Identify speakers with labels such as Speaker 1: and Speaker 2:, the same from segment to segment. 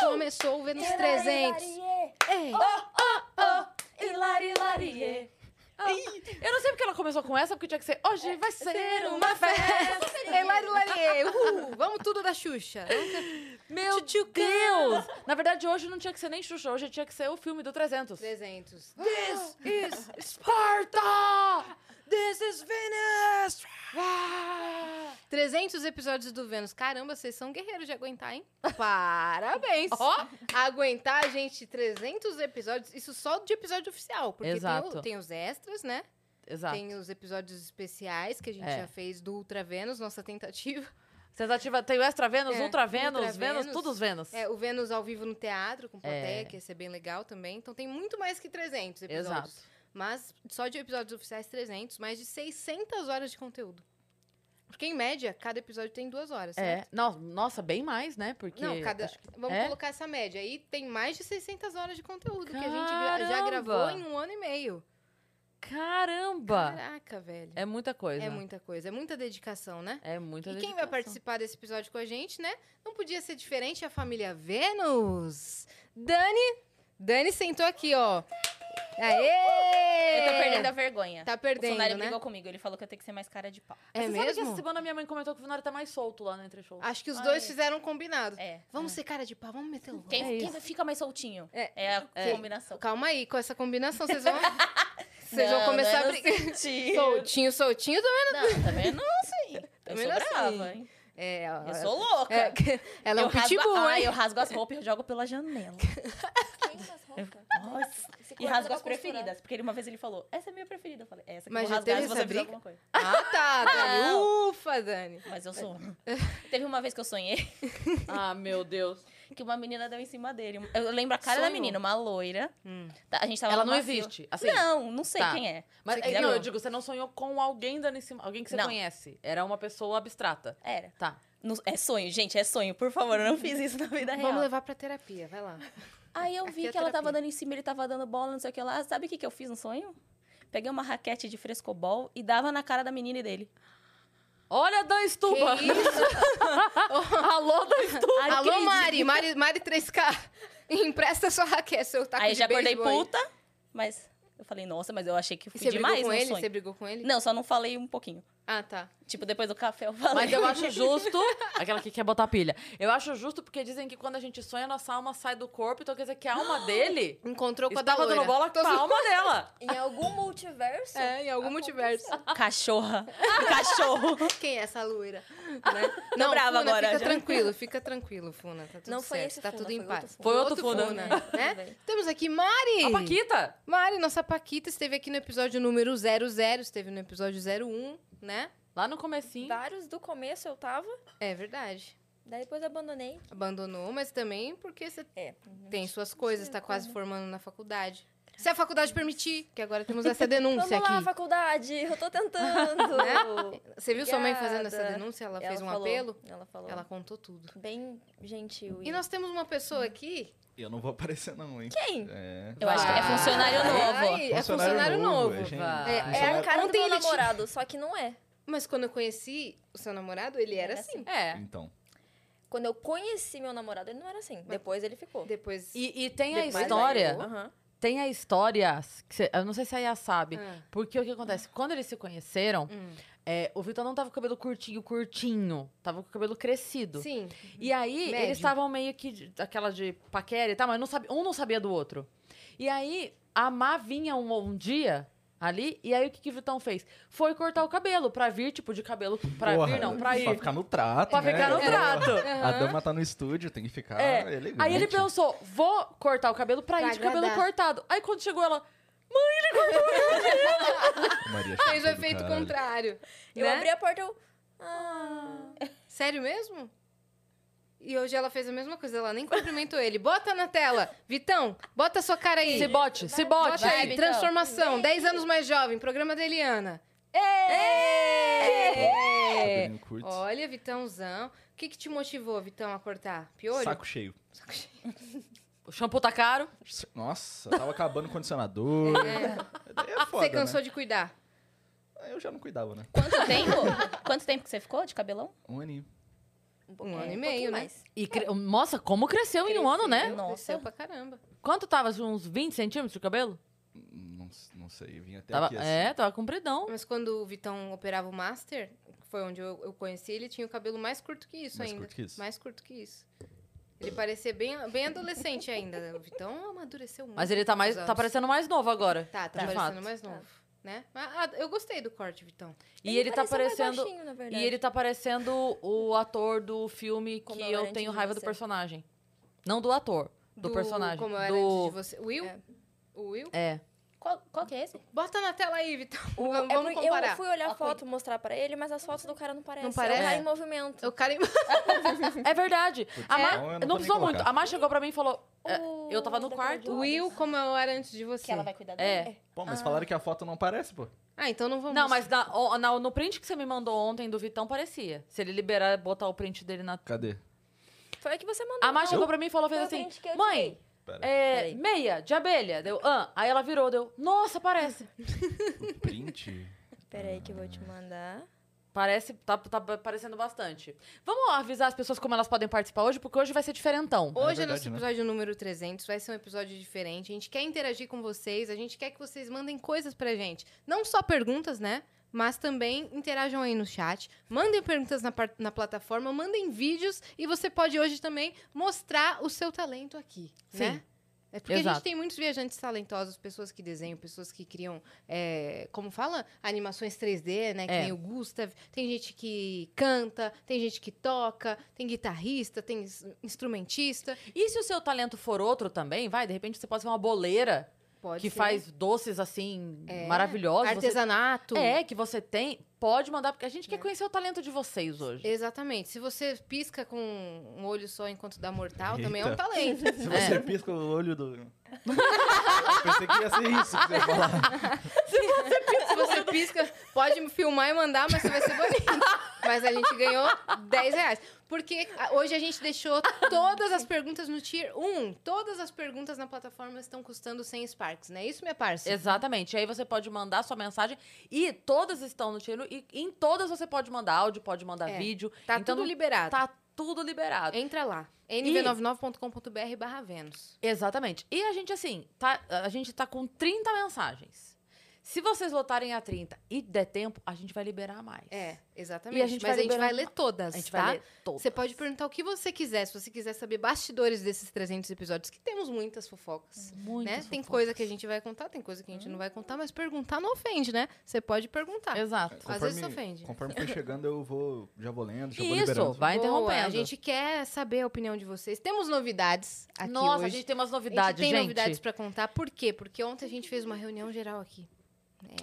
Speaker 1: começou o Vênus 300.
Speaker 2: É.
Speaker 1: Ei,
Speaker 2: Hilari, Hilari. Ih, Ah. Eu não sei porque ela começou com essa, porque tinha que ser hoje vai ser uma festa. É,
Speaker 1: ei, lari, lari, ei, uhul, vamos tudo da Xuxa.
Speaker 2: Meu Deus! Na verdade, hoje não tinha que ser nem Xuxa, hoje tinha que ser o filme do 300.
Speaker 1: 300.
Speaker 2: This is Sparta! Ah. This is Venus! Ah!
Speaker 1: 300 episódios do Vênus. Caramba, vocês são guerreiros de aguentar, hein? Parabéns!
Speaker 2: Ó!
Speaker 1: Aguentar, gente, 300 episódios. Isso só de episódio oficial. Porque tem, o-
Speaker 2: Exato.
Speaker 1: tem os extras, né?
Speaker 2: Exato.
Speaker 1: Tem os episódios especiais que a gente
Speaker 2: É.
Speaker 1: já fez do Ultra Vênus, nossa tentativa.
Speaker 2: Vocês ativam, tem o Extra Vênus,
Speaker 1: É,
Speaker 2: Ultra Vênus,
Speaker 1: Ultra
Speaker 2: Vênus,
Speaker 1: Vênus.
Speaker 2: todos os Vênus.
Speaker 1: É, o Vênus ao vivo no teatro, com plateia,
Speaker 2: É.
Speaker 1: que esse é bem legal também. Então tem muito mais que 300 episódios.
Speaker 2: Exato.
Speaker 1: Mas só de episódios oficiais 300, mais de 600 horas de conteúdo. Porque em média, cada episódio tem duas horas, né?
Speaker 2: É.
Speaker 1: certo?
Speaker 2: Não, nossa, bem mais, né? Porque.
Speaker 1: Não, cada...
Speaker 2: acho que-
Speaker 1: Vamos
Speaker 2: é?
Speaker 1: colocar essa média. Aí tem mais de 600 horas de conteúdo que a gente gra- já
Speaker 2: Caramba!
Speaker 1: gravou em um ano e meio.
Speaker 2: Caramba!
Speaker 1: Caraca, velho.
Speaker 2: Ah. É muita coisa.
Speaker 1: É muita coisa, é muita dedicação, né?
Speaker 2: É muita
Speaker 1: E quem vai
Speaker 2: dedicação.
Speaker 1: participar desse episódio com a gente, né? Não podia ser diferente, a família Vênus. Dani, Dani sentou aqui, ó. Aê!
Speaker 3: Eu tô perdendo a vergonha.
Speaker 1: É. Tá
Speaker 3: o
Speaker 1: perdendo,
Speaker 3: Funari
Speaker 1: né?
Speaker 3: brigou comigo, ele falou que eu tenho que ser mais cara de pau.
Speaker 1: É
Speaker 2: Você sabe que essa
Speaker 1: mesmo?
Speaker 2: semana minha mãe comentou que o Funari tá mais solto lá no Entre Shows.
Speaker 1: Acho que os
Speaker 3: Ai.
Speaker 1: dois fizeram um combinado.
Speaker 3: É.
Speaker 1: Vamos ser cara de pau, vamos meter louco.
Speaker 3: Quem,
Speaker 2: É
Speaker 3: quem
Speaker 2: isso.
Speaker 3: fica mais soltinho?
Speaker 1: É.
Speaker 3: É, a
Speaker 1: É.
Speaker 3: combinação.
Speaker 1: Calma aí, com essa combinação vocês vão vocês vão
Speaker 3: Não, não
Speaker 1: começar a
Speaker 3: é no
Speaker 1: brigar.
Speaker 3: sentido.
Speaker 1: Soltinho, soltinho também.
Speaker 3: Não, também não sei. Eu
Speaker 1: Também
Speaker 3: sou
Speaker 1: não assim.
Speaker 3: brava, hein?
Speaker 1: É, ó,
Speaker 3: Eu sou louca.
Speaker 1: é, ela é um
Speaker 3: eu rasgo-
Speaker 1: pitbull,
Speaker 3: ah,
Speaker 1: hein?
Speaker 3: eu rasgo as roupas e eu jogo pela janela. Nossa. E rasgo as preferidas. Porque ele- uma vez ele falou, essa é minha preferida. Eu falei, essa que
Speaker 1: Mas
Speaker 3: eu vou
Speaker 1: já teve
Speaker 3: rasgar se você
Speaker 1: essa
Speaker 3: fizer
Speaker 1: briga?
Speaker 3: alguma coisa.
Speaker 1: Ah, tá, Dani.
Speaker 3: Não.
Speaker 1: Ufa, Dani.
Speaker 3: Mas eu sou. Teve uma vez que eu sonhei
Speaker 2: Ah, meu Deus.
Speaker 3: que uma menina deu em cima dele. Eu lembro a cara da
Speaker 2: Sonhou.
Speaker 3: menina, uma loira.
Speaker 1: Hum.
Speaker 3: Tá, A gente tava
Speaker 2: Ela
Speaker 3: no
Speaker 2: não
Speaker 3: macio.
Speaker 2: existe. Assim,
Speaker 3: Não, não sei
Speaker 2: Tá.
Speaker 3: quem é.
Speaker 2: Mas,
Speaker 1: Você que
Speaker 2: é, não,
Speaker 1: sonhou.
Speaker 2: eu digo, você não sonhou com alguém dando em cima. Alguém que você
Speaker 3: Não.
Speaker 2: conhece. Era uma pessoa abstrata.
Speaker 3: Era.
Speaker 2: Tá.
Speaker 3: Não- é sonho, gente, é sonho. Por favor, eu não fiz isso na vida real.
Speaker 1: Vamos levar pra terapia, vai lá.
Speaker 3: Aí eu
Speaker 1: Aqui
Speaker 3: vi
Speaker 1: é
Speaker 3: que ela
Speaker 1: terapia.
Speaker 3: tava dando em cima, ele tava dando bola, não sei o que lá. Sabe o que, que eu fiz no sonho? Peguei uma raquete de frescobol e dava na cara da menina e dele.
Speaker 2: Olha, Dan Stuba!
Speaker 1: Que isso?
Speaker 2: Alô, Dan Stuba!
Speaker 1: Alô,
Speaker 3: Acredita?
Speaker 1: Mari, Mari, Mari 3K. Empresta sua raquete, seu taco
Speaker 3: Aí
Speaker 1: Tá de
Speaker 3: já acordei
Speaker 1: beisebol aí.
Speaker 3: puta, mas eu falei, nossa, mas eu achei que eu
Speaker 1: E
Speaker 3: fui
Speaker 1: você brigou
Speaker 3: demais
Speaker 1: com
Speaker 3: no
Speaker 1: ele? Você
Speaker 3: sonho.
Speaker 1: brigou com ele?
Speaker 3: Não, só não falei um pouquinho.
Speaker 1: Ah, tá.
Speaker 3: Tipo, depois do café eu falei.
Speaker 2: Mas eu acho justo. Aquela que quer botar pilha. Eu acho justo porque dizem que quando a gente sonha, nossa alma sai do corpo. Então quer dizer que a alma dele
Speaker 1: Encontrou com a da
Speaker 2: estava
Speaker 1: loira.
Speaker 2: dando bola com
Speaker 1: Tô
Speaker 2: a alma dela.
Speaker 4: Em algum multiverso?
Speaker 1: É, em algum multiverso.
Speaker 3: Cachorra. Cachorro.
Speaker 1: Quem é essa loira? Né? Não,
Speaker 3: brava
Speaker 1: Funa,
Speaker 3: agora,
Speaker 1: fica
Speaker 3: já.
Speaker 1: tranquilo, fica tranquilo, Funa. Tá tudo
Speaker 4: Não foi
Speaker 1: certo,
Speaker 4: esse
Speaker 1: tá
Speaker 4: Funa,
Speaker 1: tudo em
Speaker 4: foi
Speaker 1: paz.
Speaker 4: outro
Speaker 2: Funa. Foi outro Funa.
Speaker 4: É,
Speaker 1: né? Temos aqui Mari.
Speaker 2: A Paquita!
Speaker 1: Mari, nossa Paquita, esteve aqui no episódio número 00, esteve no episódio 01, né?
Speaker 2: Lá no comecinho.
Speaker 3: Tá.
Speaker 4: Vários do começo eu tava,
Speaker 1: É verdade.
Speaker 4: daí depois eu abandonei.
Speaker 1: Abandonou, mas também porque você
Speaker 4: É.
Speaker 1: tem suas coisas, tá quase formando na faculdade. Se a faculdade permitir, que agora temos essa
Speaker 4: Vamos
Speaker 1: denúncia
Speaker 4: lá,
Speaker 1: aqui.
Speaker 4: faculdade, eu tô tentando.
Speaker 1: Você viu sua mãe fazendo essa
Speaker 4: Obrigada.
Speaker 1: denúncia? Ela,
Speaker 4: Ela
Speaker 1: Né? fez um
Speaker 4: falou,
Speaker 1: apelo?
Speaker 4: Ela falou.
Speaker 1: Ela contou tudo.
Speaker 4: Bem gentil.
Speaker 1: E nós temos uma pessoa aqui. Ah.
Speaker 5: Eu não vou aparecer não, hein?
Speaker 4: Quem?
Speaker 5: É.
Speaker 3: Eu acho que é
Speaker 2: Vai.
Speaker 3: funcionário novo.
Speaker 1: Ai, é funcionário novo.
Speaker 5: gente.
Speaker 2: vai.
Speaker 1: É,
Speaker 4: É a cara do
Speaker 1: Ontem
Speaker 4: meu
Speaker 1: ele te-
Speaker 4: namorado, só que não é.
Speaker 1: Mas quando eu conheci o seu namorado, ele era
Speaker 4: Era
Speaker 1: assim.
Speaker 2: É.
Speaker 5: Então,
Speaker 4: Quando eu conheci meu namorado, ele não era assim. Depois ele ficou.
Speaker 1: Depois.
Speaker 2: E, e tem a
Speaker 1: Depois aí
Speaker 2: história.
Speaker 1: eu-
Speaker 4: Aham.
Speaker 2: Tem a história. que cê- eu não sei se a Yas sabe.
Speaker 1: Ah.
Speaker 2: Porque o que acontece? Quando eles se conheceram,
Speaker 1: Hum.
Speaker 2: é, o Vitor não tava com o cabelo curtinho, curtinho. Tava com o cabelo crescido.
Speaker 1: Sim.
Speaker 2: E aí,
Speaker 1: Médio.
Speaker 2: eles estavam meio que de- daquela de paquera e tal, mas não sabia, um não sabia do outro. E aí, a Má vinha um, um dia ali, e aí o que, que o Vitão fez? Foi cortar o cabelo pra vir, tipo, de cabelo. Pra
Speaker 5: porra,
Speaker 2: vir, não, pra ir.
Speaker 5: ficar no trato,
Speaker 2: Pra
Speaker 5: né?
Speaker 2: ficar no
Speaker 5: Porra,
Speaker 2: trato.
Speaker 5: A dama tá no estúdio, tem que ficar
Speaker 2: É.
Speaker 5: elegante.
Speaker 2: Aí ele pensou, vou cortar o cabelo pra,
Speaker 1: Pra
Speaker 2: ir de cabelo
Speaker 1: agradar.
Speaker 2: cortado. Aí quando chegou ela,
Speaker 5: Maria
Speaker 1: Fez o
Speaker 5: Chico do
Speaker 1: efeito
Speaker 5: caralho.
Speaker 1: contrário.
Speaker 4: Eu
Speaker 1: né?
Speaker 4: abri a porta, eu. Ah.
Speaker 1: Sério mesmo? E hoje ela fez a mesma coisa, ela nem cumprimentou ele. Bota na tela, Vitão, bota sua cara aí.
Speaker 2: se bote, se bote.
Speaker 1: Bota
Speaker 3: Vai,
Speaker 1: aí,
Speaker 3: Vitão.
Speaker 1: transformação, 10 anos mais jovem, programa da Eliana.
Speaker 5: Cabelinho curto.
Speaker 1: Olha, Vitãozão. O que, que te motivou, Vitão, a cortar? Piolho?
Speaker 5: Saco cheio.
Speaker 1: Saco cheio.
Speaker 2: O shampoo tá caro.
Speaker 5: Nossa, tava acabando o condicionador. Daí É. foda,
Speaker 1: Ah, Você cansou
Speaker 5: né?
Speaker 1: de cuidar.
Speaker 5: Eu já não cuidava, né?
Speaker 3: Quanto tempo? Quanto tempo que você ficou de cabelão?
Speaker 5: Um aninho.
Speaker 4: Um, pouquinho,
Speaker 1: ano e
Speaker 4: um
Speaker 1: meio,
Speaker 4: pouquinho
Speaker 1: né?
Speaker 4: mais.
Speaker 2: E cre- Nossa, como cresceu, em um ano, né?
Speaker 1: Nossa.
Speaker 4: Nossa.
Speaker 1: Cresceu pra caramba.
Speaker 2: Quanto tava? Uns 20 centímetros de cabelo?
Speaker 5: Não, não sei, eu vim até
Speaker 2: Tava...
Speaker 5: aqui assim.
Speaker 2: É, tava compridão.
Speaker 1: Mas quando o Vitão operava o Master, que foi onde eu, eu conheci, ele tinha o cabelo mais curto que isso
Speaker 5: Mais
Speaker 1: ainda.
Speaker 5: curto que isso?
Speaker 1: Mais curto que isso. Ele parecia bem, bem adolescente ainda. né? O Vitão amadureceu muito.
Speaker 2: Mas ele tá mais.
Speaker 1: nos
Speaker 2: Tá
Speaker 1: anos.
Speaker 2: parecendo mais novo agora.
Speaker 1: Tá, tá
Speaker 2: de
Speaker 1: parecendo
Speaker 2: fato.
Speaker 1: mais novo. Né? Mas, ah, eu gostei do corte, Vitão.
Speaker 2: E ele tá
Speaker 4: parecia mais
Speaker 2: parecendo.
Speaker 4: baixinho, na
Speaker 2: E
Speaker 4: verdade.
Speaker 2: ele tá parecendo o ator do filme
Speaker 4: Como
Speaker 2: que
Speaker 4: eu era
Speaker 2: eu
Speaker 4: antes
Speaker 2: tenho
Speaker 4: de
Speaker 2: raiva do
Speaker 4: você.
Speaker 2: personagem. Não do ator, do, personagem.
Speaker 1: Como eu era antes de
Speaker 2: do...
Speaker 1: você. Will?
Speaker 4: É.
Speaker 1: O Will?
Speaker 2: É.
Speaker 3: Qual, qual que é esse?
Speaker 1: Bota na tela aí, Vitão.
Speaker 4: O-
Speaker 1: Vamos,
Speaker 4: é
Speaker 1: vamos
Speaker 4: porque
Speaker 1: comparar.
Speaker 4: Eu fui olhar a
Speaker 3: Ó,
Speaker 4: foto, mostrar pra ele, mas as fotos do cara não parecem.
Speaker 1: Não parece?
Speaker 4: É o cara
Speaker 2: É.
Speaker 4: em movimento.
Speaker 1: O cara...
Speaker 2: É verdade. A
Speaker 5: É.
Speaker 2: Ma-
Speaker 5: Então eu não
Speaker 2: Não,
Speaker 5: vou nem
Speaker 2: precisou muito.
Speaker 5: colocar.
Speaker 2: A Má chegou pra mim e falou. é,
Speaker 4: O-
Speaker 2: Eu tava no
Speaker 4: da
Speaker 2: quarto.
Speaker 4: Cláudia.
Speaker 1: Will, como eu era antes de você.
Speaker 3: Que ela vai cuidar dele?
Speaker 2: É.
Speaker 5: Pô, mas falaram que a foto não parece, pô.
Speaker 1: Ah, então não vamos...
Speaker 2: Não, mas na- ó, na- no print que você me mandou ontem do Vitão parecia. Se ele liberar, botar o print dele na.
Speaker 5: Cadê?
Speaker 4: Foi o que você mandou.
Speaker 2: A Má
Speaker 4: não.
Speaker 2: chegou pra mim e falou fez
Speaker 4: Foi o
Speaker 2: assim:
Speaker 4: print que eu te
Speaker 2: Mãe,
Speaker 4: dei."
Speaker 5: Pera,
Speaker 2: é,
Speaker 4: Peraí.
Speaker 2: meia de abelha. Deu, ah. Aí ela virou, deu, nossa, parece.
Speaker 5: o print?
Speaker 4: Peraí que eu vou te mandar.
Speaker 2: Parece, tá, tá parecendo bastante. Vamos avisar as pessoas como elas podem participar hoje, porque hoje vai ser diferentão.
Speaker 1: Hoje é,
Speaker 5: verdade,
Speaker 1: nosso
Speaker 5: né?
Speaker 1: episódio número 300, vai ser um episódio diferente. A gente quer interagir com vocês, a gente quer que vocês mandem coisas pra gente. Não só perguntas, né? Mas também interajam aí no chat, mandem perguntas na, par- na plataforma, mandem vídeos e você pode hoje também mostrar o seu talento aqui,
Speaker 2: Sim.
Speaker 1: né? É porque a
Speaker 2: Exato.
Speaker 1: gente tem muitos viajantes talentosos, pessoas que desenham, pessoas que criam, é, como fala? Animações 3D, né? Que
Speaker 2: É.
Speaker 1: nem o Gustav. Tem gente que canta, tem gente que toca, tem guitarrista, tem ins- instrumentista.
Speaker 2: E se o seu talento for outro também, vai, de repente você pode ser uma boleira
Speaker 1: Pode
Speaker 2: que
Speaker 1: ser.
Speaker 2: faz doces assim
Speaker 1: É,
Speaker 2: maravilhosos. você-
Speaker 1: artesanato. É.
Speaker 2: É, que você tem, pode mandar, porque a gente quer conhecer o talento de vocês hoje.
Speaker 1: Exatamente. Se você pisca com um olho só enquanto dá mortal, também é um
Speaker 5: Eita.
Speaker 1: talento.
Speaker 5: Se
Speaker 2: É.
Speaker 5: você pisca o olho do... Eu pensei que ia ser isso que você ia falar.
Speaker 1: Se você pisca, pode me filmar e mandar, mas você vai ser bonito. Mas a gente ganhou 10 reais. Porque a- hoje a gente deixou todas as perguntas no Tier 1. Todas as perguntas na plataforma estão custando 100 Sparks, não é isso, minha parça?
Speaker 2: Exatamente. E aí você pode mandar sua mensagem e todas estão no tiro e em todas você pode mandar áudio, pode mandar
Speaker 1: É.
Speaker 2: vídeo.
Speaker 1: Tá
Speaker 2: então
Speaker 1: tudo
Speaker 2: não-
Speaker 1: liberado.
Speaker 2: tá tudo liberado.
Speaker 1: Entra lá. nv99.com.br barra Vênus.
Speaker 2: Exatamente. E a gente, assim, tá, a gente tá com 30 mensagens. Se vocês votarem a 30 e der tempo, a gente vai liberar mais.
Speaker 1: É, exatamente.
Speaker 2: E a gente
Speaker 1: Mas
Speaker 2: vai
Speaker 1: a gente vai
Speaker 2: liberando-
Speaker 1: ler todas,
Speaker 2: A gente
Speaker 1: tá?
Speaker 2: vai ler todas.
Speaker 1: Você pode perguntar o que você quiser, se você quiser saber bastidores desses 300 episódios, que temos muitas fofocas.
Speaker 2: Muitas
Speaker 1: né? Tem
Speaker 2: fofocas. Hum.
Speaker 1: coisa que a gente vai contar, tem coisa que a gente não vai contar, mas perguntar não ofende, né? Você pode perguntar.
Speaker 2: Exato.
Speaker 1: Às vezes se ofende.
Speaker 5: Conforme for chegando, eu vou... Já vou lendo, já vou
Speaker 2: Isso,
Speaker 5: liberando.
Speaker 2: vai
Speaker 1: Boa,
Speaker 2: interrompendo.
Speaker 1: A gente quer saber a opinião de vocês. Temos novidades aqui
Speaker 2: Nossa,
Speaker 1: hoje.
Speaker 2: a gente tem
Speaker 1: A
Speaker 2: umas
Speaker 1: gente
Speaker 2: novidades,
Speaker 1: tem novidades pra contar. Por quê? Porque ontem a gente fez uma reunião geral aqui.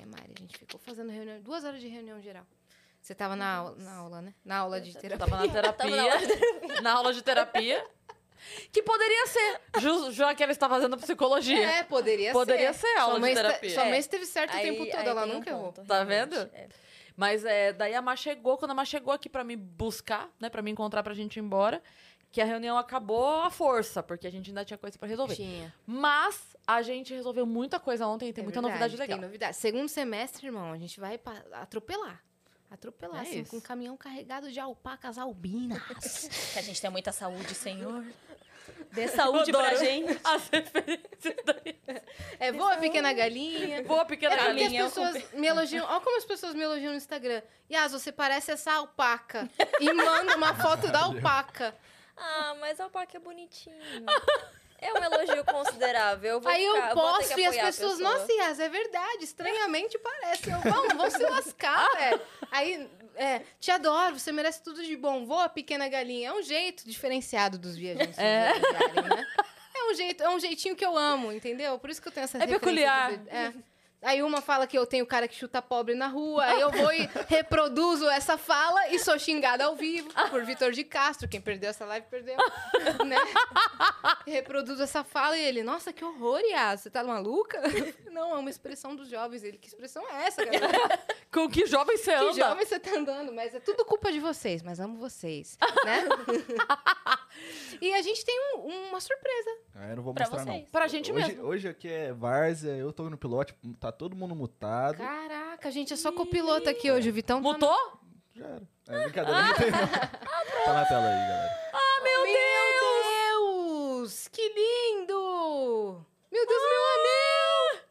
Speaker 1: É, Mari, a gente ficou fazendo reunião, duas horas de reunião geral. Você tava na, aula- na aula, né? Na aula de terapia.
Speaker 2: Tava na terapia, na aula de terapia, que poderia ser, ju- já que ela está fazendo psicologia.
Speaker 1: É, poderia,
Speaker 2: Poderia
Speaker 1: ser.
Speaker 2: ser aula
Speaker 1: sua
Speaker 2: de
Speaker 1: mãe este-
Speaker 2: terapia.
Speaker 1: Sua
Speaker 4: É.
Speaker 1: mãe esteve certa o
Speaker 4: Aí-
Speaker 1: tempo todo,
Speaker 4: aí
Speaker 1: ela
Speaker 4: tem um
Speaker 1: nunca errou.
Speaker 4: ponto,
Speaker 2: Tá
Speaker 4: realmente.
Speaker 2: vendo?
Speaker 4: É.
Speaker 2: Mas é, daí a Má chegou, quando a Má chegou aqui pra me buscar, né, pra me encontrar pra gente ir embora, que a reunião acabou à força, porque a gente ainda tinha coisa pra resolver.
Speaker 1: Tinha.
Speaker 2: Mas a gente resolveu muita coisa ontem e tem
Speaker 1: É
Speaker 2: muita
Speaker 1: verdade,
Speaker 2: novidade legal.
Speaker 1: Tem novidade. Segundo semestre, irmão, a gente vai pa- atropelar. Atropelar,
Speaker 2: É
Speaker 1: assim,
Speaker 2: isso.
Speaker 1: com um caminhão carregado de alpacas albinas.
Speaker 3: Que a gente tem muita saúde, Senhor. Dê saúde pra
Speaker 2: Adoro.
Speaker 3: gente.
Speaker 2: As referências daí.
Speaker 1: É boa, pequena galinha.
Speaker 2: Boa pequena
Speaker 1: É porque as
Speaker 2: galinha.
Speaker 1: pessoas me elogiam. Olha como as pessoas me elogiam no Instagram. Yas, você parece essa alpaca. E manda uma foto da alpaca.
Speaker 4: Ah, mas a alpaca é bonitinho. É um elogio considerável. Eu vou
Speaker 1: Aí eu
Speaker 4: ficar- vou ter que
Speaker 1: posto e as
Speaker 4: apoiar a
Speaker 1: pessoas,
Speaker 4: pessoa.
Speaker 1: nossa, Yas, é verdade, estranhamente parece. Eu, vamos, vamos se lascar, velho. Aí, é, te adoro, você merece tudo de bom. Voa, pequena galinha. É um jeito diferenciado dos viajantes.
Speaker 2: É.
Speaker 1: viajarem, né? É um jeito, é um jeitinho que eu amo, entendeu? Por isso que eu tenho essa
Speaker 2: É peculiar.
Speaker 1: Aí uma fala que eu tenho cara que chuta pobre na rua, aí eu vou e reproduzo essa fala e sou xingada ao vivo por Vitor de Castro. Quem perdeu essa live perdeu, né? Reproduzo essa fala e ele, nossa, que horror, Yas, você tá maluca? Não, é uma expressão dos jovens. Ele, que expressão é essa, galera?
Speaker 2: Com que jovem você
Speaker 1: Que
Speaker 2: anda?
Speaker 1: jovem você tá andando? Mas é tudo culpa de vocês, mas amo vocês, né? e a gente tem um- uma surpresa.
Speaker 5: Ah, eu não vou
Speaker 3: Pra
Speaker 5: mostrar, não.
Speaker 3: vocês.
Speaker 2: Pra gente
Speaker 5: hoje,
Speaker 2: mesmo.
Speaker 5: Hoje aqui é Várzea, eu tô no pilote, tá todo mundo mutado.
Speaker 1: Caraca, a gente é só copiloto aqui hoje, o Vitão tá
Speaker 2: Mutou?
Speaker 5: já era. É brincadeira, não tem.
Speaker 2: Ah,
Speaker 5: não. Tá na tela aí, galera.
Speaker 1: Meu, Deus! Que lindo! Meu Deus,
Speaker 2: Ah!
Speaker 1: meu anel!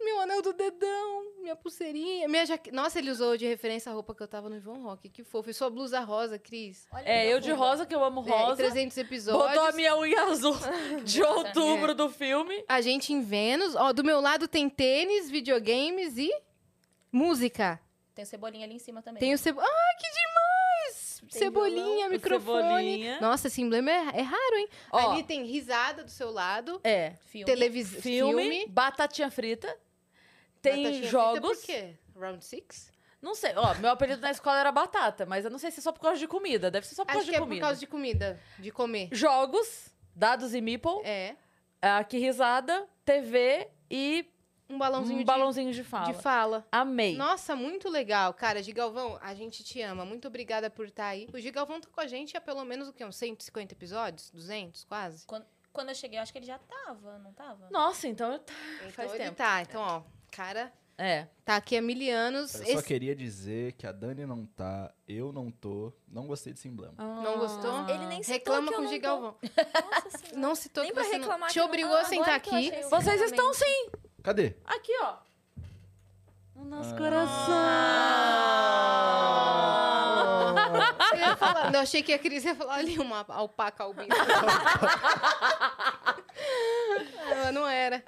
Speaker 1: Meu anel do dedão, minha pulseirinha, minha jaque... Nossa, ele usou de referência a roupa que eu tava no Ivon Rock. Que fofo. E sua blusa rosa, Cris.
Speaker 2: É, eu de rosa, que eu amo
Speaker 1: É, e
Speaker 2: rosa.
Speaker 1: 300 episódios.
Speaker 2: Botou a minha unha azul de outubro do filme.
Speaker 1: A gente em Vênus. Ó, do meu lado tem tênis, videogames e música.
Speaker 3: Tem o cebolinha ali em cima também.
Speaker 1: Tem o cebo... Ai, que demais!
Speaker 4: Tem
Speaker 1: cebolinha,
Speaker 4: violão.
Speaker 2: O
Speaker 1: microfone.
Speaker 2: Cebolinha.
Speaker 1: Nossa, esse emblema é, é raro, hein?
Speaker 2: Ó.
Speaker 1: Ali tem risada do seu lado,
Speaker 2: É.
Speaker 3: Filme.
Speaker 1: televisão,
Speaker 2: Filme, batatinha frita. Tem
Speaker 1: batatinha frita,
Speaker 2: jogos.
Speaker 1: Por quê? Round six?
Speaker 2: Não sei. Ó, meu apelido na escola era batata, mas eu não sei se é só por causa de comida. Deve ser só por
Speaker 1: Acho
Speaker 2: causa
Speaker 1: que
Speaker 2: de
Speaker 1: é por
Speaker 2: comida.
Speaker 1: causa de comida, de comer.
Speaker 2: Jogos, dados e meeple,
Speaker 1: É.
Speaker 2: ah, que risada, TV e
Speaker 1: Um balãozinho,
Speaker 2: um
Speaker 1: de-
Speaker 2: balãozinho de,
Speaker 1: de,
Speaker 2: fala.
Speaker 1: fala.
Speaker 2: Amei.
Speaker 1: Nossa, muito legal. Cara, Gigalvão, a gente te ama. Muito obrigada por estar aí. O Gigalvão tá com a gente há pelo menos o quê? Uns 150 episódios? 200, quase?
Speaker 3: Quando eu cheguei, eu acho que ele já tava, não tava?
Speaker 2: Nossa, então... eu-
Speaker 1: Então
Speaker 2: Faz
Speaker 1: ele
Speaker 2: tempo.
Speaker 1: tá. Então, ó, cara,
Speaker 2: É.
Speaker 1: tá aqui há mil anos.
Speaker 5: Eu só
Speaker 1: Esse-
Speaker 5: queria dizer que a Dani não tá, eu não tô, não gostei desse emblema.
Speaker 1: Não gostou?
Speaker 4: Ah. Ele nem citou
Speaker 1: Reclama
Speaker 4: que eu
Speaker 1: com o
Speaker 4: não
Speaker 1: Gigalvão.
Speaker 4: tô. Nossa senhora.
Speaker 1: Não citou
Speaker 4: Nem
Speaker 1: que
Speaker 4: pra
Speaker 1: você não...
Speaker 4: reclamar
Speaker 1: Te
Speaker 4: que eu não-
Speaker 1: obrigou
Speaker 4: Ah,
Speaker 1: a sentar
Speaker 4: agora que eu
Speaker 1: aqui.
Speaker 4: achei o
Speaker 2: Vocês estão
Speaker 4: encerramento.
Speaker 2: sim.
Speaker 5: Cadê?
Speaker 2: Aqui, ó. No nosso
Speaker 5: Ah.
Speaker 2: coração.
Speaker 1: Eu ia falar- Não, achei que a Cris ia falar ali uma alpaca albina. Ah, não era.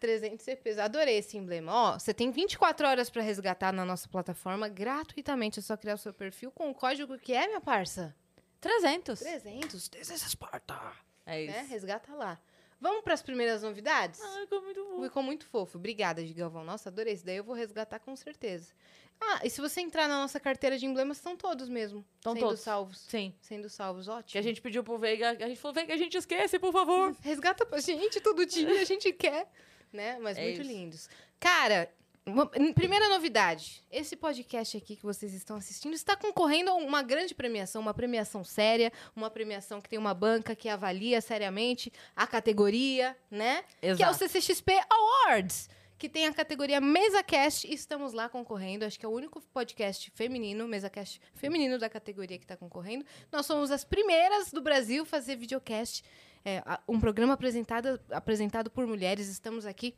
Speaker 1: 300 CPs. Adorei esse emblema. Ó, você tem 24 horas pra resgatar na nossa plataforma gratuitamente. É só criar o seu perfil com o código que é, minha parça?
Speaker 2: 300.
Speaker 1: 300. 300 Esparta.
Speaker 2: É
Speaker 1: Né?
Speaker 2: isso.
Speaker 1: Resgata lá. Vamos pras primeiras novidades?
Speaker 2: Ai, ficou muito bom.
Speaker 1: Ficou muito fofo. Obrigada, Gigalvão. Nossa, adorei. Isso daí eu vou resgatar com certeza. Ah, e se você entrar na nossa carteira de emblemas, estão todos mesmo.
Speaker 2: Estão
Speaker 1: sendo
Speaker 2: todos.
Speaker 1: salvos.
Speaker 2: Sim.
Speaker 1: Sendo salvos, ótimo.
Speaker 2: Que a gente pediu pro Veiga, a gente falou, Veiga, a gente esquece, por favor.
Speaker 1: Resgata pra gente todo dia, a gente quer. Né? Mas
Speaker 2: É
Speaker 1: muito
Speaker 2: isso.
Speaker 1: lindos. Cara, uma- primeira novidade. Esse podcast aqui que vocês estão assistindo está concorrendo a uma grande premiação, uma premiação séria, uma premiação que tem uma banca que avalia seriamente a categoria, né? que é o CCXP Awards, que tem a categoria MesaCast e estamos lá concorrendo. Acho que é o único podcast feminino, MesaCast feminino da categoria que está concorrendo. Nós somos as primeiras do Brasil a fazer videocast, é, a- um programa apresentado, apresentado por mulheres. Estamos aqui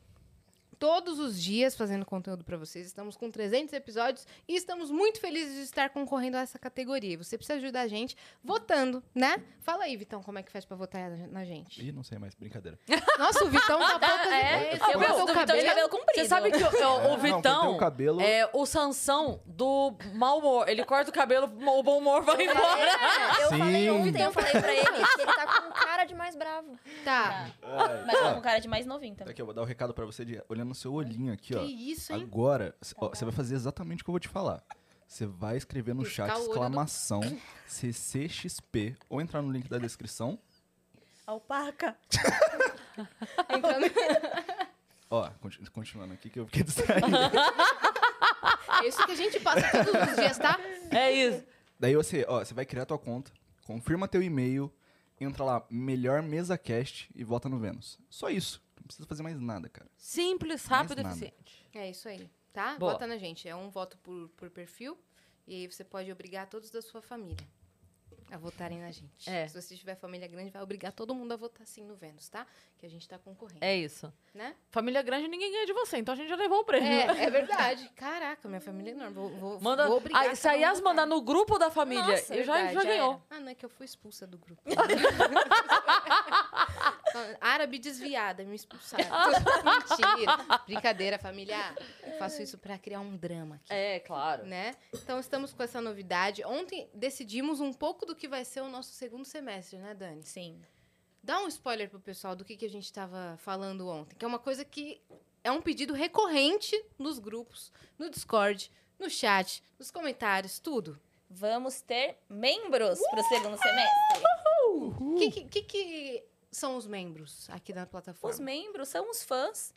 Speaker 1: todos os dias fazendo conteúdo para vocês. Estamos com 300 episódios e estamos muito felizes de estar concorrendo a essa categoria. Você precisa ajudar a gente votando, né? Fala aí, Vitão, como é que faz para votar na- na gente?
Speaker 5: Ih, não sei mais, brincadeira.
Speaker 1: Nossa, o Vitão tá poucas
Speaker 5: É,
Speaker 1: ideias.
Speaker 5: eu
Speaker 1: Cortou
Speaker 3: gosto
Speaker 2: Tá
Speaker 1: o
Speaker 3: do Vitão de cabelo comprido.
Speaker 2: Você sabe que o, o- o
Speaker 5: É, Não, cortei
Speaker 2: Vitão
Speaker 5: o cabelo.
Speaker 2: é o Sansão do mau humor. Ele corta o cabelo, o bom humor vai embora.
Speaker 4: É, eu falei
Speaker 5: Sim.
Speaker 4: ontem, eu falei pra ele que ele tá com cara de mais bravo.
Speaker 1: Tá.
Speaker 5: Ai,
Speaker 3: Mas
Speaker 5: É, ó,
Speaker 3: com cara de mais novinho
Speaker 5: tá
Speaker 3: também.
Speaker 5: aqui, eu vou dar o recado pra você de olhando no seu olhinho aqui, ó.
Speaker 1: Que isso, hein?
Speaker 5: Agora, c- ó,
Speaker 4: Tá
Speaker 5: você vai fazer exatamente o que eu vou te falar. Você vai escrever no
Speaker 1: Riscar
Speaker 5: chat
Speaker 1: o olho do-
Speaker 5: exclamação CCXP ou entrar no link da descrição.
Speaker 3: Alpaca.
Speaker 1: Então,
Speaker 5: Ó, conti- continuando aqui que eu fiquei distraído.
Speaker 1: é isso que a gente passa todos os dias, tá?
Speaker 2: É isso.
Speaker 5: Daí você, ó, você vai criar tua conta, confirma teu e-mail, entra lá, melhor mesa cast e vota no Vênus. Só isso. Não precisa fazer mais nada, cara.
Speaker 2: Simples, rápido e
Speaker 5: Mais nada.
Speaker 2: eficiente.
Speaker 1: É isso aí, tá?
Speaker 2: Boa.
Speaker 1: Vota na gente. É um voto por, por perfil. E aí você pode obrigar todos da sua família a votarem na gente.
Speaker 2: É.
Speaker 1: Se você tiver família grande, vai obrigar todo mundo a votar sim no Vênus, tá? Que a gente tá concorrendo,
Speaker 2: É isso.
Speaker 1: né?
Speaker 2: Família grande, ninguém ganha de você, então a gente já levou o prêmio.
Speaker 1: É, é verdade. Caraca, minha família é enorme. Vou, vou,
Speaker 2: Manda, Ah,
Speaker 1: vou obrigar
Speaker 2: aí, se a
Speaker 1: todo mundo
Speaker 2: Yas
Speaker 1: a
Speaker 2: mandar no grupo da família,
Speaker 4: Nossa,
Speaker 2: eu já,
Speaker 4: verdade,
Speaker 2: já
Speaker 4: já
Speaker 2: ganhou.
Speaker 4: era.
Speaker 1: Ah, não, é que eu fui expulsa do grupo. Então, Árabe desviada, me expulsaram. Mentira. Brincadeira, família. Eu faço isso pra criar um drama aqui.
Speaker 2: É, claro.
Speaker 1: Né? Então estamos com essa novidade. Ontem decidimos um pouco do que vai ser o nosso segundo semestre, né, Dani?
Speaker 3: Sim.
Speaker 1: Dá um spoiler pro pessoal do que, que a gente estava falando ontem, que é uma coisa que é um pedido recorrente nos grupos, no Discord, no chat, nos comentários, tudo.
Speaker 3: Vamos ter membros pro segundo semestre.
Speaker 1: O que, que- que que são os membros aqui da plataforma?
Speaker 3: Hum. Os
Speaker 2: É.
Speaker 3: membros são os fãs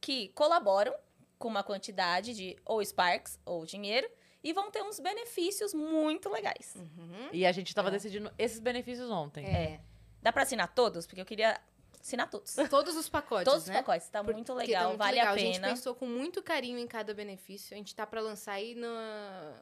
Speaker 3: que colaboram com uma quantidade de ou Sparks ou dinheiro e vão ter uns benefícios muito legais.
Speaker 1: Uhum.
Speaker 2: E a gente tava decidindo esses benefícios ontem.
Speaker 1: É.
Speaker 3: Dá pra assinar todos? Porque eu queria assinar todos.
Speaker 1: Todos os pacotes,
Speaker 3: todos
Speaker 1: né?
Speaker 3: os pacotes. Tá
Speaker 1: Porque
Speaker 3: muito
Speaker 1: tá
Speaker 3: legal,
Speaker 1: muito
Speaker 3: vale
Speaker 1: legal.
Speaker 3: a
Speaker 1: A gente
Speaker 3: pena.
Speaker 1: pensou com muito carinho em cada benefício. A gente tá pra lançar aí na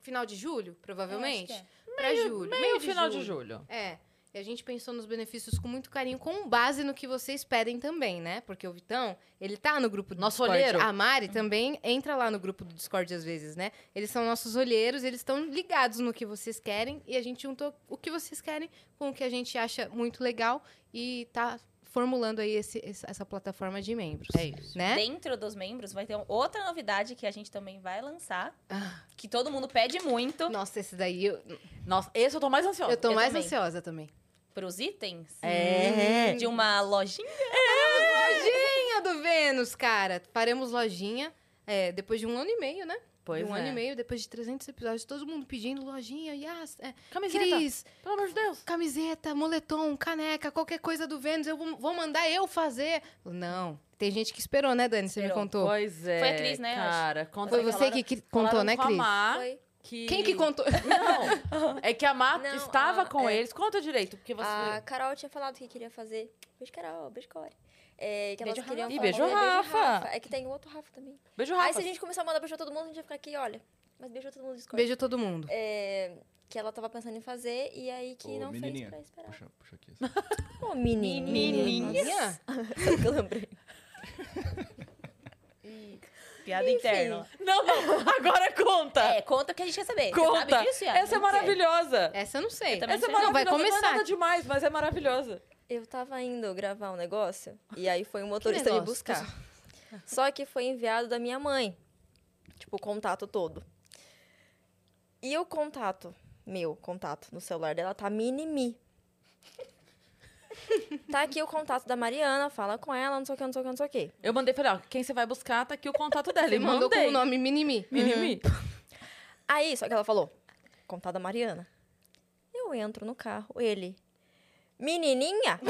Speaker 1: final de julho,
Speaker 3: é.
Speaker 1: provavelmente.
Speaker 3: Eu acho
Speaker 1: Pra julho.
Speaker 2: Meio, final de julho.
Speaker 1: É. E a gente pensou nos benefícios com muito carinho, com base no que vocês pedem também, né? Porque o Vitão, ele tá no grupo do
Speaker 2: Nosso
Speaker 1: Discord.
Speaker 2: olheiro.
Speaker 1: A Mari também entra lá no grupo do Discord às vezes, né? Eles são nossos olheiros, eles estão ligados no que vocês querem e a gente juntou o que vocês querem com o que a gente acha muito legal e tá formulando aí esse- esse- essa plataforma de membros.
Speaker 2: É isso.
Speaker 1: Né?
Speaker 3: Dentro dos membros vai ter um, outra novidade que a gente também vai lançar,
Speaker 1: Ah.
Speaker 3: que todo mundo pede muito
Speaker 1: Nossa, esse daí eu,
Speaker 2: Nossa, esse eu tô mais ansiosa.
Speaker 1: eu tô
Speaker 3: eu
Speaker 1: mais
Speaker 3: também.
Speaker 1: ansiosa também.
Speaker 3: pros itens
Speaker 2: É.
Speaker 3: de uma lojinha.
Speaker 1: Lojinha do Vênus, cara. Paramos lojinha é, depois de um ano e meio, né?
Speaker 2: Pois
Speaker 1: de um
Speaker 2: é.
Speaker 1: ano e meio, depois de 300 episódios, todo mundo pedindo lojinha, Yas, é,
Speaker 2: Camiseta.
Speaker 1: Cris,
Speaker 2: Pelo amor de Deus.
Speaker 1: camiseta, moletom, caneca, qualquer coisa do Vênus, eu vou vou mandar eu fazer. Não, tem gente que esperou, né, Dani? Você me
Speaker 3: Esperou.
Speaker 1: contou.
Speaker 2: Pois é.
Speaker 3: Foi a Cris, né, eu acho.
Speaker 2: Cara, conta
Speaker 1: Foi
Speaker 2: aí.
Speaker 1: você
Speaker 2: Falaram-
Speaker 1: que, que
Speaker 2: falaram
Speaker 1: contou, né,
Speaker 2: com a
Speaker 1: Cris?
Speaker 2: Má
Speaker 4: Foi.
Speaker 2: que-
Speaker 1: Quem que contou?
Speaker 2: Não. É que a Má
Speaker 4: Não,
Speaker 2: estava
Speaker 4: a-
Speaker 2: com
Speaker 4: é. Ah,
Speaker 2: eles. Conta direito, porque você.
Speaker 4: A Carol tinha falado que queria fazer. Beijo, Carol. Beijo, Core. É, que elas
Speaker 3: Beijo,
Speaker 4: queriam
Speaker 2: Rafa. E
Speaker 4: fazer-
Speaker 2: beijo, Rafa.
Speaker 4: É que tem um outro Rafa também.
Speaker 2: Beijo,
Speaker 4: Aí
Speaker 2: Rafa.
Speaker 4: se a gente começar a mandar beijo pra todo mundo, a gente vai ficar aqui, olha. Mas beijou todo mundo no Discord.
Speaker 1: Beijo todo mundo.
Speaker 4: É, que ela tava pensando em fazer e aí que
Speaker 5: Ô,
Speaker 4: não
Speaker 5: menininha.
Speaker 4: fez pra esperar.
Speaker 5: Puxa, puxa aqui.
Speaker 4: Ô, menininha.
Speaker 1: Menininha?
Speaker 4: Sabe o que eu lembrei?
Speaker 3: Piada interna.
Speaker 2: Não, não. Agora conta.
Speaker 3: É, conta o que a gente quer saber. Você
Speaker 2: conta.
Speaker 3: sabe disso, Yas?
Speaker 2: Essa é
Speaker 3: Eu não sei.
Speaker 2: maravilhosa.
Speaker 1: Essa eu não sei.
Speaker 3: Eu também
Speaker 2: Essa é
Speaker 3: não sei.
Speaker 1: Não, vai
Speaker 2: maravilhosa. Não é
Speaker 1: começar.
Speaker 2: nada demais, mas é maravilhosa.
Speaker 4: Eu tava indo gravar um negócio e aí foi um motorista me
Speaker 1: negócio?
Speaker 4: buscar. Só que foi enviado da minha mãe. Tipo, o contato todo. E o contato, meu contato no celular dela tá mini-mi. tá aqui o contato da Mariana, fala com ela, não sei o que, não sei o que, não sei o que.
Speaker 2: Eu mandei, falei, ó, quem você vai buscar, tá aqui o contato dela.
Speaker 1: Você
Speaker 2: e
Speaker 1: mandou
Speaker 2: mandei.
Speaker 1: com o nome Minimi.
Speaker 2: Minimi.
Speaker 4: Aí, só que ela falou, contato da Mariana. Eu entro no carro, ele, menininha?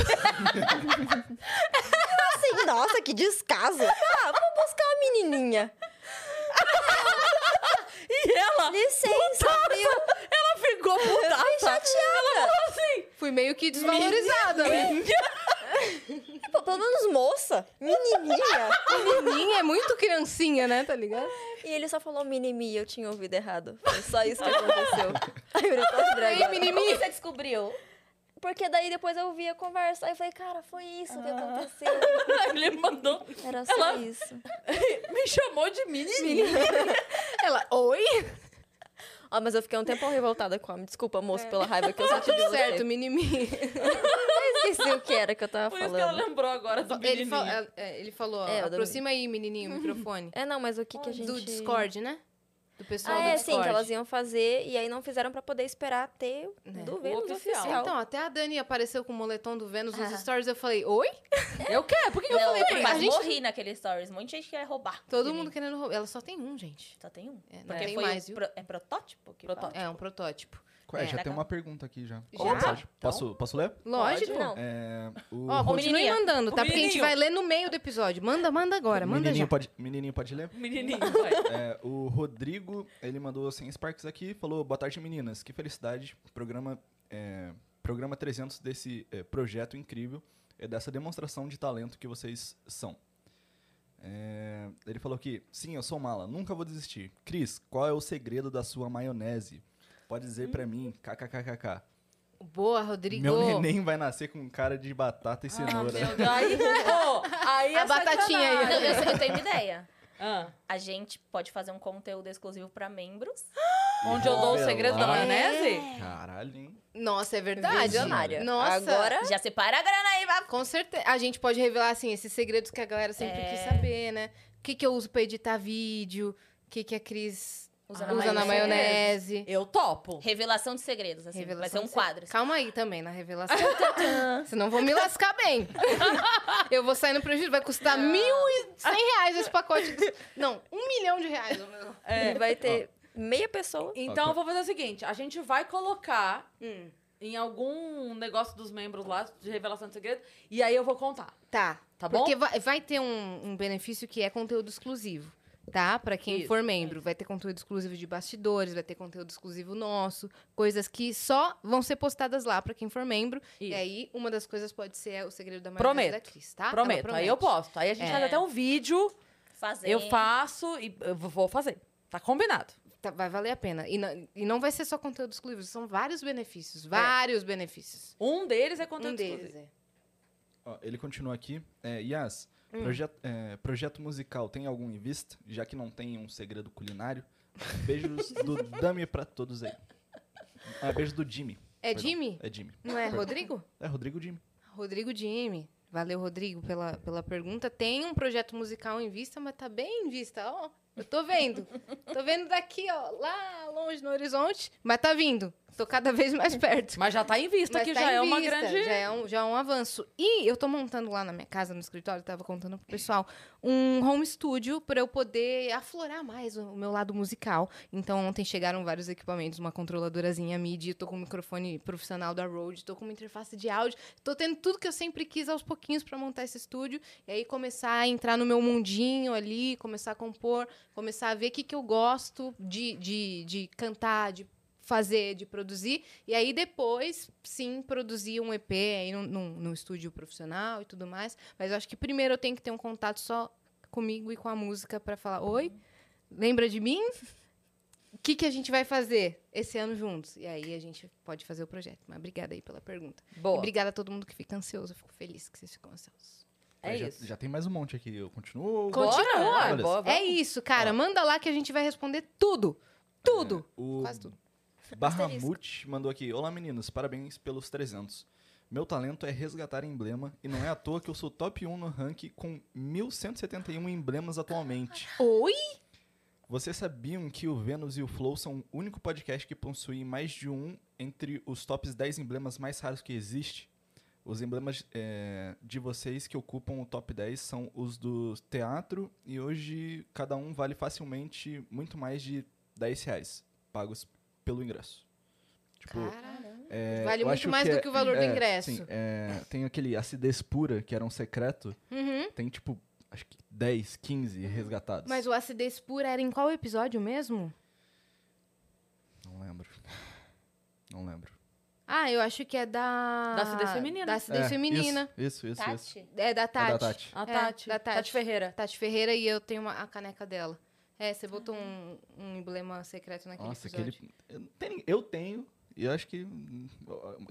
Speaker 4: Eu assim, nossa, que descaso. Ah, vou buscar a menininha.
Speaker 2: E ela
Speaker 4: Licença, viu?
Speaker 2: ficou puta.
Speaker 4: Fiquei chateada.
Speaker 1: Fui meio que desvalorizada, né?
Speaker 4: Pô, Tipo, pelo menos moça, menininha.
Speaker 1: Menininha é muito criancinha, né? Tá ligado?
Speaker 4: E ele só falou minimi, eu tinha ouvido errado. Foi só isso que aconteceu. Aí eu falei, "Nossa,
Speaker 1: Aí,
Speaker 4: droga."
Speaker 1: Minimi.
Speaker 3: Como que você descobriu?
Speaker 4: Porque daí depois eu ouvi a conversa. Aí eu falei, cara, foi isso que aconteceu.
Speaker 2: Ele mandou,
Speaker 4: Era só
Speaker 2: Ela-
Speaker 4: isso.
Speaker 2: me chamou de Minimi.
Speaker 1: Ela, oi?
Speaker 4: Ah, mas eu fiquei um tempão revoltada com a me Desculpa, moço, pela raiva que eu senti de
Speaker 1: Tudo
Speaker 4: você.
Speaker 1: certo, Minimi.
Speaker 4: Eu esqueci o que era que eu tava
Speaker 2: Por isso que ela
Speaker 4: falando.
Speaker 2: lembrou agora do
Speaker 1: Ele,
Speaker 2: menininho.
Speaker 1: fal- é, é, ele falou, ó,
Speaker 4: É, o do
Speaker 1: aproxima aí, menininho, o microfone.
Speaker 4: É, não, mas o que que a gente...
Speaker 1: Do Discord, né? Do pessoal
Speaker 4: Ah, é,
Speaker 1: do
Speaker 4: sim,
Speaker 1: Discord.
Speaker 4: que elas iam fazer e aí não fizeram pra poder esperar ter o
Speaker 1: Né.
Speaker 4: do Vênus
Speaker 2: oficial.
Speaker 4: oficial.
Speaker 1: Então, até a Dani apareceu com o moletom do Vênus nos stories, eu falei, oi?
Speaker 2: Eu quero, É por que que eu
Speaker 3: Não, é
Speaker 2: falei?
Speaker 3: eu
Speaker 1: a
Speaker 3: quase
Speaker 1: gente-
Speaker 3: morri naquele stories. Um monte de gente quer roubar.
Speaker 1: Todo
Speaker 3: de
Speaker 1: mundo
Speaker 3: mim.
Speaker 1: querendo roubar. Ela só tem um, gente.
Speaker 3: Só tem um.
Speaker 1: É, não
Speaker 3: Porque
Speaker 1: tem
Speaker 3: foi
Speaker 1: mais,
Speaker 3: o
Speaker 1: viu?
Speaker 3: pro- É protótipo? que fala?
Speaker 1: É um protótipo.
Speaker 5: Ué,
Speaker 1: É,
Speaker 5: já tem
Speaker 3: legal.
Speaker 5: uma pergunta aqui já.
Speaker 1: Já?
Speaker 4: Tá.
Speaker 5: Uma mensagem. Posso, posso ler?
Speaker 1: Lógico.
Speaker 4: Não.
Speaker 5: É, o
Speaker 1: Ó, continue
Speaker 3: menininha.
Speaker 1: mandando,
Speaker 2: Ô,
Speaker 1: tá? Porque a gente
Speaker 2: menininho.
Speaker 1: vai ler no meio do episódio. Manda, manda agora, manda
Speaker 5: menininho,
Speaker 1: já.
Speaker 5: pode, menininho pode ler?
Speaker 2: Menininho, vai.
Speaker 5: É, o Rodrigo, ele mandou 100 Sparks aqui falou: Boa tarde, meninas. Que felicidade. Programa, é, programa 300 desse é, projeto incrível. É dessa demonstração de talento que vocês são. É, ele falou que, sim, eu sou mala, nunca vou desistir. Cris, qual é o segredo da sua maionese? Pode dizer pra mim, kkkk.
Speaker 1: Boa, Rodrigo.
Speaker 5: Meu neném vai nascer com cara de
Speaker 2: Ah,
Speaker 5: batata e cenoura.
Speaker 2: Aí, ô, aí
Speaker 1: A
Speaker 2: é
Speaker 1: batatinha aí.
Speaker 3: Não,
Speaker 2: sacanagem.
Speaker 3: eu, sei- eu tenho uma ideia.
Speaker 2: Ah,
Speaker 3: A gente pode fazer um conteúdo exclusivo pra membros.
Speaker 2: onde eu dou o segredo da
Speaker 5: Revelar.
Speaker 2: maionese?
Speaker 5: Caralho, hein?
Speaker 1: Nossa, é verdade.
Speaker 4: Visionária.
Speaker 1: Nossa.
Speaker 4: Agora-
Speaker 3: Já separa a grana aí, vai.
Speaker 1: Com certeza. A gente pode revelar, assim, esses segredos que a galera sempre
Speaker 3: É.
Speaker 1: quis saber, né? O que, que eu uso pra editar vídeo, o que, que a Cris
Speaker 3: Usa
Speaker 4: Ah,
Speaker 1: usa
Speaker 4: é
Speaker 1: na maionese.
Speaker 2: Eu topo.
Speaker 3: Revelação de segredos, assim. vai ser
Speaker 1: Revelação
Speaker 3: um
Speaker 1: de
Speaker 3: quadro. assim.
Speaker 1: Calma aí também na revelação.
Speaker 2: Ah,
Speaker 1: Senão eu vou me lascar bem. eu vou sair no prejuízo. Vai custar mil e cem reais esse pacote. de- Não, um milhão de reais. o meu.
Speaker 4: E É, vai ter meia pessoa.
Speaker 2: Então,
Speaker 5: Ok.
Speaker 2: eu vou fazer o seguinte. A gente vai colocar
Speaker 1: Hum,
Speaker 2: em algum negócio dos membros lá, de revelação de segredo, e aí eu vou contar.
Speaker 1: tá.
Speaker 2: Tá bom?
Speaker 1: Porque vai, vai ter um, um benefício que é conteúdo exclusivo. Tá? Pra quem
Speaker 2: Isso.
Speaker 1: for membro, vai ter conteúdo exclusivo de bastidores, vai ter conteúdo exclusivo nosso, coisas que só vão ser postadas lá pra quem for membro. E
Speaker 2: Isso.
Speaker 1: aí, uma das coisas pode ser é o segredo da maioria
Speaker 2: Prometo.
Speaker 1: da Cris, tá? Ela
Speaker 2: Prometo, aí eu
Speaker 1: promete.
Speaker 2: posto. Aí a gente
Speaker 1: É.
Speaker 2: faz até um vídeo,
Speaker 3: Fazer.
Speaker 2: eu faço e eu vou fazer. Tá combinado.
Speaker 1: tá- vai valer a pena. E, na- e não vai ser só conteúdo exclusivo, são vários benefícios. Vários benefícios.
Speaker 2: Um deles é conteúdo
Speaker 1: Um deles,
Speaker 2: exclusivo.
Speaker 1: é.
Speaker 5: Ó, ele continua aqui. É, Yas, projeto, é, projeto musical tem algum em vista? Já que não tem um segredo culinário. Beijos do Dami pra todos aí. Ah, beijo do Jimmy.
Speaker 1: É
Speaker 5: perdão.
Speaker 1: Jimmy?
Speaker 5: É Jimmy.
Speaker 1: Não é
Speaker 5: Perdão.
Speaker 1: Rodrigo?
Speaker 5: É Rodrigo Jimmy.
Speaker 1: Rodrigo Jimmy. Valeu, Rodrigo, pela, pela pergunta. Tem um projeto musical em vista, mas tá bem em vista, ó. Eu tô vendo. Tô vendo daqui, ó, lá longe no horizonte, mas tá vindo. Tô cada vez mais perto.
Speaker 2: Mas já tá em vista,
Speaker 1: Mas
Speaker 2: que
Speaker 1: tá
Speaker 2: já
Speaker 1: em
Speaker 2: é uma
Speaker 1: vista,
Speaker 2: grande.
Speaker 1: Já é, um, já é um avanço. E eu tô montando lá na minha casa, no escritório, tava contando pro pessoal, um home studio pra eu poder aflorar mais o meu lado musical. Então, ontem chegaram vários equipamentos, uma controladorazinha MIDI, tô com um microfone profissional da Rode, tô com uma interface de áudio, tô tendo tudo que eu sempre quis aos pouquinhos pra montar esse estúdio. E aí começar a entrar no meu mundinho ali, começar a compor, começar a ver o que, que eu gosto de, de, de cantar, de fazer, de produzir. E aí depois, sim, produzir um EP aí num, num, num estúdio profissional e tudo mais. Mas eu acho que primeiro eu tenho que ter um contato só comigo e com a música para falar: oi, lembra de mim? O que, que a gente vai fazer esse ano juntos? E aí a gente pode fazer o projeto. Mas obrigada aí pela pergunta. E
Speaker 2: Boa.
Speaker 1: obrigada a todo mundo que fica ansioso. Eu fico feliz que vocês ficam ansiosos.
Speaker 2: É
Speaker 5: Aí já,
Speaker 2: isso.
Speaker 5: já tem mais um monte aqui. Eu continuo.
Speaker 2: Continua.
Speaker 5: Olha só.
Speaker 2: Boa,
Speaker 1: É isso,
Speaker 5: Tá.
Speaker 1: cara. Manda lá que a gente vai responder tudo. Tudo.
Speaker 5: O
Speaker 1: Quase tudo.
Speaker 5: Barramut mandou aqui. Olá, meninos. Parabéns pelos 300. Meu talento é resgatar emblema e não é à toa que eu sou top 1 no ranking com 1.171 emblemas atualmente.
Speaker 1: Oi?
Speaker 5: Vocês sabiam que o Vênus e o Flow são o único podcast que possui mais de um entre os tops 10 emblemas mais raros que existe? Os emblemas eh, de vocês que ocupam o top 10 são os do teatro e hoje cada um vale facilmente muito mais de 10 reais pagos pelo ingresso. Tipo,
Speaker 1: Caralho.
Speaker 5: eh,
Speaker 1: vale
Speaker 5: eu
Speaker 1: muito
Speaker 5: acho
Speaker 1: mais do
Speaker 5: é-
Speaker 1: que o valor do
Speaker 5: é,
Speaker 1: ingresso.
Speaker 5: Sim, eh, tem aquele acidez pura, que era um secreto,
Speaker 1: Uhum.
Speaker 5: tem tipo, acho que 10, 15 resgatados.
Speaker 1: Mas o acidez pura era em qual episódio mesmo?
Speaker 5: Não lembro. Não lembro.
Speaker 1: Ah, eu acho que é da.
Speaker 2: Da acidez feminina.
Speaker 1: Da acidez
Speaker 5: É,
Speaker 1: feminina.
Speaker 5: Isso, isso, isso. isso.
Speaker 3: Tati?
Speaker 1: É da
Speaker 5: É
Speaker 1: Tati.
Speaker 5: da Tati.
Speaker 2: A
Speaker 1: É,
Speaker 2: Ah, Tati.
Speaker 1: da
Speaker 2: Tati.
Speaker 1: Tati.
Speaker 2: Ferreira.
Speaker 1: Tati Ferreira e eu tenho uma- a caneca dela. É, você botou um, um emblema secreto naquele
Speaker 5: Nossa,
Speaker 1: episódio.
Speaker 5: aquele. Eu não tenho- Eu tenho, e eu acho que. hum,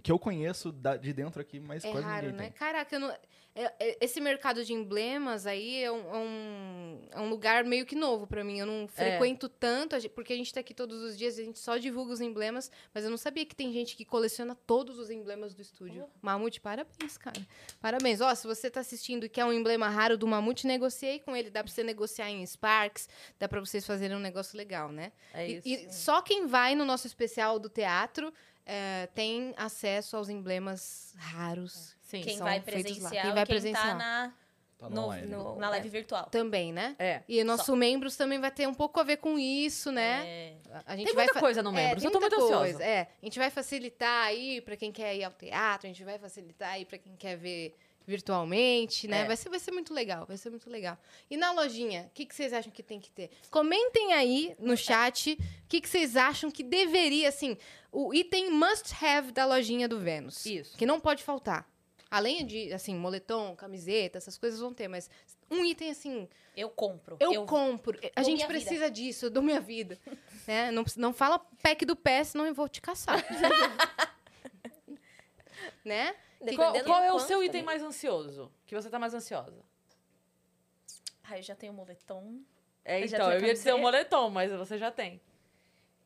Speaker 5: que eu conheço da- de dentro aqui, mas
Speaker 1: É
Speaker 5: quase
Speaker 1: raro,
Speaker 5: ninguém
Speaker 1: né?
Speaker 5: tem.
Speaker 1: Caraca, eu não... é- é- esse mercado de emblemas aí é um, é um, é um lugar meio que novo pra mim. Eu
Speaker 5: É.
Speaker 1: não frequento tanto, a gen- porque a gente tá aqui todos os dias e a gente só divulga os emblemas, mas eu não sabia que tem gente que coleciona todos os emblemas do estúdio. Mamute, parabéns, cara. Parabéns. Ó, se você tá assistindo e quer um emblema raro do Mamute, negociei com ele. Dá pra você negociar em Sparks, dá pra vocês fazerem um negócio legal, né?
Speaker 2: É
Speaker 1: E-
Speaker 2: isso.
Speaker 1: E, só quem vai no nosso especial do teatro eh, tem acesso aos emblemas raros
Speaker 2: Sim.
Speaker 1: Quem-
Speaker 3: Quem
Speaker 1: são
Speaker 3: vai
Speaker 1: feitos lá.
Speaker 3: presenciar,
Speaker 1: Quem
Speaker 3: quem
Speaker 1: vai
Speaker 3: tá
Speaker 1: presenciar.
Speaker 3: na,
Speaker 5: Tá
Speaker 3: no-
Speaker 5: online.
Speaker 3: no- na live virtual.
Speaker 1: também, né?
Speaker 2: É.
Speaker 1: E o nosso membros também vai ter um pouco a ver com isso, né?
Speaker 3: É.
Speaker 1: A- A gente
Speaker 2: Tem
Speaker 1: vai
Speaker 2: muita
Speaker 1: fa-
Speaker 2: coisa no
Speaker 1: É,
Speaker 2: membro.
Speaker 1: tem
Speaker 2: eu tô muito
Speaker 1: muita
Speaker 2: ansiosa.
Speaker 1: coisa, É, a gente vai facilitar aí pra quem quer ir ao teatro, a gente vai facilitar aí pra quem quer ver virtualmente, né?
Speaker 2: É.
Speaker 1: Vai, ser, vai ser muito legal, vai ser muito legal. E na lojinha, o que, que vocês acham que tem que ter? Comentem aí no chat o que, que vocês acham que deveria, assim, o item must have da lojinha do Vênus.
Speaker 2: Isso.
Speaker 1: Que não pode faltar. Além de, assim, moletom, camiseta, essas coisas vão ter, mas um item, assim,
Speaker 3: Eu compro.
Speaker 1: eu, compro. A
Speaker 3: dou
Speaker 1: gente
Speaker 3: minha vida.
Speaker 1: precisa disso, eu dou minha vida. né? não, precisa- não fala pack do pé, senão eu vou te caçar. né?
Speaker 2: Qual,
Speaker 4: Dependendo
Speaker 2: qual
Speaker 4: do
Speaker 2: é o
Speaker 4: quanto
Speaker 2: seu
Speaker 4: também.
Speaker 2: item mais ansioso? Que você tá mais ansiosa?
Speaker 3: Ah, eu já tenho moletom.
Speaker 2: É,
Speaker 3: Eu já
Speaker 2: então,
Speaker 3: tenho
Speaker 2: eu ia dizer
Speaker 3: camiseta.
Speaker 2: o moletom, mas você já tem.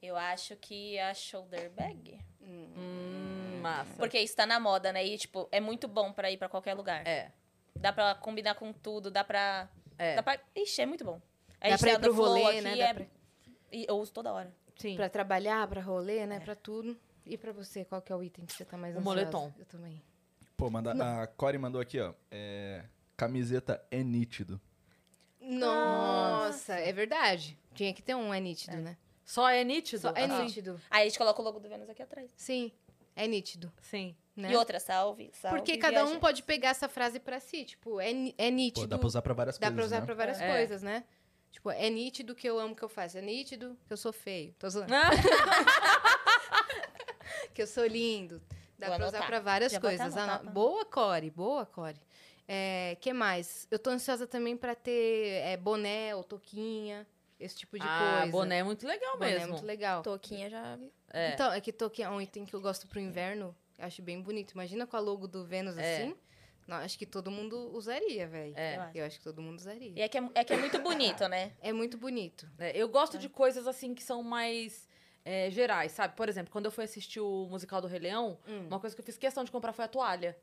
Speaker 3: Eu acho que é a shoulder bag.
Speaker 2: Hum, massa.
Speaker 3: Porque isso tá na moda, né? E, tipo, é muito bom pra ir pra qualquer lugar.
Speaker 2: É,
Speaker 3: Dá pra combinar com tudo, dá pra...
Speaker 2: é.
Speaker 3: Dá pra... Ixi, é muito bom. A
Speaker 1: Dá
Speaker 3: gente
Speaker 1: pra
Speaker 3: tem
Speaker 1: ir
Speaker 3: a
Speaker 1: pro
Speaker 3: do Flow
Speaker 1: rolê, né?
Speaker 3: aqui,
Speaker 1: Dá
Speaker 3: é-
Speaker 1: pra,
Speaker 3: E eu uso toda hora.
Speaker 2: Sim.
Speaker 1: pra trabalhar, pra rolê, né? Pra tudo. E pra você, qual que é o item que você tá mais
Speaker 2: O
Speaker 1: ansiosa?
Speaker 2: moletom.
Speaker 1: Eu também.
Speaker 5: Pô, manda- a Core mandou aqui, ó. é, camiseta é nítido.
Speaker 1: Nossa, é verdade. Tinha que ter um, é nítido, né?
Speaker 2: Só é nítido?
Speaker 1: Só- é
Speaker 2: assim?
Speaker 1: nítido.
Speaker 3: Aí a gente coloca o logo do Vênus aqui atrás.
Speaker 1: Sim, é nítido.
Speaker 2: Sim.
Speaker 1: Né?
Speaker 3: E outra, salve, salve.
Speaker 1: Porque cada um
Speaker 3: viaja.
Speaker 1: pode pegar essa frase pra si. Tipo, é, ni- é nítido.
Speaker 5: Pô, dá pra usar pra várias
Speaker 1: Dá
Speaker 5: coisas,
Speaker 1: pra usar
Speaker 5: né?
Speaker 1: pra várias
Speaker 2: É.
Speaker 1: coisas, né? Tipo, é nítido que eu amo o que eu faço. É nítido que eu sou feio. Tô zoando.
Speaker 2: Ah,
Speaker 1: que eu sou lindo. Dá
Speaker 3: Vou
Speaker 1: pra usar
Speaker 3: anotar.
Speaker 1: pra várias
Speaker 3: Já vou até
Speaker 1: coisas.
Speaker 3: anotar
Speaker 1: Ano-
Speaker 3: pra-
Speaker 1: Boa, Core. Boa, Core. É, que mais? Eu tô ansiosa também pra ter é, boné ou toquinha. esse tipo de
Speaker 2: ah,
Speaker 1: coisa.
Speaker 2: boné é muito legal
Speaker 1: Boné é
Speaker 2: mesmo.
Speaker 1: muito legal.
Speaker 4: Toquinha já.
Speaker 2: É.
Speaker 1: Então, é que toque é um item que eu gosto pro inverno. Eu acho bem bonito. Imagina com a logo do Vênus
Speaker 2: É.
Speaker 1: assim. Não, acho que todo mundo usaria, velho.
Speaker 2: É.
Speaker 3: Eu acho.
Speaker 1: Eu acho que todo mundo usaria.
Speaker 3: E é que é, é que é muito bonito, né?
Speaker 1: É muito bonito.
Speaker 2: É, eu gosto de coisas assim que são mais é, gerais, sabe? Por exemplo, quando eu fui assistir o musical do Rei Leão,
Speaker 1: Hum.
Speaker 2: uma coisa que eu fiz questão de comprar foi a toalha.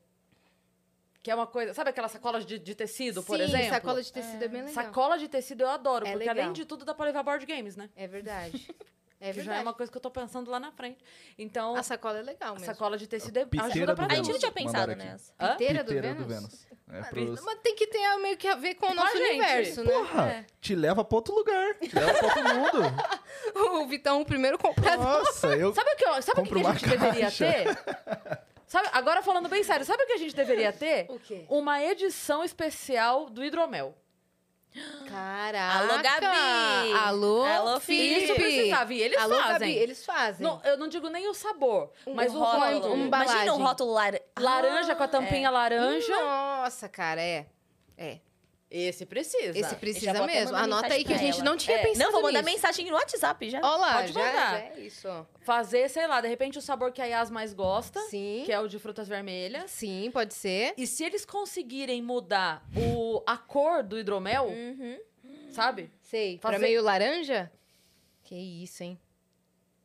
Speaker 2: Que é uma coisa. Sabe aquelas sacolas de, de tecido, por
Speaker 1: Sim,
Speaker 2: exemplo?
Speaker 1: sacola de tecido é, bem legal.
Speaker 2: Sacola de tecido eu adoro,
Speaker 1: É
Speaker 2: porque
Speaker 1: legal.
Speaker 2: além de tudo dá pra levar board games, né?
Speaker 1: É verdade. É
Speaker 2: que já é
Speaker 1: verdade.
Speaker 2: uma coisa que eu tô pensando lá na frente. Então,
Speaker 1: A sacola é legal
Speaker 2: a
Speaker 1: mesmo.
Speaker 2: sacola de tecido é,
Speaker 5: Piteira
Speaker 2: ajuda
Speaker 5: do
Speaker 2: pra
Speaker 3: A gente
Speaker 5: Vênus.
Speaker 3: não tinha pensado
Speaker 5: Mandaram aqui.
Speaker 3: nessa.
Speaker 2: Hã?
Speaker 1: Piteira,
Speaker 5: Piteira
Speaker 1: do Vênus?
Speaker 5: É pros...
Speaker 1: Mas tem que ter meio que a ver com o
Speaker 2: Com
Speaker 1: nosso
Speaker 2: a gente.
Speaker 1: universo, né?
Speaker 5: Porra, te leva pra outro lugar. Te leva pra outro mundo.
Speaker 1: O Vitão, o primeiro comprado.
Speaker 5: Nossa, eu...
Speaker 2: Sabe o que, eu- sabe o que,
Speaker 5: Compra
Speaker 2: que a
Speaker 5: uma
Speaker 2: gente deveria
Speaker 5: caixa.
Speaker 2: ter? Sabe- agora falando bem sério, sabe o que a gente deveria ter?
Speaker 1: O quê?
Speaker 2: Uma edição especial do hidromel.
Speaker 1: Caraca!
Speaker 3: Alô, Gabi!
Speaker 1: Alô,
Speaker 3: Alô, Felipe!
Speaker 2: Isso precisava, e eles
Speaker 1: Alô,
Speaker 2: fazem.
Speaker 1: Gabi, eles fazem.
Speaker 2: Não, eu não digo nem o sabor, mas o
Speaker 1: rótulo.
Speaker 2: rótulo.
Speaker 1: Um Ah, ba- é. Hum.
Speaker 3: Imagina um
Speaker 1: embalagem.
Speaker 3: rótulo lar...
Speaker 2: Laranja com a tampinha laranja.
Speaker 1: Nossa, cara, é. É.
Speaker 2: Esse precisa.
Speaker 1: Esse
Speaker 3: Já
Speaker 1: é. precisa
Speaker 3: vou até
Speaker 1: mesmo.
Speaker 3: mandar
Speaker 1: Anota
Speaker 3: mensagem
Speaker 1: aí que a
Speaker 3: pra
Speaker 1: gente
Speaker 3: ela.
Speaker 1: não tinha
Speaker 3: É,
Speaker 1: pensado
Speaker 3: Não, vou mandar
Speaker 1: nisso.
Speaker 3: mensagem no WhatsApp já.
Speaker 1: Olha lá,
Speaker 2: Pode
Speaker 1: já,
Speaker 2: mandar.
Speaker 1: já é isso. ó.
Speaker 2: Fazer, sei lá, de repente o sabor que a Yas mais gosta,
Speaker 1: Sim.
Speaker 2: que é o de frutas vermelhas.
Speaker 1: Sim, pode ser.
Speaker 2: E se eles conseguirem mudar o, a cor do hidromel, sabe?
Speaker 1: Sei. Pra
Speaker 2: Fazer-
Speaker 1: meio laranja? Que isso, hein?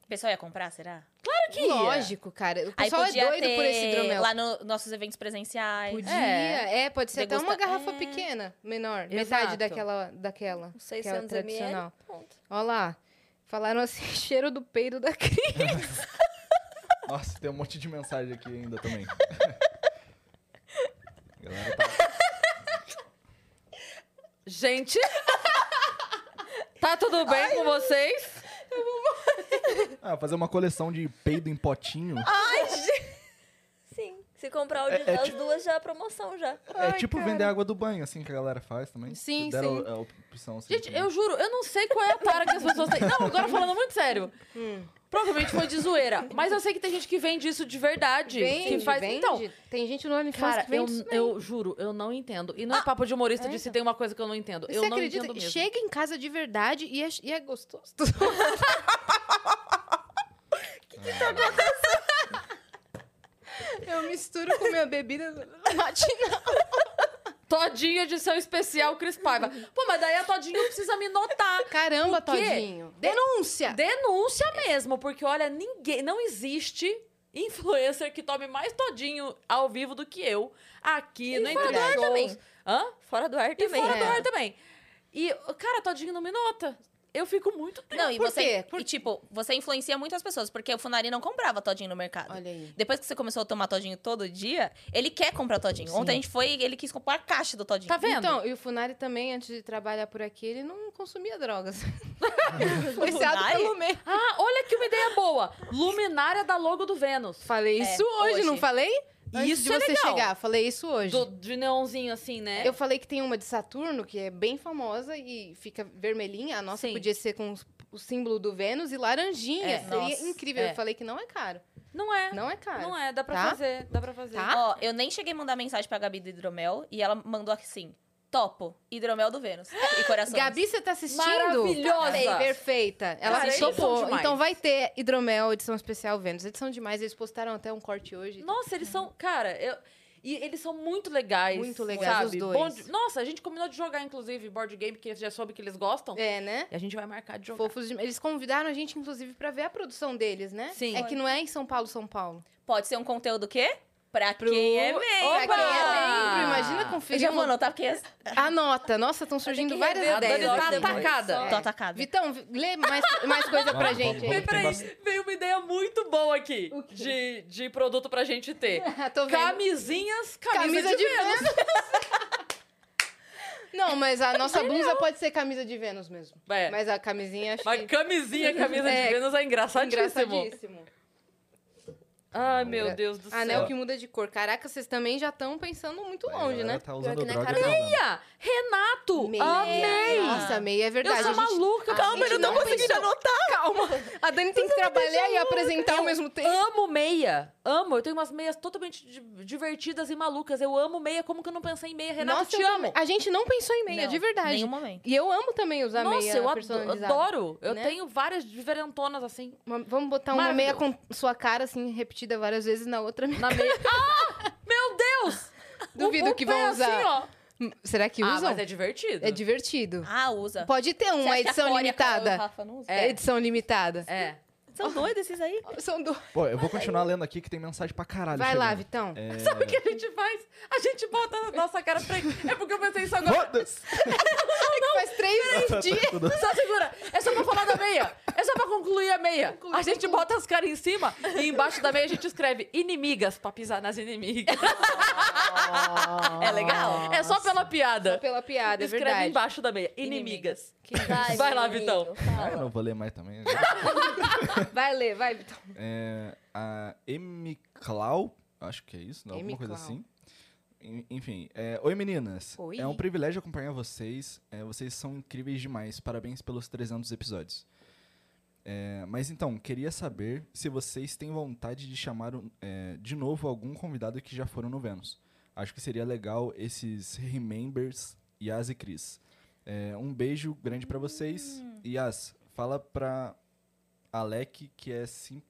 Speaker 3: O pessoal ia comprar, será?
Speaker 2: Claro que ia.
Speaker 1: Lógico, cara. O pessoal é
Speaker 3: Aí podia
Speaker 1: doido
Speaker 3: ter
Speaker 1: por esse hidromel.
Speaker 3: lá nos nossos eventos presenciais.
Speaker 1: Podia. É,
Speaker 2: É.
Speaker 1: pode ser até uma
Speaker 3: Degusta-
Speaker 1: garrafa
Speaker 3: É.
Speaker 1: pequena, menor. Metade
Speaker 2: Exato.
Speaker 1: daquela, daquela,
Speaker 4: Uns
Speaker 1: aquela
Speaker 4: 600
Speaker 1: tradicional.
Speaker 4: ml. Pronto.
Speaker 1: Olha lá. Falaram assim, cheiro do peido da Cris.
Speaker 5: Nossa, tem um monte de mensagem aqui ainda também. Galera, tá...
Speaker 2: Gente, tá tudo bem com vocês?
Speaker 5: Ah, fazer uma coleção de peido em potinho.
Speaker 4: Sim. Se comprar o de,
Speaker 5: É- é
Speaker 4: as
Speaker 5: tipo-
Speaker 4: duas já é promoção já.
Speaker 5: é tipo vender água do banho, assim, que a galera faz também.
Speaker 1: Sim,
Speaker 5: Deram
Speaker 1: sim.
Speaker 5: A, a opção, assim,
Speaker 2: Gente,
Speaker 5: também.
Speaker 2: eu juro, eu não sei qual é a tara que as pessoas têm. Não, agora falando muito sério.
Speaker 1: Hum.
Speaker 2: Provavelmente foi de zoeira. Mas eu sei que tem gente que vende isso de verdade. que
Speaker 1: Vende,
Speaker 2: faz...
Speaker 1: vende.
Speaker 2: Então,
Speaker 1: Tem gente no OnlyFans
Speaker 2: Cara,
Speaker 1: que
Speaker 2: eu,
Speaker 1: vende isso mesmo.
Speaker 2: eu juro, eu não entendo. E não é papo de humorista de se tem uma coisa que eu não entendo. eu
Speaker 1: Você
Speaker 2: não
Speaker 1: acredita?
Speaker 2: entendo mesmo.
Speaker 1: Chega em casa de verdade e é, e é gostoso. tá
Speaker 2: É.
Speaker 1: Eu misturo com minha bebida matinal.
Speaker 2: Todinha de seu especial Cris Paiva. Pô, mas daí a Todinho precisa me notar.
Speaker 1: Caramba,
Speaker 2: Por quê?
Speaker 1: Todinho. Denúncia!
Speaker 2: Denúncia mesmo, porque olha, ninguém. Não existe influencer que tome mais Todinho ao vivo do que eu. Aqui no
Speaker 4: fora do
Speaker 2: Entre
Speaker 4: ar
Speaker 2: Shows.
Speaker 4: também.
Speaker 2: Hã?
Speaker 4: Fora do ar
Speaker 2: E
Speaker 4: também.
Speaker 2: fora
Speaker 1: é.
Speaker 2: do ar também. E, cara, Todinho não me nota. Eu fico muito triste.
Speaker 3: Não, e
Speaker 1: Por
Speaker 3: você.
Speaker 1: quê? Por-
Speaker 3: E tipo, você influencia muitas pessoas, porque o Funari não comprava todinho no mercado.
Speaker 1: Olha aí.
Speaker 3: Depois que você começou a tomar todinho todo dia, ele quer comprar todinho. Ontem a gente foi e ele quis comprar a caixa do todinho.
Speaker 2: Tá vendo?
Speaker 1: Então, e o Funari também, antes de trabalhar por aqui, ele não consumia drogas. Foi seado
Speaker 3: Funari?
Speaker 1: pelo meio.
Speaker 2: Ah, olha que uma ideia boa. Luminária da logo do Vênus.
Speaker 1: Falei isso hoje,
Speaker 3: hoje.
Speaker 1: não falei? Antes
Speaker 2: Isso
Speaker 1: de
Speaker 2: é
Speaker 1: você
Speaker 2: legal.
Speaker 1: chegar, falei isso hoje.
Speaker 2: Do, de neonzinho assim, né?
Speaker 1: Eu falei que tem uma de Saturno, que é bem famosa e fica vermelhinha. A nossa
Speaker 2: Sim.
Speaker 1: podia ser com os- o símbolo do Vênus e laranjinha.
Speaker 2: É.
Speaker 1: Seria
Speaker 3: Nossa,
Speaker 1: incrível.
Speaker 2: é.
Speaker 1: Eu falei que não é caro.
Speaker 2: Não é.
Speaker 1: Não é caro.
Speaker 2: Não é, dá pra
Speaker 1: Tá?
Speaker 2: fazer. Dá pra fazer.
Speaker 1: Tá?
Speaker 3: Ó, eu nem cheguei a mandar mensagem pra Gabi do Hidromel e ela mandou assim: topo, hidromel do Vênus. E corações.
Speaker 1: Gabi, você tá assistindo?
Speaker 2: Maravilhosa!
Speaker 1: Bem, Perfeita. Ela
Speaker 2: Cara, eles são
Speaker 1: topou.
Speaker 2: demais.
Speaker 1: Então vai ter Hidromel, edição especial Vênus. Edição demais. Eles postaram até um corte hoje.
Speaker 2: Nossa, eles são. Cara, eu. E eles são muito legais.
Speaker 1: Muito legais,
Speaker 2: sabe?
Speaker 1: os dois.
Speaker 2: Bom de- Nossa, a gente combinou de jogar, inclusive, board game, que eu já soube que eles gostam.
Speaker 1: É, né?
Speaker 2: E a gente vai marcar de jogar.
Speaker 1: Fofos demais. Eles convidaram a gente, inclusive, pra ver a produção deles, né?
Speaker 2: Sim.
Speaker 1: É que não é em São Paulo, São Paulo.
Speaker 3: Pode ser um conteúdo o quê? Pra
Speaker 1: Pro-
Speaker 3: quem é membro.
Speaker 1: Pra quem é
Speaker 2: Opa!
Speaker 1: membro, imagina
Speaker 3: Eu já
Speaker 1: conferir.
Speaker 3: vou
Speaker 1: uma-
Speaker 3: anotar porque
Speaker 1: Anota. Nossa,
Speaker 2: é
Speaker 1: estão
Speaker 4: que
Speaker 1: surgindo
Speaker 4: rever
Speaker 1: várias
Speaker 2: A
Speaker 4: a
Speaker 1: ideias.
Speaker 2: Dani
Speaker 4: dela
Speaker 2: tá
Speaker 4: depois.
Speaker 2: atacada.
Speaker 3: tô atacada.
Speaker 1: Vitão, vi- lê mais, mais coisa pra
Speaker 5: Vamos,
Speaker 1: gente.
Speaker 5: vamos,
Speaker 1: aí.
Speaker 5: vamos.
Speaker 2: Peraí,
Speaker 5: bastante.
Speaker 2: veio uma ideia muito boa aqui de, de produto pra gente ter.
Speaker 1: Tô vendo.
Speaker 2: Camisinhas, camisa,
Speaker 1: Camisa
Speaker 2: de,
Speaker 1: de
Speaker 2: Vênus.
Speaker 1: Não, mas a nossa blusa pode ser camisa de Vênus mesmo.
Speaker 2: É.
Speaker 1: Mas a camisinha acho
Speaker 2: Mas
Speaker 1: que
Speaker 2: camisinha, camisa
Speaker 1: É,
Speaker 2: de Vênus é engraçadíssimo.
Speaker 1: engraçadíssimo. Ah,
Speaker 2: Ai, meu Deus do
Speaker 1: Anel
Speaker 2: céu.
Speaker 1: é que muda de cor. Caraca, vocês também já estão pensando muito
Speaker 5: A
Speaker 1: longe,
Speaker 5: galera
Speaker 1: né?
Speaker 5: Tá usando
Speaker 4: que
Speaker 2: é
Speaker 4: na
Speaker 5: droga.
Speaker 4: cara
Speaker 5: tá usando.
Speaker 2: Meia! Renato! Tipo, Amei!
Speaker 1: Nossa, meia é verdade.
Speaker 2: Eu sou
Speaker 1: A gente- Ah,
Speaker 2: maluca.
Speaker 1: a gente não pensou.
Speaker 2: anotar.
Speaker 1: Calma. A Dani tem um que trabalhar e apresentar ao mesmo tempo.
Speaker 2: Amo meia. amo. Eu tenho umas meias totalmente di- divertidas e malucas. Eu amo meia. Como que eu não pensei em meia? Renata,
Speaker 1: Nossa,
Speaker 2: eu te
Speaker 1: eu
Speaker 2: amo.
Speaker 1: também- A gente não pensou em meia,
Speaker 3: Não,
Speaker 1: de verdade.
Speaker 3: Nenhum momento.
Speaker 1: E eu amo também usar
Speaker 2: Nossa,
Speaker 1: meia
Speaker 2: eu ado-
Speaker 1: personalizada.
Speaker 2: adoro. Eu
Speaker 1: né?
Speaker 2: tenho várias diferentonas assim.
Speaker 1: Uma- vamos botar uma meia com sua cara, assim, repetida várias vezes na outra. meia.
Speaker 2: Na meia. ah! Meu Deus!
Speaker 1: Duvido
Speaker 2: O- o
Speaker 1: que vão
Speaker 2: pé
Speaker 1: usar.
Speaker 2: Assim, ó.
Speaker 1: Hum, Será que
Speaker 2: Ah,
Speaker 1: usam?
Speaker 2: mas é divertido.
Speaker 1: é... divertido.
Speaker 3: Ah, usa.
Speaker 1: Pode ter
Speaker 3: Você
Speaker 1: uma
Speaker 3: acha que a
Speaker 1: edição
Speaker 3: Coreia- O
Speaker 1: limitada.
Speaker 3: Rafa não usa?
Speaker 2: É.
Speaker 1: Edição limitada.
Speaker 2: É.
Speaker 3: São doidos esses aí?
Speaker 1: São do...
Speaker 5: Pô, eu vou continuar lendo aqui que tem mensagem pra caralho.
Speaker 1: Vai lá,
Speaker 5: chegando.
Speaker 1: Vitão.
Speaker 5: É,
Speaker 2: Sabe o que a gente faz? A gente bota a nossa cara pra frente. É porque eu pensei isso agora.
Speaker 5: Foda-se!
Speaker 1: Faz três dias.
Speaker 5: Tudo-
Speaker 2: Só segura. É só pra falar da meia. É só pra concluir a meia. a gente bota as caras em cima e embaixo da meia a gente escreve inimigas pra pisar nas inimigas.
Speaker 3: É legal?
Speaker 2: É só pela piada.
Speaker 1: Pela piada, é
Speaker 2: escreve
Speaker 1: verdade.
Speaker 2: embaixo da meia. Inimigas.
Speaker 3: Inimigas.
Speaker 4: Vai,
Speaker 2: Vai lá,
Speaker 4: meu
Speaker 2: Vitão.
Speaker 4: amigo,
Speaker 5: Ah, eu
Speaker 4: fala.
Speaker 5: não vou ler mais também.
Speaker 1: Vai ler, vai, Vitão.
Speaker 5: É, a M. Clau, acho que é isso, né?
Speaker 1: M.
Speaker 5: alguma coisa
Speaker 1: Clau.
Speaker 5: assim. En- Enfim, é, oi meninas.
Speaker 1: Oi.
Speaker 5: É um privilégio acompanhar vocês. É, vocês são incríveis demais. Parabéns pelos 300 episódios. É, mas então, queria saber se vocês têm vontade de chamar um, é, de novo algum convidado que já foram no Vênus. Acho que seria legal esses Remembers, Yas e Cris. É, um beijo grande pra vocês.
Speaker 1: Hum.
Speaker 5: Yas, fala pra Alec que é sim,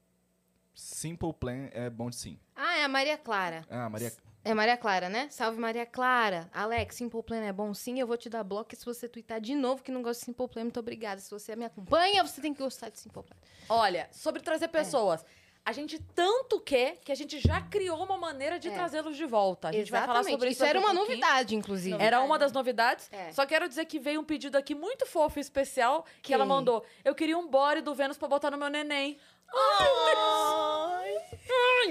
Speaker 5: Simple Plan é bom de sim.
Speaker 1: Ah, é a Maria Clara.
Speaker 5: Ah, Maria.
Speaker 1: É Maria Clara, né? Salve Maria Clara. Alex, Simple Plan é bom sim, eu vou te dar bloco e se você twittar de novo que não gosta de Simple Plan, muito obrigada. Se você me acompanha, você tem que gostar de Simple Plan.
Speaker 2: Olha, sobre
Speaker 1: É.
Speaker 2: trazer pessoas. A gente tanto quer que a gente já criou uma maneira de
Speaker 1: É.
Speaker 2: trazê-los de volta. A gente vai falar
Speaker 1: Exatamente.
Speaker 2: sobre isso.
Speaker 1: isso era
Speaker 2: daqui a
Speaker 1: uma
Speaker 2: pouquinho. É,
Speaker 1: novidade, inclusive.
Speaker 2: Era uma das novidades.
Speaker 1: É.
Speaker 2: Só quero dizer que veio um pedido aqui muito fofo e especial que,
Speaker 1: Que?
Speaker 2: ela mandou. Eu queria um body do Vênus pra botar no meu neném. Ai,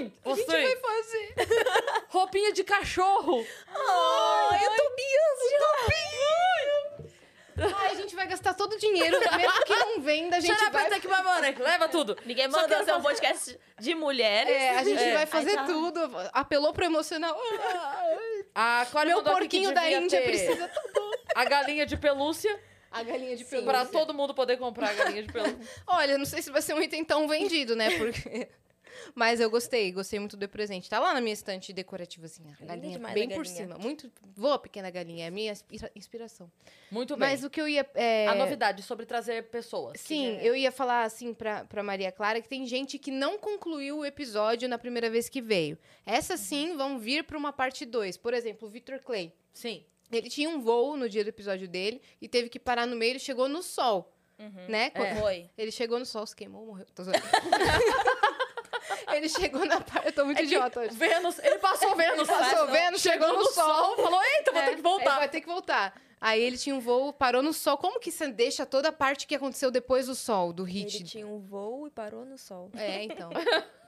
Speaker 1: A gente
Speaker 2: você-
Speaker 1: vai fazer.
Speaker 2: Roupinha de cachorro.
Speaker 3: Ai, Ah, eu tô
Speaker 1: Ai, a gente vai gastar todo o dinheiro, mesmo que não venda, a gente
Speaker 2: Xará,
Speaker 1: vai...
Speaker 2: pensa que vai embora. Leva tudo.
Speaker 3: Ninguém
Speaker 2: Só
Speaker 3: manda
Speaker 2: quero
Speaker 3: ser um podcast de mulheres.
Speaker 1: É, a gente
Speaker 2: É.
Speaker 1: vai fazer
Speaker 3: Ai, tá.
Speaker 1: tudo. Apelou pro emocional.
Speaker 2: A Clara
Speaker 1: Meu
Speaker 2: mandou aqui que
Speaker 1: porquinho da
Speaker 2: devia
Speaker 1: Índia
Speaker 2: ter
Speaker 1: precisa...
Speaker 2: A galinha de pelúcia.
Speaker 1: A galinha de pelúcia.
Speaker 2: Pra todo mundo poder comprar a galinha de pelúcia.
Speaker 1: Olha, não sei se vai ser um item tão vendido, né? Porque... Mas eu gostei, gostei muito do presente. Tá lá na minha estante decorativazinha. A galinha,
Speaker 4: demais a
Speaker 1: bem por
Speaker 4: galinha.
Speaker 1: cima. Muito boa, pequena galinha. É a minha inspira- inspiração.
Speaker 2: Muito bem.
Speaker 1: Mas o que eu ia. é,
Speaker 2: A novidade sobre trazer pessoas.
Speaker 1: Sim, eu ia falar assim pra, pra Maria Clara que tem gente que não concluiu o episódio na primeira vez que veio. Essas sim vão vir pra uma parte 2. Por exemplo, o Victor Clay.
Speaker 2: Sim.
Speaker 1: Ele tinha um voo no dia do episódio dele e teve que parar no meio, ele chegou no sol.
Speaker 3: Hum,
Speaker 1: Né? Co-
Speaker 3: Uhum. É. Foi.
Speaker 1: ele chegou no sol, se queimou, morreu. Tô zoando. ele chegou na parte. Eu tô
Speaker 2: É
Speaker 1: muito idiota hoje.
Speaker 2: Vênus, ele passou Vênus. né?
Speaker 1: Passou vendo, chegou, no sol.
Speaker 2: falou, eita, vou
Speaker 1: É,
Speaker 2: ter que
Speaker 1: Ele vai
Speaker 2: voltar.
Speaker 1: ter que voltar. Aí ele tinha um voo, parou no sol. Como que você deixa toda a parte que aconteceu depois do sol, do
Speaker 4: Ele
Speaker 1: hit?
Speaker 4: tinha um voo e parou no sol.
Speaker 1: É, então.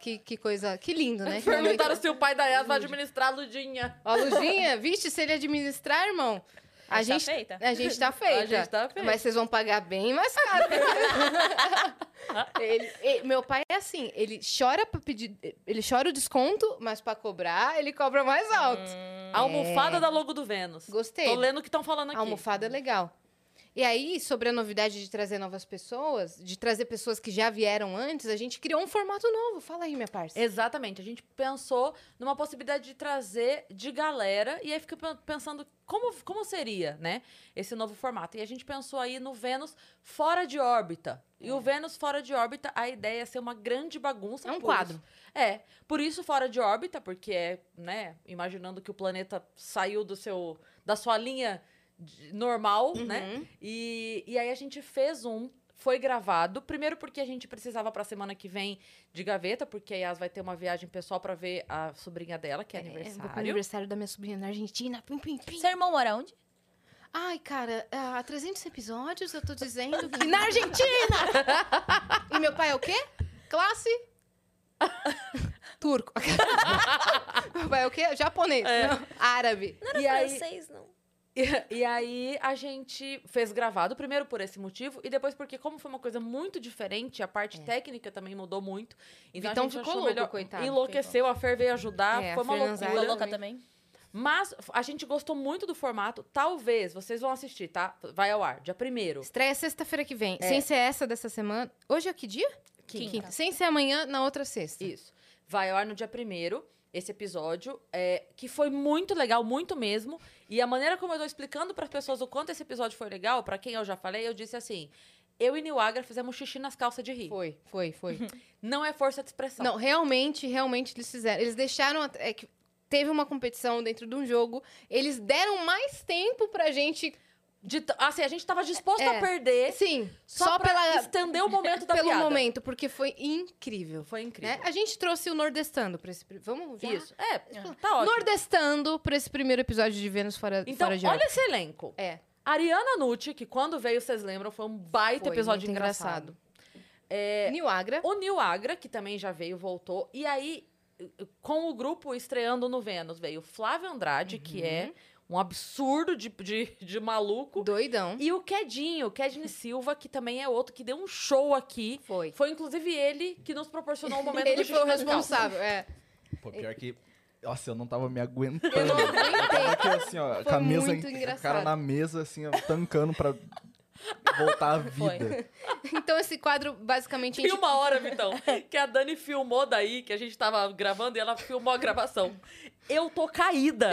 Speaker 1: que, que coisa. Que lindo, né?
Speaker 2: Perguntaram se o pai da Yas vai administrar a Ludinha.
Speaker 1: Ó, Luzinha, vixe, se ele administrar, irmão. A gente,
Speaker 3: Tá feita?
Speaker 1: a gente tá feita.
Speaker 2: A gente tá feita.
Speaker 1: Mas vocês vão pagar bem mais caro. Ele- ele- meu pai é assim, ele chora pra pedir, ele chora o desconto, mas pra cobrar, ele cobra mais alto.
Speaker 2: A almofada da logo do Vênus.
Speaker 1: É. Gostei.
Speaker 2: Hum. Tô lendo o que estão falando aqui.
Speaker 1: A almofada é legal. E aí, sobre a novidade de trazer novas pessoas, de trazer pessoas que já vieram antes, a gente criou um formato novo. Fala aí, minha parça.
Speaker 2: Exatamente. A gente pensou numa possibilidade de trazer de galera e aí fica pen- pensando como, como seria, né, esse novo formato. E a gente pensou aí no Vênus fora de órbita. E o Vênus fora de órbita, a ideia é ser uma grande bagunça.
Speaker 1: É um
Speaker 2: por
Speaker 1: quadro.
Speaker 2: isso- É. Por isso fora de órbita, porque é, né, imaginando que o planeta saiu do seu da sua linha de- normal,
Speaker 1: Uhum.
Speaker 2: né? E, e aí a gente fez um, foi gravado. Primeiro porque a gente precisava pra semana que vem de gaveta, porque a Yas vai ter uma viagem pessoal pra ver a sobrinha dela, que é,
Speaker 1: É, vou pro
Speaker 2: aniversário.
Speaker 1: aniversário da minha sobrinha na Argentina. Pim, pim, pim.
Speaker 3: Seu irmão mora onde?
Speaker 1: Ai, cara, há 300 episódios eu tô dizendo que... Na Argentina! e meu pai é o quê? Classe? Turco. meu pai é o quê? Japonês. Não, árabe.
Speaker 4: Não era
Speaker 2: E aí-
Speaker 4: francês, não.
Speaker 2: E, e aí a gente fez gravado, primeiro por esse motivo, e depois porque, como foi uma coisa muito diferente, a parte técnica também mudou muito.
Speaker 1: É.
Speaker 2: Então,
Speaker 1: Vitão
Speaker 2: a gente
Speaker 1: ficou
Speaker 2: achou
Speaker 1: louco,
Speaker 2: melhor.
Speaker 1: coitado,
Speaker 2: Enlouqueceu, a Fer veio ajudar.
Speaker 1: É, a
Speaker 2: foi uma
Speaker 1: Fer
Speaker 2: loucura.
Speaker 1: Lanzaro
Speaker 3: Ficou louca também?
Speaker 2: Mas a gente gostou muito do formato. Talvez, vocês vão assistir, tá? Vai ao ar, dia 1
Speaker 1: Estreia sexta-feira que é vem. Sem ser essa dessa semana. Hoje é que dia?
Speaker 3: Quinta.
Speaker 1: Sem ser amanhã, na outra sexta.
Speaker 2: Isso. Vai ao ar no dia primeiro, esse episódio, é, que foi muito legal, muito mesmo. E a maneira como eu tô explicando para as pessoas o quanto esse episódio foi legal, para quem eu já falei, eu disse assim: eu e Niwagra fizemos xixi nas calças de rir.
Speaker 1: Foi, foi, foi.
Speaker 2: Não é força de expressão.
Speaker 1: Não, realmente, realmente eles fizeram. Eles deixaram. at- é que teve uma competição dentro de um jogo. Eles deram mais tempo pra gente.
Speaker 2: De t- assim, a gente tava disposto a
Speaker 1: É.
Speaker 2: perder
Speaker 1: Sim,
Speaker 2: só,
Speaker 1: só,
Speaker 2: pra
Speaker 1: pela,
Speaker 2: estender o momento da
Speaker 1: pelo
Speaker 2: piada.
Speaker 1: momento, porque foi incrível.
Speaker 2: Foi
Speaker 1: né?
Speaker 2: incrível.
Speaker 1: A gente trouxe o Nordestando pra esse. pri- Vamos já?
Speaker 2: Isso. É, tá ótimo.
Speaker 1: Nordestando pra esse primeiro episódio de Vênus Ah. Fora,
Speaker 2: Então,
Speaker 1: fora de
Speaker 2: olha
Speaker 1: Órbita.
Speaker 2: esse elenco.
Speaker 1: É.
Speaker 2: Ariana Nucci, que quando veio, vocês lembram, foi um baita
Speaker 1: Foi
Speaker 2: episódio
Speaker 1: muito
Speaker 2: engraçado.
Speaker 1: engraçado. É... Niwagra.
Speaker 2: O Nil Agra, que também já veio, voltou. E aí, eh, com o grupo estreando no Vênus, veio Flávio Andrade,
Speaker 1: Uhum.
Speaker 2: que é um absurdo de, de, de maluco.
Speaker 1: Doidão.
Speaker 2: E o Quedinho, Kedney Silva, que também é outro, que deu um show aqui.
Speaker 1: Foi.
Speaker 2: Foi inclusive ele que nos proporcionou o momento do
Speaker 1: Ele
Speaker 2: xixi
Speaker 1: foi o
Speaker 2: nas calças.
Speaker 1: responsável. É.
Speaker 5: Pô, pior que. Nossa, eu não tava me aguentando.
Speaker 1: Eu não
Speaker 5: tava
Speaker 1: aguentei.
Speaker 5: aqui assim, ó,
Speaker 1: Foi
Speaker 5: com a mesa.
Speaker 1: muito
Speaker 5: em- O cara
Speaker 1: engraçado.
Speaker 5: na mesa, assim, ó, tancando pra voltar à
Speaker 3: Foi.
Speaker 5: vida.
Speaker 1: Então, esse quadro, basicamente, a
Speaker 2: Tem
Speaker 1: gente
Speaker 2: uma hora, Vitão, que a Dani filmou daí, que a gente tava gravando e ela filmou a gravação. Eu tô caída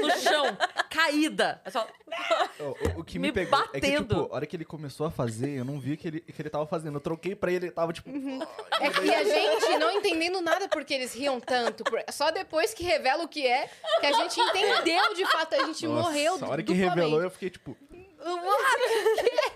Speaker 2: no chão, caída. É só-
Speaker 5: O, o- o que me,
Speaker 2: Me
Speaker 5: pegou é que, tipo,
Speaker 2: batendo.
Speaker 5: a hora que ele começou a fazer, eu não vi que ele, que ele tava fazendo. Eu troquei pra ele, ele tava tipo.
Speaker 1: É que a gente não entendendo nada porque eles riam tanto. por- Só depois que revela o que é, que a gente entendeu de fato, a gente
Speaker 5: Nossa,
Speaker 1: morreu
Speaker 5: A hora que
Speaker 1: duplamente.
Speaker 5: revelou, eu fiquei tipo.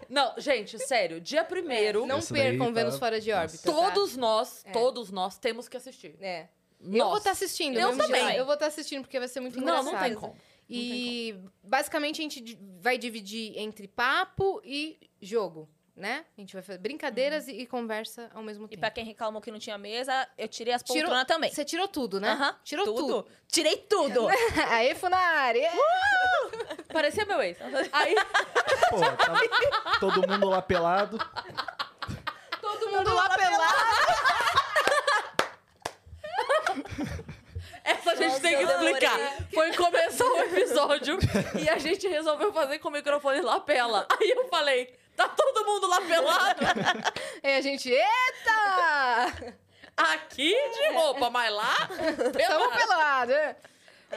Speaker 2: Não, gente, sério, dia primeiro,
Speaker 1: Não
Speaker 5: Essa daí
Speaker 1: percam
Speaker 5: tá-
Speaker 1: Vênus fora de órbita. tá?
Speaker 2: todos nós, todos nós temos que assistir.
Speaker 1: É.
Speaker 2: Nós.
Speaker 1: Eu vou estar assistindo.
Speaker 2: Eu
Speaker 1: mesmo
Speaker 2: também.
Speaker 1: jeito. Eu vou estar assistindo porque vai ser muito
Speaker 2: Não,
Speaker 1: engraçado.
Speaker 2: não tem como.
Speaker 1: E basicamente a gente di- vai dividir entre papo e jogo, né? A gente vai fazer brincadeiras e, e conversa ao mesmo
Speaker 3: E
Speaker 1: tempo.
Speaker 3: pra quem reclamou que não tinha mesa, eu tirei as
Speaker 1: Tirou-
Speaker 3: poltronas também.
Speaker 1: Você tirou tudo, né?
Speaker 3: Aham,
Speaker 1: Tirou tudo.
Speaker 3: Tirei tudo.
Speaker 1: Aí, Funari!
Speaker 2: Uh, Parecia meu ex. Aí
Speaker 5: Pô, tava tá todo mundo lá pelado.
Speaker 1: Todo mundo lá pelado.
Speaker 2: essa a gente
Speaker 3: Nossa,
Speaker 2: tem que
Speaker 3: eu adorei.
Speaker 2: explicar. Foi começar o episódio e a gente resolveu fazer com o microfone lapela. Aí eu falei, tá todo mundo lapelado?
Speaker 1: Aí a gente, eita!
Speaker 2: Aqui de roupa, mas lá
Speaker 1: Tamo
Speaker 2: pelado.
Speaker 1: pelado! é.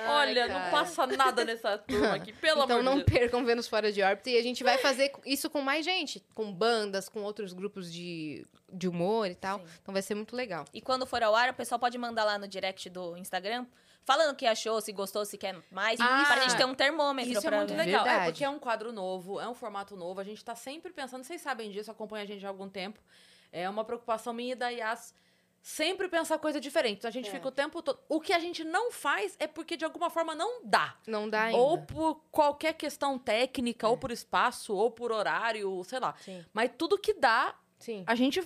Speaker 2: Olha,
Speaker 1: Ai, cara.
Speaker 2: não passa nada nessa turma aqui, pelo
Speaker 1: Então
Speaker 2: amor
Speaker 1: não
Speaker 2: de Deus.
Speaker 1: percam Vênus Fora de Órbita e a gente vai fazer isso com mais gente, com bandas, com outros grupos de, de humor e tal. Então vai ser muito legal.
Speaker 3: E quando for ao ar, o pessoal pode mandar lá no direct do Instagram, falando o que achou, se gostou, se quer mais,
Speaker 2: Ah,
Speaker 3: pra gente ter um termômetro
Speaker 2: Isso é
Speaker 3: pra
Speaker 2: muito
Speaker 3: ver.
Speaker 2: legal, é
Speaker 1: Verdade.
Speaker 2: porque é um quadro novo, é um formato novo, a gente tá sempre pensando, vocês sabem disso, acompanha a gente há algum tempo. É uma preocupação minha e da Yas sempre pensar coisa diferente. Então a
Speaker 1: É.
Speaker 2: gente fica o tempo todo. O que a gente não faz é porque de alguma forma não dá.
Speaker 1: Não dá ainda. É.
Speaker 2: Ou por qualquer questão técnica, ou por espaço, ou por horário, sei lá.
Speaker 1: Sim.
Speaker 2: Mas tudo que dá,
Speaker 1: Sim.
Speaker 2: a gente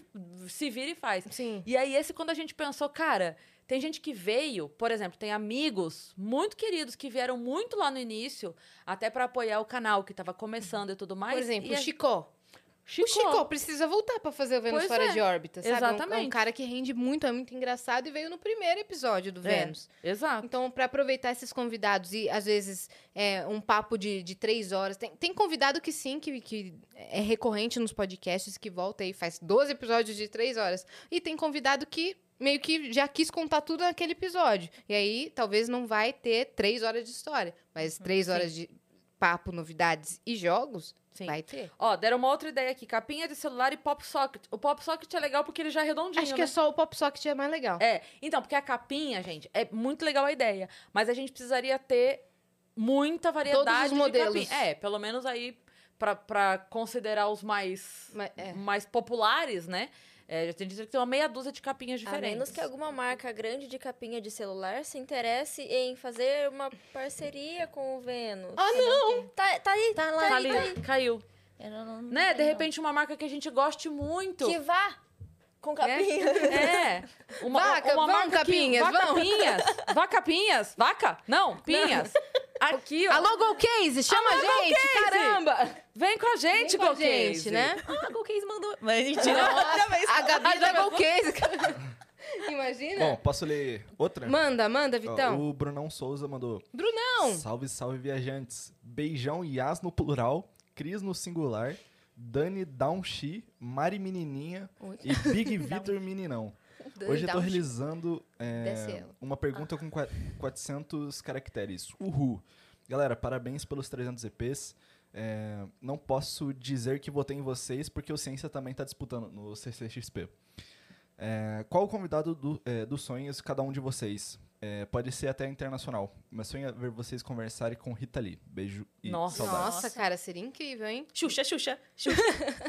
Speaker 2: se vira e faz.
Speaker 1: Sim.
Speaker 2: E aí, esse, quando a gente pensou, cara, tem gente que veio, por exemplo, tem amigos muito queridos que vieram muito lá no início, até pra apoiar o canal que tava começando e tudo mais.
Speaker 1: Por exemplo,
Speaker 2: e
Speaker 1: o
Speaker 2: a-
Speaker 1: Chicó.
Speaker 2: Chico.
Speaker 1: O Chicó precisa voltar pra fazer o Vênus
Speaker 2: Pois
Speaker 1: Fora
Speaker 2: é.
Speaker 1: de Órbita, sabe? É um- É um,
Speaker 2: Exatamente.
Speaker 1: cara que rende muito, é muito engraçado e veio no primeiro episódio do
Speaker 2: É.
Speaker 1: Vênus.
Speaker 2: Exato.
Speaker 1: Então, pra aproveitar esses convidados e, às vezes, é, um papo de, de três horas. Tem, tem convidado que sim, que, que é recorrente nos podcasts, que volta e faz 12 episódios de três horas. E tem convidado que meio que já quis contar tudo naquele episódio. E aí, talvez não vai ter três horas de história, mas três horas de papo, novidades e jogos,
Speaker 2: Sim.
Speaker 1: vai ter.
Speaker 2: Ó, deram uma outra ideia aqui: capinha de celular e pop socket. O pop socket é legal porque ele já é redondinho.
Speaker 1: Acho que
Speaker 2: né?
Speaker 1: é só o Pop Socket é mais legal.
Speaker 2: É, então, porque a capinha, gente, é muito legal a ideia, mas a gente precisaria ter muita variedade
Speaker 1: Todos os
Speaker 2: de
Speaker 1: modelos.
Speaker 2: capinha. É, pelo menos aí pra- pra considerar os mais
Speaker 1: Mas- é.
Speaker 2: mais populares, né? É, já tem que ter uma meia dúzia de capinhas
Speaker 4: A
Speaker 2: diferentes.
Speaker 4: menos que alguma marca grande de capinha de celular se interesse em fazer uma parceria com o Vênus.
Speaker 1: Ah, não!
Speaker 4: Tá, tá aí, tá lá,
Speaker 2: Tá
Speaker 4: tá
Speaker 2: ali,
Speaker 4: aí, tá aí.
Speaker 2: caiu.
Speaker 3: Eu não- não- não
Speaker 2: Né? De
Speaker 3: sei, não.
Speaker 2: repente, uma marca que a gente goste muito. né?
Speaker 4: Que vá com capinha.
Speaker 2: É. Uma,
Speaker 1: Vaca,
Speaker 2: uma
Speaker 1: vão,
Speaker 2: marca
Speaker 1: capinhas,
Speaker 2: que... Vaca,
Speaker 1: vão.
Speaker 2: pinhas. Vaca, pinhas. Vaca? Não, pinhas. Aqui, ó.
Speaker 1: Alô, Golcase, chama a gente, caramba!
Speaker 2: Vem com a gente,
Speaker 1: Vem com a
Speaker 2: Golcase.
Speaker 1: gente, né?
Speaker 3: Ah, a Golcase mandou. Mas mentira.
Speaker 1: A Gabi
Speaker 2: já
Speaker 1: da
Speaker 2: gravou?
Speaker 1: Golcase. Imagina?
Speaker 5: Bom, posso ler outra?
Speaker 1: Manda, manda,
Speaker 5: Ó,
Speaker 1: Vitão.
Speaker 5: O Brunão Souza mandou.
Speaker 1: Brunão!
Speaker 5: Salve, salve, viajantes. Beijão, Yas no plural, Cris no singular, Dani Downshi, Mari Menininha e Big Vitor Meninão.
Speaker 1: Dois
Speaker 5: Hoje eu tô
Speaker 1: downs.
Speaker 5: realizando é,
Speaker 1: Desce ela.
Speaker 5: uma
Speaker 1: Ah.
Speaker 5: pergunta com qua- 400 caracteres. Uhul! Galera, parabéns pelos 300 EPs. É, não posso dizer que votei em vocês, porque o Ciência também tá disputando no CCXP. É, qual o convidado do, é, dos sonhos cada um de vocês? É, pode ser até internacional. Meu sonho é ver vocês conversarem com Rita Lee. Beijo e
Speaker 2: Nossa.
Speaker 5: saudades.
Speaker 1: Nossa, cara, seria incrível, hein?
Speaker 3: Xuxa, Xuxa, Xuxa.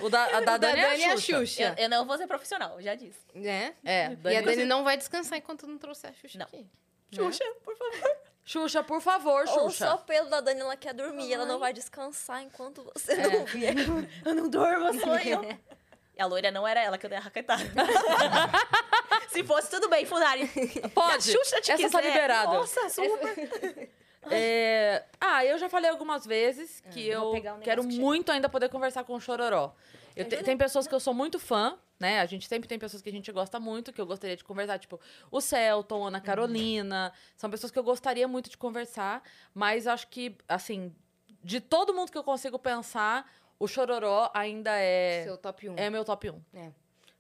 Speaker 2: O da, a da
Speaker 1: O da
Speaker 2: Dani,
Speaker 1: Dani
Speaker 2: é
Speaker 1: é
Speaker 2: a Xuxa.
Speaker 1: Xuxa.
Speaker 3: Eu, eu não vou ser profissional, já disse.
Speaker 1: Né?
Speaker 2: É,
Speaker 1: E a
Speaker 2: Dani-
Speaker 1: Dani não vai descansar enquanto não trouxer a Xuxa
Speaker 3: Não.
Speaker 1: aqui.
Speaker 3: Xuxa, por favor.
Speaker 2: Xuxa, por favor,
Speaker 4: Ou
Speaker 2: Xuxa.
Speaker 4: só pelo da Dani, ela quer dormir, ela não vai descansar enquanto você não vier.
Speaker 3: Eu não durmo, sou eu. E a loira não era ela que eu dei a raquetada. Se fosse, tudo bem, Funari.
Speaker 2: Pode.
Speaker 3: Se a Xuxa te
Speaker 2: Essa tá
Speaker 3: quiser.
Speaker 2: liberada.
Speaker 3: Nossa, super.
Speaker 2: É, Ah, eu já falei algumas vezes que
Speaker 3: eu vou
Speaker 2: eu
Speaker 3: pegar um negócio
Speaker 2: quero
Speaker 3: que chega.
Speaker 2: muito ainda poder conversar com o Chororó. Eu te- tem pessoas que eu sou muito fã, né? A gente sempre tem pessoas que a gente gosta muito, que eu gostaria de conversar. Tipo, o Celton, Ana Carolina. São pessoas que eu gostaria muito de conversar. Mas acho que, assim, de todo mundo que eu consigo pensar, o Chororó ainda é,
Speaker 1: Seu top 1.
Speaker 2: é meu top 1.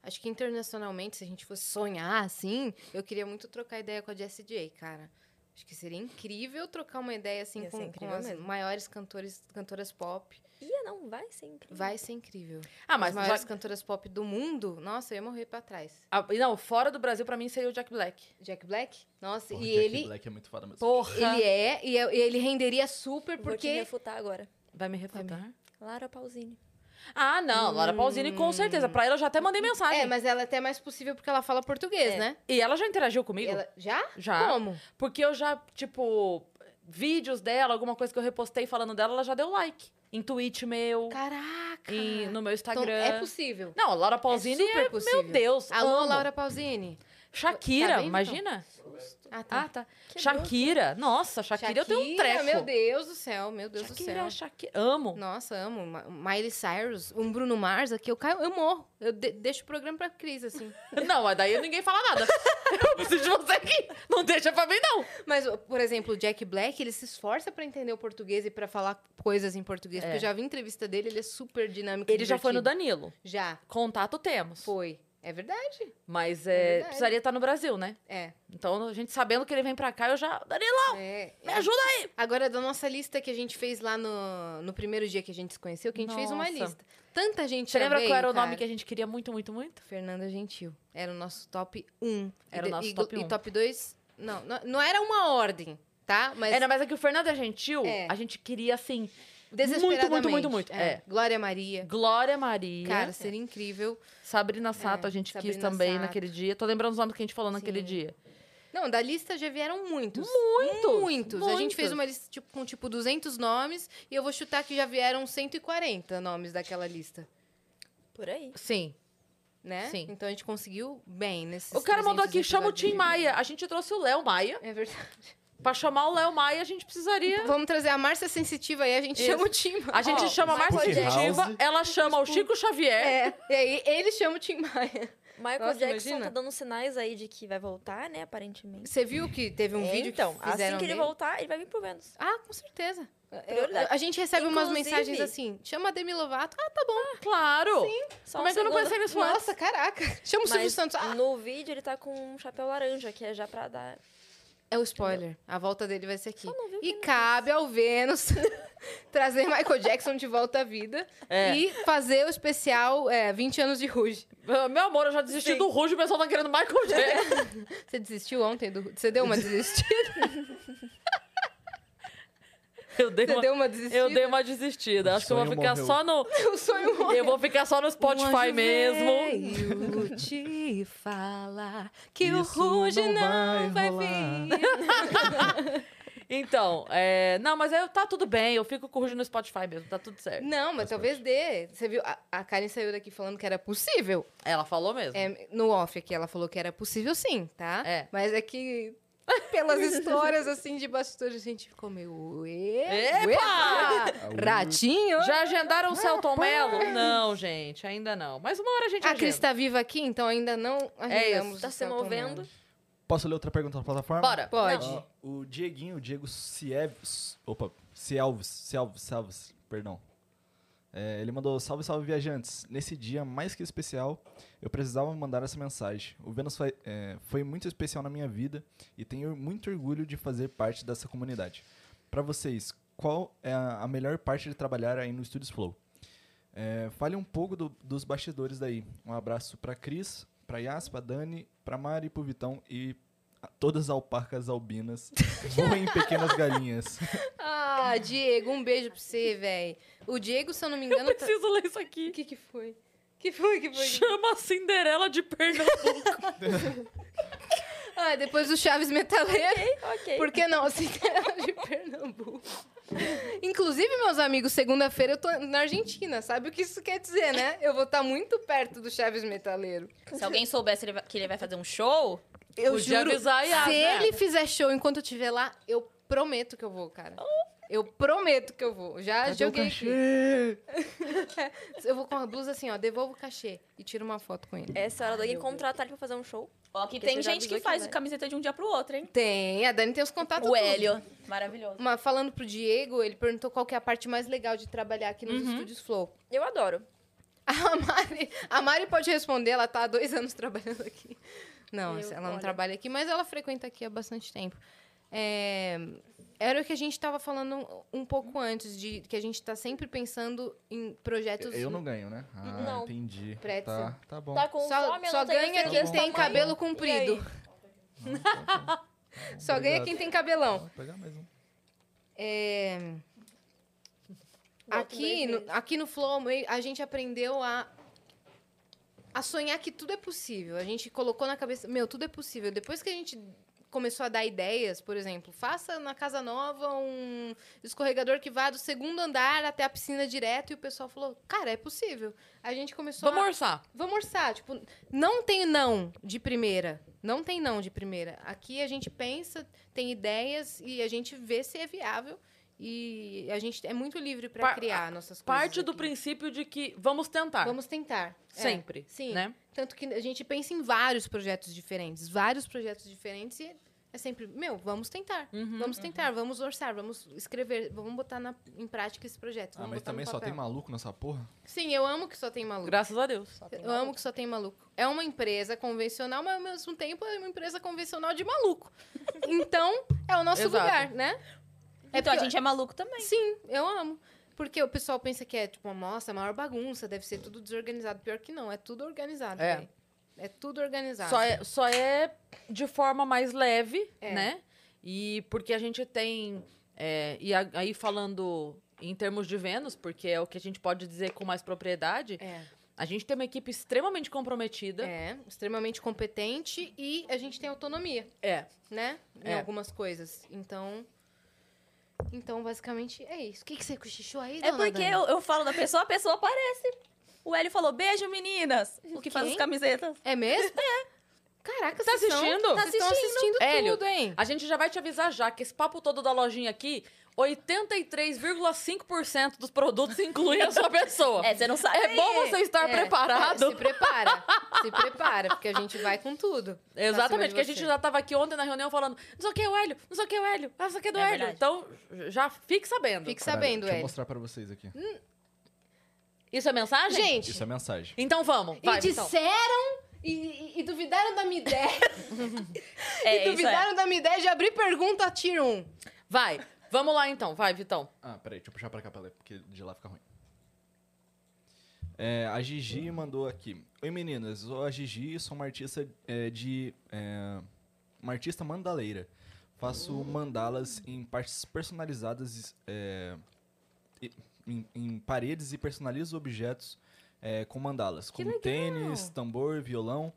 Speaker 1: Acho que internacionalmente, se a gente fosse sonhar assim, eu queria muito trocar ideia com a Jessie J, cara. Acho que seria incrível trocar uma ideia assim
Speaker 4: Ia ser
Speaker 1: com, com
Speaker 4: incrível
Speaker 1: as
Speaker 4: mesmo.
Speaker 1: maiores cantores, cantoras pop.
Speaker 4: Ia, não, vai ser incrível.
Speaker 1: Vai ser incrível.
Speaker 2: Ah,
Speaker 1: As
Speaker 2: mas.
Speaker 1: maiores
Speaker 2: já-
Speaker 1: cantoras pop do mundo, nossa, eu ia morrer pra trás.
Speaker 2: ah, não, fora do Brasil, pra mim seria o Jack Black.
Speaker 1: Jack Black? Nossa,
Speaker 5: Porra,
Speaker 1: e
Speaker 5: Jack
Speaker 1: ele.
Speaker 5: Black é muito foda mesmo.
Speaker 2: Porra!
Speaker 1: Ele é, e eu- e ele renderia super
Speaker 4: Vou te
Speaker 1: porque.
Speaker 4: refutar agora.
Speaker 2: Vai me refutar?
Speaker 4: Lara Pausini.
Speaker 2: Ah, não, Laura Pausini com certeza. Pra ela eu já até mandei mensagem.
Speaker 1: É, mas ela é até mais possível porque ela fala português,
Speaker 4: É.
Speaker 1: né?
Speaker 2: E ela já interagiu comigo?
Speaker 1: Ela... Já?
Speaker 2: Já.
Speaker 1: Como?
Speaker 2: Porque eu já, tipo, vídeos dela, alguma coisa que eu repostei falando dela, ela já deu like. Em tweet meu,
Speaker 1: Caraca!
Speaker 2: em, no
Speaker 1: Então,
Speaker 2: meu Instagram.
Speaker 1: é possível.
Speaker 2: Não, Laura Pausini
Speaker 1: super
Speaker 2: é,
Speaker 1: possível.
Speaker 2: meu Deus.
Speaker 1: Alô,
Speaker 2: amo.
Speaker 1: Laura Pausini.
Speaker 2: Shakira,
Speaker 1: Tá vendo,
Speaker 2: imagina?
Speaker 1: Ah, tá.
Speaker 2: Ah, tá. Shakira. Nossa, Shakira, eu tenho um treco.
Speaker 1: Meu Deus do céu, meu Deus
Speaker 2: Shakira, é
Speaker 1: do céu.
Speaker 2: Shakira. Amo.
Speaker 1: Nossa, amo. Ma- Miley Cyrus, um Bruno Mars aqui, eu caio, eu morro. Eu de- deixo o programa pra Cris, assim.
Speaker 2: Não, mas daí ninguém fala nada. eu preciso de você aqui. Não deixa pra mim, não.
Speaker 1: Mas, por exemplo, o Jack Black, ele se esforça pra entender o português e pra falar coisas em português.
Speaker 2: É.
Speaker 1: Porque eu já vi entrevista dele, ele é super dinâmico. e
Speaker 2: Ele já foi no
Speaker 1: divertido.
Speaker 2: Danilo.
Speaker 1: Já,
Speaker 2: Contato temos.
Speaker 1: foi. É verdade.
Speaker 2: Mas
Speaker 1: É
Speaker 2: é,
Speaker 1: verdade.
Speaker 2: precisaria estar no Brasil, né?
Speaker 1: É.
Speaker 2: Então, a gente sabendo que ele vem pra cá, eu já. Danilo,
Speaker 1: é.
Speaker 2: me ajuda aí!
Speaker 1: Agora, da nossa lista que a gente fez lá no, no primeiro dia que a gente se conheceu, que a gente fez uma
Speaker 2: Nossa.
Speaker 1: lista. Tanta gente
Speaker 2: Você
Speaker 1: já
Speaker 2: lembra
Speaker 1: veio,
Speaker 2: qual era o nome
Speaker 1: cara.
Speaker 2: que a gente queria muito, muito, muito?
Speaker 1: Fernanda Gentil. Era o nosso top 1.
Speaker 2: Era
Speaker 1: e,
Speaker 2: o nosso
Speaker 1: e,
Speaker 2: top
Speaker 1: e
Speaker 2: 1.
Speaker 1: top 2, não, não, não era uma ordem, tá? Mas
Speaker 2: Era, mas é que o Fernanda Gentil,
Speaker 1: É.
Speaker 2: a gente queria, assim,
Speaker 1: desesperadamente.
Speaker 2: muito, muito, muito. É.
Speaker 1: Glória Maria.
Speaker 2: Glória Maria.
Speaker 1: Cara, seria incrível.
Speaker 2: Sabrina Sato, a gente
Speaker 1: Sabrina
Speaker 2: quis também
Speaker 1: Sato.
Speaker 2: naquele dia. Tô lembrando os nomes que a gente falou naquele dia.
Speaker 1: Não, da lista já vieram muitos.
Speaker 2: Muitos!
Speaker 1: Muitos. A gente fez
Speaker 2: muitos.
Speaker 1: uma lista tipo, com tipo 200 nomes e eu vou chutar que já vieram 140 nomes daquela lista,
Speaker 4: Por aí.
Speaker 2: Sim.
Speaker 1: né?
Speaker 2: Sim.
Speaker 1: Então a gente conseguiu bem nesse
Speaker 2: O cara mandou aqui, chama o Tim Maia. A gente trouxe o Léo Maia.
Speaker 1: É verdade.
Speaker 2: Pra chamar o Léo Maia, a gente precisaria.
Speaker 1: Vamos trazer a Márcia Sensitiva aí, a gente
Speaker 2: Isso.
Speaker 1: chama o Tim
Speaker 2: A gente
Speaker 4: Ó,
Speaker 2: chama a
Speaker 4: Michael
Speaker 2: Marcia
Speaker 5: Jackson.
Speaker 2: Sensitiva, ela chama o Chico Xavier.
Speaker 1: É, e aí ele chama o Tim Maia.
Speaker 4: Michael
Speaker 1: Nossa,
Speaker 4: Jackson
Speaker 1: imagina.
Speaker 4: tá dando sinais aí de que vai voltar, né, aparentemente.
Speaker 1: Você viu que teve um
Speaker 4: É,
Speaker 1: vídeo
Speaker 4: então,
Speaker 1: que fizeram
Speaker 4: assim que ele
Speaker 1: dele?
Speaker 4: voltar, ele vai vir pro Vênus.
Speaker 1: Ah, com certeza. Eu-
Speaker 2: É
Speaker 4: Prioridade.
Speaker 1: a gente recebe umas
Speaker 4: Inclusive-
Speaker 1: mensagens assim, chama a Demi Lovato. Ah, tá bom.
Speaker 2: Claro!
Speaker 4: Só
Speaker 2: Como
Speaker 4: um
Speaker 2: é que eu não
Speaker 4: segundo.
Speaker 2: pensei nisso antes?
Speaker 1: Nossa, caraca. Chama o Silvio
Speaker 4: Mas
Speaker 1: Santos. Ah,
Speaker 4: no vídeo ele tá com um chapéu laranja, que é já pra dar...
Speaker 1: é o spoiler. A volta dele vai ser aqui.
Speaker 4: não vi o
Speaker 1: E cabe ao Vênus trazer Michael Jackson de volta à vida
Speaker 2: É.
Speaker 1: e fazer o especial é, 20 anos de Ruge.
Speaker 2: Ah, Meu amor, eu já desisti
Speaker 4: Sim.
Speaker 2: do Ruge, o pessoal tá querendo Michael Jackson.
Speaker 1: Você desistiu ontem do Você deu uma desistida?
Speaker 2: Eu dei,
Speaker 1: Você
Speaker 2: uma,
Speaker 1: deu uma desistida?
Speaker 2: eu dei uma desistida. Acho que eu vou
Speaker 5: sonho
Speaker 2: ficar
Speaker 5: morreu.
Speaker 2: só no.
Speaker 1: O sonho morreu.
Speaker 2: Eu vou ficar só no Spotify mesmo.
Speaker 1: Veio te falar que
Speaker 5: Isso
Speaker 1: o Ruge
Speaker 5: não
Speaker 1: não vai,
Speaker 5: vai rolar.
Speaker 1: vir.
Speaker 2: Então, é, não, mas eu, tá tudo bem, eu fico com o Ruge no Spotify mesmo, tá tudo certo.
Speaker 1: Não, mas talvez dê. Você viu? A, a Karen saiu daqui falando que era possível.
Speaker 2: Ela falou mesmo.
Speaker 1: É, no off aqui, ela falou que era possível sim, tá?
Speaker 2: É.
Speaker 1: Mas é que pelas histórias, assim, de bastidores, a gente ficou meio... "Ué, ué,
Speaker 2: Epa!
Speaker 1: Ratinho!
Speaker 2: Já agendaram o Celton Mello? Não, gente, ainda não. Mas uma hora a gente
Speaker 1: A Cris
Speaker 2: agenda.
Speaker 1: tá viva aqui, então ainda não agendamos.
Speaker 2: isso,
Speaker 4: Tá
Speaker 1: o
Speaker 4: se
Speaker 1: Celton
Speaker 4: movendo.
Speaker 1: Mello.
Speaker 5: Posso ler outra pergunta na plataforma?
Speaker 2: Bora.
Speaker 1: Pode.
Speaker 5: Ah, o Dieguinho, o Diego Sieves. Opa, Sieves, Sieves, Sieves, perdão. É, ele mandou salve, salve viajantes. Nesse dia mais que especial, eu precisava mandar essa mensagem. O Vênus foi, é, foi muito especial na minha vida e tenho muito orgulho de fazer parte dessa comunidade. Para vocês, qual é a a melhor parte de trabalhar aí no Studios Flow? É, fale um pouco do- dos bastidores daí. Um abraço para Cris, para Yas, para Dani, para Mari, para Vitão e a todas as alpacas albinas voem em pequenas galinhas.
Speaker 1: Ah, Diego, um beijo pra você, velho. O Diego, se eu não me engano... tá-
Speaker 2: Preciso ler isso
Speaker 1: O
Speaker 2: aqui.
Speaker 1: que que foi? Que foi, que foi?
Speaker 2: Chama a Cinderela de Pernambuco.
Speaker 1: Ah, depois do Chaves Metaleiro.
Speaker 4: Ok.
Speaker 1: Por que não? A Cinderela de Pernambuco. Inclusive, meus amigos, segunda-feira eu tô na Argentina. Sabe o que isso quer dizer, né? Eu vou estar muito perto do Chaves Metaleiro.
Speaker 3: Se alguém soubesse ele vai- que ele vai fazer um show,
Speaker 1: Eu
Speaker 2: Podia avisar a Yas,
Speaker 1: se
Speaker 2: né?
Speaker 1: ele fizer show enquanto eu estiver lá, eu prometo que eu vou, cara. Eu prometo que eu vou. Já
Speaker 5: Cadê o
Speaker 1: joguei aqui.
Speaker 5: cachê?
Speaker 1: Eu vou com a blusa assim, ó. Devolvo o cachê e tiro uma foto com ele.
Speaker 4: Essa hora de alguém contratar ele pra fazer um show.
Speaker 3: ó, que
Speaker 4: Porque
Speaker 3: tem
Speaker 4: você já
Speaker 3: gente que
Speaker 4: avisou que
Speaker 3: faz
Speaker 4: vai.
Speaker 3: camiseta de um dia pro outro, hein?
Speaker 1: Tem, a Dani tem os contatos.
Speaker 3: O
Speaker 1: tudo.
Speaker 3: Hélio. Maravilhoso.
Speaker 1: Mas falando pro Diego, ele perguntou qual que é a parte mais legal de trabalhar aqui
Speaker 3: Uhum.
Speaker 1: nos estúdios Flow.
Speaker 4: Eu adoro.
Speaker 1: A Mari, a Mari pode responder, ela tá há dois anos trabalhando aqui. Não,
Speaker 4: Eu-
Speaker 1: ela não
Speaker 4: olha.
Speaker 1: trabalha aqui, mas ela frequenta aqui há bastante tempo. É, era o que a gente estava falando um, um pouco antes, de que a gente está sempre pensando em projetos.
Speaker 5: Eu não ganho, né? Ah,
Speaker 4: Não.
Speaker 5: entendi.
Speaker 1: Pretzel.
Speaker 5: Tá, tá bom.
Speaker 4: Tá com
Speaker 1: Só,
Speaker 4: fome, eu
Speaker 1: só
Speaker 4: não tenho
Speaker 1: ganha
Speaker 4: filho
Speaker 1: quem
Speaker 4: desse
Speaker 1: tem
Speaker 4: tamanho.
Speaker 1: cabelo
Speaker 4: E
Speaker 1: comprido. Só ganha quem tem cabelão.
Speaker 5: Vou pegar mais um.
Speaker 1: É, aqui, no, aqui no Flow, meio- a gente aprendeu a, a sonhar que tudo é possível. A gente colocou na cabeça, meu, tudo é possível. Depois que a gente começou a dar ideias, por exemplo, faça na Casa Nova um escorregador que vá do segundo andar até a piscina direto, e o pessoal falou, cara, é possível. A gente começou
Speaker 2: Vamos
Speaker 1: a...
Speaker 2: orçar.
Speaker 1: Vamos orçar, tipo, não tem não de primeira. Não tem não de primeira. Aqui a gente pensa, tem ideias e a gente vê se é viável. E a gente é muito livre para
Speaker 2: Par-
Speaker 1: criar nossas coisas.
Speaker 2: Parte do
Speaker 1: aqui. Ah.
Speaker 2: princípio de que vamos tentar.
Speaker 1: Vamos tentar. É,
Speaker 2: Sempre.
Speaker 1: sim.
Speaker 2: Né?
Speaker 1: Tanto que a gente pensa em vários projetos diferentes. Vários projetos diferentes e é sempre, meu, vamos tentar.
Speaker 2: Uhum,
Speaker 1: vamos tentar, vamos orçar, vamos escrever, vamos botar na- em prática esse projeto.
Speaker 5: Ah,
Speaker 1: vamos
Speaker 5: mas
Speaker 1: botar no
Speaker 5: também só tem
Speaker 1: papel.
Speaker 5: maluco nessa porra?
Speaker 1: Sim, eu amo que só tem maluco.
Speaker 2: Graças a Deus.
Speaker 1: Eu amo que só tem maluco. É uma empresa convencional, mas ao mesmo tempo é uma empresa convencional de maluco. Então, é o nosso
Speaker 2: Exato.
Speaker 1: lugar, né? É
Speaker 3: então a
Speaker 1: porque-
Speaker 3: gente é maluco também.
Speaker 1: Sim, eu amo. Porque o pessoal pensa que é, tipo, nossa, a maior bagunça, deve ser tudo desorganizado. Pior que não, é tudo organizado.
Speaker 2: É.
Speaker 1: véi. É tudo organizado.
Speaker 2: Só é, só é de forma mais leve,
Speaker 1: É.
Speaker 2: né? E porque a gente tem. é, e a- aí falando em termos de Vênus, porque é o que a gente pode dizer com mais propriedade,
Speaker 1: É,
Speaker 2: a gente tem uma equipe extremamente comprometida.
Speaker 1: é, extremamente competente e a gente tem autonomia,
Speaker 2: É.
Speaker 1: né? Em
Speaker 2: É.
Speaker 1: algumas coisas. Então, então basicamente é isso. O que, que você cochichou aí,
Speaker 3: É
Speaker 1: dona
Speaker 3: porque
Speaker 1: Então, Dani?
Speaker 3: eu, eu falo da pessoa, a pessoa aparece. O Hélio falou, beijo, meninas. O que faz
Speaker 1: Quem?
Speaker 3: as camisetas.
Speaker 1: É mesmo? Caraca,
Speaker 2: Tá
Speaker 1: vocês são-
Speaker 2: assistindo?
Speaker 1: Vocês estão assistindo tá
Speaker 2: Hélio.
Speaker 1: tudo, hein?
Speaker 2: A gente já vai te avisar já que esse papo todo da lojinha aqui, 83,5% dos produtos incluem a sua pessoa.
Speaker 3: É, você não sabe.
Speaker 2: É bom você estar
Speaker 1: É,
Speaker 2: preparado.
Speaker 1: Se prepara, se prepara, porque a gente vai com tudo. pra cima
Speaker 2: Exatamente,
Speaker 1: de
Speaker 2: que a
Speaker 1: tá você.
Speaker 2: gente já tava aqui ontem na reunião falando, não sei o que é o Hélio, não sei o que é o Hélio, ah, não sei o que é do
Speaker 3: É
Speaker 2: Hélio.
Speaker 3: verdade.
Speaker 2: Então, já fique sabendo.
Speaker 1: Fique
Speaker 5: Caralho,
Speaker 1: sabendo,
Speaker 5: Deixa eu
Speaker 1: Hélio.
Speaker 5: mostrar pra vocês aqui.
Speaker 2: Isso é mensagem?
Speaker 1: Gente,
Speaker 5: Isso é mensagem.
Speaker 2: Então vamos,
Speaker 1: e
Speaker 2: vai, Vitão.
Speaker 1: disseram e, e- e duvidaram da minha ideia.
Speaker 3: É,
Speaker 1: e
Speaker 3: isso é.
Speaker 1: duvidaram da minha ideia de abrir pergunta tier 1.
Speaker 2: Vai, vamos lá então, vai, Vitão.
Speaker 5: Ah, peraí, deixa eu puxar pra cá pra ler, porque de lá fica ruim. É, a Gigi mandou aqui. Oi meninas, eu sou a Gigi, sou uma artista é, de. é, uma artista mandaleira. Faço mandalas em partes personalizadas, é, e- em, em paredes e personalizo objetos é, com mandalas, como tênis, tambor, violão.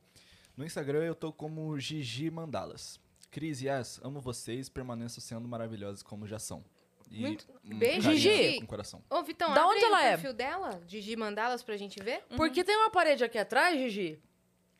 Speaker 5: No Instagram eu tô como Gigi Mandalas. Cris e Yas, amo vocês, permaneçam sendo maravilhosas como já são. E
Speaker 1: Muito-
Speaker 5: um
Speaker 1: Beijo,
Speaker 5: carinho
Speaker 1: Gigi.
Speaker 5: Com coração.
Speaker 1: Ô, Vitão,
Speaker 2: Da
Speaker 1: abre
Speaker 2: onde
Speaker 1: aí
Speaker 2: ela
Speaker 1: o
Speaker 2: é?
Speaker 1: perfil dela, Gigi Mandalas, pra gente ver.
Speaker 2: Porque tem uma parede aqui atrás, Gigi,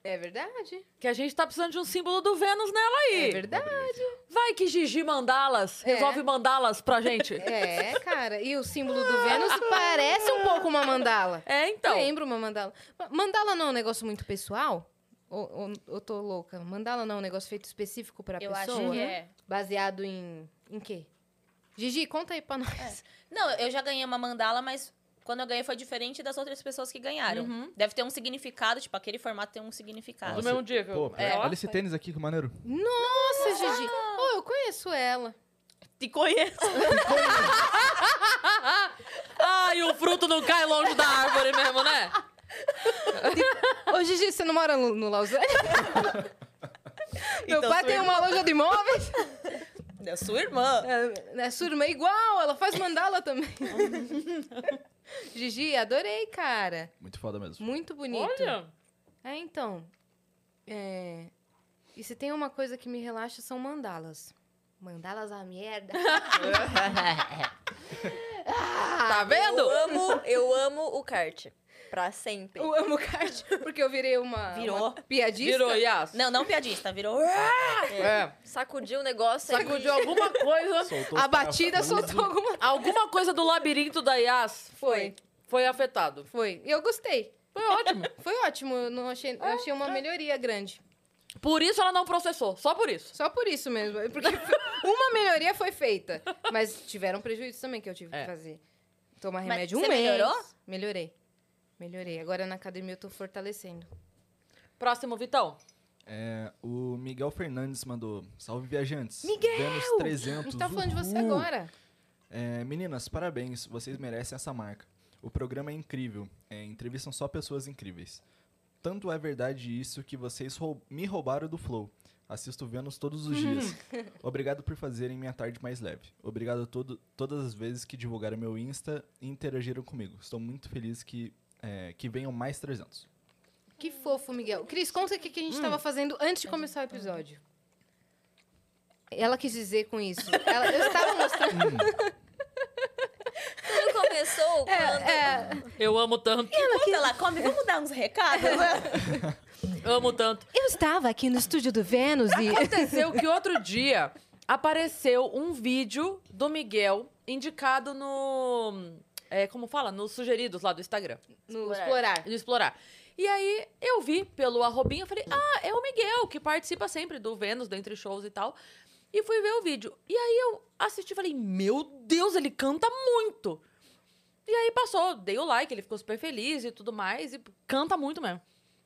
Speaker 1: É verdade,
Speaker 2: que a gente tá precisando de um símbolo do Vênus nela
Speaker 1: é
Speaker 2: aí.
Speaker 1: verdade.
Speaker 2: vai que Gigi mandalas,
Speaker 1: É.
Speaker 2: resolve mandalas pra gente. é.
Speaker 1: É, cara, e o símbolo do Vênus parece um pouco uma mandala.
Speaker 2: então.
Speaker 1: Lembro uma mandala. Ma- Mandala não é um negócio muito pessoal? Ou, ou eu tô louca? Mandala não é um negócio feito específico pra
Speaker 3: Eu
Speaker 1: pessoa?
Speaker 3: acho que é.
Speaker 1: Baseado em, em quê? Gigi, conta aí pra nós.
Speaker 3: É. Não, eu já ganhei uma mandala, mas Quando eu ganhei foi diferente das outras pessoas que ganharam.
Speaker 2: Uhum.
Speaker 3: Deve ter um significado, tipo, aquele formato tem um significado.
Speaker 2: Do mesmo dia que eu...
Speaker 5: Ah, Pô,
Speaker 2: É,
Speaker 5: olha esse tênis aqui, que maneiro.
Speaker 1: Nossa, Gigi.
Speaker 3: Ah!
Speaker 1: Oh, eu conheço ela.
Speaker 3: Te conheço.
Speaker 2: Ai, o fruto não cai longe da árvore mesmo, né?
Speaker 1: Ô, Gigi, você não mora no, no Lausanne? Meu
Speaker 3: Então,
Speaker 1: pai
Speaker 3: sua
Speaker 1: tem uma loja de imóveis.
Speaker 3: É sua irmã.
Speaker 1: É, é sua irmã é igual, ela faz mandala também. Gigi, adorei, cara.
Speaker 5: Muito foda mesmo.
Speaker 1: Muito bonito.
Speaker 2: Olha,
Speaker 1: É, então. É... E se tem uma coisa que me relaxa são mandalas. Mandalas a merda.
Speaker 2: tá vendo?
Speaker 4: Eu amo, eu amo o kart. Pra sempre.
Speaker 1: Eu amo kart porque eu virei uma,
Speaker 3: Virou.
Speaker 1: uma piadista.
Speaker 2: Virou, Yas.
Speaker 3: Não, não piadista, virou.
Speaker 2: É.
Speaker 4: Sacudiu o negócio aí.
Speaker 2: Sacudiu alguma coisa.
Speaker 5: Soltou
Speaker 1: A
Speaker 5: os
Speaker 1: batida
Speaker 5: parafusos.
Speaker 1: soltou alguma
Speaker 2: Alguma coisa do labirinto da Yas
Speaker 1: Foi.
Speaker 2: foi afetado.
Speaker 1: Foi. E eu gostei.
Speaker 2: Foi ótimo.
Speaker 1: Foi ótimo. Eu, não achei, eu achei uma melhoria grande.
Speaker 2: Por isso ela não processou. Só por isso.
Speaker 1: Só por isso mesmo. é Porque foi- uma melhoria foi feita. Mas tiveram prejuízos também que eu tive
Speaker 2: É.
Speaker 1: que fazer. Tomar
Speaker 3: Mas
Speaker 1: remédio um
Speaker 3: você
Speaker 1: mês.
Speaker 3: melhorou?
Speaker 1: Melhorei. Melhorei. Agora na academia eu tô fortalecendo.
Speaker 2: Próximo, Vitão.
Speaker 5: É, o Miguel Fernandes mandou. Salve, viajantes.
Speaker 1: Miguel!
Speaker 5: Vemos 300.
Speaker 1: A gente tá falando de você
Speaker 5: Uhul!
Speaker 1: agora.
Speaker 5: É, meninas, parabéns. Vocês merecem essa marca. O programa é incrível. É, entrevistam só pessoas incríveis. Tanto é verdade isso que vocês rou- me roubaram do Flow. Assisto Vênus todos os dias. Obrigado por fazerem minha tarde mais leve. Obrigado a todo, todas as vezes que divulgaram meu Insta e interagiram comigo. Estou muito feliz que, é, que venham mais 300.
Speaker 1: Que fofo, Miguel. Cris, conta o que que a gente
Speaker 5: Hum.
Speaker 1: estava fazendo antes de começar o episódio. Ela quis dizer com isso. Ela- eu estava mostrando.
Speaker 4: Tudo começou quando...
Speaker 1: É,
Speaker 2: Eu amo tanto.
Speaker 3: Enquanto ela come, vamos dar uns recados. né?
Speaker 2: Amo tanto.
Speaker 1: eu estava aqui no estúdio do Vênus e.
Speaker 2: Aconteceu que outro dia apareceu um vídeo do Miguel indicado no. é, como fala? Nos sugeridos lá do Instagram.
Speaker 1: No
Speaker 4: Explorar.
Speaker 1: explorar.
Speaker 2: do Explorar. E aí eu vi pelo arrobinha, falei, ah, é o Miguel, que participa sempre do Vênus, do Entre Shows e tal. E fui ver o vídeo. E aí eu assisti e falei, meu Deus, ele canta muito. E aí passou, dei o like, ele ficou super feliz e tudo mais, e canta muito mesmo.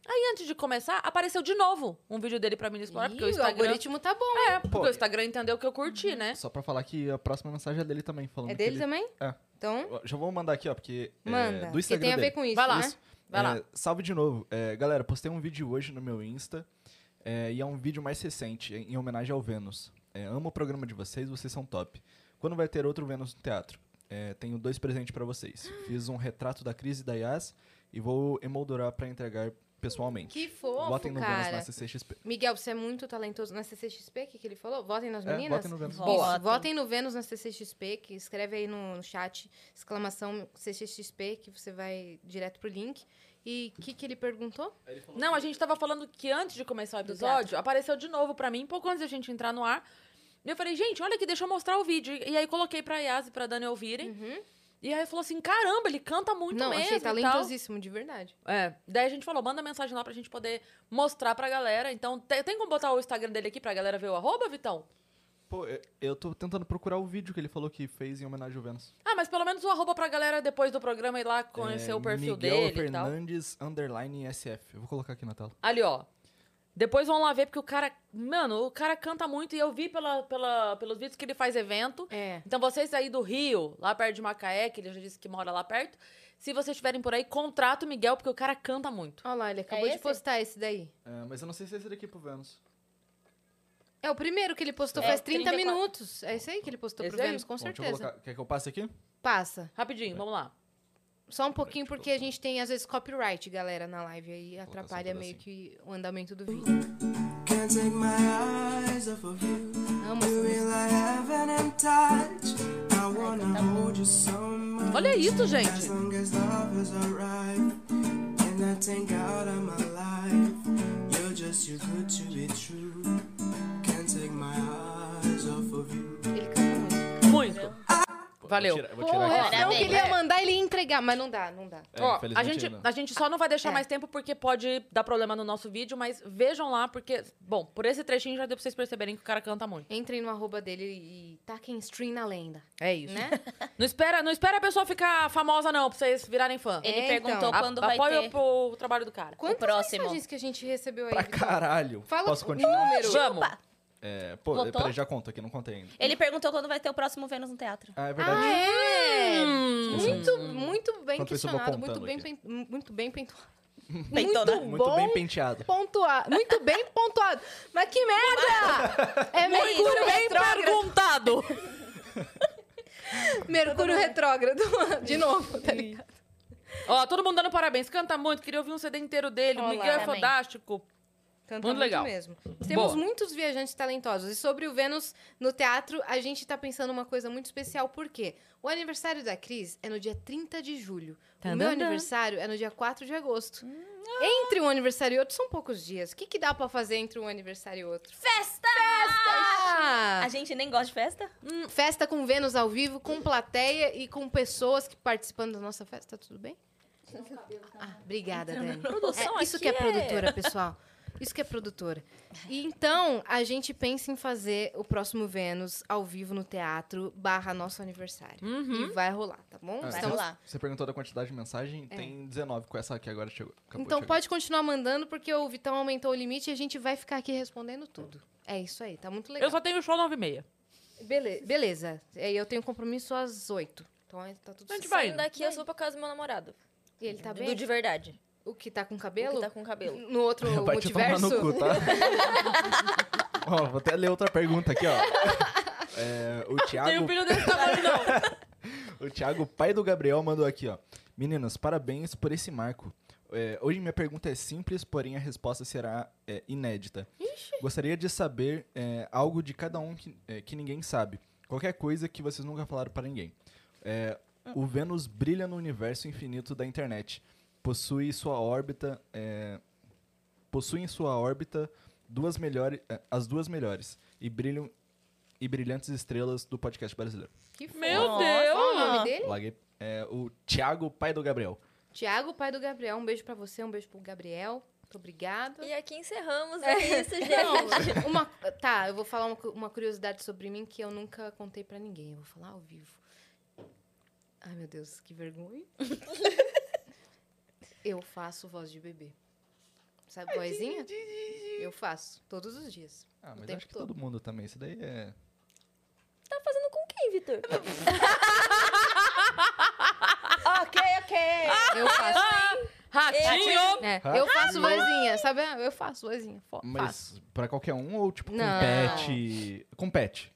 Speaker 2: Aí antes de começar, apareceu de novo um vídeo dele pra mim no Explorar, porque o
Speaker 1: Ih, o
Speaker 2: Instagram...
Speaker 1: algoritmo tá bom.
Speaker 2: É, porque
Speaker 5: Pô.
Speaker 2: o Instagram entendeu que eu curti, né?
Speaker 5: Só pra falar que a próxima mensagem é dele também. Falando
Speaker 1: É
Speaker 5: que
Speaker 1: dele
Speaker 5: ele-
Speaker 1: também?
Speaker 5: É.
Speaker 1: Então,
Speaker 5: Ó, Já vou mandar aqui, ó, porque. é,
Speaker 1: manda.
Speaker 5: do
Speaker 1: que
Speaker 5: Instagram
Speaker 1: tem a ver
Speaker 5: dele.
Speaker 1: com isso. né?
Speaker 2: Vai lá.
Speaker 5: Isso.
Speaker 2: Vai
Speaker 5: É,
Speaker 2: lá.
Speaker 5: Salve de novo. É, galera, postei um vídeo hoje no meu Insta. é, e é um vídeo mais recente, em em homenagem ao Vênus. É, amo o programa de vocês, vocês são top. Quando vai ter outro Vênus no teatro? É, tenho dois presentes pra vocês. Fiz um retrato da crise da Yas e vou emoldurar pra entregar pessoalmente.
Speaker 1: Que fofo,
Speaker 5: Votem no Vênus
Speaker 1: cara.
Speaker 5: na CCXP.
Speaker 1: Miguel, você é muito talentoso. Na CCXP, o que, que ele falou? Votem nas
Speaker 5: É,
Speaker 1: meninas?
Speaker 5: votem no Vênus.
Speaker 3: Votem.
Speaker 1: Isso,
Speaker 3: Votem.
Speaker 1: votem no Vênus na CCXP, que escreve aí no, no chat, exclamação CCXP, que você vai direto pro link. E o que, que ele perguntou?
Speaker 2: Não, a gente tava falando que antes de começar o episódio, apareceu de novo pra mim, pouco antes da gente entrar no ar. E eu falei, gente, olha aqui, deixa eu mostrar o vídeo. E aí coloquei pra Yas e pra Dani ouvirem. E aí falou assim, caramba, ele canta muito
Speaker 1: Uhum. Não,
Speaker 2: mesmo
Speaker 1: achei tá
Speaker 2: e tal.
Speaker 1: talentosíssimo, de verdade.
Speaker 2: É, daí a gente falou, manda mensagem lá pra gente poder mostrar pra galera. Então, te- tem como botar o Instagram dele aqui pra galera ver o arroba, Vitão?
Speaker 5: Pô, eu- eu tô tentando procurar o vídeo que ele falou que fez em homenagem ao Vênus.
Speaker 2: Ah, mas pelo menos o arroba pra galera depois do programa ir lá conhecer
Speaker 5: É,
Speaker 2: o perfil
Speaker 5: Miguel
Speaker 2: dele e tal.
Speaker 5: Fernandes, underline SF. Eu vou colocar aqui na tela.
Speaker 2: Ali, ó. Depois vão lá ver, porque o cara. Mano, o cara canta muito e eu vi pela, pela, pelos vídeos que ele faz evento.
Speaker 1: É.
Speaker 2: Então, vocês aí do Rio, lá perto de Macaé, que ele já disse que mora lá perto, se vocês estiverem por aí, contrata o Miguel, porque o cara canta muito.
Speaker 1: Olha lá, ele acabou de
Speaker 3: esse?
Speaker 1: postar É esse daí.
Speaker 5: É, mas eu não sei se é esse daqui pro Vênus.
Speaker 1: É o primeiro que ele postou
Speaker 3: É,
Speaker 1: faz 30
Speaker 3: 34.
Speaker 1: minutos. É esse aí que ele postou
Speaker 2: Esse
Speaker 1: pro
Speaker 2: aí?
Speaker 1: Vênus, com
Speaker 5: Bom, deixa eu
Speaker 1: certeza.
Speaker 5: colocar- Quer que eu passe aqui?
Speaker 1: Passa.
Speaker 5: É.
Speaker 2: Rapidinho, vamos lá.
Speaker 1: Só um pouquinho, porque a gente tem, às vezes, copyright, galera, na live. Aí
Speaker 5: colocar só um
Speaker 1: atrapalha meio
Speaker 5: pedacinho.
Speaker 1: que o andamento do vídeo.
Speaker 6: Can't take my eyes off of you.
Speaker 1: Amo essa
Speaker 6: You
Speaker 1: música.
Speaker 6: feel I haven't in touch. I wanna hold you so much.
Speaker 2: Olha isso,
Speaker 6: As
Speaker 2: gente.
Speaker 6: long as love is alright, and I think out of my life, you're just too good to be true. Can't take my eyes off of you.
Speaker 1: Ele canta muito.
Speaker 2: Muito. Valeu.
Speaker 5: Vou tirar, vou
Speaker 1: Pô,
Speaker 5: tirar aqui.
Speaker 1: eu
Speaker 3: Parabéns.
Speaker 1: queria mandar ele entregar, mas não dá, não dá.
Speaker 5: É,
Speaker 2: Ó, a
Speaker 5: infelizmente
Speaker 2: gente,
Speaker 5: não.
Speaker 2: a gente só não vai deixar
Speaker 1: É.
Speaker 2: mais tempo porque pode dar problema no nosso vídeo, mas vejam lá, porque, bom, por esse trechinho já deu pra vocês perceberem que o cara canta muito.
Speaker 1: Entrem no arroba dele e taquem stream na lenda,
Speaker 2: É isso.
Speaker 1: né?
Speaker 2: Não, espera, não espera a pessoa ficar famosa, não, pra vocês virarem fã.
Speaker 1: É,
Speaker 3: Ele
Speaker 1: então.
Speaker 3: perguntou
Speaker 2: A-
Speaker 3: quando vai
Speaker 2: apoia
Speaker 3: ter.
Speaker 2: pro o trabalho do cara.
Speaker 1: Quantas
Speaker 3: próximo.
Speaker 1: mensagens que a gente recebeu aí?
Speaker 5: Pra
Speaker 1: Vitor?
Speaker 5: caralho.
Speaker 1: Fala
Speaker 5: Posso
Speaker 1: o
Speaker 5: continuar?
Speaker 1: número.
Speaker 2: Vamos!
Speaker 5: É, pô,
Speaker 3: Lotou?
Speaker 5: peraí, já conto aqui, não contei ainda.
Speaker 3: Ele perguntou quando vai ter o próximo Vênus no teatro.
Speaker 5: Ah, é verdade.
Speaker 1: Ah, é!
Speaker 5: Esqueci.
Speaker 1: Muito, muito bem
Speaker 5: Enquanto isso, eu vou
Speaker 1: questionado, muito
Speaker 5: apontando
Speaker 1: bem,
Speaker 5: aqui.
Speaker 1: pen- muito bem pentuado.
Speaker 3: Peitona.
Speaker 1: Muito,
Speaker 5: Muito
Speaker 1: é? bom
Speaker 5: bem penteado.
Speaker 1: pontuado. Muito bem pontuado. Mas que merda! É Mercúrio
Speaker 2: Muito bem
Speaker 1: retrógrado.
Speaker 2: perguntado!
Speaker 1: Mercúrio retrógrado. De novo, tá ligado?
Speaker 2: Ó, todo mundo dando parabéns. Canta muito, queria ouvir um CD inteiro dele. O
Speaker 1: Olá.
Speaker 2: Miguel é
Speaker 3: Também.
Speaker 2: fodástico.
Speaker 1: Canta
Speaker 2: Muito
Speaker 1: muito,
Speaker 2: legal.
Speaker 1: mesmo. Temos
Speaker 2: Boa.
Speaker 1: muitos viajantes talentosos. E sobre o Vênus no teatro, a gente tá pensando uma coisa muito especial, por quê? O aniversário da Cris é no dia 30 de julho.
Speaker 2: Tadadá.
Speaker 1: O meu aniversário é no dia 4 de agosto. Entre um aniversário e outro são poucos dias. O que, que dá pra fazer entre um aniversário e outro?
Speaker 3: Festa!
Speaker 1: Ah!
Speaker 3: A gente nem gosta de festa?
Speaker 1: Festa com Vênus ao vivo, com plateia e com pessoas que participando da nossa festa, Tá tudo bem? Ah, obrigada, Dani.
Speaker 3: Produção
Speaker 1: É, isso
Speaker 3: aqui
Speaker 1: que é
Speaker 3: é-
Speaker 1: produtora, pessoal. Isso que é produtora. E então, a gente pensa em fazer o próximo Vênus ao vivo no teatro barra nosso aniversário.
Speaker 2: Uhum.
Speaker 1: E vai rolar, tá bom?
Speaker 5: Ah,
Speaker 1: Então,
Speaker 5: você-
Speaker 3: lá.
Speaker 5: Você perguntou da quantidade de mensagem, tem 19 com essa aqui agora chegou. acabou
Speaker 1: É.
Speaker 5: de
Speaker 1: então
Speaker 5: chegar.
Speaker 1: pode continuar mandando, porque o Vitão aumentou o limite e a gente vai ficar aqui respondendo tudo. É isso aí, tá muito legal.
Speaker 2: Eu só tenho show 9 e meia.
Speaker 1: Bele- Beleza. É, Eu tenho compromisso às oito. Então tá tudo
Speaker 2: A gente
Speaker 1: certo.
Speaker 2: vai.
Speaker 4: Saindo daqui, eu sou pra casa do meu namorado.
Speaker 1: E ele tá
Speaker 4: do,
Speaker 1: bem?
Speaker 4: do de verdade.
Speaker 1: O que tá com
Speaker 4: Ele
Speaker 1: cabelo?
Speaker 4: tá com cabelo.
Speaker 1: No outro
Speaker 5: Vai te tomar
Speaker 1: multiverso?
Speaker 5: no cu, tá? ó, vou até ler outra pergunta aqui, ó. É, o
Speaker 2: Tem um
Speaker 5: Thiago,
Speaker 2: filho desse tamanho, não.
Speaker 5: o Thiago, pai do Gabriel, mandou aqui, ó. Meninas, parabéns por esse marco. É, hoje minha pergunta é simples, porém a resposta será é, inédita. Gostaria de saber é, algo de cada um que, é, que ninguém sabe. Qualquer coisa que vocês nunca falaram para ninguém. É, o Vênus brilha no universo infinito da internet. Possui sua órbita. é, possui em sua órbita duas melhores, é, as duas melhores e brilham e brilhantes estrelas do podcast brasileiro.
Speaker 1: Que fofo.
Speaker 2: Meu
Speaker 3: Nossa.
Speaker 1: Qual o
Speaker 2: Deus!
Speaker 1: nome dele?
Speaker 5: Laguei, é, o Thiago, pai do Gabriel.
Speaker 1: Tiago, pai do Gabriel. Um beijo pra você, um beijo pro Gabriel. Muito obrigada.
Speaker 4: E aqui encerramos. É isso, gente.
Speaker 1: Não, uma, tá, eu vou falar uma, cu- uma curiosidade sobre mim que eu nunca contei pra ninguém. Eu vou falar ao vivo. Ai, meu Deus, que vergonha. eu faço voz de bebê. Sabe, é vozinha? Eu faço, todos os dias.
Speaker 5: Ah,
Speaker 1: O
Speaker 5: mas
Speaker 1: tempo
Speaker 5: acho que
Speaker 1: todo.
Speaker 5: todo mundo também. Isso daí é.
Speaker 4: Tá fazendo com quem, Vitor?
Speaker 3: ok, ok.
Speaker 1: Eu faço.
Speaker 2: Ratinho!
Speaker 1: É, eu faço vozinha, sabe? Eu faço vozinha. fo- Faço.
Speaker 5: Mas pra qualquer um ou tipo,
Speaker 1: Não.
Speaker 5: compete. Compete.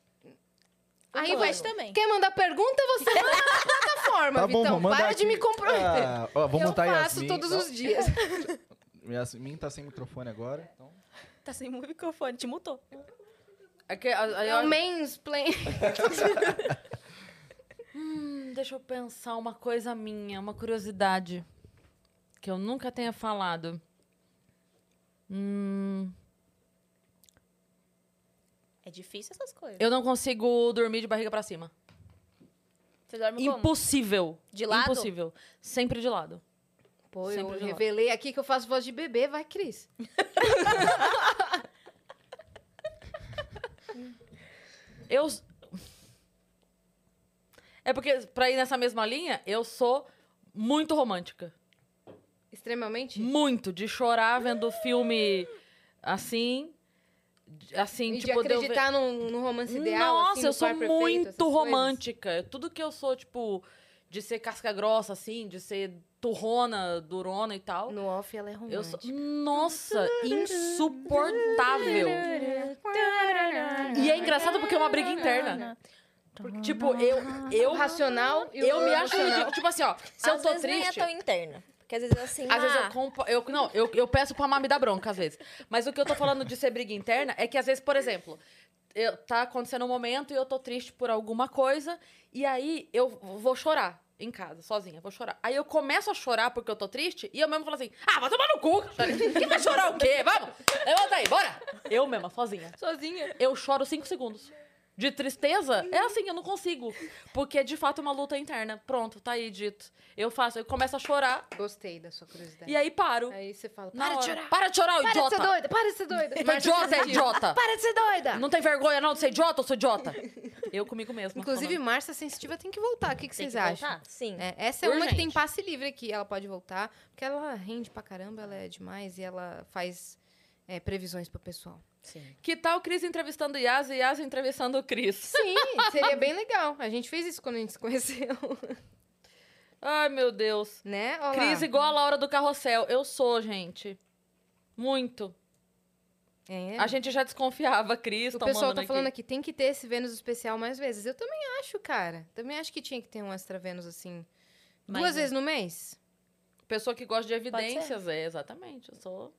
Speaker 1: Aí
Speaker 3: E
Speaker 1: vai
Speaker 3: pode também.
Speaker 1: Quer mandar pergunta, você manda na plataforma,
Speaker 5: tá bom,
Speaker 1: Vitão.
Speaker 5: vou mandar
Speaker 1: Para de
Speaker 5: aqui.
Speaker 1: me comprometer.
Speaker 5: Ah, ó, vou
Speaker 1: eu
Speaker 5: montar
Speaker 1: faço
Speaker 5: Yasmin.
Speaker 1: todos
Speaker 5: Não,
Speaker 1: os dias.
Speaker 5: Yasmin tá sem microfone agora. Então...
Speaker 3: Tá sem microfone, te mutou.
Speaker 2: É que, a- a-
Speaker 1: É
Speaker 2: eu-
Speaker 1: um mansplain.
Speaker 2: Hum, Deixa eu pensar uma coisa minha, uma curiosidade que eu nunca tenha falado. Hum,
Speaker 3: É difícil essas coisas.
Speaker 2: eu não consigo dormir de barriga pra cima.
Speaker 3: Você dorme como?
Speaker 2: Impossível.
Speaker 3: De lado?
Speaker 2: Impossível. Sempre de lado.
Speaker 1: Pô, eu
Speaker 2: Sempre de lado.
Speaker 1: revelei aqui que eu faço voz de bebê, vai, Cris.
Speaker 2: Eu. É porque, pra ir nessa mesma linha, eu sou muito romântica.
Speaker 1: Extremamente.
Speaker 2: Muito. De chorar vendo filme assim. de- Assim,
Speaker 1: E de
Speaker 2: tipo, eu ver-
Speaker 1: acreditar num, num romance ideal.
Speaker 2: Nossa,
Speaker 1: assim, no
Speaker 2: eu sou
Speaker 1: par perfeito, essas
Speaker 2: muito
Speaker 1: coisas.
Speaker 2: romântica. Tudo que eu sou, tipo, de ser casca grossa, assim, de ser turrona, durona e tal.
Speaker 1: No off ela é
Speaker 2: eu sou.
Speaker 1: romântica.
Speaker 2: Nossa, insuportável. E é engraçado porque é uma briga interna. Porque, tipo, eu. eu
Speaker 1: O racional e o
Speaker 2: eu me acho
Speaker 1: emocional.
Speaker 2: ridícula. Tipo assim, ó, se eu
Speaker 4: às
Speaker 2: tô
Speaker 4: vezes nem é
Speaker 2: triste.
Speaker 4: tão interna. Porque às vezes assim.
Speaker 2: Às vezes eu
Speaker 4: ah,
Speaker 2: compo... eu Não, eu, eu peço pra mamãe dar bronca, às vezes. Mas o que eu tô falando de ser briga interna é que, às vezes, por exemplo, eu, tá acontecendo um momento e eu tô triste por alguma coisa, e aí eu vou chorar em casa, sozinha, vou chorar. Aí eu começo a chorar porque eu tô triste, e eu mesmo falo assim, ah, vai tomar no cu! Quem vai chorar o quê? Vamos! Levanta aí, bora! Eu mesma, sozinha.
Speaker 3: Sozinha.
Speaker 2: Eu choro cinco segundos. de tristeza, é assim, eu não consigo. Porque é de fato uma luta interna. Pronto, tá aí dito. Eu faço, eu começo a chorar
Speaker 1: Gostei da sua curiosidade.
Speaker 2: e aí paro.
Speaker 1: Aí você fala,
Speaker 2: Na
Speaker 1: para de
Speaker 2: hora.
Speaker 1: chorar.
Speaker 2: Para de chorar,
Speaker 1: Para de ser
Speaker 2: idiota!
Speaker 1: doida, para de ser doida. tá
Speaker 2: Mas idiota é idiota!
Speaker 1: Para de ser doida.
Speaker 2: Não tem vergonha, não, de ser idiota, eu sou idiota. Eu comigo mesmo.
Speaker 1: Inclusive, Márcia Sensitiva tem que voltar. O que, que vocês acham?
Speaker 4: Sim.
Speaker 1: É, essa é uma que tem
Speaker 2: Urgente.
Speaker 1: passe livre aqui. Ela pode voltar, porque ela rende pra caramba, ela é demais e ela faz é, previsões pro pessoal.
Speaker 2: Que tal o Cris entrevistando o Yas e Yas entrevistando o Cris?
Speaker 1: Sim, seria bem legal. A gente fez isso quando a gente se conheceu,
Speaker 2: Ai, meu Deus.
Speaker 1: né? Olha lá.
Speaker 2: Cris igual a Laura do Carrossel. Eu sou, gente. Muito.
Speaker 1: É, é.
Speaker 2: A gente já desconfiava, Cris.
Speaker 1: O
Speaker 2: tomando
Speaker 1: pessoal tá
Speaker 2: aqui.
Speaker 1: falando aqui, tem que ter esse Vênus especial mais vezes. Eu também acho, cara. Também acho que tinha que ter um extra Vênus assim.
Speaker 3: Mais
Speaker 1: duas
Speaker 3: um.
Speaker 1: vezes no mês?
Speaker 2: Pessoa que gosta de
Speaker 3: ser.
Speaker 2: evidências, é, exatamente. Eu sou.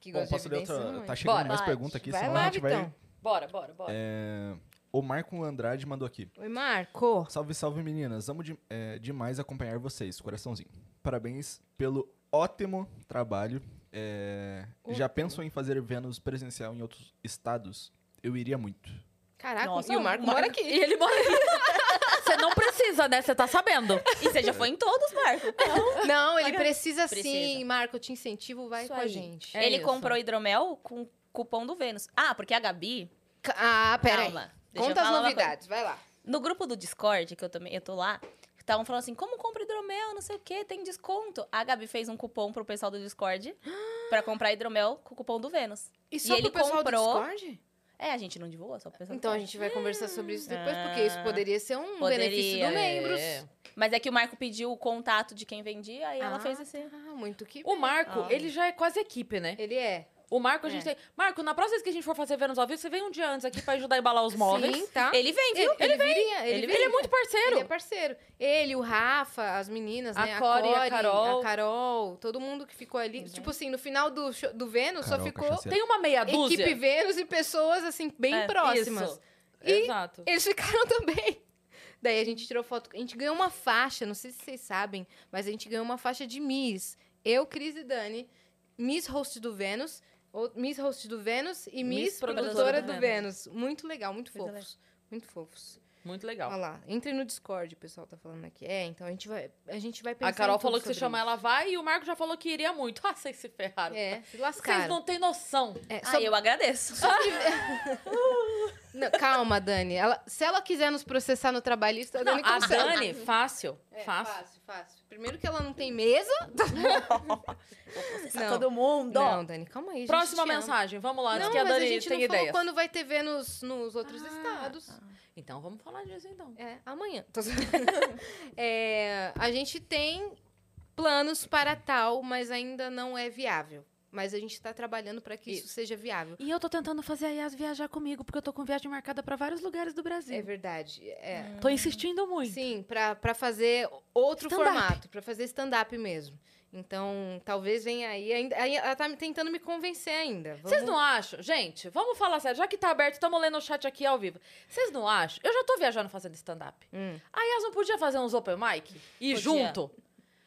Speaker 1: Que
Speaker 5: Bom,
Speaker 1: gosta
Speaker 5: posso
Speaker 1: de
Speaker 5: ler
Speaker 1: evidência,
Speaker 5: outra?
Speaker 1: não é?
Speaker 5: Tá chegando
Speaker 2: Bora.
Speaker 5: mais
Speaker 3: Vai.
Speaker 5: perguntas aqui,
Speaker 1: Vai
Speaker 5: senão
Speaker 1: lá,
Speaker 5: a gente vai...
Speaker 1: Vitão.
Speaker 2: Bora, bora, bora.
Speaker 5: É, O Marco Andrade mandou aqui.
Speaker 1: Oi, Marco.
Speaker 5: Salve, salve meninas. Amo de- é, demais acompanhar vocês, coraçãozinho. Parabéns pelo ótimo trabalho. É, já pensam em fazer Vênus presencial em outros estados? Eu iria muito.
Speaker 1: Caraca,
Speaker 3: Nossa,
Speaker 1: e o Marco tá
Speaker 3: o Marco-
Speaker 1: mora aqui.
Speaker 2: E ele mora aqui. Você não precisa, né? Você tá sabendo.
Speaker 3: E você já foi em todos, Marco. Qual?
Speaker 1: Não, ele precisa,
Speaker 3: Precisa.
Speaker 1: sim, Marco. Eu te incentivo, vai
Speaker 4: Isso
Speaker 1: com a
Speaker 4: aí.
Speaker 1: gente.
Speaker 2: É
Speaker 3: Ele
Speaker 2: isso.
Speaker 3: comprou hidromel com cupom do Vênus. Ah, porque a Gabi...
Speaker 1: Ah, pera aí.
Speaker 3: calma. deixa eu
Speaker 1: Conta as
Speaker 3: falar uma
Speaker 1: novidades, vai lá.
Speaker 3: coisa. No grupo do Discord, que eu também eu tô lá, estavam falando assim, como compra hidromel, não sei o quê, tem desconto. A Gabi fez um cupom pro pessoal do Discord pra comprar hidromel com o cupom do Vênus.
Speaker 1: E
Speaker 3: só ele pro pessoal do comprou-
Speaker 1: Discord?
Speaker 3: É, a gente não divulga, só pro pessoal do
Speaker 1: Então a
Speaker 3: Discord.
Speaker 1: gente vai conversar sobre isso depois, porque isso
Speaker 3: Ah,
Speaker 1: poderia ser um
Speaker 3: poderia,
Speaker 1: benefício do membros.
Speaker 2: É.
Speaker 3: Mas é que o Marco pediu o contato de quem vendia, aí ela
Speaker 1: Ah,
Speaker 3: fez esse...
Speaker 1: Ah, muito que
Speaker 2: O Marco,
Speaker 3: Ah.
Speaker 2: ele já é quase equipe, né?
Speaker 1: Ele é.
Speaker 2: O Marco, a gente tem. Marco, na próxima vez que a gente for fazer Vênus ao vivo, você vem um dia antes aqui pra ajudar a embalar os móveis.
Speaker 1: Sim, tá?
Speaker 3: Ele vem, viu?
Speaker 1: ele viria, ele,
Speaker 2: Ele,
Speaker 1: viria.
Speaker 2: é muito parceiro.
Speaker 1: Ele é parceiro. Ele, o Rafa, as meninas,
Speaker 2: A
Speaker 1: né?
Speaker 2: Cori, a Carol.
Speaker 1: a Carol, todo mundo que ficou ali. Tipo assim, no final do, show- do Vênus só
Speaker 5: Carol,
Speaker 1: ficou
Speaker 5: cachaceira.
Speaker 2: Tem uma meia dúzia.
Speaker 1: equipe Vênus e pessoas, assim, bem
Speaker 2: É,
Speaker 1: próximas.
Speaker 2: isso.
Speaker 1: E-
Speaker 2: Exato.
Speaker 1: Eles ficaram também. Daí a gente tirou foto. A gente ganhou uma faixa, não sei se vocês sabem, mas a gente ganhou uma faixa de Miss. Eu, Cris e Dani, Miss Host do Vênus, ou- Miss Host do Vênus e Miss,
Speaker 2: Miss
Speaker 1: Produtora,
Speaker 2: Produtora
Speaker 1: do,
Speaker 2: do
Speaker 1: Vênus. Muito legal, muito
Speaker 3: Coisa
Speaker 1: fofos. Muito fofos.
Speaker 2: Muito legal.
Speaker 1: Olha lá, entre no Discord, o pessoal tá falando aqui. É, então a gente vai, a gente vai pensar
Speaker 2: A Carol
Speaker 1: em tudo
Speaker 2: falou que se
Speaker 1: sobre
Speaker 2: chamar ela vai e o Marco já falou que iria muito. Ah, vocês se ferraram.
Speaker 1: isso. É, se
Speaker 2: Vocês
Speaker 1: lascaram.
Speaker 2: não têm noção.
Speaker 1: É,
Speaker 3: Ah,
Speaker 1: só-
Speaker 3: eu agradeço.
Speaker 1: não, calma, Dani. Ela- se ela quiser nos processar no trabalhista, a
Speaker 2: Não,
Speaker 1: Dani
Speaker 2: a
Speaker 1: consegue.
Speaker 2: Dani, fácil.
Speaker 1: É,
Speaker 2: fácil.
Speaker 1: fácil, fácil. Primeiro que ela não tem mesa. Não.
Speaker 3: todo mundo.
Speaker 1: Não, Dani, calma aí. gente
Speaker 2: Próxima
Speaker 1: te ama.
Speaker 2: mensagem. Vamos lá, antes
Speaker 1: Não,
Speaker 2: que a
Speaker 1: mas
Speaker 2: Dani
Speaker 1: a gente
Speaker 2: tenha
Speaker 1: não falou
Speaker 2: ideias.
Speaker 1: quando vai ter Vênus nos outros estados.
Speaker 2: Então vamos falar disso então.
Speaker 1: É, amanhã. Tô zoando. É, a gente tem planos para tal, mas ainda não é viável. Mas a gente está trabalhando para que isso, seja viável.
Speaker 2: E eu tô tentando fazer a Yas viajar comigo, porque eu tô com viagem marcada para vários lugares do
Speaker 1: É
Speaker 2: Brasil.
Speaker 1: verdade. É.
Speaker 2: Tô insistindo muito.
Speaker 1: Sim, para fazer outro
Speaker 2: Stand-up.
Speaker 1: formato, para fazer stand-up mesmo. Então, talvez venha aí. Ainda, aí ela tá me tentando me convencer ainda.
Speaker 2: Vocês
Speaker 1: Vamos-
Speaker 2: não acham? Gente, vamos falar sério. Já que tá aberto, estamos lendo o chat aqui ao vivo. Vocês não acham? Eu já tô viajando fazendo stand-up.
Speaker 1: Hum.
Speaker 2: A Yas não podia fazer uns open mic? E
Speaker 3: Podia.
Speaker 2: junto?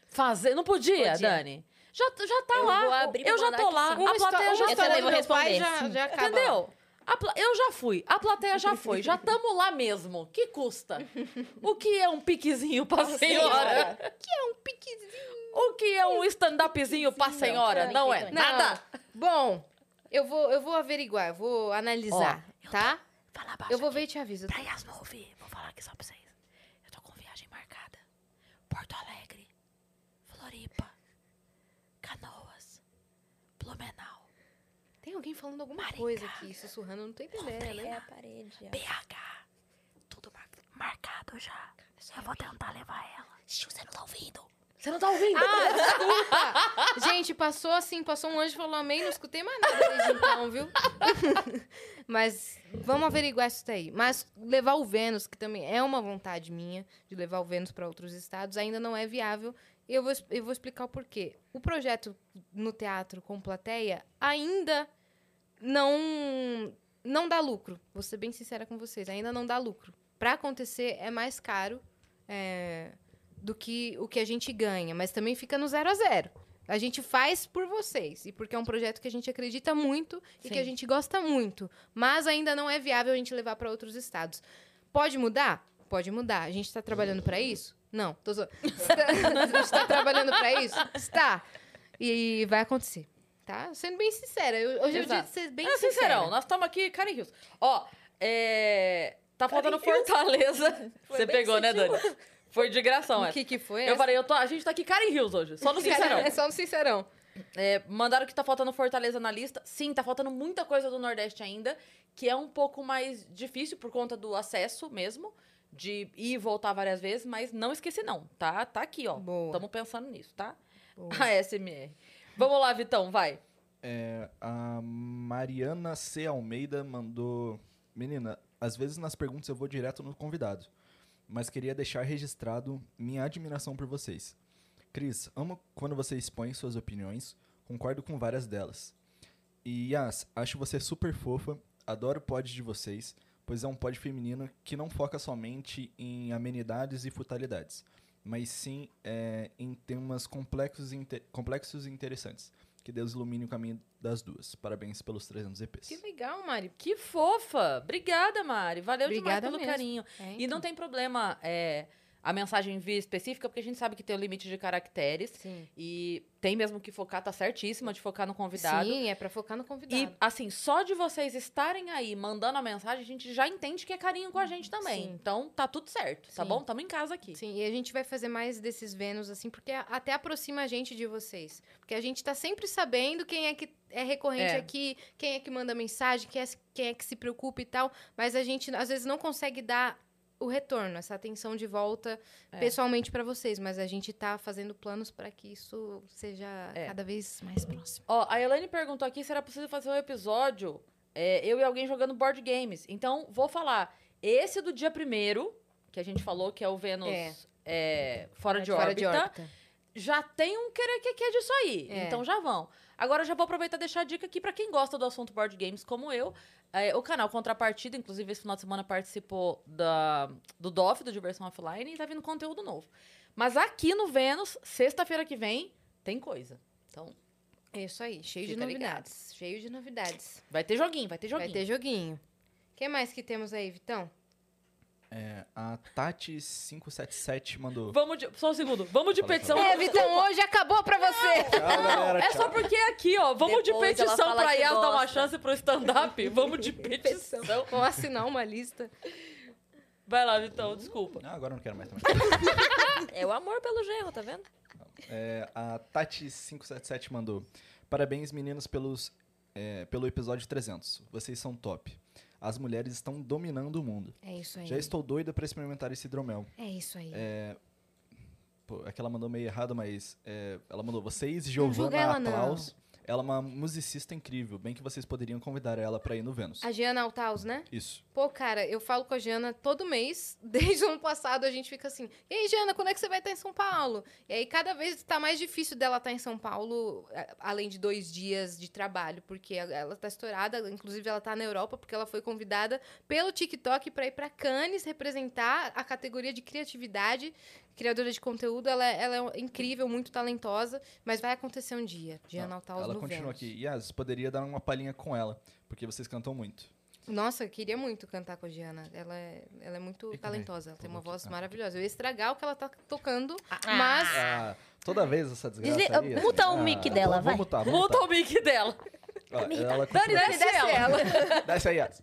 Speaker 2: Fazer. Não podia,
Speaker 3: Podia.
Speaker 2: Dani? Já, já tá
Speaker 3: Eu
Speaker 2: lá.
Speaker 3: vou abrir
Speaker 2: eu já
Speaker 3: mandar
Speaker 2: tô
Speaker 3: aqui,
Speaker 2: lá.
Speaker 3: sim.
Speaker 2: A
Speaker 1: Uma histó-
Speaker 2: plateia
Speaker 1: uma
Speaker 3: Essa
Speaker 2: já tá
Speaker 1: história
Speaker 3: eu
Speaker 1: do
Speaker 3: vou
Speaker 1: meu pai
Speaker 3: responder,
Speaker 1: já,
Speaker 3: sim.
Speaker 1: já acaba.
Speaker 2: Entendeu? A pla- Eu já fui, a plateia já foi, já tamo lá mesmo. Que custa? O que é um piquezinho pra senhora? é um O que é um stand-upzinho pra senhora?
Speaker 3: não,
Speaker 2: Não
Speaker 3: não.
Speaker 2: é nada.
Speaker 1: Bom, eu vou, eu vou averiguar, eu vou analisar, tá?
Speaker 2: Fala baixo.
Speaker 1: Eu vou ver e te aviso.
Speaker 2: Pra Yas não ouvir, vou falar aqui só pra vocês. Eu tô com viagem marcada. Porto Alegre, Floripa, Canoas, Blumenau,
Speaker 1: Tem alguém falando alguma
Speaker 2: Maringá.
Speaker 1: coisa aqui, sussurrando, eu não tô entendendo, né?
Speaker 4: É a parede. ó.
Speaker 2: BH. Tudo mar- marcado já.
Speaker 3: é
Speaker 2: Eu vou tentar levar ela. Você não tá ouvindo? Você não tá ouvindo?
Speaker 1: Ah, desculpa! Gente, passou assim, passou um anjo e falou amém, não escutei mais nada desde então, viu? Mas vamos averiguar isso daí. Mas levar o Vênus, que também é uma vontade minha, de levar o Vênus para outros estados, ainda não é viável. E eu vou, es- eu vou explicar o porquê. O projeto no teatro com plateia ainda não não dá lucro. Vou ser bem sincera com vocês, ainda não dá lucro. Para acontecer é mais caro é, do que o que a gente ganha, mas também fica no zero a zero. A gente faz por vocês. E porque é um projeto que a gente acredita muito e que a gente gosta muito. Mas ainda não é viável a gente levar para outros estados. Pode mudar? Pode mudar. A gente está trabalhando para isso? Não, tô zoando. Está- a gente está trabalhando para isso? Está. E vai acontecer. Tá? Sendo bem sincera. eu- hoje eu é o dia de
Speaker 2: Exato.
Speaker 1: ser bem
Speaker 2: É,
Speaker 1: sincera.
Speaker 2: sincerão, nós estamos aqui, cara e rios. Ó, é... Tá faltando Fortaleza. Você
Speaker 4: bem
Speaker 2: pegou, né, Dani? Foi de gração,
Speaker 1: O
Speaker 2: é.
Speaker 1: que, que foi?
Speaker 2: Eu falei, eu tô, a gente tá aqui cara e rios hoje, só no sincerão.
Speaker 1: É só no sincerão.
Speaker 2: É, mandaram que tá faltando Fortaleza na lista. Sim, tá faltando muita coisa do Nordeste ainda, que é um pouco mais difícil por conta do acesso mesmo, de ir e voltar várias vezes, mas não esqueci não, tá? Tá aqui, ó.
Speaker 1: Boa.
Speaker 2: Estamos pensando nisso, tá?
Speaker 1: Boa.
Speaker 2: A SMR. Vamos lá, Vitão, vai.
Speaker 5: É, a Mariana C. Almeida mandou. Menina, às vezes nas perguntas eu vou direto no convidado, mas queria deixar registrado minha admiração por vocês. Cris, amo quando você expõe suas opiniões, concordo com várias delas. E Yas, acho você super fofa, adoro o pod de vocês, pois é um pod feminino que não foca somente em amenidades e futilidades, mas sim é, em temas complexos e, inte- complexos e interessantes. Que Deus ilumine o caminho das duas. Parabéns pelos 300 EPs.
Speaker 1: Que legal, Mari.
Speaker 2: Que fofa! Obrigada, Mari. Valeu demais
Speaker 1: Obrigada
Speaker 2: pelo
Speaker 1: mesmo.
Speaker 2: carinho.
Speaker 1: É,
Speaker 2: E não
Speaker 1: então.
Speaker 2: tem problema é, a mensagem vir específica, porque a gente sabe que tem o limite de caracteres.
Speaker 1: Sim.
Speaker 2: E tem mesmo que focar, tá certíssima de focar no convidado.
Speaker 1: Sim, é pra focar no convidado.
Speaker 2: E, assim, só de vocês estarem aí mandando a mensagem, a gente já entende que é carinho com a gente também.
Speaker 1: Uhum, Sim.
Speaker 2: Então, tá tudo certo, tá
Speaker 1: Sim.
Speaker 2: bom? Tamo em casa aqui.
Speaker 1: Sim, e a gente vai fazer mais desses Vênus, assim, porque a- até aproxima a gente de vocês. Porque a gente tá sempre sabendo quem é que é recorrente
Speaker 2: É.
Speaker 1: aqui, quem é que manda mensagem, quem é, quem é que se preocupa e tal. Mas a gente, às vezes, não consegue dar o retorno, essa atenção de volta
Speaker 2: É.
Speaker 1: pessoalmente pra vocês. Mas a gente tá fazendo planos pra que isso seja
Speaker 2: É.
Speaker 1: cada vez mais próximo.
Speaker 2: Ó, a Elaine perguntou aqui se era possível fazer um episódio é, eu e alguém jogando board games. Então, vou falar. Esse do dia primeiro, que a gente falou que é o Vênus
Speaker 1: É.
Speaker 2: é, fora, de, órbita, já tem um que é disso aí.
Speaker 1: É.
Speaker 2: Então, já vão. Agora, eu já vou aproveitar e deixar a dica aqui pra quem gosta do assunto board games, como eu. É, o canal Contrapartida, inclusive, esse final de semana participou da, do DOF, do Diversão Offline, e tá vindo conteúdo novo. Mas aqui no Vênus, sexta-feira que vem, tem coisa. Então,
Speaker 1: É isso aí, cheio
Speaker 2: Fica
Speaker 1: de
Speaker 2: ligado.
Speaker 1: novidades. Cheio de novidades.
Speaker 2: vai ter joguinho, vai ter joguinho.
Speaker 1: Vai ter joguinho. O que mais que temos aí, Vitão?
Speaker 5: É, a Tati577 mandou.
Speaker 2: Vamos de. Só um segundo. Vamos de
Speaker 5: Fala,
Speaker 2: petição.
Speaker 1: É, Vitão, hoje acabou pra você!
Speaker 5: Tchau, galera,
Speaker 2: É
Speaker 5: tchau.
Speaker 2: só porque é aqui, ó. Vamos de
Speaker 4: Depois ela
Speaker 2: petição
Speaker 4: fala
Speaker 2: pra
Speaker 4: que
Speaker 2: Yas dar uma
Speaker 4: gosta.
Speaker 2: chance pro stand-up. Vamos de petição.
Speaker 1: Vou assinar uma lista.
Speaker 2: Vai lá, Vitão, desculpa.
Speaker 5: Não, agora eu não quero mais também.
Speaker 4: É o amor pelo genro, tá vendo?
Speaker 5: É, a Tati577 mandou. Parabéns, meninos, pelos, é, pelo episódio 300. Vocês são top. As mulheres estão dominando o mundo.
Speaker 1: É isso aí.
Speaker 5: Já estou doida pra experimentar esse hidromel.
Speaker 1: É isso aí.
Speaker 5: Pô, é que ela mandou meio errado, mas é, ela mandou vocês,
Speaker 1: julga
Speaker 5: Giovanna
Speaker 1: ela, não.
Speaker 5: Klaus. Ela é uma musicista incrível. Bem que vocês poderiam convidar ela pra ir no Vênus.
Speaker 1: A Giana Altaus, né?
Speaker 5: Isso.
Speaker 1: Pô, cara, eu falo com a Giana todo mês. Desde o ano passado a gente fica assim: e aí, Giana, quando é que você vai estar em São Paulo? E aí cada vez tá mais difícil dela estar em São Paulo, a- além de dois dias de trabalho, porque a- ela tá estourada. Inclusive, ela tá na Europa, porque ela foi convidada pelo TikTok pra ir pra Cannes representar a categoria de criatividade. Criadora de conteúdo, ela, é- ela é incrível, muito talentosa, mas vai acontecer um dia. Giana Altaus
Speaker 5: ela
Speaker 1: no
Speaker 5: continua
Speaker 1: Vênus.
Speaker 5: aqui. Yas, poderia dar uma palhinha com ela, porque vocês cantam muito.
Speaker 1: Nossa, eu queria muito cantar com a Giana. Ela é, ela é muito
Speaker 5: E como é?
Speaker 1: talentosa, ela tem
Speaker 5: Como
Speaker 1: uma
Speaker 5: que-
Speaker 1: voz
Speaker 5: ah,
Speaker 1: maravilhosa. Eu ia estragar o que ela tá tocando,
Speaker 3: Ah.
Speaker 1: mas
Speaker 5: Ah, toda vez essa desgraça
Speaker 3: Desli-
Speaker 5: aí, assim,
Speaker 3: muta o mic dela,
Speaker 5: vamos
Speaker 3: vai.
Speaker 5: Mutar, vamos
Speaker 2: Muta o
Speaker 5: mutar.
Speaker 2: mic dela.
Speaker 5: Ó, Ela
Speaker 2: Dani,
Speaker 5: continua aqui.
Speaker 2: desce ela.
Speaker 5: Desce aí, Yas.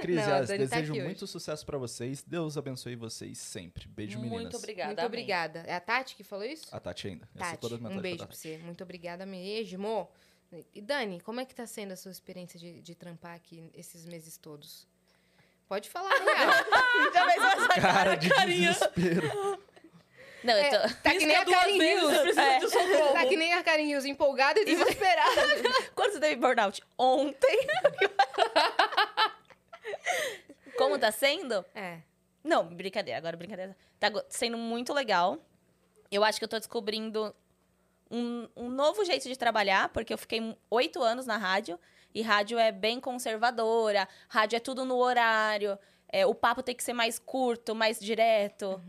Speaker 5: Cris,
Speaker 1: Não, a
Speaker 5: Yas,
Speaker 1: Dani tá
Speaker 5: desejo
Speaker 1: aqui hoje.
Speaker 5: muito sucesso pra vocês. Deus abençoe vocês sempre. Beijo, meninas.
Speaker 2: Muito obrigada.
Speaker 1: muito
Speaker 2: amém.
Speaker 1: obrigada. É a Tati que falou isso?
Speaker 5: A Tati ainda. Essa é
Speaker 1: Tati,
Speaker 5: toda a
Speaker 1: um
Speaker 5: mensagem
Speaker 1: beijo
Speaker 5: pra
Speaker 1: pra
Speaker 5: Tati.
Speaker 1: você. Muito obrigada mesmo. E Dani, como é que tá sendo a sua experiência de, de trampar aqui esses meses todos? Pode falar, né? real.
Speaker 5: Cara de
Speaker 2: carinha.
Speaker 5: desespero.
Speaker 3: Não, eu tô...
Speaker 1: Tá que nem a
Speaker 2: Pisca duas
Speaker 1: Karen
Speaker 2: vezes,
Speaker 1: Hills.
Speaker 2: precisa de socorro.
Speaker 1: Tá que nem a Karen Hills, empolgada e É, desesperada.
Speaker 3: Quando você teve burnout? Ontem. Como tá sendo?
Speaker 1: É.
Speaker 3: Não, brincadeira, agora brincadeira. Tá go- sendo muito legal. Eu acho que eu tô descobrindo um, um novo jeito de trabalhar, porque eu fiquei mu- oito anos na rádio, e rádio é bem conservadora, rádio é tudo no horário, é, o papo tem que ser mais curto, mais direto.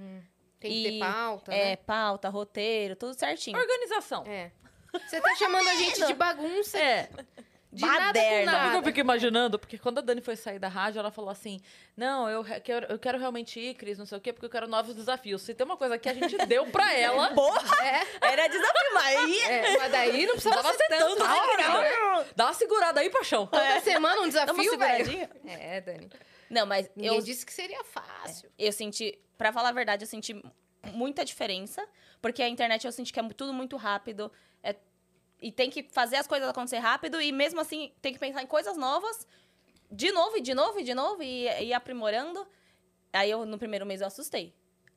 Speaker 1: Tem que ter
Speaker 3: E-
Speaker 1: pauta,
Speaker 3: é,
Speaker 1: Uhum. né?
Speaker 3: pauta, roteiro, tudo certinho.
Speaker 2: Organização.
Speaker 1: É. Você tá chamando a gente de bagunça.
Speaker 2: É.
Speaker 1: De nada com
Speaker 3: Baderna.
Speaker 2: Sabe o que eu
Speaker 1: nada.
Speaker 2: fico imaginando? Porque quando a Dani foi sair da rádio, ela falou assim: Não, eu re- quero, eu quero realmente ir, Cris, não sei o quê, porque eu quero novos desafios. Se tem uma coisa que a gente deu pra ela.
Speaker 3: Porra!
Speaker 1: É,
Speaker 3: Era desafio, mas aí...
Speaker 1: é, mas daí não precisava
Speaker 2: Tava
Speaker 1: ser tanto.
Speaker 2: acertando,
Speaker 1: né,
Speaker 2: né?
Speaker 1: cara?
Speaker 2: Dá uma segurada aí, paixão.
Speaker 1: Toda semana um
Speaker 3: Dá É. uma
Speaker 1: desafio, velho.
Speaker 3: seguradinha.
Speaker 1: É, Dani.
Speaker 3: Não, mas
Speaker 1: Ninguém
Speaker 3: eu,
Speaker 1: disse que seria fácil.
Speaker 3: eu senti... Pra falar a verdade, eu senti muita diferença. Porque a internet eu senti que é tudo muito rápido. é- e tem que fazer as coisas acontecer rápido. E mesmo assim, tem que pensar em coisas novas. De novo, e de novo, e de novo. E e ir aprimorando. Aí eu, no primeiro mês, eu assustei.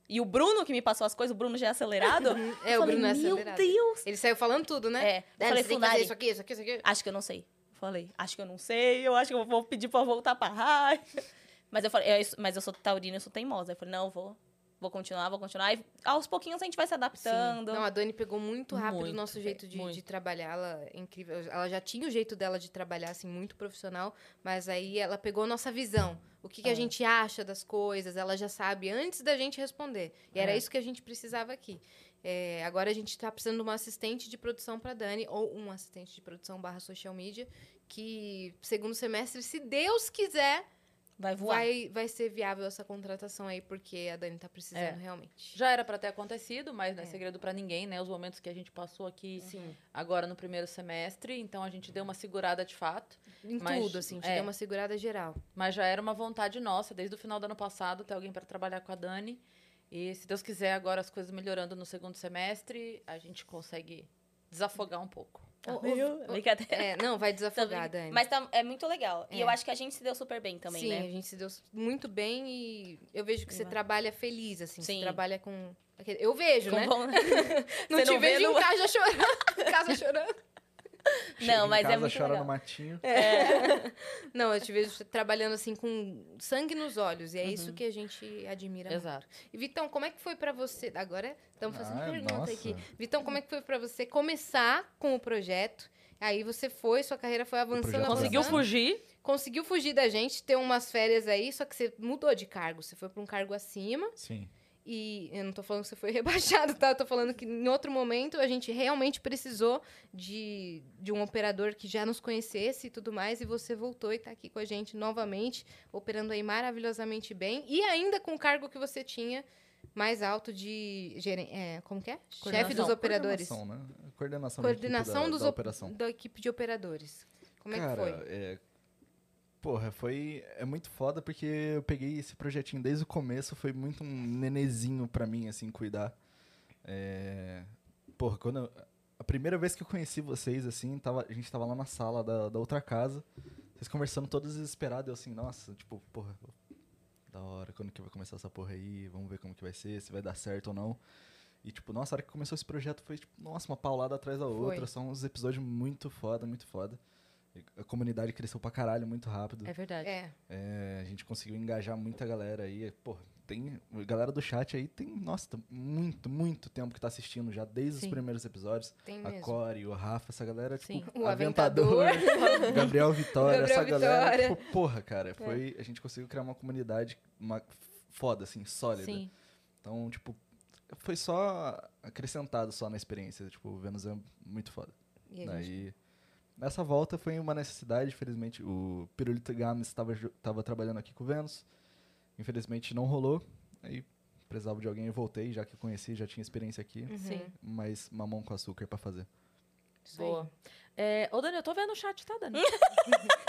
Speaker 3: E o Bruno, que me passou as coisas, o Bruno já é acelerado.
Speaker 1: É,
Speaker 3: eu
Speaker 1: o Bruno é
Speaker 3: falei,
Speaker 1: acelerado."
Speaker 3: Meu Deus!
Speaker 1: Ele saiu falando tudo, né?
Speaker 3: É.
Speaker 1: Dani,
Speaker 3: Falei,
Speaker 1: você tem que fazer
Speaker 3: Funari.
Speaker 1: isso aqui, isso aqui, isso aqui.
Speaker 3: Acho que eu não sei. Falei, acho que eu não sei, eu acho que eu vou pedir pra voltar pra rádio. Mas eu falei, é isso- mas eu sou taurina, eu sou teimosa. Eu falei, não, eu vou, vou continuar, vou continuar. E aos pouquinhos a gente vai se adaptando.
Speaker 1: Não, a Dani pegou muito rápido o
Speaker 2: Muito, é,
Speaker 1: nosso jeito de,
Speaker 2: muito.
Speaker 1: de trabalhar. Ela é incrível. Ela já tinha o jeito dela de trabalhar, assim, muito profissional, mas aí ela pegou a nossa visão. O que, que a
Speaker 2: É.
Speaker 1: gente acha das coisas, ela já sabe antes da gente responder. E era
Speaker 2: É.
Speaker 1: isso que a gente precisava aqui. É, agora a gente está precisando de uma assistente de produção para Dani, ou um assistente de produção barra social media, que, segundo semestre, se Deus quiser,
Speaker 3: vai voar.
Speaker 1: vai, vai ser viável essa contratação aí, porque a Dani tá precisando
Speaker 2: É.
Speaker 1: realmente.
Speaker 2: Já era pra ter acontecido, mas não é,
Speaker 1: É.
Speaker 2: segredo pra ninguém, né? Os momentos que a gente passou aqui
Speaker 1: Sim.
Speaker 2: agora no primeiro semestre, então a gente deu uma segurada de fato,
Speaker 1: Em
Speaker 2: Mas,
Speaker 1: tudo, assim, te
Speaker 2: é.
Speaker 1: deu uma segurada geral.
Speaker 2: mas já era uma vontade nossa desde o final do ano passado ter alguém pra trabalhar com a Dani. E se Deus quiser, agora as coisas melhorando no segundo semestre, a gente consegue desafogar um pouco.
Speaker 5: Tá
Speaker 1: Ô, ô,
Speaker 3: Meu,
Speaker 1: ô,
Speaker 3: Tá. brincadeira.
Speaker 1: É, não, vai
Speaker 3: Tô
Speaker 1: desafogar,
Speaker 3: brincando.
Speaker 1: Dani.
Speaker 3: Mas tá- é muito legal. E
Speaker 1: É.
Speaker 3: eu acho que a gente se deu super bem também,
Speaker 1: Sim,
Speaker 3: né?
Speaker 1: a gente se deu muito bem e eu vejo que você
Speaker 3: Vai.
Speaker 1: trabalha feliz, assim. Você
Speaker 3: Sim.
Speaker 1: trabalha com. Eu vejo,
Speaker 3: Com
Speaker 1: né?
Speaker 3: bom-
Speaker 1: Não
Speaker 3: Você
Speaker 1: te
Speaker 3: não vê,
Speaker 1: vejo em
Speaker 3: não-
Speaker 1: casa chorando. em casa chorando.
Speaker 5: Chega
Speaker 3: Não,
Speaker 5: em
Speaker 3: mas é
Speaker 5: casa,
Speaker 3: muito
Speaker 5: chora
Speaker 3: legal.
Speaker 5: no matinho.
Speaker 1: É. Não, eu te vejo trabalhando assim com sangue nos olhos. E é isso que a gente admira. muito.
Speaker 2: Exato.
Speaker 1: E Vitão, como é que foi pra você? Agora estamos fazendo
Speaker 5: Ah,
Speaker 1: pergunta
Speaker 5: nossa.
Speaker 1: aqui. Vitão, como é que foi pra você começar com o projeto? Aí você foi, sua carreira foi avançando,
Speaker 5: projeto
Speaker 1: avançando.
Speaker 2: Conseguiu
Speaker 5: Exato.
Speaker 2: fugir?
Speaker 1: conseguiu fugir da gente, ter umas férias aí, só que você mudou de cargo, você foi pra um cargo acima
Speaker 5: Sim.
Speaker 1: e eu não tô falando que você foi rebaixado, tá? Eu tô falando que em outro momento a gente realmente precisou de, de um operador que já nos conhecesse e tudo mais e você voltou e tá aqui com a gente novamente, operando aí maravilhosamente bem e ainda com o cargo que você tinha mais alto de geren- é, como que é? Chefe dos
Speaker 2: Coordenação.
Speaker 1: operadores.
Speaker 5: Coordenação, né? Coordenação, da equipe
Speaker 1: Coordenação
Speaker 5: da,
Speaker 1: dos
Speaker 5: da
Speaker 1: op-
Speaker 5: operação.
Speaker 1: da equipe de operadores. Como é que
Speaker 5: Cara,
Speaker 1: foi?
Speaker 5: é- Porra, foi... É muito foda porque eu peguei esse projetinho desde o começo. Foi muito um nenezinho pra mim, assim, cuidar. É... Porra, quando... eu- A primeira vez que eu conheci vocês, assim, tava... a gente tava lá na sala da, da outra casa. Vocês conversando todos desesperados. Eu assim, nossa, tipo, porra... Da hora, quando que vai começar essa porra aí? Vamos ver como que vai ser, se vai dar certo ou não. E, tipo, nossa, a hora que começou esse projeto foi, tipo, nossa, uma paulada atrás da outra. São uns episódios muito foda, muito foda. E A comunidade cresceu pra caralho muito rápido.
Speaker 2: É verdade.
Speaker 1: É,
Speaker 5: É, a gente conseguiu engajar muita galera aí. Pô, tem. a Galera do chat aí tem, nossa, tá muito, muito tempo que tá assistindo já, desde
Speaker 2: Sim.
Speaker 5: os primeiros episódios.
Speaker 1: tem
Speaker 5: A
Speaker 1: mesmo.
Speaker 5: Core, o Rafa, essa galera, tipo,
Speaker 2: Sim.
Speaker 1: O
Speaker 5: Gabriel Vitória,
Speaker 1: Gabriel
Speaker 5: essa galera.
Speaker 1: Vitória.
Speaker 5: Tipo, porra, cara, foi. A gente conseguiu criar uma comunidade uma foda, assim, sólida.
Speaker 1: né?
Speaker 2: Sim.
Speaker 5: Então, tipo, foi só acrescentado só na experiência. Tipo, o Vênus é muito foda.
Speaker 1: E
Speaker 2: É
Speaker 1: a gente-
Speaker 5: Daí, nessa volta foi uma necessidade, infelizmente. O Pirulito Games estava ju- estava trabalhando aqui com o Vênus. Infelizmente não rolou. Aí precisava de alguém e voltei, já que eu conheci, já tinha experiência aqui.
Speaker 1: Uhum.
Speaker 2: Sim.
Speaker 5: Mas mamão com açúcar pra fazer.
Speaker 1: Isso aí.
Speaker 2: Boa. É, ô, Dani, eu tô vendo o chat, tá, Dani?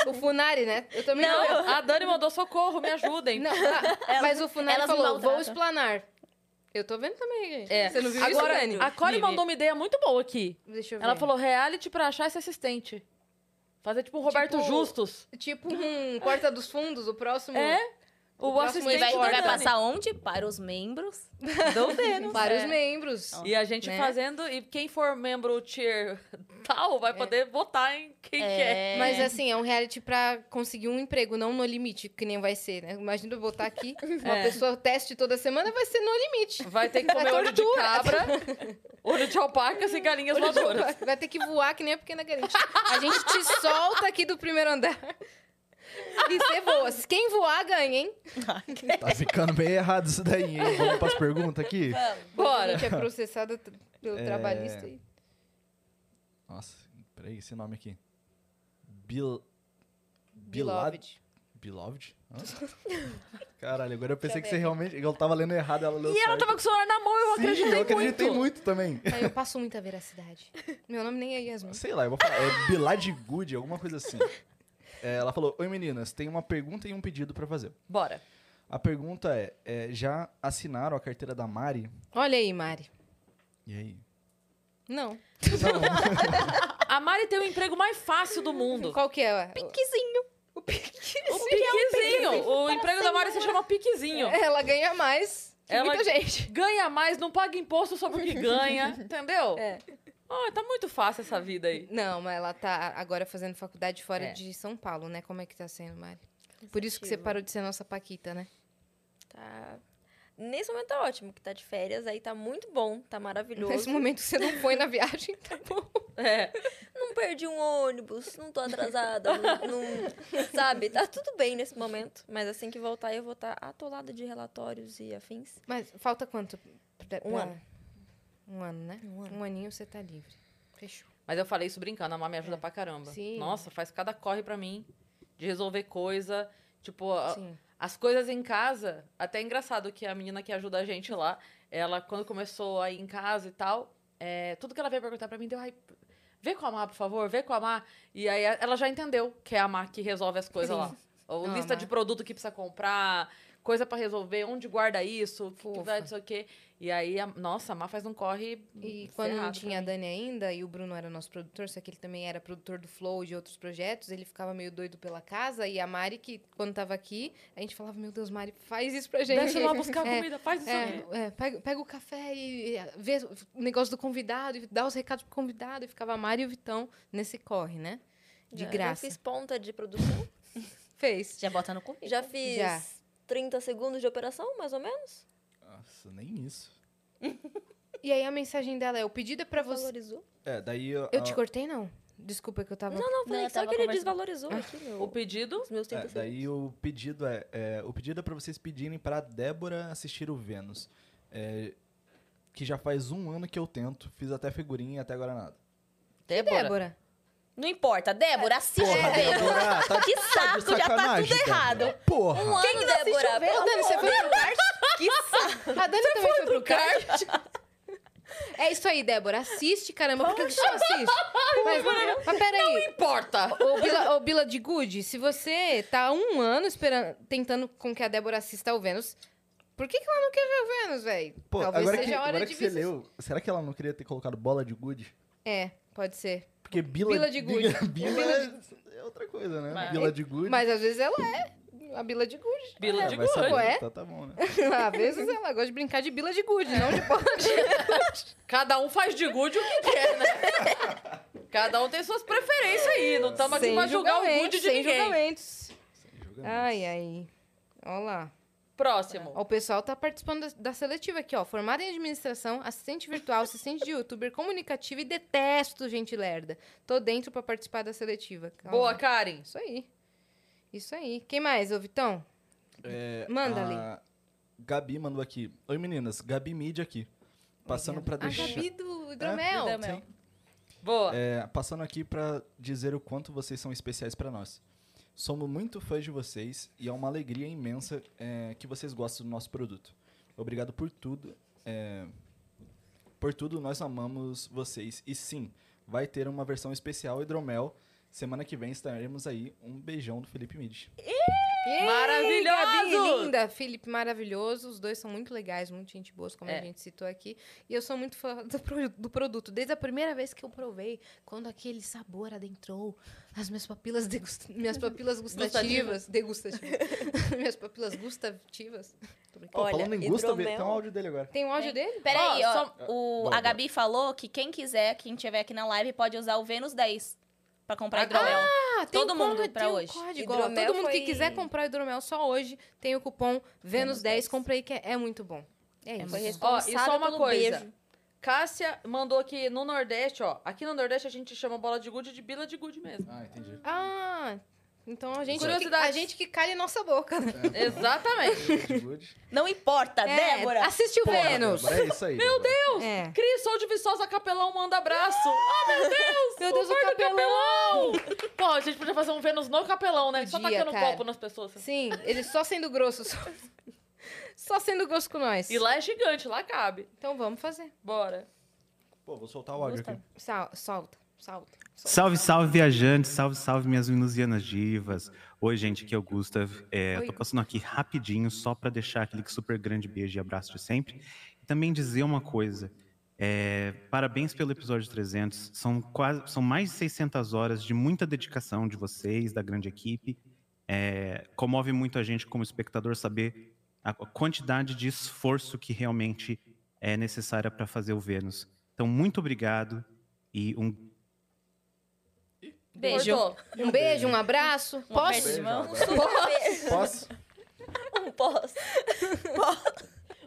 Speaker 1: O Funari, né? Eu também
Speaker 3: Não,
Speaker 1: tô.
Speaker 2: A Dani mandou socorro, me ajudem.
Speaker 1: Não, ah, mas o Funari
Speaker 3: elas me
Speaker 1: falou,
Speaker 3: maltratam.
Speaker 1: vou explanar. Eu tô vendo também, gente.
Speaker 2: É.
Speaker 1: Você não viu
Speaker 2: Agora,
Speaker 1: isso, Dani?
Speaker 2: a Core
Speaker 3: Vivi.
Speaker 2: mandou uma ideia muito boa aqui.
Speaker 1: Deixa eu ver.
Speaker 2: Ela falou reality pra achar esse assistente. Fazer tipo um Roberto
Speaker 1: Tipo-
Speaker 2: Justus.
Speaker 1: Tipo um Porta dos Fundos, o próximo...
Speaker 2: É? O,
Speaker 1: O próximo
Speaker 2: assistente
Speaker 3: E vai,
Speaker 1: Importante.
Speaker 3: vai passar onde? Para os membros do Vênus.
Speaker 1: Para
Speaker 3: É.
Speaker 1: os membros.
Speaker 2: E a gente
Speaker 1: né?
Speaker 2: fazendo, e quem for membro tier tal vai poder votar em quem
Speaker 3: É.
Speaker 2: quer.
Speaker 1: Mas assim, é um reality pra conseguir um emprego, não no limite, que nem vai ser, né? Imagina eu botar aqui, uma
Speaker 2: É.
Speaker 1: pessoa teste toda semana, vai ser no limite. É
Speaker 2: Vai ter que comer olho de
Speaker 1: tortura.
Speaker 2: cabra, olho de assim, alpacas e galinhas voadoras.
Speaker 1: Vai ter que voar que nem a pequena galinha. A gente te solta aqui do primeiro andar. E você voa. Quem voar ganha, hein?
Speaker 5: Tá ficando meio errado isso daí, hein? Vamos pras perguntas aqui?
Speaker 1: Depois
Speaker 2: Bora.
Speaker 1: A gente é processada t- pelo
Speaker 5: É.
Speaker 1: trabalhista. e-
Speaker 5: Nossa, peraí, esse nome aqui. Bil... Bilad...
Speaker 1: Beloved.
Speaker 5: Beloved? Hã? Caralho, agora eu pensei que você realmente. Eu tava lendo errado, ela leu
Speaker 2: E ela
Speaker 5: certo.
Speaker 2: tava com o celular na mão, eu
Speaker 5: Sim,
Speaker 2: acreditei
Speaker 5: eu acreditei
Speaker 2: muito.
Speaker 5: muito, também.
Speaker 1: Aí eu passo muita veracidade. Meu nome nem é Yasmin.
Speaker 5: Sei lá, eu vou falar. É Bilad Good, alguma coisa assim. É, ela falou: Oi meninas, tem uma pergunta e um pedido pra fazer.
Speaker 2: Bora.
Speaker 5: A pergunta é, é: já assinaram a carteira da Mari?
Speaker 1: Olha aí, Mari.
Speaker 5: E aí?
Speaker 1: Não.
Speaker 2: A Mari tem o emprego mais fácil do mundo.
Speaker 1: Qual que é?
Speaker 3: Piquezinho.
Speaker 2: O piquezinho. O emprego da Mari se chama piquezinho.
Speaker 1: Ela ganha mais que
Speaker 2: Ela-
Speaker 1: muita gente.
Speaker 2: Ganha mais, não paga imposto sobre o que ganha. Entendeu?
Speaker 1: É.
Speaker 2: Ah, tá muito fácil essa vida aí.
Speaker 1: Não, mas ela tá agora fazendo faculdade fora
Speaker 2: É.
Speaker 1: de São Paulo, né? Como é que tá sendo, Mari? Por isso que você parou de ser nossa Paquita, né?
Speaker 4: Tá... Nesse momento tá ótimo, que tá de férias, aí tá muito bom, tá maravilhoso.
Speaker 1: Nesse momento que você não foi na viagem, tá bom.
Speaker 2: É.
Speaker 4: Não perdi um ônibus, não tô atrasada, não, não- Sabe? Tá tudo bem nesse momento. Mas assim que voltar, eu vou estar atolada de relatórios e afins.
Speaker 1: Mas falta quanto? pra-
Speaker 4: Um
Speaker 1: pra-
Speaker 4: ano.
Speaker 1: Um ano, né?
Speaker 4: Um ano.
Speaker 1: aninho você tá livre. Fechou.
Speaker 2: Mas eu falei isso brincando, a Má me ajuda pra caramba.
Speaker 1: Sim.
Speaker 2: Nossa, faz cada corre pra mim de resolver coisa. Tipo, a-
Speaker 1: Sim.
Speaker 2: as coisas em casa. Até é engraçado que a menina que ajuda a gente lá, ela, quando começou a ir em casa e tal, é, tudo que ela veio perguntar pra mim deu. Ai, vê com a Má, por favor, vê com a Má. E aí ela já entendeu que é a Má que resolve as coisas lá. Ou
Speaker 1: Não, né?
Speaker 2: lista
Speaker 1: Má.
Speaker 2: de produto que precisa comprar, coisa pra resolver, onde guarda isso, o que que
Speaker 1: Fofa.
Speaker 2: vai, não sei o quê. E aí, a- nossa, a Má faz um corre.
Speaker 1: E quando não
Speaker 2: ferrado pra
Speaker 1: tinha a
Speaker 2: mim.
Speaker 1: Dani ainda, e o Bruno era nosso produtor, só que ele também era produtor do Flow e de outros projetos, ele ficava meio doido pela casa. E a Mari, que quando tava aqui, a gente falava: Meu Deus, Mari, faz isso pra gente.
Speaker 2: Desce lá buscar a
Speaker 1: É,
Speaker 2: comida, faz isso aqui.
Speaker 1: É, é, pega, pega o café e e vê o negócio do convidado, e dá os recados pro convidado, e ficava a Mari e o Vitão nesse corre, né? De
Speaker 4: Já-
Speaker 1: graça.
Speaker 4: Já É, fiz ponta de produção,
Speaker 1: Fez.
Speaker 3: Já bota no currículo.
Speaker 4: já fiz
Speaker 1: Já.
Speaker 4: 30 segundos de operação, mais ou menos.
Speaker 5: Nossa, nem isso.
Speaker 1: E aí a mensagem dela é: o pedido é pra você.
Speaker 4: Valorizou.
Speaker 5: É, daí. a-
Speaker 1: Eu te cortei, não? Desculpa é que eu tava.
Speaker 4: Ah, Não, não, falei
Speaker 3: eu
Speaker 4: que só
Speaker 3: tava
Speaker 4: que ele
Speaker 3: conversando.
Speaker 4: desvalorizou aqui, meu.
Speaker 2: O pedido
Speaker 4: Os meus 30
Speaker 5: É,
Speaker 4: segundos.
Speaker 5: daí o pedido é, é, O pedido é pra vocês pedirem pra Débora assistir o Vênus. É, que já faz um ano que eu tento, fiz até figurinha e até agora nada.
Speaker 2: Débora.
Speaker 1: Débora.
Speaker 3: Não importa. Débora, assiste o Vênus.
Speaker 5: Débora, tá
Speaker 3: Que saco, já tá tudo
Speaker 5: sacanagem,
Speaker 3: errado.
Speaker 5: Débora. Porra!
Speaker 4: Um ano, Débora.
Speaker 1: Ô, Dani, você foi pro kart?
Speaker 3: Que saco.
Speaker 1: A Dani também foi pro kart? É isso aí, Débora. Assiste, caramba. Por que que só assiste? Mas, mas peraí.
Speaker 2: Porta!
Speaker 1: Ô, Bila, ô, Bila de Good, se você tá há um ano esperando, tentando com que a Débora assista ao Vênus, por que, que ela não quer ver o Vênus, velho?
Speaker 5: Pô,
Speaker 1: Talvez
Speaker 5: agora
Speaker 1: seja
Speaker 5: que,
Speaker 1: a hora
Speaker 5: agora
Speaker 1: de
Speaker 5: que você
Speaker 1: você-
Speaker 5: leu, será que ela não queria ter colocado bola de gude?
Speaker 1: É, pode ser.
Speaker 5: Porque bila,
Speaker 1: Bila de gude.
Speaker 5: Bila, bila é, é outra coisa, né?
Speaker 2: Mas-
Speaker 5: Bila de gude.
Speaker 1: Mas às vezes ela é a Bila de Good.
Speaker 2: Bila
Speaker 5: É,
Speaker 2: de
Speaker 5: vai saber,
Speaker 2: gude.
Speaker 1: Ué?
Speaker 5: Tá, tá bom, né?
Speaker 1: Às vezes ela gosta de brincar de Bila de Good, não de bola.
Speaker 2: Cada um faz de gude o que quer, né? Cada um tem suas preferências aí. Não estamos aqui
Speaker 1: Sem
Speaker 2: pra julgar o gude
Speaker 1: julgamentos,
Speaker 2: de
Speaker 1: sem
Speaker 2: ninguém.
Speaker 1: julgamentos.
Speaker 5: Sem julgamento.
Speaker 1: Ai, ai. Olha lá.
Speaker 2: Próximo.
Speaker 1: Ó, O pessoal tá participando da, da seletiva aqui, ó. Formada em administração, assistente virtual, assistente de youtuber, comunicativa e detesto gente lerda. Tô dentro pra participar da seletiva. Calma.
Speaker 2: Boa, Karen.
Speaker 1: Isso aí. Isso aí. Quem mais, ô Vitão? Manda ali.
Speaker 5: A Ah, Gabi mandou aqui. Oi, meninas. Gabi Mídia aqui. Passando pra
Speaker 1: A
Speaker 5: deixar...
Speaker 1: Gabi do Hidromel.
Speaker 3: do Hidromel.
Speaker 2: Boa.
Speaker 5: É, passando aqui pra dizer o quanto vocês são especiais pra nós. Somos muito fãs de vocês e é uma alegria imensa é, que vocês gostam do nosso produto. Obrigado por tudo. é, por tudo, nós amamos vocês. E sim, vai ter uma versão especial hidromel. Semana que vem estaremos aí. Um beijão do Felipe Mid.
Speaker 1: Ei,
Speaker 2: Maravilhosos!
Speaker 1: Gabi, linda. Felipe, maravilhoso. Os dois são muito legais, muito gente boas, como
Speaker 2: É.
Speaker 1: a gente citou aqui. E eu sou muito fã do, pro- do produto. Desde a primeira vez que eu provei, quando aquele sabor adentrou as minhas papilas, degusta- minhas papilas gustativas. degustativas. minhas papilas gustativas. Tô brincando.
Speaker 5: Pô,
Speaker 4: Olha,
Speaker 5: falando em Gusta,
Speaker 4: hidromel.
Speaker 5: tem um áudio dele agora.
Speaker 1: Tem o áudio dele?
Speaker 3: Peraí,
Speaker 2: Ó,
Speaker 3: ó.
Speaker 2: só-
Speaker 3: o,
Speaker 5: Ah, Bora,
Speaker 3: a Gabi falou que quem quiser, quem tiver aqui na live, pode usar o Vênus 10 pra comprar hidromel.
Speaker 1: Ah, tem
Speaker 3: Todo
Speaker 1: um
Speaker 3: mundo
Speaker 1: código,
Speaker 3: pra
Speaker 1: tem um
Speaker 3: hoje.
Speaker 1: código, ó.
Speaker 4: Hidromel
Speaker 1: Todo mundo que
Speaker 4: foi-
Speaker 1: quiser comprar o hidromel só hoje, tem o cupom
Speaker 3: Vênus
Speaker 1: Vênus10.
Speaker 3: 10.
Speaker 1: Compra aí que é, é muito bom. É isso.
Speaker 4: Foi
Speaker 2: Ó, e
Speaker 4: responsável
Speaker 2: só uma
Speaker 4: pelo
Speaker 2: coisa.
Speaker 4: beijo.
Speaker 2: Cássia mandou aqui no Nordeste, ó. Aqui no Nordeste a gente chama bola de gude de bila de gude mesmo.
Speaker 5: Ah, entendi.
Speaker 1: Ah, Então a gente, que,
Speaker 2: Curiosidade.
Speaker 1: a gente que calha a nossa boca. né?
Speaker 2: Exatamente.
Speaker 5: Good, good.
Speaker 3: Não importa,
Speaker 1: É,
Speaker 3: Débora!
Speaker 2: Assiste o
Speaker 5: Porra,
Speaker 2: Vênus.
Speaker 5: Débora, é isso aí. Meu Deus!
Speaker 1: É.
Speaker 2: Cris, sou de Viçosa Capelão, manda abraço. Ah, meu Deus!
Speaker 1: Meu Deus, o
Speaker 2: bar do
Speaker 1: Capelão!
Speaker 2: Pô, a gente podia fazer um Vênus no Capelão, né? Só
Speaker 1: Podia,
Speaker 2: tacando
Speaker 1: cara.
Speaker 2: copo nas pessoas. assim.
Speaker 1: é- Sim, ele só sendo grosso. Só, só sendo grosso com nós.
Speaker 2: E lá é gigante, lá cabe.
Speaker 1: Então vamos fazer.
Speaker 2: Bora.
Speaker 5: Pô, vou soltar o áudio aqui.
Speaker 1: Sal, solta, solta.
Speaker 7: Salve, salve, viajantes! Salve, salve, minhas venusianas divas! Oi, gente, aqui é o Gustav. É, eu
Speaker 1: Oi.
Speaker 7: tô passando aqui rapidinho só para deixar aquele super grande beijo e abraço de sempre. E também dizer uma coisa. é, parabéns pelo episódio 300. São, quase, são mais de 600 horas de muita dedicação de vocês, da grande equipe. É, comove muito a gente como espectador saber a quantidade de esforço que realmente é necessária para fazer o Vênus. Então, muito obrigado e um
Speaker 3: Beijo.
Speaker 2: Cortou.
Speaker 1: Um beijo, um abraço.
Speaker 3: Um
Speaker 1: Posso?
Speaker 3: aperto de mão.
Speaker 5: Posso?
Speaker 3: Um pós.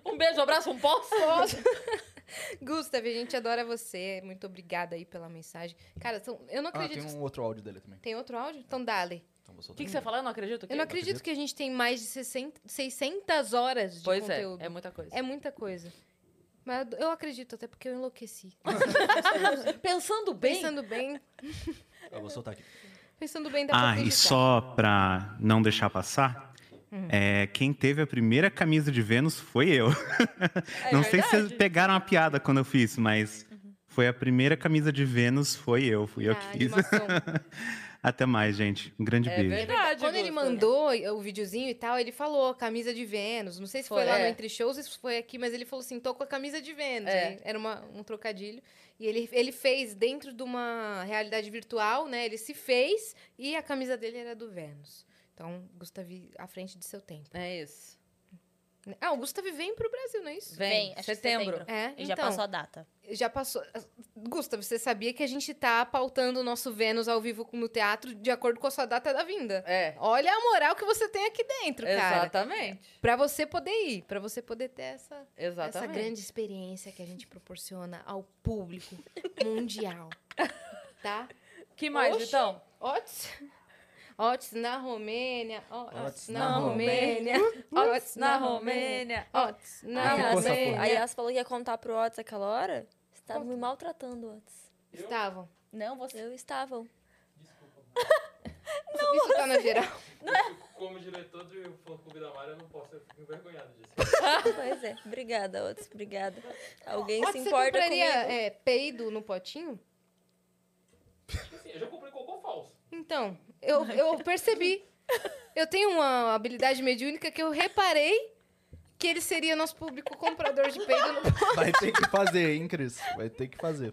Speaker 2: Um beijo, um abraço, um poço.
Speaker 1: Gustav, a gente adora você. Muito obrigada aí pela mensagem. Cara, então, eu não
Speaker 5: Ah,
Speaker 1: acredito.
Speaker 5: tem um outro áudio dele também.
Speaker 1: que- tem outro áudio? Então, dale.
Speaker 5: Então vou
Speaker 2: O
Speaker 5: soltar.
Speaker 2: que, que você fala? Eu não acredito.
Speaker 1: Eu não
Speaker 2: acredito.
Speaker 1: acredito que a gente tem mais de 60, 600 horas de
Speaker 2: Pois é,
Speaker 1: conteúdo.
Speaker 2: é muita coisa.
Speaker 1: É muita coisa. Mas eu- eu acredito, até porque eu enlouqueci.
Speaker 2: Pensando bem,
Speaker 1: Pensando bem,
Speaker 5: Eu vou soltar aqui.
Speaker 1: pensando bem dá pra
Speaker 7: Ah, e
Speaker 1: acreditar.
Speaker 7: só pra não deixar passar, é, quem teve a primeira camisa de Vênus foi eu. não sei se vocês
Speaker 2: verdade.
Speaker 7: pegaram a piada quando eu fiz, mas foi a primeira camisa de Vênus, foi eu, fui eu
Speaker 1: Ah,
Speaker 7: que fiz.
Speaker 1: animação.
Speaker 7: Até mais, gente. Um grande
Speaker 2: É
Speaker 7: beijo.
Speaker 2: verdade.
Speaker 1: Quando ele
Speaker 2: Gusta.
Speaker 1: mandou o videozinho e tal, ele falou camisa de Vênus. Não sei se foi,
Speaker 2: Foi,
Speaker 1: lá
Speaker 2: é.
Speaker 1: no Entre Shows, se foi aqui, mas ele falou assim: tô com a camisa de Vênus.
Speaker 2: É.
Speaker 1: Aí Era uma- um trocadilho. E ele, ele fez dentro de uma realidade virtual, né? Ele se fez e a camisa dele era do Vênus. Então, Gustavi à frente de seu tempo.
Speaker 2: É isso.
Speaker 1: Ah, o Gustav vem pro Brasil, não é isso?
Speaker 2: Vem, tá
Speaker 3: Vem, acho que
Speaker 2: setembro.
Speaker 3: setembro.
Speaker 1: É,
Speaker 3: E
Speaker 1: então,
Speaker 3: já passou a data.
Speaker 1: já passou. Gustavo, você sabia que a gente tá pautando o nosso Vênus ao vivo no teatro de acordo com a sua data da vinda?
Speaker 2: É.
Speaker 1: Olha a moral que você tem aqui dentro, cara.
Speaker 2: Exatamente.
Speaker 1: Pra você poder ir, pra você poder ter essa,
Speaker 2: Exatamente.
Speaker 1: essa grande experiência que a gente proporciona ao público mundial. Tá?
Speaker 2: que mais,
Speaker 1: Oxe.
Speaker 2: então?
Speaker 1: Otis. Otis na Romênia. Otis
Speaker 5: Otis
Speaker 1: na
Speaker 5: na
Speaker 1: Romênia. Otis na Romênia. Otis na
Speaker 4: Aí a Yas, aí
Speaker 1: Romênia.
Speaker 4: Yas falou que ia contar pro Otis aquela hora. Você tava me maltratando, Otis.
Speaker 1: Estavam.
Speaker 3: Não, você.
Speaker 4: Eu estava.
Speaker 1: Isso tá na geral.
Speaker 8: Como diretor do Fã Clube da Mara, eu não posso, eu fico envergonhado disso.
Speaker 4: pois é. Obrigada, Otis. Obrigada. Alguém
Speaker 1: Otis,
Speaker 4: se
Speaker 1: você
Speaker 4: importa comigo.
Speaker 1: compraria é, peido no potinho?
Speaker 8: Assim, eu já comprei cocô falso.
Speaker 1: Então, eu, eu percebi. Eu tenho uma habilidade mediúnica que eu reparei que ele seria nosso público comprador de peido. no-
Speaker 5: Vai ter que fazer, hein, Cris? Vai ter que fazer.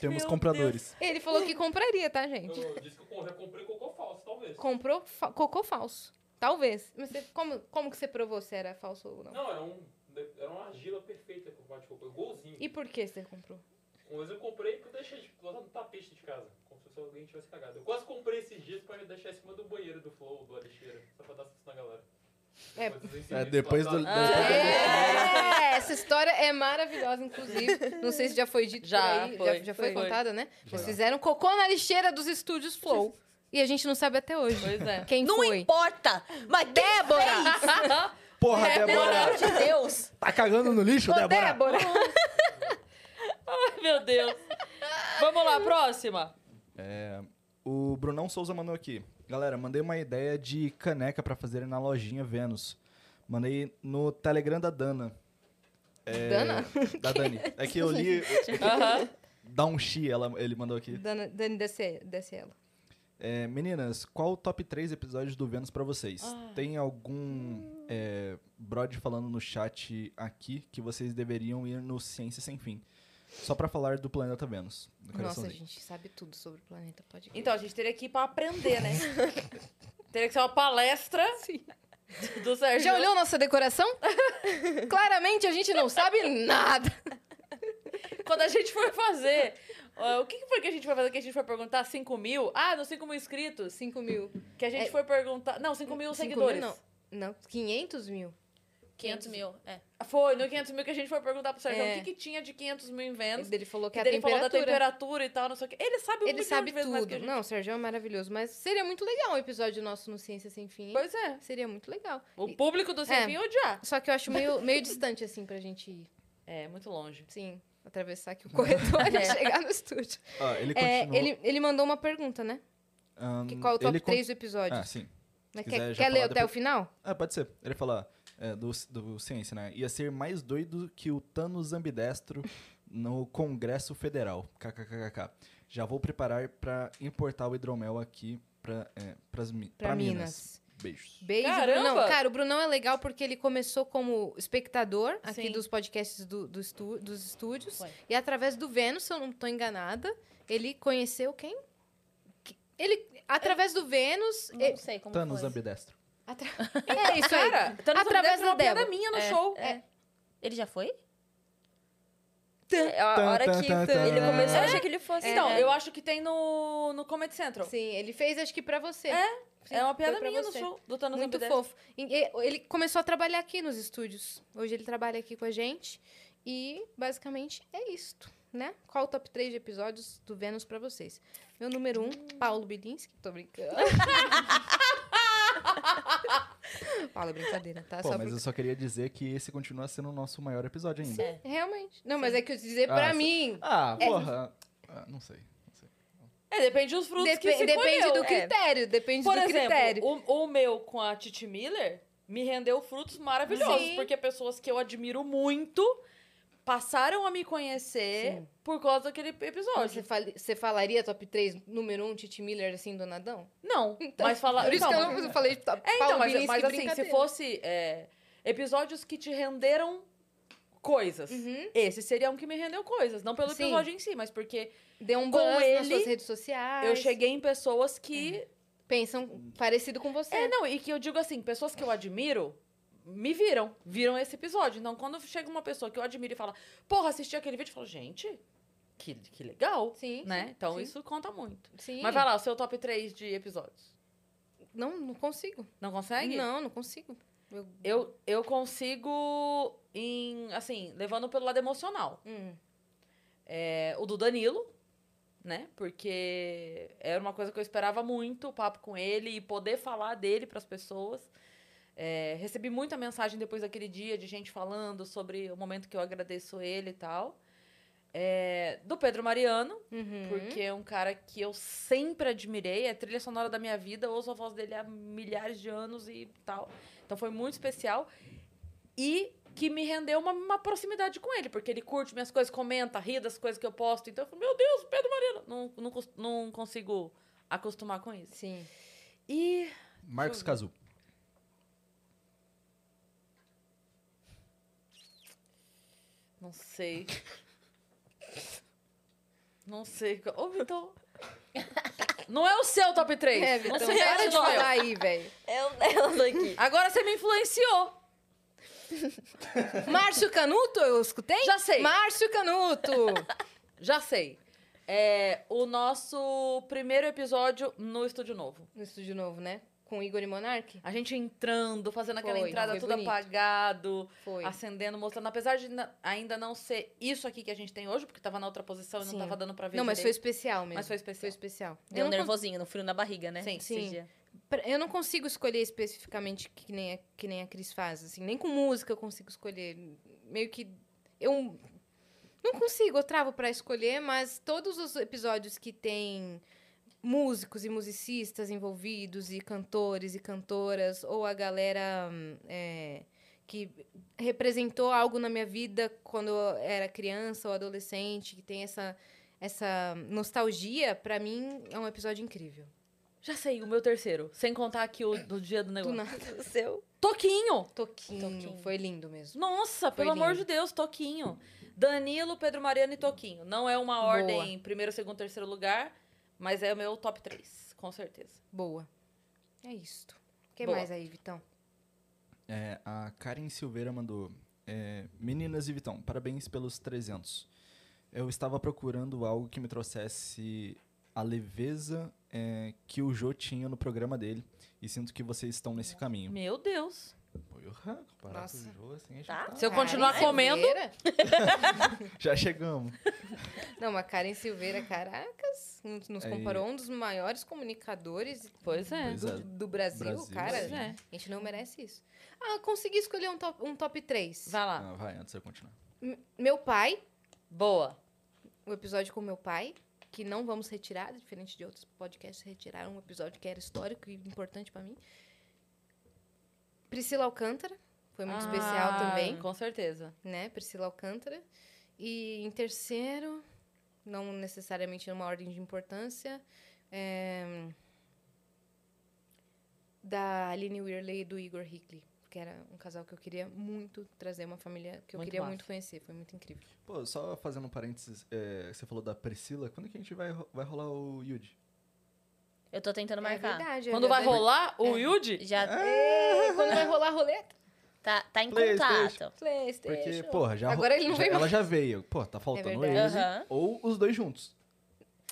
Speaker 5: Temos compradores.
Speaker 1: Ele falou que compraria, tá, gente?
Speaker 8: Eu disse que eu co- já comprei cocô falso, talvez.
Speaker 1: Comprou fa- cocô falso. Talvez. Mas você- como, como que você provou se era falso ou não?
Speaker 8: Não, era, um, era uma argila perfeita que eu bati cocô, um golzinho.
Speaker 1: E por que você comprou?
Speaker 8: Um vez eu comprei porque eu deixei de botar no tapete de casa, como se alguém tivesse cagado. Eu quase comprei esses dias pra deixar em cima do banheiro do Flow, do Alixeira, só pra dar susto na galera.
Speaker 1: É. Ah.
Speaker 5: É,
Speaker 8: Depois dos incidentes
Speaker 5: depois do.
Speaker 8: passados.
Speaker 5: depois do-
Speaker 1: É, essa história é maravilhosa, inclusive. Não sei se já foi dito
Speaker 2: Já
Speaker 1: por aí.
Speaker 2: foi,
Speaker 1: já, já foi,
Speaker 2: foi.
Speaker 1: contada, né? Eles fizeram cocô na lixeira dos estúdios Flow. E a gente não sabe até hoje.
Speaker 2: Pois é.
Speaker 1: Quem
Speaker 3: Não
Speaker 1: foi?
Speaker 3: importa! Mas Débora!
Speaker 5: Porra,
Speaker 3: Pelo amor
Speaker 5: Débora!
Speaker 3: de Deus!
Speaker 5: Tá cagando no lixo,
Speaker 1: Ô,
Speaker 5: Débora?
Speaker 1: Débora!
Speaker 2: Ai, meu Deus. Vamos lá, próxima.
Speaker 5: É, O Brunão Souza mandou aqui. Galera, mandei uma ideia de caneca pra fazerem na lojinha Vênus. Mandei no Telegram da Dana. É,
Speaker 1: Dana?
Speaker 5: Da Dani. É que eu li.
Speaker 2: Aham.
Speaker 5: Dá um chi, ela, ele mandou aqui.
Speaker 1: Dana- Dani, desce, desce ela.
Speaker 5: É, meninas, qual o top 3 episódios do Vênus pra vocês?
Speaker 1: Ah.
Speaker 5: Tem algum é, brode falando no chat aqui que vocês deveriam ir no Ciência Sem Fim? Só pra falar do planeta Vênus. do
Speaker 1: Nossa, a
Speaker 5: coraçãozinho.
Speaker 1: gente sabe tudo sobre o planeta, pode ir.
Speaker 2: Então, a gente teria que ir pra aprender, né? teria que ser uma palestra do Sérgio.
Speaker 1: Já olhou nossa decoração? Claramente a gente não sabe nada.
Speaker 2: Quando a gente for fazer... ó, o que que foi que a gente foi fazer? Que a gente foi perguntar 5 mil? Ah, não, 5 mil inscritos.
Speaker 1: 5 mil.
Speaker 2: Que a gente
Speaker 1: É.
Speaker 2: foi perguntar... Não, 5 mil
Speaker 1: Cinco
Speaker 2: seguidores.
Speaker 1: mil, não. Não, 500 mil.
Speaker 3: 500 mil, é.
Speaker 2: Foi, no 500 mil que a gente foi perguntar pro Sérgio
Speaker 1: É.
Speaker 2: o que, que tinha de 500 mil em vendas.
Speaker 1: Ele falou que
Speaker 2: E
Speaker 1: a
Speaker 2: daí ele falou
Speaker 1: temperatura...
Speaker 2: da temperatura e tal, não sei o quê. Ele sabe um
Speaker 1: Ele
Speaker 2: milhão
Speaker 1: sabe
Speaker 2: de vezes mais que
Speaker 1: tudo.
Speaker 2: a gente.
Speaker 1: Não, o Sérgio é maravilhoso. Mas seria muito legal um episódio nosso no Ciência Sem Fim. hein?
Speaker 2: Pois é.
Speaker 1: Seria muito legal.
Speaker 2: O público do Sem
Speaker 1: É.
Speaker 2: Fim ia odiar.
Speaker 1: Só que eu acho meio, meio distante, assim, pra gente ir.
Speaker 2: É, muito longe.
Speaker 1: Sim, atravessar aqui o corredor
Speaker 2: É.
Speaker 1: e chegar no estúdio.
Speaker 5: Ah, ele
Speaker 1: É,
Speaker 5: continua.
Speaker 1: ele, ele mandou uma pergunta, né?
Speaker 5: ahn,
Speaker 1: Que qual é o top
Speaker 5: ele con-
Speaker 1: 3 do episódio?
Speaker 5: Ah, sim.
Speaker 1: Mas
Speaker 5: se
Speaker 1: quer
Speaker 5: quiser já
Speaker 1: quer ler
Speaker 5: falar
Speaker 1: até o
Speaker 5: depois.
Speaker 1: final?
Speaker 5: Ah, pode ser. Ele fala é, do, do Ciência, né? Ia ser mais doido que o Thanos ambidestro no Congresso Federal. KKKKK. Já vou preparar pra importar o hidromel aqui pra, é, pras, mi-
Speaker 1: Pra,
Speaker 5: pra
Speaker 1: Minas.
Speaker 5: Beijos.
Speaker 1: Beijo,
Speaker 2: Caramba!
Speaker 1: Brunão. Cara, o Brunão é legal porque ele começou como espectador aqui
Speaker 2: Sim.
Speaker 1: dos podcasts do, do estu- dos estúdios.
Speaker 3: Foi.
Speaker 1: E através do Vênus, se eu não tô enganada, ele conheceu quem? Que- Ele, através do Vênus...
Speaker 3: Não
Speaker 1: e-
Speaker 3: sei como
Speaker 5: Thanos
Speaker 3: foi.
Speaker 5: ambidestro.
Speaker 1: atra- É isso aí.
Speaker 2: Cara, então nós
Speaker 1: Através
Speaker 2: fizemos uma
Speaker 1: da Débora.
Speaker 2: piada minha no show.
Speaker 3: É. Ele já foi?
Speaker 4: É a hora
Speaker 5: Tan,
Speaker 4: que
Speaker 5: tan, tan.
Speaker 4: ele começou, eu achei que ele fosse.
Speaker 2: Então,
Speaker 1: É.
Speaker 2: eu acho que tem no, no Comedy Central.
Speaker 1: Sim, ele fez acho que pra você.
Speaker 2: É,
Speaker 1: Sim,
Speaker 2: é uma
Speaker 1: foi
Speaker 2: piada
Speaker 1: pra
Speaker 2: minha no
Speaker 1: você.
Speaker 2: show do Thanos
Speaker 1: Muito
Speaker 2: Ambidestro.
Speaker 1: fofo. E- e- Ele começou a trabalhar aqui nos estúdios. Hoje ele trabalha aqui com a gente. E basicamente é isto, né? Qual o top 3 de episódios do Vênus pra vocês? Meu número 1, Paulo Bilinski. Tô brincando. Paulo, é brincadeira, tá?
Speaker 5: Pô,
Speaker 1: Só
Speaker 5: mas eu
Speaker 1: porque-
Speaker 5: só queria dizer que esse continua sendo o nosso maior episódio ainda.
Speaker 3: É.
Speaker 1: Realmente. Não, mas é que eu dizer
Speaker 5: Ah,
Speaker 1: pra
Speaker 5: sim.
Speaker 1: mim.
Speaker 5: Ah, porra. Ah, não sei. não sei.
Speaker 2: É, depende dos frutos que
Speaker 1: Depe-
Speaker 2: se
Speaker 1: depende
Speaker 2: colheu. é.
Speaker 1: do critério, depende
Speaker 2: Por
Speaker 1: do critério.
Speaker 2: exemplo, o, o meu com a Titi Miller me rendeu frutos maravilhosos,
Speaker 1: Sim.
Speaker 2: porque pessoas que eu admiro muito passaram a me conhecer por causa daquele
Speaker 1: Você,
Speaker 2: episódio.
Speaker 1: fal- você falaria top 3, número 1, Titi Miller, assim, do nadão?
Speaker 2: Não, mas falar...
Speaker 1: Por isso
Speaker 2: então,
Speaker 1: que eu não falei top
Speaker 2: É, então,
Speaker 1: Paulo
Speaker 2: mas,
Speaker 1: Bilinski,
Speaker 2: mas assim, se
Speaker 1: brincadeira.
Speaker 2: fosse é, episódios que te renderam coisas,
Speaker 1: Uhum.
Speaker 2: esse seria um que me rendeu coisas. Não pelo
Speaker 1: Sim.
Speaker 2: episódio em si, mas porque
Speaker 1: Deu um
Speaker 2: Com
Speaker 1: buzz nas
Speaker 2: ele,
Speaker 1: suas redes sociais.
Speaker 2: eu cheguei em pessoas que
Speaker 1: Uhum. Pensam parecido com você.
Speaker 2: É, não, e que eu digo assim, pessoas que eu admiro me viram, viram esse episódio. Então, quando chega uma pessoa que eu admiro e fala, porra, assisti aquele vídeo, eu falo, gente, que, que legal.
Speaker 1: Sim.
Speaker 2: né? Então,
Speaker 1: sim.
Speaker 2: isso conta muito.
Speaker 1: Sim.
Speaker 2: Mas vai lá, o seu top 3 de episódios.
Speaker 1: Não, não consigo.
Speaker 2: Não Tá consegue?
Speaker 1: Não, não consigo. Eu...
Speaker 2: Eu, eu consigo, em, assim, levando pelo lado emocional.
Speaker 1: Hum.
Speaker 2: É, o do Danilo, né? Porque era uma coisa que eu esperava muito, o papo com ele e poder falar dele para as pessoas. É, recebi muita mensagem depois daquele dia de gente falando sobre o momento que eu agradeço ele e tal. É, do Pedro Mariano,
Speaker 1: Uhum.
Speaker 2: porque é um cara que eu sempre admirei, é trilha sonora da minha vida, eu ouço a voz dele há milhares de anos e tal. Então foi muito especial. E que me rendeu uma, uma proximidade com ele, porque ele curte minhas coisas, comenta, ri das coisas que eu posto. Então eu falo, meu Deus, Pedro Mariano! Não, não, cons- não consigo acostumar com isso.
Speaker 1: Sim.
Speaker 2: E.
Speaker 5: Marcos
Speaker 2: Deixa
Speaker 5: Cazu.
Speaker 2: Não sei. Não sei. qual- Ô, Vitor. Não é o seu top 3.
Speaker 1: É,
Speaker 2: não
Speaker 1: Vitão,
Speaker 2: se
Speaker 1: para
Speaker 2: repete,
Speaker 1: de
Speaker 2: não.
Speaker 1: falar aí, velho.
Speaker 4: Eu, eu daqui.
Speaker 2: Agora você me influenciou.
Speaker 1: Márcio Canuto, eu escutei?
Speaker 2: Já sei.
Speaker 1: Márcio Canuto!
Speaker 2: Já sei. É o nosso primeiro episódio no Estúdio Novo.
Speaker 1: no estúdio novo, né? Com Igor e Monark?
Speaker 2: A gente entrando, fazendo aquela
Speaker 1: Foi,
Speaker 2: entrada
Speaker 1: foi
Speaker 2: tudo
Speaker 1: bonito.
Speaker 2: apagado,
Speaker 1: Foi.
Speaker 2: acendendo, mostrando. Apesar de na- ainda não ser isso aqui que a gente tem hoje, porque tava na outra posição e
Speaker 1: Sim.
Speaker 2: não tava dando pra ver
Speaker 1: não, mas foi
Speaker 2: direito.
Speaker 1: especial mesmo.
Speaker 2: Mas foi
Speaker 1: Foi
Speaker 2: especial.
Speaker 1: especial.
Speaker 3: Deu um
Speaker 1: eu, não con-
Speaker 3: nervosinho, no frio na barriga, né?
Speaker 2: Sim.
Speaker 3: Esse
Speaker 1: Sim.
Speaker 3: dia.
Speaker 1: pra- eu não consigo escolher especificamente que nem, a, que nem a Cris faz, assim. Nem com música eu consigo escolher. Meio que... Eu não consigo, eu travo pra escolher, mas todos os episódios que tem músicos e musicistas envolvidos e cantores e cantoras ou a galera hum, é, que representou algo na minha vida quando eu era criança ou adolescente que tem essa essa nostalgia pra mim é um episódio incrível
Speaker 2: Já sei, o meu terceiro. Sem contar aqui o do dia do
Speaker 1: do
Speaker 2: negócio.
Speaker 1: nada
Speaker 4: O seu.
Speaker 2: Toquinho!
Speaker 1: Toquinho.
Speaker 3: Toquinho.
Speaker 1: Então, um- Foi lindo mesmo.
Speaker 2: Nossa, pelo
Speaker 1: lindo.
Speaker 2: amor de Deus, Toquinho. Danilo, Pedro Mariano e Toquinho. Não é uma
Speaker 1: Boa.
Speaker 2: ordem primeiro, segundo, terceiro lugar, mas é o meu top 3, com certeza.
Speaker 1: Boa. É isto. O que
Speaker 2: Boa.
Speaker 1: mais aí, Vitão?
Speaker 5: É, a Karen Silveira mandou. é, Meninas e Vitão, parabéns pelos 300. Eu estava procurando algo que me trouxesse a leveza é, que o Jô tinha no programa dele e sinto que vocês estão nesse caminho.
Speaker 2: Meu Deus.
Speaker 5: Porra, comparado com
Speaker 1: Nossa.
Speaker 5: o jogo, assim, a gente
Speaker 4: Tá.
Speaker 5: tá-
Speaker 2: Se eu continuar
Speaker 1: Karen
Speaker 2: comendo-
Speaker 1: Silveira?
Speaker 5: Já chegamos.
Speaker 1: Não, mas Karen Silveira, caracas, nos nos
Speaker 5: Aí-
Speaker 1: comparou a um dos maiores comunicadores
Speaker 2: Pois é.
Speaker 5: É Pois é.
Speaker 1: do, do Brasil,
Speaker 5: Brasil,
Speaker 1: cara.
Speaker 2: Pois é.
Speaker 1: A gente não merece isso. Ah, consegui escolher um top, um top 3.
Speaker 2: Vai lá.
Speaker 5: Não, Ah, vai, antes de eu continuar.
Speaker 1: Meu pai,
Speaker 2: Boa.
Speaker 1: o episódio com meu pai, que não vamos retirar, diferente de outros podcasts, retiraram um episódio que era histórico e importante pra mim. Priscila Alcântara, foi muito
Speaker 2: Ah,
Speaker 1: especial também,
Speaker 2: Com certeza.
Speaker 1: né? Priscila Alcântara. E em terceiro, não necessariamente numa ordem de importância, é, da Aline Weirley e do Igor Hickley. Que era um casal que eu queria muito trazer, uma família que eu
Speaker 2: Muito
Speaker 1: queria
Speaker 2: massa.
Speaker 1: muito conhecer. Foi muito incrível.
Speaker 5: Pô, só fazendo um parênteses, é, você falou da Priscila, quando que a gente vai, ro- vai rolar o Yudi?
Speaker 3: Eu tô tentando marcar.
Speaker 1: É verdade, é
Speaker 2: Quando vai
Speaker 1: verdade.
Speaker 2: rolar o Yudi?
Speaker 3: Já
Speaker 1: Quando vai rolar a roleta?
Speaker 3: tá, tá em
Speaker 5: PlayStation.
Speaker 3: contato.
Speaker 5: Porque,
Speaker 1: Playstation.
Speaker 5: porra, já ro-
Speaker 1: É, Agora ele não
Speaker 5: já-
Speaker 1: vem É
Speaker 5: Ela já veio. Pô, tá faltando ele.
Speaker 1: verdade.
Speaker 3: Aham.
Speaker 5: Ou os dois juntos.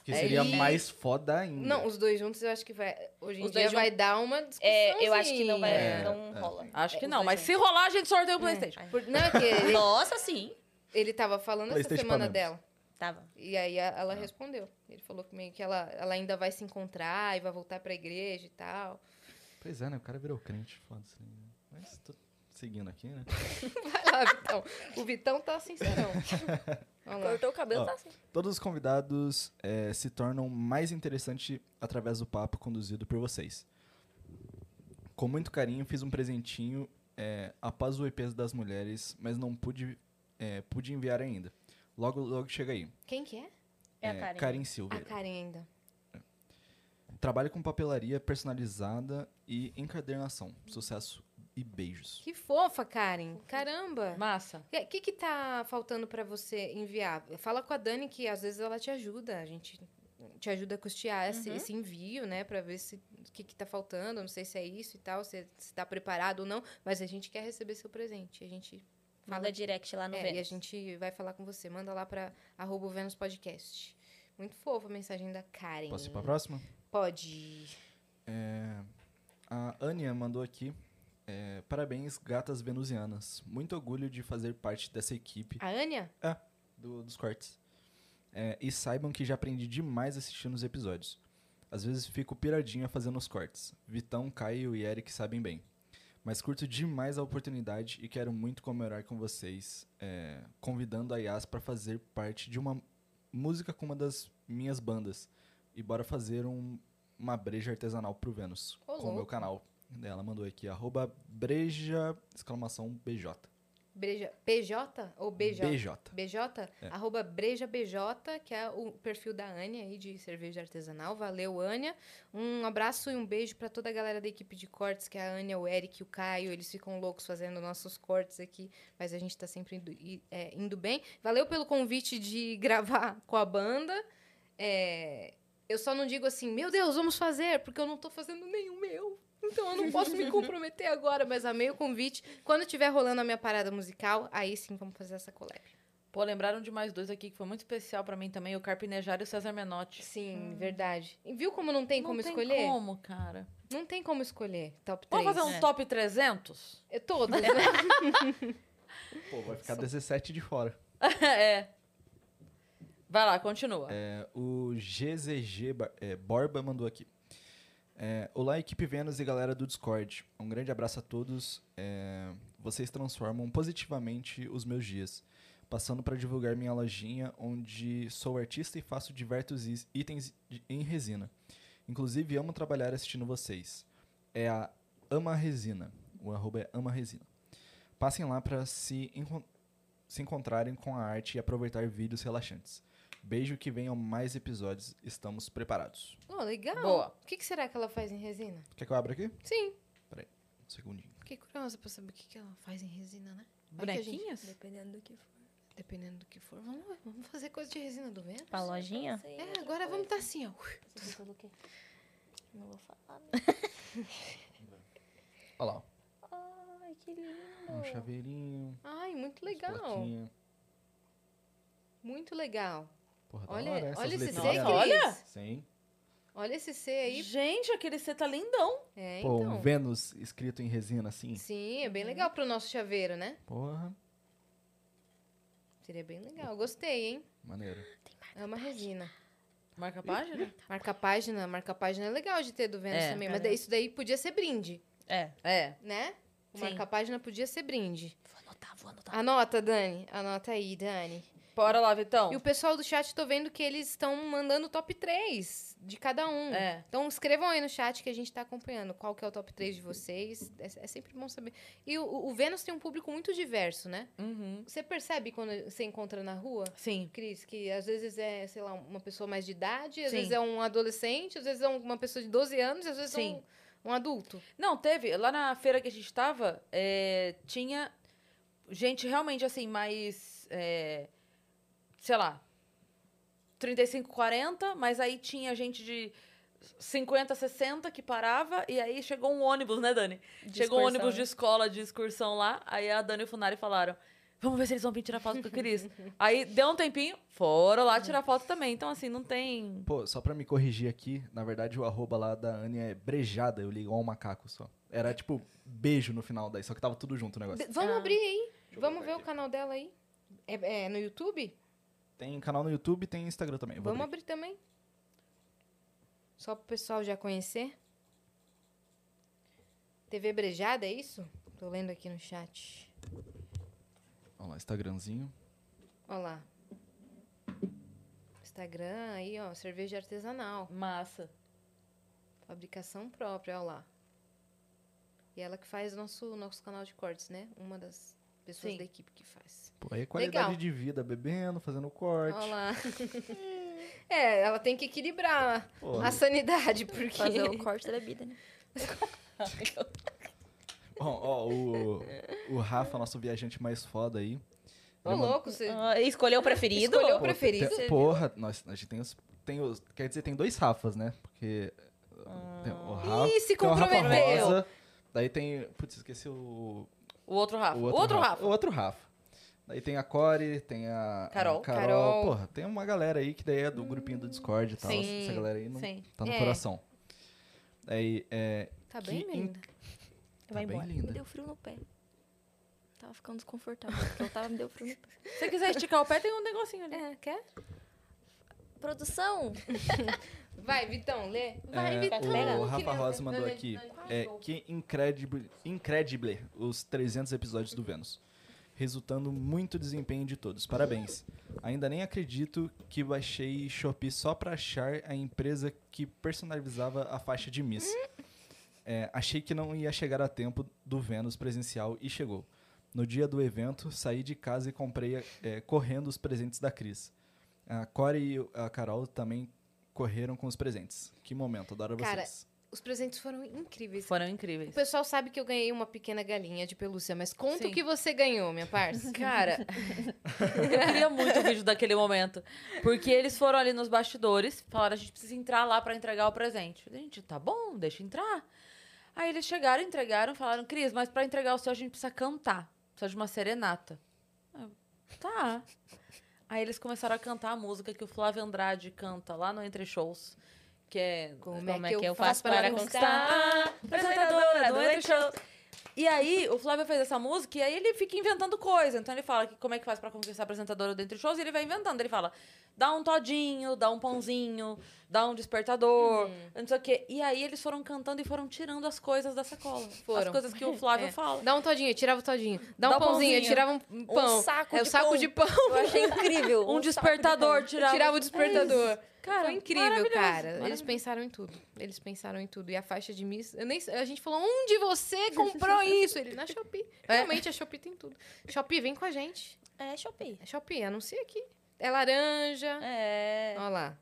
Speaker 5: Que seria
Speaker 1: Aí-
Speaker 5: mais foda ainda.
Speaker 1: Não, os dois juntos eu acho que vai. Hoje em
Speaker 3: Os
Speaker 1: dia
Speaker 3: dois
Speaker 1: vai dar uma discussão.
Speaker 3: É, eu acho que não vai.
Speaker 5: É,
Speaker 3: não
Speaker 5: é.
Speaker 3: rola.
Speaker 2: Acho que
Speaker 1: os
Speaker 2: não,
Speaker 1: dois
Speaker 2: mas
Speaker 1: juntos.
Speaker 2: se rolar, a gente sorteia o PlayStation.
Speaker 1: Não, é que ele,
Speaker 3: Nossa, sim. Tá
Speaker 1: ele tava falando essa
Speaker 5: PlayStation
Speaker 1: semana
Speaker 5: pra
Speaker 1: dela.
Speaker 5: membros.
Speaker 3: Tava.
Speaker 1: E aí a- ela respondeu. Ele falou que meio que ela, ela ainda vai se encontrar e vai voltar pra igreja e tal.
Speaker 5: Pois é, né? O cara virou crente, foda-se. né? Mas tô seguindo aqui, né?
Speaker 1: Vai lá, Vitão. O Vitão tá sincerão. Vamos lá.
Speaker 4: Cortou o cabelo,
Speaker 5: Ó.
Speaker 4: tá assim.
Speaker 5: Todos os convidados eh, se tornam mais interessantes através do papo conduzido por vocês. Com muito carinho, fiz um presentinho eh, após o EP das mulheres, mas não pude, eh, pude enviar ainda. Logo, logo chega aí.
Speaker 1: Quem que é?
Speaker 3: É a
Speaker 5: Eh,
Speaker 3: Karen.
Speaker 1: A
Speaker 5: Silveira.
Speaker 1: Karen ainda.
Speaker 5: Trabalho com papelaria personalizada e encadernação. Sucesso e beijos.
Speaker 1: Que fofa, Karen. Caramba.
Speaker 2: Massa.
Speaker 1: O que, que tá faltando pra você enviar? Fala com a Dani que às vezes ela te ajuda, a gente te ajuda a custear esse,
Speaker 3: Uhum.
Speaker 1: esse envio, né? Pra ver se o que, que tá faltando, não sei se é isso e tal, se está preparado ou não, mas a gente quer receber seu presente. A gente fala
Speaker 3: Manda direct lá no
Speaker 1: é,
Speaker 3: Vênus.
Speaker 1: e a gente vai falar com você. Manda lá pra arroba o Vênus Podcast. Muito fofa a mensagem da Karen.
Speaker 5: Posso ir pra próxima?
Speaker 1: Pode.
Speaker 5: A Ania mandou aqui. eh, parabéns, gatas venusianas. Muito orgulho de fazer parte dessa equipe.
Speaker 1: A Ania?
Speaker 5: do- dos cortes. É, e saibam que já aprendi demais assistindo os episódios. Às vezes fico piradinha fazendo os cortes. Vitão, Caio e Eric sabem bem. Mas curto demais a oportunidade e quero muito comemorar com vocês, é, convidando a Yas para fazer parte de uma música com uma das minhas bandas. E bora fazer um- uma breja artesanal pro Vênus,
Speaker 1: Ô,
Speaker 5: com o meu
Speaker 1: louco.
Speaker 5: canal. Ela mandou aqui, arroba breja, exclamação BJ.
Speaker 1: Breja, PJ ou BJ? BJ,
Speaker 5: É.
Speaker 1: arroba Breja BJ, que é o perfil da Ania aí de cerveja artesanal. Valeu, Ania. Um abraço e um beijo pra toda a galera da equipe de cortes, que é a Ania, o Eric e o Caio. Eles ficam loucos fazendo nossos cortes aqui, mas a gente tá sempre indo, i- é, indo bem. Valeu pelo convite de gravar com a banda. É, eu só não digo assim, meu Deus, vamos fazer, porque eu não tô fazendo nenhum meu. Então eu não posso me comprometer agora, mas amei o convite. Quando tiver rolando a minha parada musical, aí sim vamos fazer essa collab.
Speaker 2: Pô, lembraram de mais dois aqui que foi muito especial pra mim também, o Carpinejar e o César Menotti.
Speaker 1: Sim, verdade. E viu como Ah. não tem
Speaker 2: não
Speaker 1: como
Speaker 2: tem
Speaker 1: escolher?
Speaker 2: como, cara.
Speaker 1: Não tem como escolher top 3.
Speaker 2: Vamos fazer um
Speaker 3: É.
Speaker 2: top 300?
Speaker 1: É todas, né?
Speaker 5: Pô, vai ficar 17 de fora.
Speaker 2: é. Vai lá, continua.
Speaker 5: É, O GZG Ba- é, Borba mandou aqui. É, Olá, equipe Vênus e galera do Discord. Um grande abraço a todos. É, vocês transformam positivamente os meus dias. Passando para divulgar minha lojinha, onde sou artista e faço diversos is- itens de- em resina. Inclusive, amo trabalhar assistindo vocês. É a Ama Resina. O arroba é Ama Resina. Passem lá para se, encon- se encontrarem com a arte e aproveitar vídeos relaxantes. Beijo que venham mais episódios, estamos preparados.
Speaker 1: oh, legal.
Speaker 2: Boa.
Speaker 1: O que, que será que ela faz em resina?
Speaker 5: Quer que eu abra aqui?
Speaker 1: Sim.
Speaker 5: Um segundinho.
Speaker 1: Fiquei curiosa pra saber o que, que ela faz em resina, né? Vai que a gente-
Speaker 2: Bonequinhas?
Speaker 4: Dependendo do que for.
Speaker 1: Dependendo do que for. Vamos, ver, vamos fazer coisa de resina do Vênus?
Speaker 3: Pra lojinha?
Speaker 1: É, agora vamos estar assim, ó.
Speaker 4: Não vou falar.
Speaker 5: Olha lá,
Speaker 4: Ai, que lindo.
Speaker 5: ó. um chaveirinho, um
Speaker 1: Ai, muito
Speaker 5: legal.
Speaker 1: Ah. legal. Muito legal.
Speaker 5: Porra, da
Speaker 1: Olha,
Speaker 5: hora, essas
Speaker 1: olha esse
Speaker 5: letrinhas.
Speaker 1: C, Cris.
Speaker 2: Olha.
Speaker 5: Sim.
Speaker 1: Olha esse C aí.
Speaker 2: Gente, aquele C tá lindão.
Speaker 1: É,
Speaker 5: Pô,
Speaker 1: então.
Speaker 5: um Vênus escrito em resina assim.
Speaker 1: Sim, é bem legal pro nosso chaveiro, né?
Speaker 5: Porra,
Speaker 1: Seria bem legal. Gostei, hein?
Speaker 5: maneiro.
Speaker 1: É uma resina.
Speaker 2: Marca a página?
Speaker 1: Marca página, marca página é legal de ter do Vênus
Speaker 2: É.
Speaker 1: também, mas daí- isso daí podia ser brinde,
Speaker 3: É.
Speaker 2: É.
Speaker 1: né? O
Speaker 3: Sim.
Speaker 1: marca página podia ser brinde.
Speaker 3: Vou anotar, vou
Speaker 2: Tá.
Speaker 3: anotar.
Speaker 1: Anota, Dani. Anota aí, Dani.
Speaker 2: Bora lá, Vitão.
Speaker 1: E o pessoal do chat, tô vendo que eles estão mandando o top 3 de cada um.
Speaker 2: É.
Speaker 1: Então escrevam aí no chat que a gente tá acompanhando qual que é o top 3 de vocês. É, é sempre bom saber. E o, o Vênus tem um público muito diverso, né?
Speaker 2: Uhum.
Speaker 1: Você percebe quando você encontra na rua?
Speaker 2: Sim.
Speaker 1: Cris, que às vezes é, sei lá, uma pessoa mais de idade, às
Speaker 2: Sim.
Speaker 1: vezes é um adolescente, às vezes é um- uma pessoa de 12 anos, às vezes
Speaker 2: Sim.
Speaker 1: é um, um adulto.
Speaker 2: Não, teve. Lá na feira que a gente tava, é, tinha gente realmente assim, mais. é, sei lá. 35, 40, mas aí tinha gente de 50, 60 que parava, e aí chegou um ônibus, né, Dani? Chegou um
Speaker 3: Discursão,
Speaker 2: ônibus
Speaker 3: né?
Speaker 2: de escola de excursão lá, aí a Dani e o Funari falaram. Vamos ver se eles vão vir tirar foto com o Cris. Aí deu um tempinho, foram lá tirar foto também. Então, assim, não tem.
Speaker 5: Pô, só pra me corrigir aqui, na verdade o arroba lá da Anne é brejada, eu li igual um macaco só. Era tipo beijo no final daí, só que tava tudo junto o negócio.
Speaker 1: D- Vamos
Speaker 2: Ah.
Speaker 1: abrir, hein?
Speaker 8: Deixa eu
Speaker 1: Vamos
Speaker 8: botar
Speaker 1: ver o
Speaker 8: aqui.
Speaker 1: canal dela aí. É, é no YouTube?
Speaker 5: Tem canal no YouTube, tem Instagram também. eu vou
Speaker 1: Vamos
Speaker 5: abrir.
Speaker 1: abrir. também. Só pro pessoal já conhecer. TV Brejada, é isso? Tô lendo aqui no chat.
Speaker 5: Olha lá, Instagramzinho.
Speaker 1: Olha lá. Instagram aí, ó, cerveja artesanal.
Speaker 2: Massa.
Speaker 1: Fabricação própria, olha lá. E ela que faz nosso, nosso canal de cortes, né? Uma das pessoas
Speaker 2: Sim.
Speaker 1: da equipe que faz.
Speaker 5: Pô, aí é qualidade
Speaker 1: Legal.
Speaker 5: de vida, bebendo, fazendo corte.
Speaker 1: Olha lá. é, ela tem que equilibrar
Speaker 5: Pô,
Speaker 1: a sanidade, porque.
Speaker 4: Fazer o corte da bebida, né?
Speaker 5: ó, ó, o, o Rafa, nosso viajante mais foda aí.
Speaker 1: Ô,
Speaker 5: ele mandou-
Speaker 1: louco, você
Speaker 3: Ah, escolheu o preferido?
Speaker 1: escolheu o
Speaker 5: Pô,
Speaker 1: preferido.
Speaker 5: tem- porra, nós, a gente tem os, tem os. Quer dizer, tem dois Rafas, né? Porque. Tem o Rafa.
Speaker 1: Ih, se
Speaker 5: tem o Rafa
Speaker 1: comprometeu.
Speaker 5: Rosa, daí tem. Putz, esqueci o.
Speaker 2: O outro Rafa.
Speaker 5: o
Speaker 2: O outro Rafa.
Speaker 5: O outro Rafa. Daí tem a Core, tem a. a
Speaker 2: Carol.
Speaker 5: Carol.
Speaker 1: Carol.
Speaker 5: Porra, tem uma galera aí que daí é do grupinho do Discord e tal.
Speaker 2: Sim,
Speaker 5: Essa galera aí não
Speaker 2: Sim.
Speaker 5: tá no
Speaker 1: É.
Speaker 5: coração. Aí, é.
Speaker 1: Tá
Speaker 5: Que
Speaker 1: bem, menina?
Speaker 5: Tá bem
Speaker 4: Me
Speaker 5: linda.
Speaker 4: deu frio no pé. Tava ficando desconfortável, porque eu tava, me deu frio no pé.
Speaker 2: Se você quiser esticar o pé, tem um negocinho ali.
Speaker 1: É, quer?
Speaker 4: Produção!
Speaker 1: Vai, Vitão, lê. Vai,
Speaker 5: É,
Speaker 1: Vitão.
Speaker 5: o
Speaker 1: que
Speaker 5: Rafa
Speaker 1: nem-
Speaker 5: Rosa mandou
Speaker 1: Dani-
Speaker 5: aqui.
Speaker 1: Dani-
Speaker 5: É, que incredible, incredible os 300 episódios do Vênus. Resultando muito desempenho de todos. Parabéns. Ainda nem acredito que baixei Shopee só pra achar a empresa que personalizava a faixa de Miss. É, achei que não ia chegar a tempo do Vênus presencial e chegou. No dia do evento, saí de casa e comprei é, correndo os presentes da Cris. A Corey e a Carol também correram com os presentes. Que momento, adoro
Speaker 1: Cara,
Speaker 5: vocês.
Speaker 1: Os presentes foram incríveis.
Speaker 2: Foram
Speaker 1: O
Speaker 2: incríveis.
Speaker 1: pessoal sabe que eu ganhei uma pequena galinha de pelúcia, mas conta
Speaker 2: Sim.
Speaker 1: o que você ganhou, minha parça.
Speaker 2: Cara, eu queria muito o vídeo daquele momento. Porque eles foram ali nos bastidores, falaram, a gente precisa entrar lá pra entregar o presente. A gente, tá bom, deixa entrar. Aí eles chegaram, entregaram, falaram, Cris, mas pra entregar o seu a gente precisa cantar. Precisa de uma serenata. Eu, tá. Aí eles começaram a cantar a música que o Flávio Andrade canta lá no Entre Shows. Que é
Speaker 1: Como,
Speaker 3: Como é que eu faço para conquistar?
Speaker 2: apresentadora do Entre Show. E aí, o Flávio fez essa música e aí ele fica inventando coisa. Então ele fala que como é que faz pra conquistar a apresentadora dentro de shows e ele vai inventando. Ele fala, dá um todinho, dá um pãozinho, dá um despertador,
Speaker 1: Uhum.
Speaker 2: não sei o quê. E aí eles foram cantando e foram tirando as coisas da sacola. As
Speaker 1: Foram.
Speaker 2: coisas que o Flávio
Speaker 1: É.
Speaker 2: fala.
Speaker 1: Dá um todinho, eu tirava o todinho. Dá, um,
Speaker 2: Dá um
Speaker 1: pãozinho, eu
Speaker 2: pãozinho.
Speaker 1: tirava um pão.
Speaker 4: saco
Speaker 1: é o
Speaker 4: de
Speaker 1: saco
Speaker 4: pão.
Speaker 1: de pão.
Speaker 4: Eu achei incrível.
Speaker 2: Um despertador,
Speaker 1: Eu
Speaker 2: tirava. É
Speaker 1: tirava o despertador.
Speaker 2: Cara,
Speaker 1: Foi incrível,
Speaker 2: maravilhoso,
Speaker 1: cara. Eles
Speaker 2: maravilhoso.
Speaker 1: pensaram em tudo. Eles pensaram em tudo. E a faixa de Miss. Eu nem, a gente falou, onde você comprou isso? Ele, na Shopee. Realmente, a Shopee tem tudo. Shopee, vem com a gente.
Speaker 3: É, Shopee.
Speaker 1: É Shopee, anuncia aqui. É laranja.
Speaker 3: É.
Speaker 1: Olha lá.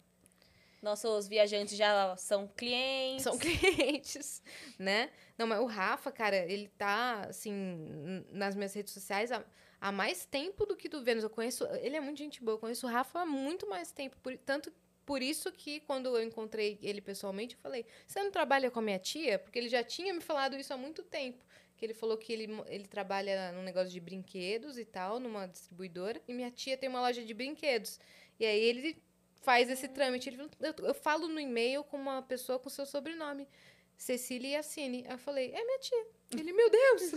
Speaker 3: Nossos viajantes já são clientes.
Speaker 1: São clientes, né? Não, mas o Rafa, cara, ele tá, assim, n- nas minhas redes sociais há, há mais tempo do que do Vênus. Eu conheço, ele é muito gente boa, eu conheço o Rafa há muito mais tempo. Por, tanto por isso que quando eu encontrei ele pessoalmente, eu falei, você não trabalha com a minha tia? Porque ele já tinha me falado isso há muito tempo. Que ele falou que ele, mo- ele trabalha num negócio de brinquedos e tal, numa distribuidora, e minha tia tem uma loja de brinquedos. E aí ele faz esse trâmite. Ele falou, eu, eu falo no e-mail com uma pessoa com seu sobrenome, Cecília Yassine. Aí eu falei, é minha tia. Ele, meu Deus!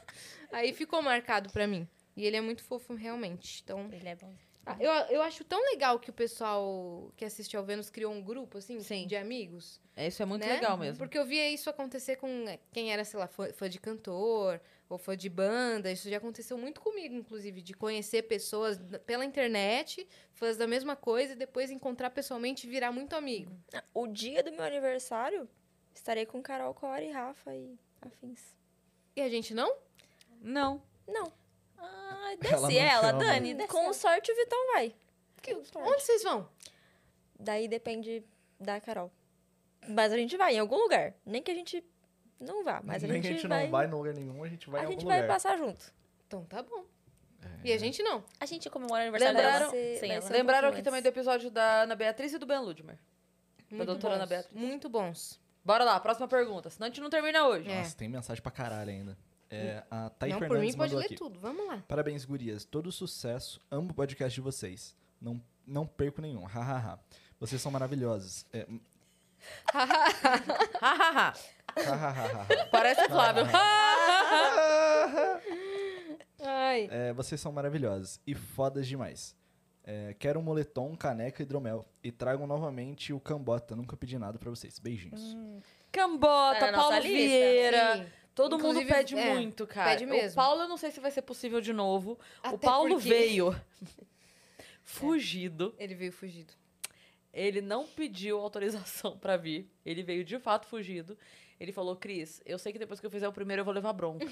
Speaker 1: Aí ficou marcado pra mim. E ele é muito fofo, realmente. Então,
Speaker 3: Ele é bom.
Speaker 1: ah, eu, eu acho tão legal que o pessoal que assiste ao Vênus criou um grupo, assim,
Speaker 2: Sim.
Speaker 1: de amigos.
Speaker 2: É, Isso é muito
Speaker 1: né?
Speaker 2: legal mesmo.
Speaker 1: Porque eu via isso acontecer com eh, quem era, sei lá, fã, fã de cantor ou fã de banda. Isso já aconteceu muito comigo, inclusive, de conhecer pessoas n- pela internet, fãs da mesma coisa, e depois encontrar pessoalmente e virar muito amigo.
Speaker 4: O dia do meu aniversário, estarei com Carol, Core, Rafa e afins.
Speaker 1: E a gente não?
Speaker 2: Tá Não.
Speaker 4: Não.
Speaker 3: Ah,
Speaker 5: não
Speaker 3: desce ela,
Speaker 5: chama.
Speaker 3: Dani, desce
Speaker 4: Com
Speaker 3: ela.
Speaker 4: sorte, o Vitão vai.
Speaker 1: Que-
Speaker 4: Com sorte.
Speaker 1: Onde vocês vão?
Speaker 4: Daí depende da Carol. Mas a gente vai em algum lugar. Nem que a gente não vá, mas a
Speaker 5: Nem
Speaker 4: gente,
Speaker 5: que a gente
Speaker 4: vai,
Speaker 5: não vai no lugar nenhum, a gente vai
Speaker 4: A
Speaker 5: em algum
Speaker 4: gente vai
Speaker 5: lugar.
Speaker 4: passar junto.
Speaker 1: Então tá bom.
Speaker 2: É.
Speaker 1: E a gente
Speaker 2: Tá
Speaker 1: não.
Speaker 3: A gente comemora o aniversário dela.
Speaker 2: Lembraram-
Speaker 3: Sim,
Speaker 4: vai
Speaker 3: ela.
Speaker 1: é
Speaker 4: ser-
Speaker 2: Lembraram
Speaker 4: pouquinho
Speaker 2: aqui também do
Speaker 4: antes.
Speaker 2: episódio da Ana Beatriz e do Ben Ludmer.
Speaker 1: Muito
Speaker 2: doutora
Speaker 1: bons.
Speaker 2: Ana Beatriz.
Speaker 1: Muito bons.
Speaker 2: Bora lá, próxima pergunta, senão a gente não termina hoje.
Speaker 1: É.
Speaker 5: Nossa, tem mensagem pra caralho ainda. É, a Thay
Speaker 1: não, por
Speaker 5: Fernandes
Speaker 1: mim pode
Speaker 5: mandou
Speaker 1: ler
Speaker 5: aqui.
Speaker 1: tudo. Vamos lá.
Speaker 5: Parabéns, gurias. Todo sucesso. Amo o podcast de vocês. Não, não perco nenhum. Hahaha. Vocês são maravilhosas. É, hum,
Speaker 2: Hahaha.
Speaker 5: hahaha.
Speaker 2: Parece o Flávio.
Speaker 1: Ai.
Speaker 5: É, vocês são maravilhosas e fodas demais. É, quero um moletom, caneca e hidromel. E tragam novamente o cambota. Nunca pedi nada pra vocês. Beijinhos.
Speaker 2: Cambota,
Speaker 3: Tá na nossa
Speaker 2: Paulo
Speaker 3: lista.
Speaker 2: Vieira.
Speaker 1: É, Sim.
Speaker 2: Todo mundo
Speaker 1: Inclusive,
Speaker 2: pede
Speaker 1: é,
Speaker 2: muito, cara.
Speaker 1: pede mesmo.
Speaker 2: O Paulo, eu não sei se vai ser possível de novo. o
Speaker 1: Até
Speaker 2: Paulo
Speaker 1: porque É.
Speaker 2: veio fugido.
Speaker 1: Ele veio fugido.
Speaker 2: Ele não pediu autorização pra vir. Ele veio de fato fugido. Ele falou, Cris, eu sei que depois que eu fizer o primeiro eu vou levar bronca.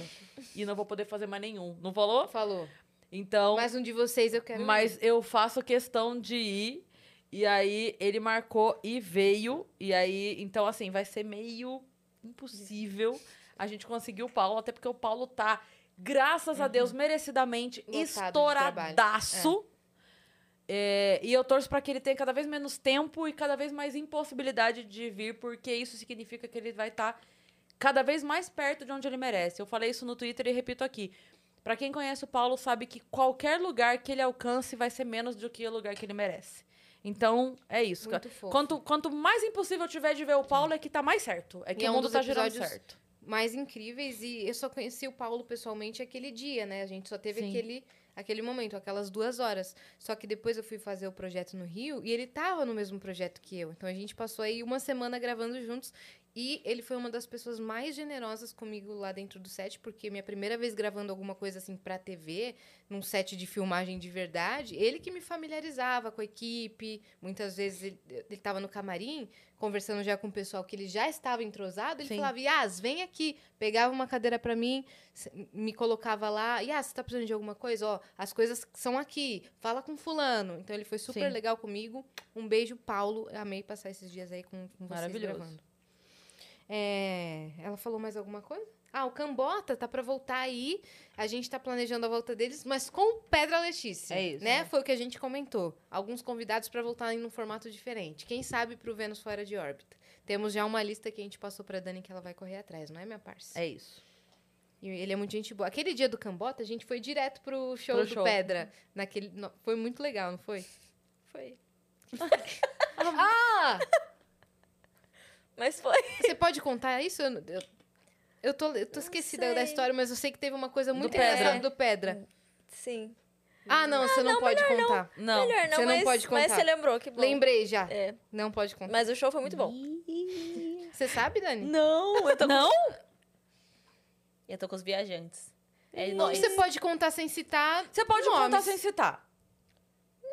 Speaker 2: e não vou poder fazer mais nenhum. Não falou?
Speaker 1: Falou.
Speaker 2: Então, mas,
Speaker 1: Mais um de vocês eu quero. ir.
Speaker 2: eu faço questão de ir. E aí ele marcou e veio. E aí, então assim, vai ser meio impossível a gente conseguir o Paulo. Até porque o Paulo tá, graças a Deus, merecidamente
Speaker 1: Uhum. Lotado de
Speaker 2: estouradaço. É, e eu torço pra que ele tenha cada vez menos tempo e cada vez mais impossibilidade de vir, porque isso significa que ele vai tá estar cada vez mais perto de onde ele merece. Eu falei isso no Twitter e repito aqui. Pra quem conhece o Paulo, sabe que qualquer lugar que ele alcance vai ser menos do que o lugar que ele merece. Então, é isso. cara.
Speaker 1: Muito fofo.
Speaker 2: Quanto, quanto mais impossível tiver de ver o Paulo, é que tá mais certo. É que
Speaker 1: E é
Speaker 2: o
Speaker 1: um
Speaker 2: mundo
Speaker 1: dos
Speaker 2: tá girando
Speaker 1: episódios-
Speaker 2: certo.
Speaker 1: mais incríveis e eu só conheci o Paulo pessoalmente aquele dia, né? A gente só teve
Speaker 2: Sim.
Speaker 1: aquele aquele momento, aquelas duas horas. Só que depois eu fui fazer o projeto no Rio e ele tava no mesmo projeto que eu. Então a gente passou aí uma semana gravando juntos e ele foi uma das pessoas mais generosas comigo lá dentro do set, porque minha primeira vez gravando alguma coisa assim pra TV, num set de filmagem de verdade, ele que me familiarizava com a equipe, muitas vezes ele, ele tava no camarim conversando já com o pessoal que ele já estava entrosado, ele
Speaker 2: Sim.
Speaker 1: falava, Yas, vem aqui. Pegava uma cadeira pra mim, se- me colocava lá. Yas, você tá precisando de alguma coisa? Ó, as coisas são aqui. Fala com fulano. Então, ele foi super
Speaker 2: Sim.
Speaker 1: legal comigo. Um beijo, Paulo. Eu amei passar esses dias aí com, com vocês
Speaker 2: Maravilhoso.
Speaker 1: gravando. É, ela falou mais alguma coisa? Ah, o Cambota tá pra voltar aí. A gente tá planejando a volta deles, mas com Pedra Letícia.
Speaker 2: É isso,
Speaker 1: Né?
Speaker 2: né?
Speaker 1: Foi o que a gente comentou. Alguns convidados pra voltar em um formato diferente. Quem sabe pro Vênus Fora de Órbita. Temos já uma lista que a gente passou pra Dani que ela vai correr atrás, não é, minha parça?
Speaker 2: É isso.
Speaker 1: E ele é muito gente boa. Aquele dia do Cambota, a gente foi direto pro show
Speaker 2: Pro
Speaker 1: do
Speaker 2: show.
Speaker 1: Pedra. Naquele... no- Foi muito legal, não foi?
Speaker 4: Foi.
Speaker 1: Ah!
Speaker 4: Mas foi.
Speaker 1: Você pode contar isso? Eu, eu, eu tô, eu tô esquecida da
Speaker 4: sei.
Speaker 1: história, mas eu sei que teve uma coisa muito
Speaker 2: Pedra.
Speaker 1: engraçada do Pedra.
Speaker 4: Sim.
Speaker 1: Ah, não, você não, pode contar.
Speaker 2: Não.
Speaker 4: Melhor não,
Speaker 1: você não
Speaker 4: mas,
Speaker 1: pode
Speaker 4: mas
Speaker 1: contar.
Speaker 4: você lembrou, que bom.
Speaker 1: Lembrei já.
Speaker 4: É,
Speaker 1: Não pode contar.
Speaker 4: mas o show foi muito bom.
Speaker 1: Você sabe, Dani?
Speaker 3: Não, eu tô com...
Speaker 2: Não?
Speaker 3: eu tô com os viajantes. É
Speaker 1: Ou
Speaker 3: nóis.
Speaker 1: Você pode contar sem citar.
Speaker 2: Você pode
Speaker 1: nomes.
Speaker 2: contar sem citar.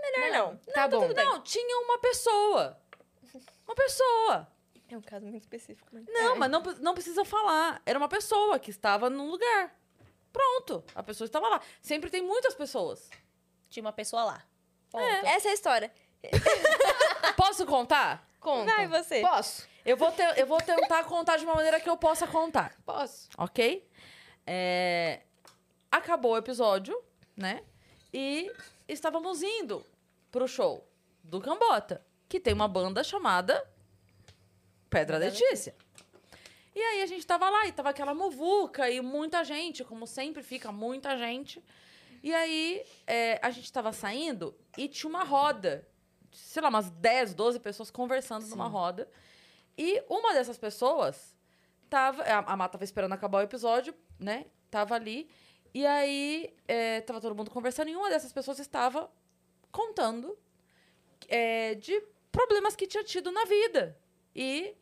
Speaker 4: Melhor não.
Speaker 1: Tá bom.
Speaker 2: Não, tinha uma pessoa. Uma pessoa.
Speaker 4: É um caso muito específico. Né?
Speaker 1: É.
Speaker 2: Não, mas não, pre- não precisa falar. Era uma pessoa que estava num lugar. Pronto. A pessoa estava lá. Sempre tem muitas pessoas.
Speaker 3: Tinha uma pessoa lá. Ponto.
Speaker 4: Essa é a história.
Speaker 2: Posso contar?
Speaker 1: Conta.
Speaker 4: Vai, você.
Speaker 1: Posso?
Speaker 2: Eu vou, te- eu vou tentar contar de uma maneira que eu possa contar,
Speaker 1: Posso.
Speaker 2: ok? É, Acabou o episódio, né? E estávamos indo pro show do Cambota, que tem uma banda chamada Pedra Letícia. E aí a gente tava lá e tava aquela muvuca e muita gente, como sempre fica muita gente. E aí é, a gente tava saindo e tinha uma roda sei lá, umas 10, 12 pessoas conversando numa roda. E uma dessas pessoas tava. A, a Má tava esperando acabar o episódio, né? Tava ali. E aí é, tava todo mundo conversando, e uma dessas pessoas estava contando é, de problemas que tinha tido na vida. E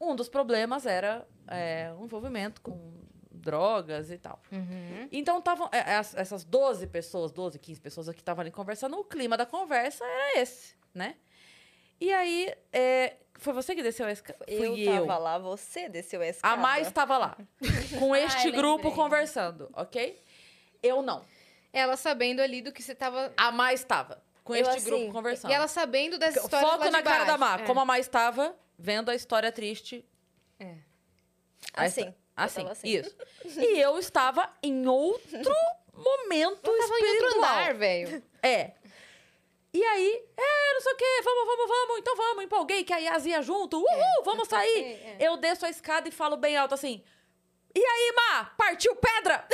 Speaker 2: um dos problemas era é, o envolvimento com drogas e tal.
Speaker 4: Uhum.
Speaker 2: Então estavam é, é, as- essas 12 pessoas, 12, 15 pessoas que estavam ali conversando, o clima da conversa era esse, né? E aí, é, foi você que desceu a escada?
Speaker 4: Eu
Speaker 2: Fui
Speaker 4: tava lá, você desceu a escada.
Speaker 2: a Mai estava lá, com este grupo
Speaker 3: lembrei.
Speaker 2: conversando, ok? Eu não.
Speaker 1: Ela sabendo ali do que você tava.
Speaker 2: A Mai estava, com
Speaker 4: Eu,
Speaker 2: este
Speaker 4: assim,
Speaker 2: grupo conversando.
Speaker 1: E ela sabendo das histórias.
Speaker 2: Foco
Speaker 1: lá
Speaker 2: na
Speaker 1: de
Speaker 2: cara da
Speaker 1: baixo.
Speaker 2: Má,
Speaker 1: É.
Speaker 2: como a Mai estava vendo a história triste.
Speaker 1: É.
Speaker 2: A
Speaker 4: Assim,
Speaker 2: histó- Assim,
Speaker 4: tava assim.
Speaker 2: isso. E eu estava em outro momento
Speaker 1: Ela tava em outro
Speaker 2: espiritual.
Speaker 1: andar, velho.
Speaker 2: É. E aí, é, não sei o quê, vamos, vamos, vamos, então vamos, empolguei, que a Yas ia junto, uhul, vamos sair.
Speaker 1: é,
Speaker 2: Eu desço a escada e falo bem alto assim, e aí, Má, partiu pedra?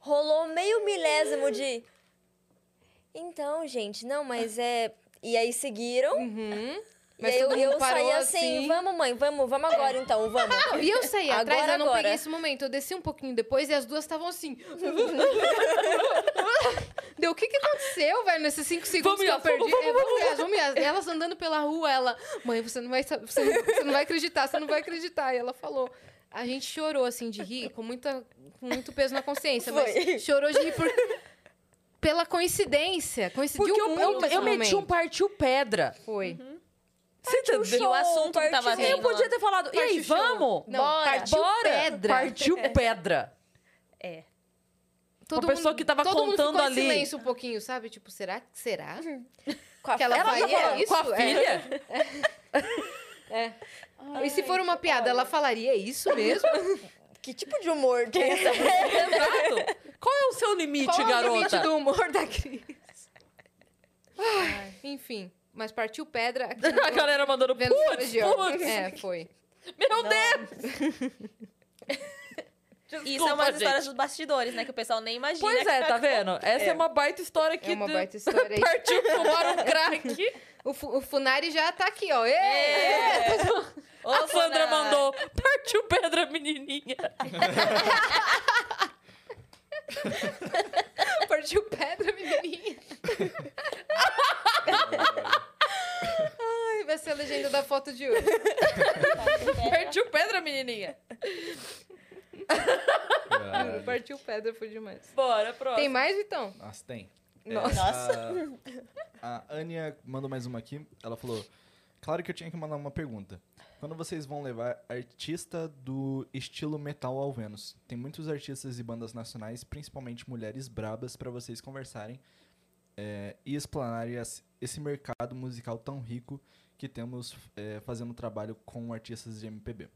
Speaker 4: Rolou meio milésimo de. Então, gente, não, mas é. E aí seguiram.
Speaker 1: Uhum.
Speaker 4: e aí eu, eu saí assim, vamos, mãe, vamos, vamos agora então, vamos.
Speaker 1: Não, E eu saí
Speaker 4: Agora,
Speaker 1: atrás, eu não
Speaker 4: agora.
Speaker 1: peguei esse momento. Eu desci um pouquinho depois e as duas estavam assim. Deu, o que que aconteceu, velho, nesses cinco segundos
Speaker 2: Vamos,
Speaker 1: que eu perdi?
Speaker 2: Yas, vamos,
Speaker 1: É, vamos, Yas, vamos, Yas. E Elas andando pela rua, ela, mãe, você não vai saber, você não, você não vai acreditar, você não vai acreditar. E ela falou. A gente chorou, assim, de rir, com, muita, com muito peso na consciência.
Speaker 4: Foi.
Speaker 1: Mas chorou de rir por- pela coincidência. Coincidiu
Speaker 2: Porque eu,
Speaker 1: muito
Speaker 2: eu,
Speaker 1: esse
Speaker 2: eu meti um
Speaker 1: momento.
Speaker 2: partiu pedra.
Speaker 1: Foi.
Speaker 2: Você
Speaker 3: E
Speaker 2: entendeu?
Speaker 3: o assunto que tava
Speaker 2: Eu
Speaker 3: vendo. lá.
Speaker 2: podia ter falado, e
Speaker 1: Partiu
Speaker 2: aí,
Speaker 1: show.
Speaker 2: vamos?
Speaker 1: Não,
Speaker 4: Bora.
Speaker 1: partiu
Speaker 2: Bora!
Speaker 1: pedra.
Speaker 2: Partiu É. pedra.
Speaker 1: Todo
Speaker 2: Uma pessoa que tava
Speaker 1: todo mundo
Speaker 2: contando
Speaker 1: ficou em
Speaker 2: ali.
Speaker 1: silêncio um pouquinho, sabe? Tipo, será que será?
Speaker 4: Com a
Speaker 1: Que ela
Speaker 4: fa-
Speaker 2: Ela
Speaker 1: faria
Speaker 2: tá falando
Speaker 1: isso?
Speaker 2: com a
Speaker 1: É.
Speaker 2: filha?
Speaker 1: e se for uma piada, ela falaria isso mesmo?
Speaker 4: Que tipo de humor tem essa?
Speaker 2: Exato. Qual é o seu limite,
Speaker 1: Qual é
Speaker 2: garota?
Speaker 1: o limite do humor da Cris? Ai, Enfim, mas partiu pedra aqui
Speaker 2: A
Speaker 1: no
Speaker 2: galera mandando putz,
Speaker 1: Vênus Colegial.
Speaker 2: putz.
Speaker 1: É, foi.
Speaker 2: Meu Deus!
Speaker 3: E
Speaker 2: Desculpa,
Speaker 3: são umas
Speaker 2: gente.
Speaker 3: é histórias dos bastidores, né? Que o pessoal nem imagina.
Speaker 2: Pois é, tá vendo? Essa é, uma baita história que
Speaker 1: É uma
Speaker 2: de-
Speaker 1: baita história aí.
Speaker 2: partiu fumar um crack.
Speaker 1: O, fu- o Funari já tá aqui, ó. Ê!
Speaker 2: É.
Speaker 3: Ô,
Speaker 2: A Sandra
Speaker 3: Fana,
Speaker 2: mandou, partiu pedra menininha.
Speaker 1: Partiu pedra, menininha. Ai, vai ser a legenda da foto de hoje.
Speaker 2: Partiu pedra menininha.
Speaker 5: Caralho.
Speaker 1: Partiu pedra, foi demais.
Speaker 2: Bora, próximo.
Speaker 1: Tem mais, então? Vitão?
Speaker 5: Nossa, tem.
Speaker 4: Nossa.
Speaker 5: A, a Ania mandou mais uma aqui. Ela falou: Claro que eu tinha que mandar uma pergunta. Quando vocês vão levar artista do estilo metal ao Vênus? Tem muitos artistas e bandas nacionais, principalmente mulheres brabas, pra vocês conversarem é, e explanarem as- esse mercado musical tão rico que temos é, fazendo trabalho com artistas de MPB.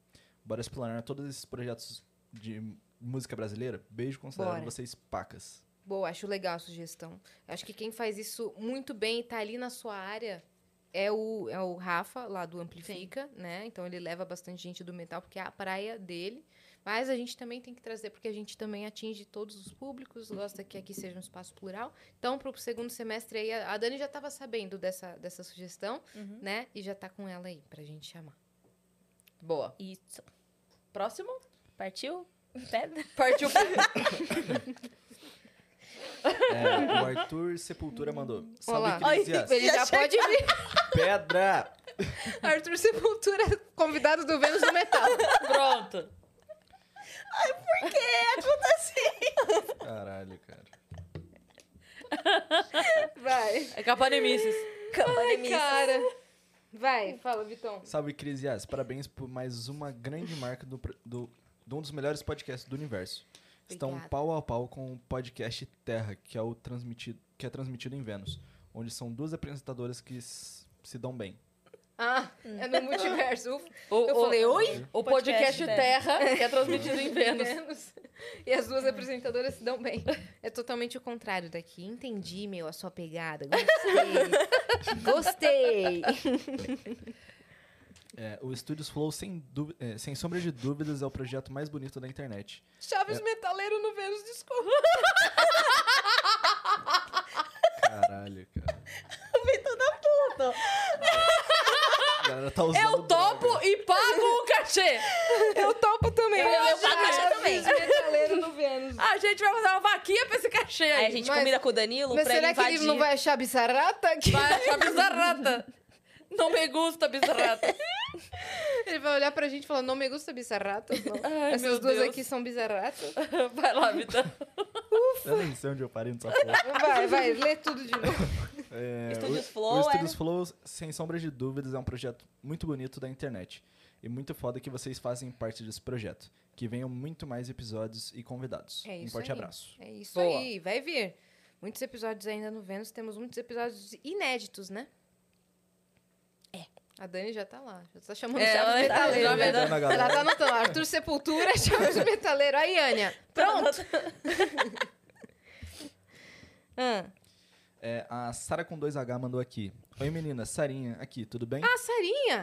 Speaker 5: Bora explorar todos esses projetos de música brasileira? Beijo, considero
Speaker 1: Bora.
Speaker 5: vocês pacas.
Speaker 1: Boa, acho legal a sugestão. Acho que quem faz isso muito bem e tá ali na sua área é o, é o Rafa, lá do Amplifica, né? Então ele leva bastante gente do metal, porque é a praia dele. Mas a gente também tem que trazer, porque a gente também atinge todos os públicos, gosta que aqui seja um espaço plural. Então, pro segundo semestre aí, a a Dani já estava sabendo dessa, dessa sugestão, né? E já tá com ela aí pra gente chamar.
Speaker 2: Boa.
Speaker 3: Isso.
Speaker 2: Próximo?
Speaker 3: Partiu? Pedra?
Speaker 2: Partiu pedra.
Speaker 5: É, o Arthur Sepultura mandou.
Speaker 1: Hum. Olá.
Speaker 5: Salve, Cris e Yas.
Speaker 1: Ele já, pode vir.
Speaker 5: Pedra!
Speaker 1: Arthur Sepultura, convidado do Vênus do Metal.
Speaker 2: Pronto.
Speaker 5: Caralho, cara.
Speaker 1: Vai.
Speaker 2: É Capanemices.
Speaker 1: Cara. Vai, fala, Vitão.
Speaker 5: Salve, Cris e Yas. Parabéns por mais uma grande marca do, pr- do- de um dos melhores podcasts do universo. Estão
Speaker 1: Obrigada.
Speaker 5: pau a pau com o podcast Terra, que é, o transmitido, que é transmitido em Vênus, onde são duas apresentadoras que s- se dão bem.
Speaker 1: Ah, é no multiverso. Ufa,
Speaker 2: O,
Speaker 1: Eu
Speaker 2: o-
Speaker 1: falei, oi?
Speaker 2: O podcast,
Speaker 3: Podcast
Speaker 2: Terra, que é transmitido em Vênus.
Speaker 1: Menos. E as duas apresentadoras se dão bem. É totalmente o contrário daqui. Entendi, meu, a sua pegada. Gostei. Gostei.
Speaker 5: É, o Estúdios Flow, sem, dú- é, sem sombra de dúvidas, é o projeto mais bonito da internet.
Speaker 1: Chaves metaleiro no Vênus Disco. É
Speaker 5: tá usando
Speaker 2: Eu topo e pago o cachê.
Speaker 4: Eu topo também.
Speaker 3: Eu- eu pago cachê também.
Speaker 4: Metaleiro do Vênus.
Speaker 2: A gente vai fazer uma vaquinha pra esse cachê aí.
Speaker 3: Aí a gente
Speaker 1: Mas-
Speaker 3: combina com o Danilo
Speaker 1: Mas
Speaker 3: pra
Speaker 1: será
Speaker 3: ele
Speaker 1: que
Speaker 3: invadir.
Speaker 1: ele não vai achar bizarrata? Que...
Speaker 2: Vai achar bizarrata. Não me gusta bizarrata.
Speaker 1: Ele vai olhar pra gente e falar, não me gusta bizarrata. não.
Speaker 2: Ai,
Speaker 1: Essas
Speaker 2: meu
Speaker 1: duas
Speaker 2: Deus.
Speaker 1: aqui são bizarratas.
Speaker 2: Vai lá, Vitão.
Speaker 5: Eu nem sei onde eu parei nessa porra.
Speaker 1: Vai, vai, lê tudo de novo.
Speaker 5: É,
Speaker 3: Estúdios
Speaker 5: o-
Speaker 3: Flow,
Speaker 5: O
Speaker 3: é,
Speaker 5: Estúdios
Speaker 3: né?
Speaker 5: Flow, sem sombra de dúvidas, é um projeto muito bonito da internet. E muito foda que vocês fazem parte desse projeto. Que venham muito mais episódios e convidados.
Speaker 1: É
Speaker 5: um
Speaker 1: isso
Speaker 5: forte
Speaker 1: aí.
Speaker 5: abraço.
Speaker 1: É isso
Speaker 2: Boa.
Speaker 1: aí, vai vir. Muitos episódios ainda no Vênus, temos muitos episódios inéditos, né? É. A Dani já tá lá, já tá chamando
Speaker 3: É,
Speaker 1: chave de
Speaker 3: ela tá-
Speaker 1: metaleiro.
Speaker 3: já vai-
Speaker 5: Tá na
Speaker 1: Ela
Speaker 5: galera.
Speaker 1: tá anotando, Arthur Sepultura, chave de metaleiro. Aí, Ania, pronto.
Speaker 3: tá
Speaker 1: Ah,
Speaker 5: É, a Sara com 2H mandou aqui. Oi meninas, Sarinha aqui, tudo bem?
Speaker 1: Ah, Sarinha.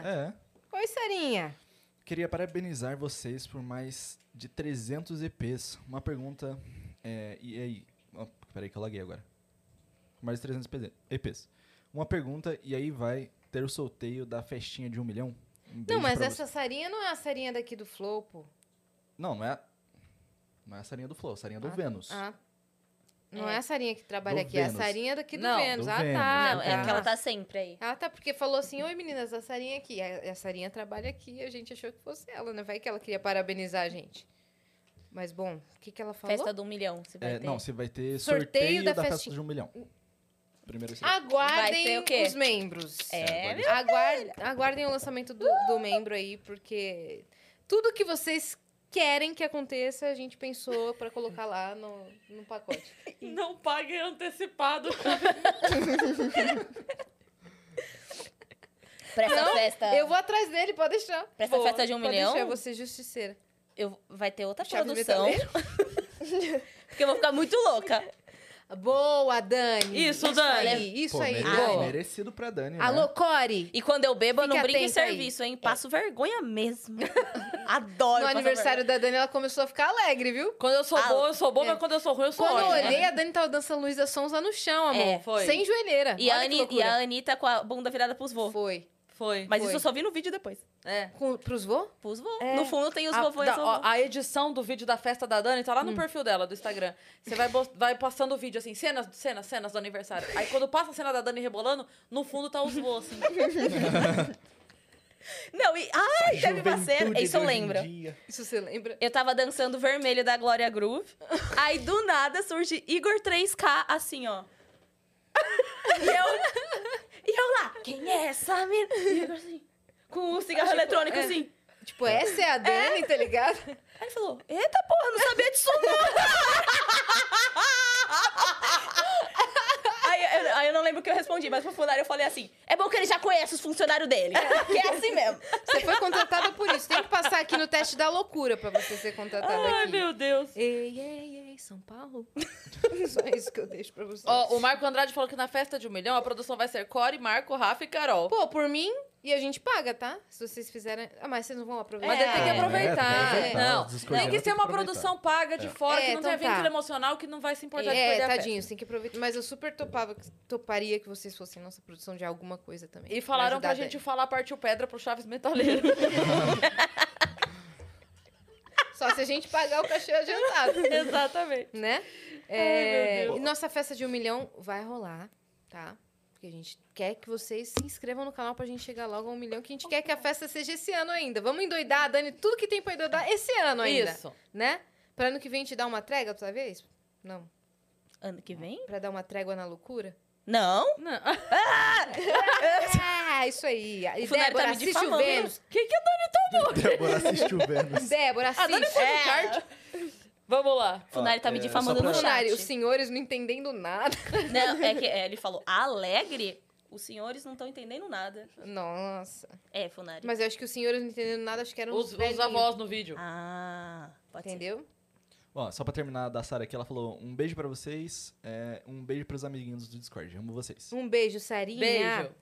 Speaker 5: É.
Speaker 1: Oi, Sarinha.
Speaker 5: Queria parabenizar vocês por mais de 300 EPs. Uma pergunta. É, e aí? ó, peraí que eu laguei agora. Mais de 300 EPs. EPs. Uma pergunta, e aí vai ter o sorteio da festinha de um milhão? Um
Speaker 1: Não,
Speaker 5: beijo
Speaker 1: mas
Speaker 5: pra
Speaker 1: essa Sarinha não é a Sarinha daqui do Flow, pô.
Speaker 5: você. Não, não é. a- Não é a Sarinha do Flow, é a Sarinha do
Speaker 1: Ah,
Speaker 5: Vênus.
Speaker 1: Ah. Não é. a Sarinha que trabalha
Speaker 5: Do
Speaker 1: aqui,
Speaker 5: Vênus.
Speaker 1: é a Sarinha daqui do
Speaker 2: Não,
Speaker 1: Vênus.
Speaker 5: do
Speaker 1: ah,
Speaker 5: Vênus.
Speaker 1: tá.
Speaker 3: Não, é
Speaker 1: tá.
Speaker 3: que ela tá sempre aí.
Speaker 1: Ah, tá, porque falou assim: Oi meninas, a Sarinha aqui. É, A a Sarinha trabalha aqui, a gente achou que fosse ela, né? Vai que ela queria parabenizar a gente. Mas Tá bom, o que, que ela falou?
Speaker 3: Festa do um milhão, se vai
Speaker 5: É,
Speaker 3: ter.
Speaker 5: não, você vai ter
Speaker 1: Sorteio
Speaker 5: sorteio,
Speaker 1: da
Speaker 5: da,
Speaker 1: festinha. Hum. Ah,
Speaker 5: festa de um milhão. Primeiro sorteio.
Speaker 1: Aguardem
Speaker 3: Vai ter o quê?
Speaker 1: os membros.
Speaker 3: É,
Speaker 5: agora-
Speaker 1: Aguardem, aguardem o lançamento do, do membro aí, porque tudo que vocês querem que aconteça, a gente pensou pra colocar lá no, no pacote.
Speaker 2: Não pague antecipado.
Speaker 3: pra essa festa.
Speaker 1: Eu vou atrás dele, pode deixar.
Speaker 3: É. Pra essa
Speaker 1: Vou,
Speaker 3: festa de um
Speaker 1: pode
Speaker 3: milhão?
Speaker 1: Deixar você justiceira.
Speaker 3: eu- vai ter outra
Speaker 1: Chave de
Speaker 3: produção. porque eu vou ficar muito louca.
Speaker 1: Boa, Dani.
Speaker 2: Isso, Dani.
Speaker 1: Aí, isso
Speaker 5: Pô,
Speaker 1: aí.
Speaker 5: mere-
Speaker 1: Boa.
Speaker 5: merecido pra Dani, né?
Speaker 1: Alô, Core.
Speaker 3: E quando eu bebo, eu não
Speaker 1: Fique
Speaker 3: brinco em
Speaker 1: atenta aí. É.
Speaker 3: serviço, hein? Passo vergonha mesmo. Adoro
Speaker 1: No
Speaker 3: passar
Speaker 1: aniversário da Dani, ela começou a ficar alegre, viu?
Speaker 2: Quando eu sou
Speaker 3: Ah,
Speaker 2: boa, eu sou boa, mas quando eu sou ruim, eu sou
Speaker 1: Quando eu
Speaker 2: ótima.
Speaker 1: olhei, a Dani tava dançando Luísa Sonza no chão, amor.
Speaker 2: né? É, foi.
Speaker 1: Sem joelheira.
Speaker 3: E a,
Speaker 1: Olha que
Speaker 3: Ani, e
Speaker 1: loucura.
Speaker 3: a Anitta com a bunda virada pros vô.
Speaker 1: Foi.
Speaker 2: Foi.
Speaker 3: Mas
Speaker 1: foi.
Speaker 3: isso eu só vi no vídeo depois.
Speaker 2: É.
Speaker 1: Com, pros vô?
Speaker 3: Pros vô.
Speaker 4: É.
Speaker 3: No fundo tem os
Speaker 1: Ah,
Speaker 2: a,
Speaker 3: vovôs e
Speaker 2: da-
Speaker 3: as
Speaker 2: ó,
Speaker 3: vovôs.
Speaker 2: a edição do vídeo da festa da Dani tá lá no perfil dela, do Instagram. Você vai, bo- vai passando o vídeo assim, cenas, cenas, cenas do aniversário. Aí quando passa a cena da Dani rebolando, no fundo tá os vô, assim.
Speaker 3: Não, e... Ai, teve uma cena...
Speaker 5: né? Juventude
Speaker 3: Isso eu
Speaker 5: de hoje em
Speaker 3: lembro.
Speaker 5: dia.
Speaker 1: Isso você lembra?
Speaker 3: Eu tava dançando vermelho da Glória Groove. Aí do nada surge Igor 3K assim, ó. E eu. E eu lá, quem é essa menina? E Igor assim, com o cigarro eletrônico
Speaker 2: é.
Speaker 3: assim.
Speaker 1: Tipo, essa é a Dani, tá ligado?
Speaker 3: Aí ele falou: Eita porra, não sabia disso não! Aí, eu, aí eu não lembro o que eu respondi, mas pro funcionário eu falei assim: é bom que ele já conhece os funcionários dele. Que é assim mesmo.
Speaker 1: Você foi contratada por isso. Tem que passar aqui no teste da loucura pra você ser contratada
Speaker 2: Ai,
Speaker 1: aqui.
Speaker 2: meu Deus.
Speaker 1: Ei, ei, ei, São Paulo. Só isso que eu deixo pra vocês.
Speaker 2: Ó, o Marco Andrade falou que na festa de um milhão a produção vai ser Core, Marco, Rafa e Carol.
Speaker 1: Pô, por mim, e a gente paga, tá? Se vocês fizerem. Ah, mas vocês não vão aproveitar.
Speaker 2: Mas ele tem que
Speaker 5: É,
Speaker 2: aproveitar.
Speaker 1: tem que aproveitar,
Speaker 2: Não,
Speaker 5: as coisas
Speaker 2: tem
Speaker 5: tem
Speaker 2: que
Speaker 5: que
Speaker 2: ser uma
Speaker 5: aproveitar.
Speaker 2: produção paga de fora,
Speaker 1: É,
Speaker 2: que não
Speaker 1: então
Speaker 2: tem vínculo
Speaker 1: tá.
Speaker 2: emocional, que não vai se importar de perder
Speaker 1: É,
Speaker 2: a festa.
Speaker 1: tadinhos, tem que aproveitar. Mas eu super topava, toparia que vocês fossem nossa produção de alguma coisa também.
Speaker 2: E falaram pra
Speaker 1: ajudar a
Speaker 2: gente
Speaker 1: Dani.
Speaker 2: falar partiu pedra pro Chaves Metaleiro.
Speaker 1: Só se a gente pagar o cachê adiantado.
Speaker 2: Exatamente.
Speaker 1: né? É,
Speaker 5: Deus.
Speaker 1: e nossa festa de um milhão vai rolar, tá? Porque a gente quer que vocês se inscrevam no canal pra gente chegar logo a um milhão, que a gente quer que a festa seja esse ano ainda. Vamos endoidar, Dani, tudo que tem pra endoidar esse ano ainda,
Speaker 2: Isso.
Speaker 1: né? Pra ano que vem te dar uma trégua, talvez? Não,
Speaker 3: Ano que vem?
Speaker 1: pra dar uma trégua na loucura.
Speaker 3: Não.
Speaker 2: Não.
Speaker 1: Ah, isso aí. E
Speaker 3: O Funari tá
Speaker 1: Débora,
Speaker 3: me
Speaker 1: assiste o
Speaker 3: difamando.
Speaker 1: Vênus.
Speaker 2: Quem que é Dani?
Speaker 5: Débora assiste o Vênus.
Speaker 1: Débora,
Speaker 2: A Dani
Speaker 1: assiste.
Speaker 2: foi no kart? Vamos lá.
Speaker 3: O Funari tá
Speaker 5: Ó,
Speaker 3: me
Speaker 5: é, só
Speaker 3: difamando
Speaker 5: pra-
Speaker 3: no chat.
Speaker 1: Funari, os senhores não entendendo nada.
Speaker 3: Não, é que é, ele falou alegre. Os senhores não estão entendendo nada.
Speaker 1: Nossa.
Speaker 3: É, Funari.
Speaker 1: Mas eu acho que os senhores não entendendo nada, acho que eram
Speaker 2: Os,
Speaker 1: os,
Speaker 2: os
Speaker 1: velhinhos,
Speaker 2: avós no vídeo.
Speaker 3: Ah, pode ser.
Speaker 1: Entendeu?
Speaker 5: Ó, só pra terminar da Sara aqui, ela falou um beijo pra vocês, é, um beijo pros amiguinhos do Discord. Amo vocês.
Speaker 1: Um beijo, Sarinha.
Speaker 2: Beijo.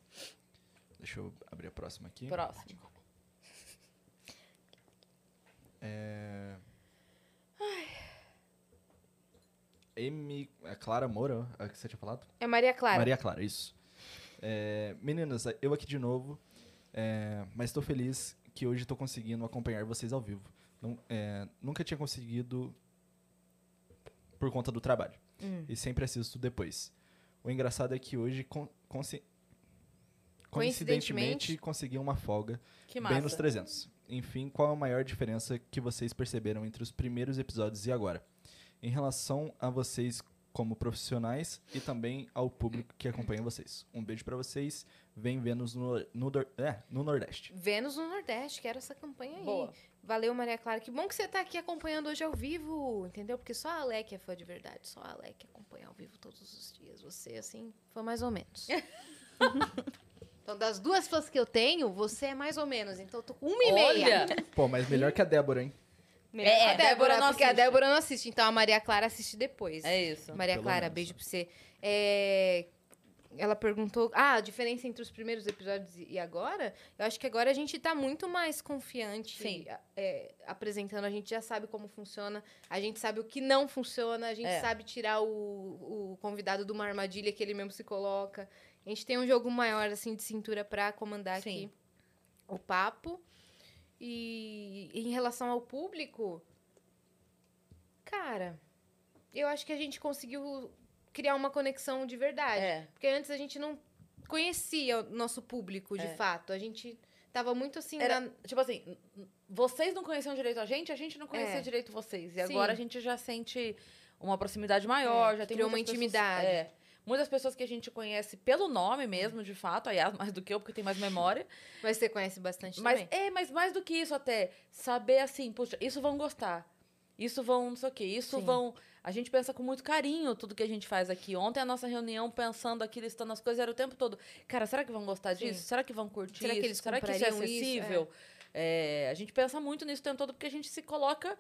Speaker 5: Deixa eu abrir a próxima aqui.
Speaker 2: Próximo.
Speaker 5: É... M... é Clara Moura, a que você tinha falado?
Speaker 1: É Maria Clara.
Speaker 5: Maria Clara, isso. É, meninas, eu aqui de novo. É, É, mas estou feliz que hoje estou conseguindo acompanhar vocês ao vivo. Não- é, nunca tinha conseguido por conta do trabalho. E sempre assisto depois. O engraçado é que hoje, con- consci-
Speaker 1: Coincidentemente,
Speaker 5: coincidentemente, consegui uma folga
Speaker 2: Que
Speaker 5: bem nos
Speaker 2: massa.
Speaker 5: 300. Enfim, qual é a maior diferença que vocês perceberam entre os primeiros episódios e agora? Em relação a vocês como profissionais e também ao público que acompanha vocês. Um beijo pra vocês. Vem Vênus no, no, dor- é, no Nordeste.
Speaker 1: Vênus no Nordeste, quero essa campanha aí.
Speaker 2: Boa.
Speaker 1: Valeu, Maria Clara. Que bom que você tá aqui acompanhando hoje ao vivo, entendeu? Porque só a Alec é fã de verdade. Só a Alec acompanha ao vivo todos os dias. Você, assim, foi mais ou menos. então, das duas fãs que eu tenho, você é mais ou menos. Então, eu tô com
Speaker 2: Um
Speaker 1: uma e meia.
Speaker 2: Olha!
Speaker 5: Pô, mas melhor que a Débora, hein?
Speaker 1: Melhor
Speaker 3: É,
Speaker 1: que a Débora
Speaker 3: Débora não
Speaker 1: porque a
Speaker 3: assiste.
Speaker 1: Débora não assiste. Então, a Maria Clara assiste depois.
Speaker 2: É isso.
Speaker 1: Maria
Speaker 5: Pelo
Speaker 1: Clara,
Speaker 5: menos,
Speaker 1: beijo
Speaker 5: né?
Speaker 1: pra você. É, Ela perguntou. Ah, a diferença entre os primeiros episódios e e agora? Eu acho que agora a gente tá muito mais confiante
Speaker 2: Sim.
Speaker 1: a- é, apresentando. A gente já sabe como funciona, a gente sabe o que não funciona, a gente
Speaker 2: É.
Speaker 1: sabe tirar o, o convidado de uma armadilha que ele mesmo se coloca. A gente tem um jogo maior, assim, de cintura pra comandar
Speaker 2: Sim.
Speaker 1: aqui o papo. E em relação ao público, cara, eu acho que a gente conseguiu criar uma conexão de verdade.
Speaker 2: É.
Speaker 1: Porque antes a gente não conhecia o nosso público, de
Speaker 2: É.
Speaker 1: fato. A gente tava muito assim
Speaker 2: Era-
Speaker 1: na-
Speaker 2: Tipo assim, n- n- vocês não conheciam direito a gente, a gente não conhecia
Speaker 1: É.
Speaker 2: direito vocês. E
Speaker 1: Sim.
Speaker 2: agora a gente já sente uma proximidade maior,
Speaker 1: É,
Speaker 2: já tem
Speaker 1: criou
Speaker 2: muitas
Speaker 1: uma
Speaker 2: pessoas-
Speaker 1: intimidade.
Speaker 2: é. muitas pessoas que a gente conhece pelo nome mesmo, de fato, a Yas mais do que eu, porque tem mais memória.
Speaker 1: Mas você conhece bastante
Speaker 2: Mas
Speaker 1: também.
Speaker 2: é, mas mais do que isso até, saber assim, puxa, isso vão gostar. Isso vão, não sei o quê, isso
Speaker 1: Sim.
Speaker 2: vão. A gente pensa com muito carinho tudo que a gente faz aqui. Ontem a nossa reunião pensando aqui, listando as coisas, era o tempo todo. Cara, será que vão gostar
Speaker 1: Sim.
Speaker 2: disso? Será que vão curtir
Speaker 1: Será que
Speaker 2: isso?
Speaker 1: eles
Speaker 2: será que isso é
Speaker 1: comprariam isso?
Speaker 2: acessível? É, a gente pensa muito nisso o tempo todo porque a gente se coloca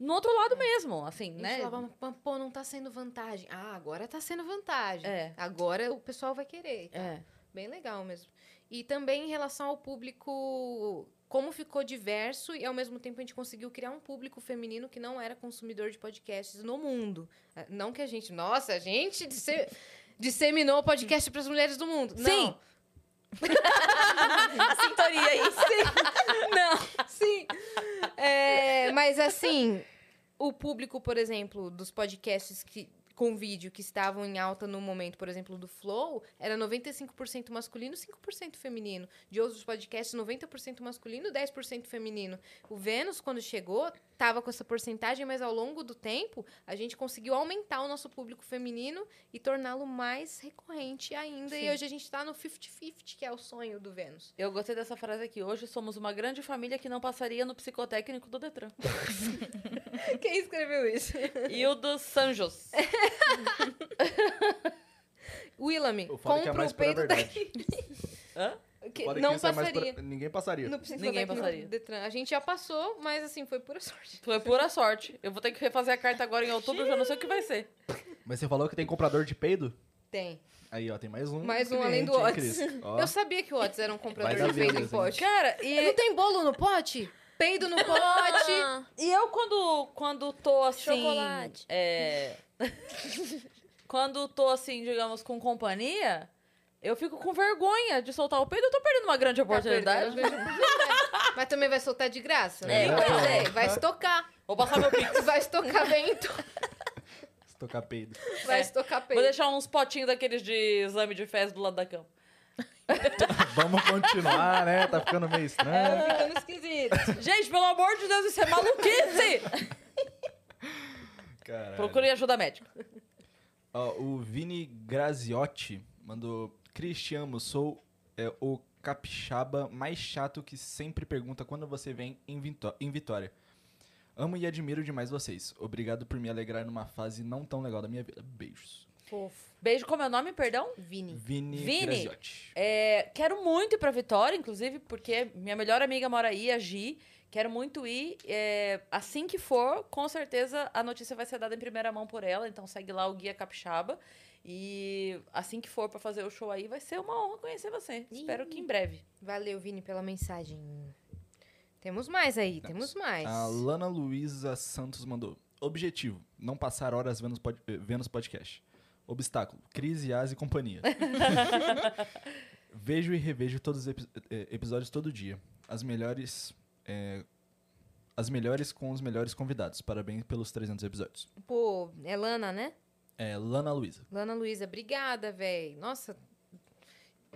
Speaker 2: no outro lado
Speaker 1: É.
Speaker 2: mesmo, assim,
Speaker 1: A gente
Speaker 2: né?
Speaker 1: falava, "Mas, pô, não tá sendo vantagem. Ah, agora tá sendo vantagem.
Speaker 2: É.
Speaker 1: Agora o pessoal vai querer.
Speaker 2: É.
Speaker 1: Bem legal mesmo. E também em relação ao público, como ficou diverso e ao mesmo tempo a gente conseguiu criar um público feminino que não era consumidor de podcasts no mundo. Ah, Não que a gente, nossa, a gente disse- disseminou o podcast para as mulheres do mundo.
Speaker 2: Sim.
Speaker 1: Não.
Speaker 3: A sintonia aí.
Speaker 1: Sim. É, mas assim, o público, por exemplo, dos podcasts que com vídeo que estavam em alta no momento, por exemplo, do Flow, era 95% masculino, 5% feminino. De outros podcasts, 90% masculino, 10% feminino. O Vênus, quando chegou, tava com essa porcentagem, mas ao longo do tempo, a gente conseguiu aumentar o nosso público feminino e torná-lo mais recorrente ainda.
Speaker 2: Sim.
Speaker 1: E hoje a gente tá no 50-50, que é o sonho do Vênus.
Speaker 2: Eu gostei dessa frase aqui. Hoje somos uma grande família que não passaria no psicotécnico do Detran.
Speaker 1: Quem escreveu isso?
Speaker 2: e o dos Sanjos.
Speaker 1: Willame,
Speaker 5: Eu falo que é
Speaker 1: compra
Speaker 5: mais
Speaker 1: o
Speaker 5: pela
Speaker 1: peito da...
Speaker 5: verdade.
Speaker 2: Hã?
Speaker 1: que
Speaker 5: Fora que
Speaker 1: não
Speaker 5: isso é mais
Speaker 1: passaria.
Speaker 5: pra- Ninguém passaria.
Speaker 1: Não precisa
Speaker 2: Ninguém
Speaker 1: botar aqui no
Speaker 2: passaria.
Speaker 1: Detran. A gente já passou, mas assim, foi pura sorte.
Speaker 2: Foi pura sorte. Eu vou ter que refazer a carta agora em outubro, eu já não sei o que vai ser.
Speaker 5: Mas você falou que tem comprador de peido?
Speaker 1: Tem.
Speaker 5: Aí, ó, tem mais um.
Speaker 1: Mais um
Speaker 5: cliente,
Speaker 1: além do
Speaker 5: hein,
Speaker 1: Otis.
Speaker 5: Cris? Ó,
Speaker 1: Eu sabia que o Otis era um
Speaker 5: Vai né,
Speaker 1: comprador
Speaker 5: dar
Speaker 1: de peido em
Speaker 5: Deus, hein?
Speaker 1: pote.
Speaker 2: Cara,
Speaker 1: Não
Speaker 2: e,
Speaker 1: tem bolo no pote? Peido no pote. Tá
Speaker 4: Ah,
Speaker 2: e eu quando, quando tô assim.
Speaker 4: Chocolate.
Speaker 2: É. quando tô assim, digamos, com companhia, eu fico com vergonha de soltar o peido. Eu tô perdendo uma grande
Speaker 1: Tá
Speaker 2: oportunidade.
Speaker 1: perdendo, veja a oportunidade. Mas também vai soltar de graça, né?
Speaker 5: É,
Speaker 1: Pois
Speaker 5: é.
Speaker 1: é, vai estocar.
Speaker 2: Vou passar meu pix.
Speaker 1: Vai estocar vento,
Speaker 5: se tocar peido.
Speaker 1: vai
Speaker 2: É.
Speaker 1: estocar
Speaker 2: Vou
Speaker 1: peido.
Speaker 2: deixar uns potinhos daqueles de exame de fezes do lado da cama.
Speaker 5: Vamos continuar, né? Tá ficando meio estranho.
Speaker 1: Tá ficando esquisito.
Speaker 2: Gente, pelo amor de Deus, isso é maluquice!
Speaker 5: Caralho.
Speaker 2: Procurem ajuda médica.
Speaker 5: Ó, o Vini Graziotti mandou: Cristiano, sou é, o capixaba mais chato que sempre pergunta quando você vem em, Vintó- em Vitória. Amo e admiro demais vocês. Obrigado por me alegrar numa fase não tão legal da minha vida. Beijos.
Speaker 2: Beijo, como é o nome, perdão?
Speaker 1: Vini.
Speaker 5: Vini,
Speaker 2: Vini.
Speaker 5: Graziotti.
Speaker 2: É, quero muito ir pra Vitória, inclusive, porque minha melhor amiga mora aí, a Gi. Quero muito ir. É, assim que for, com certeza a notícia vai ser dada em primeira mão por ela. Então segue lá o Guia Capixaba. E assim que for pra fazer o show aí, vai ser uma honra conhecer você. Espero que em breve.
Speaker 1: Valeu, Vini, pela mensagem. Temos mais aí, temos mais.
Speaker 5: A Lana Luísa Santos mandou. Objetivo: não passar horas vendo, os pod eh, vendo os podcast. Obstáculo: crise, as e companhia. Vejo e revejo todos os epi- eh, episódios todo dia. As melhores. eh, as melhores com os melhores convidados. Parabéns pelos 300 episódios.
Speaker 1: Pô, é Lana, né?
Speaker 5: É, Lana Luísa.
Speaker 1: Lana Luísa, obrigada, véi. Nossa,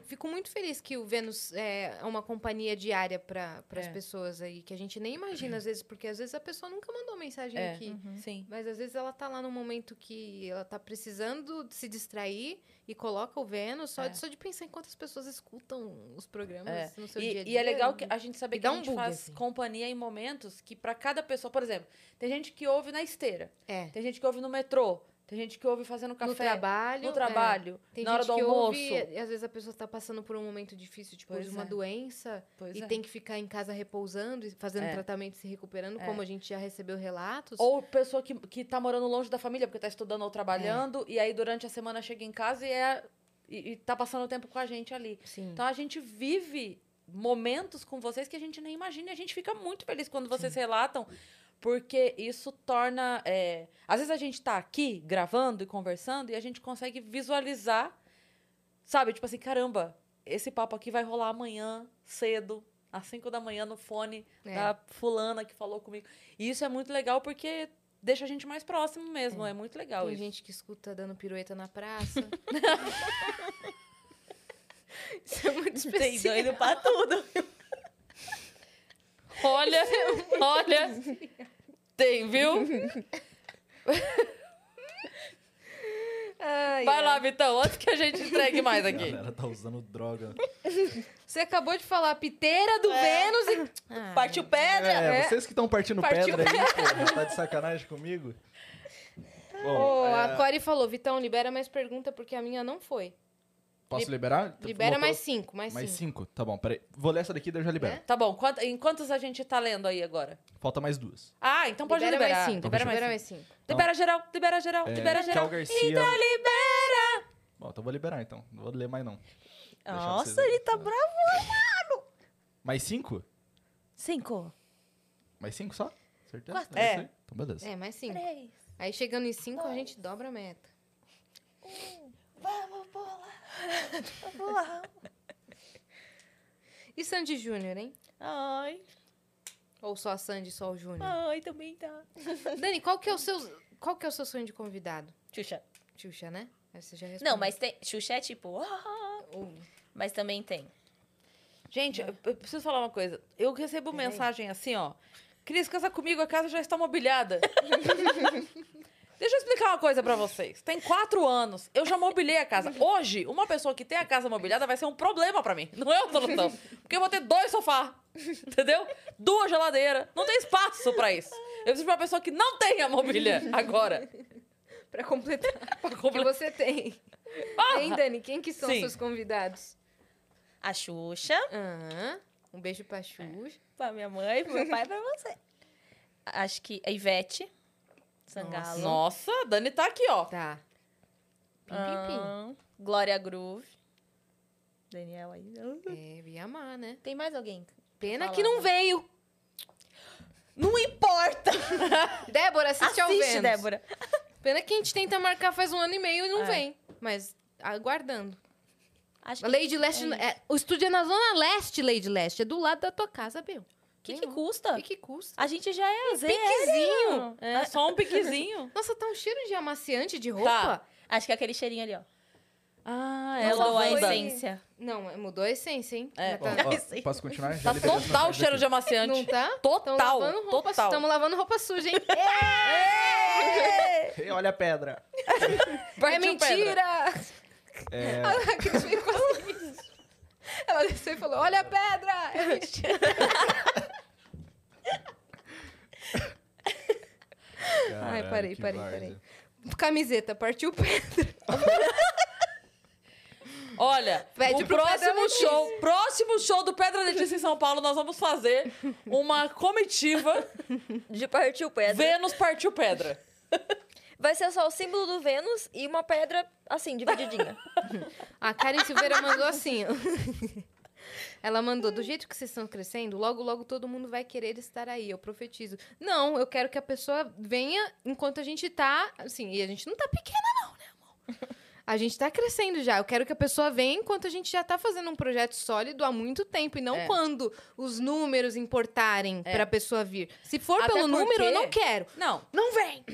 Speaker 1: fico muito feliz que o Vênus é uma companhia diária para as
Speaker 2: É.
Speaker 1: pessoas aí, que a gente nem imagina às vezes, porque às vezes a pessoa nunca mandou mensagem
Speaker 2: É.
Speaker 1: aqui.
Speaker 2: Sim.
Speaker 1: Mas às vezes ela tá lá num momento que ela tá precisando se distrair e coloca o Vênus, só,
Speaker 2: É.
Speaker 1: de, só de pensar em quantas pessoas escutam os programas
Speaker 2: É.
Speaker 1: no seu dia a
Speaker 2: E,
Speaker 1: dia.
Speaker 2: e é legal que a gente saber
Speaker 1: e
Speaker 2: que
Speaker 1: dá
Speaker 2: a
Speaker 1: um
Speaker 2: gente
Speaker 1: bug,
Speaker 2: faz
Speaker 1: assim.
Speaker 2: companhia em momentos que pra cada pessoa, por exemplo, tem gente que ouve na esteira,
Speaker 1: É.
Speaker 2: tem gente que ouve no metrô, tem gente que ouve fazendo café
Speaker 1: no trabalho.
Speaker 2: no
Speaker 1: é.
Speaker 2: trabalho,
Speaker 1: Tem
Speaker 2: na hora
Speaker 1: gente
Speaker 2: do
Speaker 1: que
Speaker 2: almoço.
Speaker 1: ouve, e às vezes a pessoa tá passando por um momento difícil, tipo,
Speaker 2: Pois
Speaker 1: de uma
Speaker 2: é.
Speaker 1: doença.
Speaker 2: Pois
Speaker 1: e
Speaker 2: é.
Speaker 1: tem que ficar em casa repousando, e fazendo
Speaker 2: É.
Speaker 1: tratamento e se recuperando, como a gente já recebeu relatos.
Speaker 2: Ou pessoa que, que tá morando longe da família, porque tá estudando ou trabalhando, e aí durante a semana chega em casa e, é, e, e tá passando o tempo com a gente ali.
Speaker 1: Sim.
Speaker 2: Então a gente vive momentos com vocês que a gente nem imagina e a gente fica muito feliz quando vocês relatam, porque isso torna. é, Às vezes a gente tá aqui gravando e conversando e a gente consegue visualizar, sabe? Tipo assim, caramba, esse papo aqui vai rolar amanhã cedo. Às 5 da manhã no fone
Speaker 1: É.
Speaker 2: da fulana que falou comigo. E isso é muito legal porque deixa a gente mais próximo mesmo. É, muito legal
Speaker 1: Tem
Speaker 2: isso.
Speaker 1: gente que escuta dando pirueta na praça.
Speaker 3: Tem doido pra tudo.
Speaker 2: Olha, olha. Tem, viu? Vai lá, Vitão, antes que a gente entregue mais
Speaker 5: A
Speaker 2: aqui.
Speaker 5: galera tá usando droga.
Speaker 1: Você acabou de falar piteira do Vênus e. É. Ah,
Speaker 3: Partiu pedra.
Speaker 5: É, vocês que estão partindo
Speaker 2: Partiu
Speaker 5: pedra aí, pô, tá de sacanagem comigo? Bom,
Speaker 1: Pô,
Speaker 5: é,
Speaker 1: a Cory falou, Vitão, libera mais pergunta, porque a minha não foi.
Speaker 5: posso liberar?
Speaker 1: Libera
Speaker 5: Botou-
Speaker 1: mais cinco, mais,
Speaker 5: Mais
Speaker 1: cinco.
Speaker 5: cinco? Tá bom, peraí. Vou ler essa daqui daí eu já libero.
Speaker 2: Tá bom, quant- em quantos a gente tá lendo aí agora?
Speaker 5: Falta mais duas.
Speaker 2: Ah, então pode
Speaker 1: libera
Speaker 2: liberar.
Speaker 1: mais cinco.
Speaker 2: libera mais cinco.
Speaker 1: cinco.
Speaker 2: Libera geral, libera geral, libera
Speaker 5: Cal
Speaker 2: geral.
Speaker 5: É, Garcia. Então libera! Bom, então vou liberar então. Não vou ler mais não. Deixar vocês
Speaker 3: Nossa,
Speaker 5: aí. Ah.
Speaker 3: ele tá bravo.
Speaker 5: Mais cinco?
Speaker 3: Cinco.
Speaker 5: Mais cinco só? Certeza?
Speaker 3: Quatro.
Speaker 5: É.
Speaker 2: É.
Speaker 5: isso aí? Então beleza.
Speaker 1: É, mais cinco.
Speaker 3: Três.
Speaker 1: Aí chegando em cinco, a gente dobra a meta.
Speaker 3: Vamos, bola. Vamos.
Speaker 1: E Sandy Júnior, hein?
Speaker 3: Ai,
Speaker 1: Ou só a Sandy, só o Júnior?
Speaker 3: ai, também tá.
Speaker 1: Dani, qual que é o seu, qual que é o seu sonho de convidado?
Speaker 3: Xuxa.
Speaker 1: Xuxa, né? Aí Você já respondeu.
Speaker 3: Não, mas tem. Xuxa é tipo. ah,
Speaker 1: Hum.
Speaker 3: Mas também tem.
Speaker 2: Gente, eu eu preciso falar uma coisa. Eu recebo mensagem assim, ó. Cris, casa comigo, a casa já está mobiliada. Deixa eu explicar uma coisa pra vocês. Tem quatro anos, eu já mobilei a casa. Hoje, uma pessoa que tem a casa mobiliada vai ser um problema pra mim. Não é o solução. Porque eu vou ter dois sofás, entendeu? Duas geladeiras. Não tem espaço pra isso. Eu preciso de uma pessoa que não tem a mobília agora.
Speaker 1: Pra completar Ah!
Speaker 2: Pra
Speaker 1: o que
Speaker 2: completar.
Speaker 1: você tem. Hein, Dani? Quem que são
Speaker 2: Sim.
Speaker 1: seus convidados?
Speaker 3: A Xuxa.
Speaker 1: Aham. Um beijo pra Xuxa.
Speaker 3: Pra minha mãe, pro meu pai e pra você. Acho que a Ivete. Sangalo.
Speaker 2: Nossa, a Dani tá aqui, ó.
Speaker 1: Tá. Pim, Ah.
Speaker 3: Ahn, Ah. Glória Groove. Daniel aí.
Speaker 1: pim, pim. É, ia amar, né?
Speaker 3: Tem mais alguém?
Speaker 1: Pena
Speaker 3: Fala,
Speaker 1: que não
Speaker 3: Ana.
Speaker 1: veio.
Speaker 3: Não importa!
Speaker 1: Débora, assiste, ao
Speaker 3: Assiste,
Speaker 1: Vênus.
Speaker 3: Débora.
Speaker 1: Pena que a gente tenta marcar faz um ano e meio e não
Speaker 3: É.
Speaker 1: vem. Mas aguardando.
Speaker 3: Acho
Speaker 1: A
Speaker 3: que,
Speaker 1: Lady Leste... é, o estúdio é na Zona Leste, Lady Leste. É do lado da tua casa, Bill.
Speaker 3: que,
Speaker 1: Tem
Speaker 3: que
Speaker 1: um.
Speaker 3: custa?
Speaker 1: O que custa?
Speaker 3: A gente já é Z.
Speaker 2: Piquezinho. É só um piquezinho.
Speaker 1: Nossa, tá um cheiro de amaciante
Speaker 2: Tá.
Speaker 1: de roupa.
Speaker 3: Acho que é aquele cheirinho ali, ó.
Speaker 2: Ah,
Speaker 3: É
Speaker 2: é
Speaker 3: Mudou a
Speaker 2: lavanda.
Speaker 3: essência.
Speaker 1: Não, é, mudou a essência, hein?
Speaker 2: É.
Speaker 1: Já
Speaker 5: Ó,
Speaker 1: tá-
Speaker 5: ó,
Speaker 3: sim.
Speaker 5: posso continuar? Já
Speaker 2: Tá
Speaker 5: liberei
Speaker 2: total o
Speaker 5: as mensagens
Speaker 2: cheiro de
Speaker 5: aqui.
Speaker 2: amaciante.
Speaker 1: Não tá? Tão
Speaker 2: Total,
Speaker 1: lavando roupa,
Speaker 2: total.
Speaker 1: Estamos lavando roupa suja, hein?
Speaker 5: Ei, olha a pedra.
Speaker 1: é
Speaker 2: Partiu pedra.
Speaker 1: mentira!
Speaker 5: É,
Speaker 1: A Cris ficou assim. Ela desceu e falou, olha a pedra! É mentira!
Speaker 5: caralho,
Speaker 1: parei,
Speaker 5: que
Speaker 1: parei,
Speaker 5: várzea.
Speaker 1: parei. Camiseta, partiu pedra.
Speaker 2: Olha,
Speaker 1: Pede
Speaker 2: o
Speaker 1: pro Pedra
Speaker 2: próximo
Speaker 1: Letícia.
Speaker 2: show, próximo show do Pedra Letícia em São Paulo, nós vamos fazer uma comitiva
Speaker 9: De partiu pedra.
Speaker 2: Vênus Partiu Pedra.
Speaker 9: Vai ser só o símbolo do Vênus e uma pedra, assim, divididinha.
Speaker 1: A Karen Silveira mandou assim, ó. Ela mandou, do jeito que vocês estão crescendo, logo, logo todo mundo vai querer estar aí, eu profetizo. Não, eu quero que a pessoa venha enquanto a gente tá, assim, e a gente não tá pequena não, né, amor? A A gente tá crescendo já. Eu quero que a pessoa venha enquanto a gente já tá fazendo um projeto sólido há muito tempo e não
Speaker 2: É.
Speaker 1: quando os números importarem
Speaker 2: É.
Speaker 1: pra pessoa vir. Se for
Speaker 2: Até
Speaker 1: pelo número, eu
Speaker 2: porque-
Speaker 1: não quero.
Speaker 2: Não. Não vem!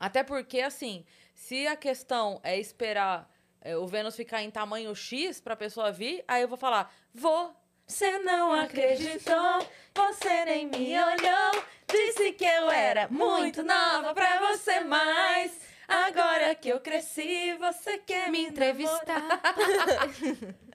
Speaker 2: Até porque, assim, se a questão é esperar é, o Vênus ficar em tamanho X pra pessoa vir, aí eu vou falar, vou. Você não acreditou, você nem me olhou, disse que eu era muito nova pra você, mas agora que eu cresci, você quer
Speaker 1: É Me
Speaker 2: me entrevistar.
Speaker 1: entrevistar.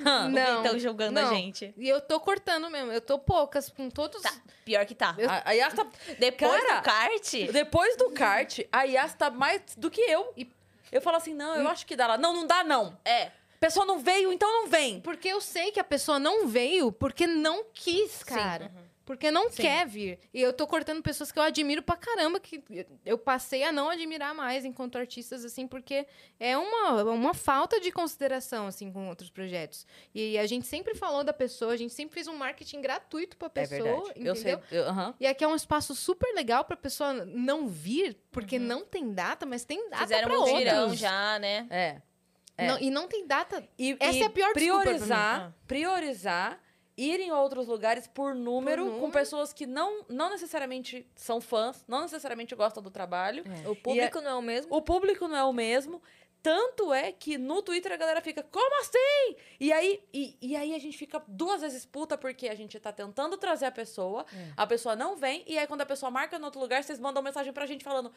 Speaker 3: O
Speaker 1: Não,
Speaker 3: Vitão julgando
Speaker 1: não.
Speaker 3: a gente.
Speaker 1: E eu tô cortando mesmo. Eu tô poucas com todos.
Speaker 3: Tá, pior que tá.
Speaker 2: A, a Yas tá,
Speaker 3: Depois
Speaker 2: Cara,
Speaker 3: do kart,
Speaker 2: depois do kart, a Yas tá mais do que eu. E eu falo assim, não, eu acho que dá lá. Não, não dá não.
Speaker 3: é.
Speaker 2: A pessoa não veio, então não vem.
Speaker 1: Porque eu sei que a pessoa não veio porque não quis, cara.
Speaker 3: uhum.
Speaker 1: Porque não quer vir. E eu tô cortando pessoas que eu admiro pra caramba, que eu passei a não admirar mais enquanto artistas, assim, porque é uma, uma falta de consideração, assim, com outros projetos. E a gente sempre falou da pessoa, a gente sempre fez um marketing gratuito pra
Speaker 3: É
Speaker 1: pessoa, entendeu?
Speaker 2: É Eu sei. eu- aham.
Speaker 1: E aqui é um espaço super legal pra pessoa não vir, porque
Speaker 2: Uhum.
Speaker 1: não tem data, mas tem data
Speaker 3: Fizeram
Speaker 1: pra
Speaker 3: um girão
Speaker 1: outros.
Speaker 3: já, né?
Speaker 2: É. é.
Speaker 1: Não- e não tem data
Speaker 2: E,
Speaker 1: Essa
Speaker 2: e
Speaker 1: é a pior desculpa pra mim. Ah.
Speaker 2: priorizar, priorizar, ir em outros lugares por número,
Speaker 1: número.
Speaker 2: com pessoas que não, não necessariamente são fãs, não necessariamente gostam do trabalho.
Speaker 4: O público não é o mesmo.
Speaker 2: O público não é o mesmo. Tanto é que no Twitter a galera fica, como assim? E aí, e, e aí a gente fica duas vezes puta porque a gente tá tentando trazer a pessoa,
Speaker 1: É.
Speaker 2: a pessoa não vem, e aí quando a pessoa marca no outro lugar, vocês mandam mensagem pra gente falando,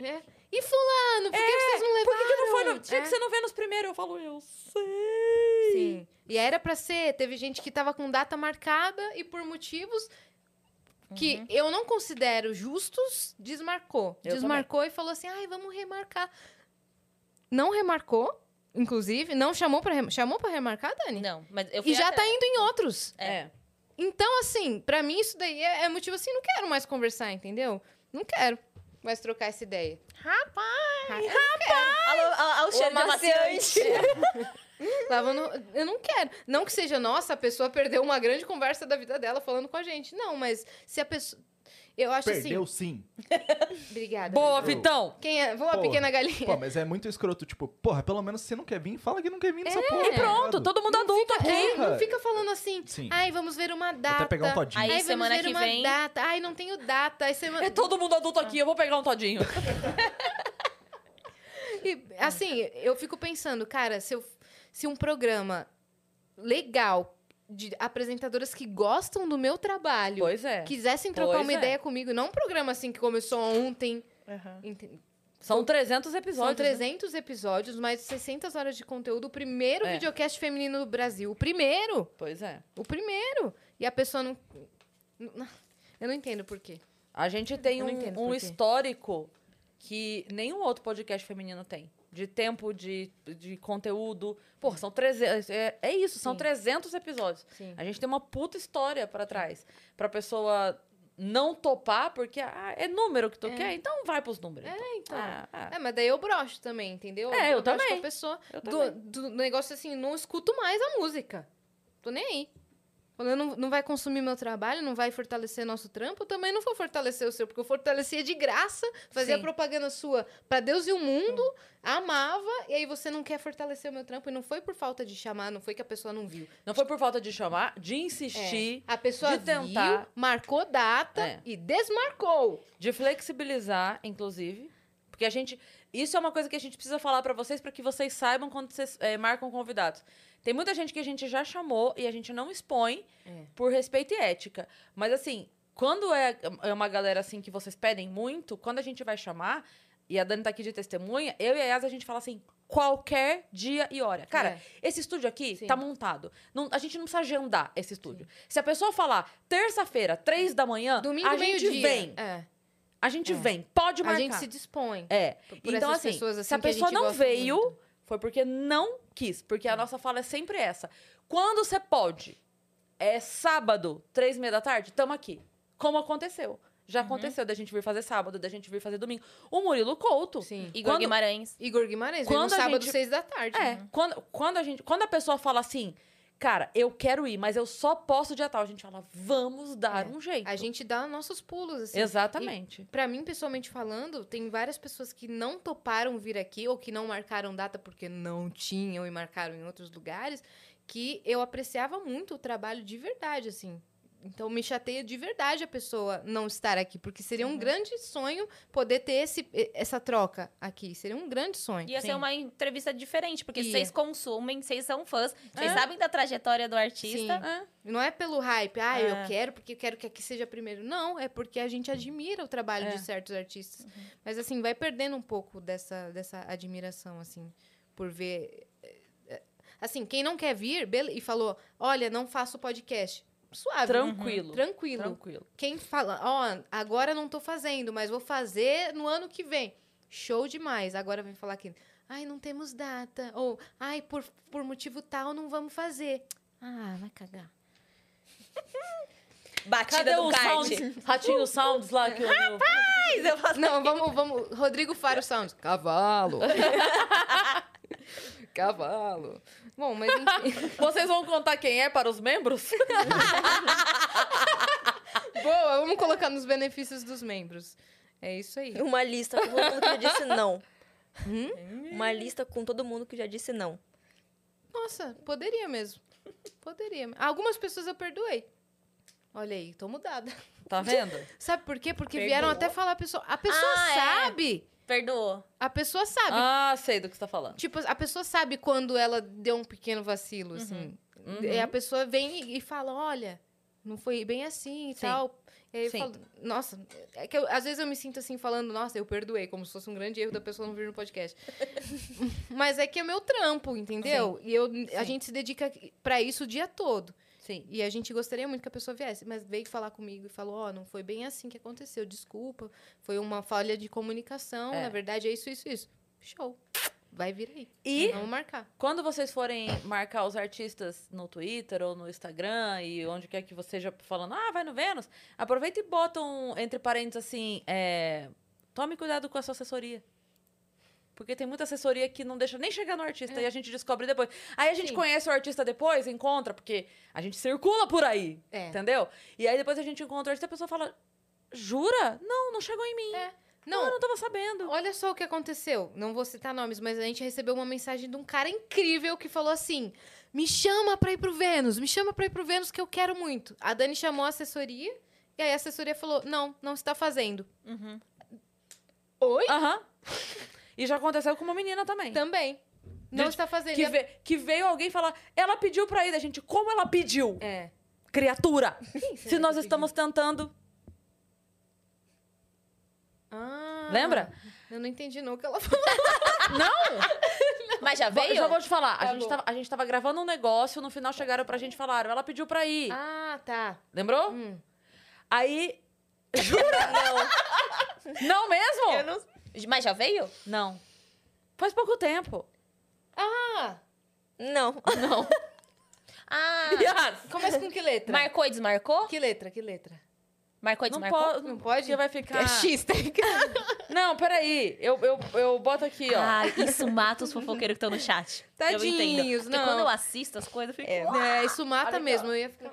Speaker 1: É. E fulano, por que vocês não
Speaker 2: É, por
Speaker 1: levaram?
Speaker 2: que, que não foi no... Tinha
Speaker 1: É.
Speaker 2: que ser no Vênus primeiro. Eu falo, eu sei.
Speaker 1: Sim. E era pra ser, teve gente que tava com data marcada e por motivos que eu não considero justos, desmarcou.
Speaker 2: Uhum. Eu
Speaker 1: desmarcou e falou assim: "Ai, vamos remarcar". Não remarcou, inclusive, não chamou para chamou para remarcar, Dani?
Speaker 3: Não, mas eu fui
Speaker 1: E já tá
Speaker 3: atrás.
Speaker 1: indo em outros.
Speaker 3: É.
Speaker 1: Então, assim, pra mim isso daí é, é motivo assim, não quero mais conversar, entendeu? Não quero mais trocar essa ideia. Rapaz!
Speaker 3: Alô, alô, o
Speaker 4: O
Speaker 3: cheiro de amaciante.
Speaker 4: amaciante.
Speaker 1: Tava no- Eu não quero. Não que seja, nossa, a pessoa perdeu uma grande conversa da vida dela falando com a gente. Não, mas se a pessoa. Eu acho
Speaker 5: Perdeu
Speaker 1: assim.
Speaker 5: sim.
Speaker 1: Obrigada.
Speaker 2: Boa,
Speaker 1: Vitor.
Speaker 2: Vitão!
Speaker 1: Quem é? Boa,
Speaker 5: Porra.
Speaker 1: pequena galinha.
Speaker 5: Pô, mas é muito escroto. Tipo, porra, pelo menos você não quer vir, fala que não quer vir nessa porra.
Speaker 2: E pronto,
Speaker 5: ligado?
Speaker 2: todo mundo adulto aqui.
Speaker 1: É, não
Speaker 5: Porra.
Speaker 1: fica falando assim.
Speaker 5: Sim.
Speaker 1: Ai, vamos ver uma
Speaker 5: Vou
Speaker 1: data.
Speaker 5: até pegar um todinho.
Speaker 3: Aí,
Speaker 1: Ai, vamos
Speaker 3: semana
Speaker 1: ver
Speaker 3: que
Speaker 1: uma
Speaker 3: vem-
Speaker 1: data. Ai, não tenho data. Ai, semana...
Speaker 2: É todo mundo adulto aqui, eu vou pegar um todinho.
Speaker 1: E, assim, eu fico pensando, cara, se, eu- se um programa legal de apresentadoras que gostam do meu trabalho
Speaker 2: Pois é.
Speaker 1: quisessem trocar
Speaker 2: Pois
Speaker 1: uma
Speaker 2: é.
Speaker 1: ideia comigo, não um programa assim que começou ontem. ente-
Speaker 2: São 300
Speaker 1: São
Speaker 2: episódios. né?
Speaker 1: 300 episódios, mais de 600 horas de conteúdo. O primeiro
Speaker 2: É.
Speaker 1: videocast feminino do Brasil. O primeiro!
Speaker 2: Pois é.
Speaker 1: O primeiro! E a pessoa não. não- Eu não entendo por quê.
Speaker 2: A gente tem
Speaker 1: Eu não
Speaker 2: um-
Speaker 1: entendo
Speaker 2: um,
Speaker 1: por quê.
Speaker 2: histórico que nenhum outro podcast feminino tem. De tempo, de, de conteúdo. Pô, são 300. É, é isso, são 300 episódios.
Speaker 1: Sim.
Speaker 2: A gente tem uma puta história pra trás. Pra pessoa não topar, porque ah, é número que tu quer, então vai pros números. É,
Speaker 1: então. É, mas daí eu broxo também, entendeu?
Speaker 2: É, eu
Speaker 1: broxo com
Speaker 2: também.
Speaker 1: a pessoa.
Speaker 2: Eu
Speaker 1: do, do negócio assim, não escuto mais a música. Tô nem aí. Quando eu não, não vai consumir meu trabalho, não vai fortalecer nosso trampo, eu também não vou fortalecer o seu, porque eu fortalecia de graça, fazia
Speaker 2: Sim.
Speaker 1: propaganda sua pra Deus e o mundo, amava, e aí você não quer fortalecer o meu trampo. E não foi por falta de chamar, não foi que a pessoa não viu.
Speaker 2: Não foi por falta de chamar, de insistir,
Speaker 1: A pessoa
Speaker 2: De tentar.
Speaker 1: viu, marcou data
Speaker 2: É.
Speaker 1: e desmarcou.
Speaker 2: de flexibilizar, inclusive. Porque a gente. Isso é uma coisa que a gente precisa falar pra vocês, pra que vocês saibam quando vocês eh, marcam convidados. Tem muita gente que a gente já chamou e a gente não expõe
Speaker 1: É.
Speaker 2: por respeito e ética. Mas assim, quando é, é uma galera assim que vocês pedem muito, quando a gente vai chamar, e a Dani tá aqui de testemunha, eu e a Yas a gente fala assim. Qualquer dia e hora. Cara,
Speaker 1: É.
Speaker 2: esse estúdio aqui
Speaker 1: Sim.
Speaker 2: tá montado. Não- a gente não precisa agendar esse estúdio. Se a pessoa falar terça-feira, três da manhã,
Speaker 1: Domingo,
Speaker 2: É. a gente
Speaker 1: meio-dia.
Speaker 2: vem.
Speaker 1: É.
Speaker 2: A gente vem, pode
Speaker 1: A
Speaker 2: marcar.
Speaker 1: gente se dispõe.
Speaker 2: É.
Speaker 1: por
Speaker 2: então,
Speaker 1: essas
Speaker 2: assim,
Speaker 1: pessoas,
Speaker 2: se a
Speaker 1: assim, que a
Speaker 2: pessoa
Speaker 1: gente
Speaker 2: não
Speaker 1: gosta
Speaker 2: veio,
Speaker 1: muito.
Speaker 2: foi porque não quis. Porque a nossa fala é sempre essa. Quando você pode, é sábado, três e meia da tarde, tamo aqui. Como aconteceu.
Speaker 1: Uhum.
Speaker 2: Já aconteceu da gente vir fazer sábado, da gente vir fazer domingo. O Murilo Couto.
Speaker 1: Sim.
Speaker 3: Igor
Speaker 2: Quando- é,
Speaker 3: Guimarães.
Speaker 1: Igor Guimarães, veio
Speaker 2: Quando
Speaker 1: no
Speaker 2: a
Speaker 1: sábado,
Speaker 2: gente-
Speaker 1: seis da tarde.
Speaker 2: É, quando, quando, a gente, quando a pessoa fala assim, cara, eu quero ir, mas eu só posso dia tal. A gente fala, vamos dar um jeito.
Speaker 1: É. A gente dá nossos pulos, assim.
Speaker 2: Exatamente.
Speaker 1: Pra mim, pessoalmente falando, tem várias pessoas que não toparam vir aqui ou que não marcaram data porque não tinham e marcaram em outros lugares, que eu apreciava muito o trabalho de verdade, assim. Então me chateia de verdade a pessoa não estar aqui, porque seria
Speaker 3: Uhum.
Speaker 1: um grande sonho poder ter esse, e- essa troca aqui. Seria um grande sonho.
Speaker 3: Ia ser
Speaker 2: Sim.
Speaker 3: uma entrevista diferente, porque
Speaker 1: Ia.
Speaker 3: vocês consumem, vocês são fãs, vocês sabem da trajetória do artista.
Speaker 2: É.
Speaker 1: Não é pelo hype, ah,
Speaker 3: É.
Speaker 1: eu quero porque eu quero que aqui seja primeiro. Não, é porque a gente admira o trabalho
Speaker 2: É.
Speaker 1: de certos artistas. Mas assim, vai perdendo um pouco dessa, dessa admiração, assim, por ver. eh, eh, Assim, quem não quer vir bele- e falou, olha, não faço podcast. Suave.
Speaker 2: Tranquilo.
Speaker 1: Tranquilo.
Speaker 2: Tranquilo.
Speaker 1: Quem fala, ó, agora não tô fazendo, mas vou fazer no ano que vem. Show demais. Agora vem falar aqui, ai, não temos data. Ou, ai, por, por motivo tal, não vamos fazer. Ah, vai cagar.
Speaker 3: Batida
Speaker 2: Cadê
Speaker 3: do
Speaker 2: os
Speaker 3: kart.
Speaker 2: sounds? Ratinho sounds lá que eu.
Speaker 3: Mas eu faço-
Speaker 1: Não, vamos, vamos. Rodrigo Faro Sound. Cavalo. Cavalo. Bom, mas enfim.
Speaker 2: Vocês vão contar quem é para os membros?
Speaker 1: Boa, vamos colocar nos benefícios dos membros. É isso aí.
Speaker 4: Uma lista com todo mundo que já disse não. Uma lista com todo mundo que já disse não.
Speaker 1: Nossa, poderia mesmo. Poderia. Algumas pessoas eu perdoei. Olha aí, tô mudada.
Speaker 2: Tá vendo?
Speaker 1: Sabe por quê? Porque vieram até falar a pessoa. A pessoa
Speaker 3: Ah, é.
Speaker 1: sabe.
Speaker 3: Perdoou.
Speaker 1: A pessoa sabe.
Speaker 2: Ah, sei do que você tá falando.
Speaker 1: Tipo, a pessoa sabe quando ela deu um pequeno vacilo,
Speaker 2: Uhum.
Speaker 1: assim. E
Speaker 2: É.
Speaker 1: a pessoa vem e- e fala, olha, não foi bem assim e
Speaker 2: Sim.
Speaker 1: tal. E aí eu
Speaker 2: Sim.
Speaker 1: falo, nossa, é que eu- às vezes eu me sinto assim falando, nossa, eu perdoei, como se fosse um grande erro da pessoa não vir no podcast. Mas é que é meu trampo, entendeu? E eu, a gente se dedica pra isso o dia todo.
Speaker 2: Sim.
Speaker 1: E a gente gostaria muito que a pessoa viesse, mas veio falar comigo e falou: Ó, não foi bem assim que aconteceu, desculpa, foi uma falha de comunicação,
Speaker 2: É.
Speaker 1: na verdade é isso, isso, isso. Show. Vai vir aí.
Speaker 2: E
Speaker 1: Vamos marcar.
Speaker 2: quando vocês forem marcar os artistas no Twitter ou no Instagram e onde quer que você já falando, ah, vai no Vênus, aproveita e botam entre parênteses assim, é, tome cuidado com a sua assessoria. Porque tem muita assessoria que não deixa nem chegar no artista e a gente descobre depois. Aí a gente
Speaker 1: Sim.
Speaker 2: conhece o artista depois, encontra, porque a gente circula por aí,
Speaker 1: É.
Speaker 2: entendeu? E aí depois a gente encontra o artista e a pessoa fala, jura? Não, não chegou em mim. Não, eu
Speaker 1: Não,
Speaker 2: não tava sabendo.
Speaker 1: olha só o que aconteceu. Não vou citar nomes, mas a gente recebeu uma mensagem de um cara incrível que falou assim: me chama pra ir pro Vênus, me chama pra ir pro Vênus que eu quero muito. A Dani chamou a assessoria e aí a assessoria falou: não, não está fazendo. Oi? Então,
Speaker 2: Aham. E já aconteceu com uma menina também.
Speaker 1: Também. Não
Speaker 2: É. Gente,
Speaker 1: está fazendo.
Speaker 2: Que,
Speaker 1: E a-
Speaker 2: ve- que veio alguém falar, ela pediu pra ir da gente. Como ela pediu?
Speaker 1: É.
Speaker 2: Criatura! Se nós
Speaker 1: que
Speaker 2: estamos tentando.
Speaker 1: Ah,
Speaker 2: Lembra?
Speaker 1: Eu não entendi não o que ela falou.
Speaker 3: Mas já
Speaker 2: Vou-
Speaker 3: veio?
Speaker 2: Já vou te falar.
Speaker 1: Tá
Speaker 2: a, gente
Speaker 1: bom.
Speaker 2: tava, a gente tava gravando um negócio, no final chegaram pra gente e falaram, ela pediu pra ir.
Speaker 1: Ah, tá.
Speaker 2: Lembrou?
Speaker 1: Hum.
Speaker 2: Aí. Jura? não. Não mesmo?
Speaker 3: Eu não- Mas já veio?
Speaker 2: não. Faz pouco tempo.
Speaker 1: Ah,
Speaker 4: Não.
Speaker 3: Ah,
Speaker 2: Yes.
Speaker 1: começa com que letra?
Speaker 3: marcou e desmarcou?
Speaker 1: Que letra, que letra? é
Speaker 3: Marcou e
Speaker 2: Não,
Speaker 3: desmarcou?
Speaker 2: po-
Speaker 1: Não pode?
Speaker 2: Porque vai ficar.
Speaker 1: É X, tá ligado?
Speaker 2: Não, peraí. Eu, eu, eu boto aqui, ó.
Speaker 3: Ah, isso mata os fofoqueiros que estão no chat. eu entendo.
Speaker 1: Tadinhos,
Speaker 3: Porque
Speaker 1: não.
Speaker 3: quando eu assisto as coisas, eu fico...
Speaker 4: É.
Speaker 1: É, isso mata mesmo. Eu ia ficar...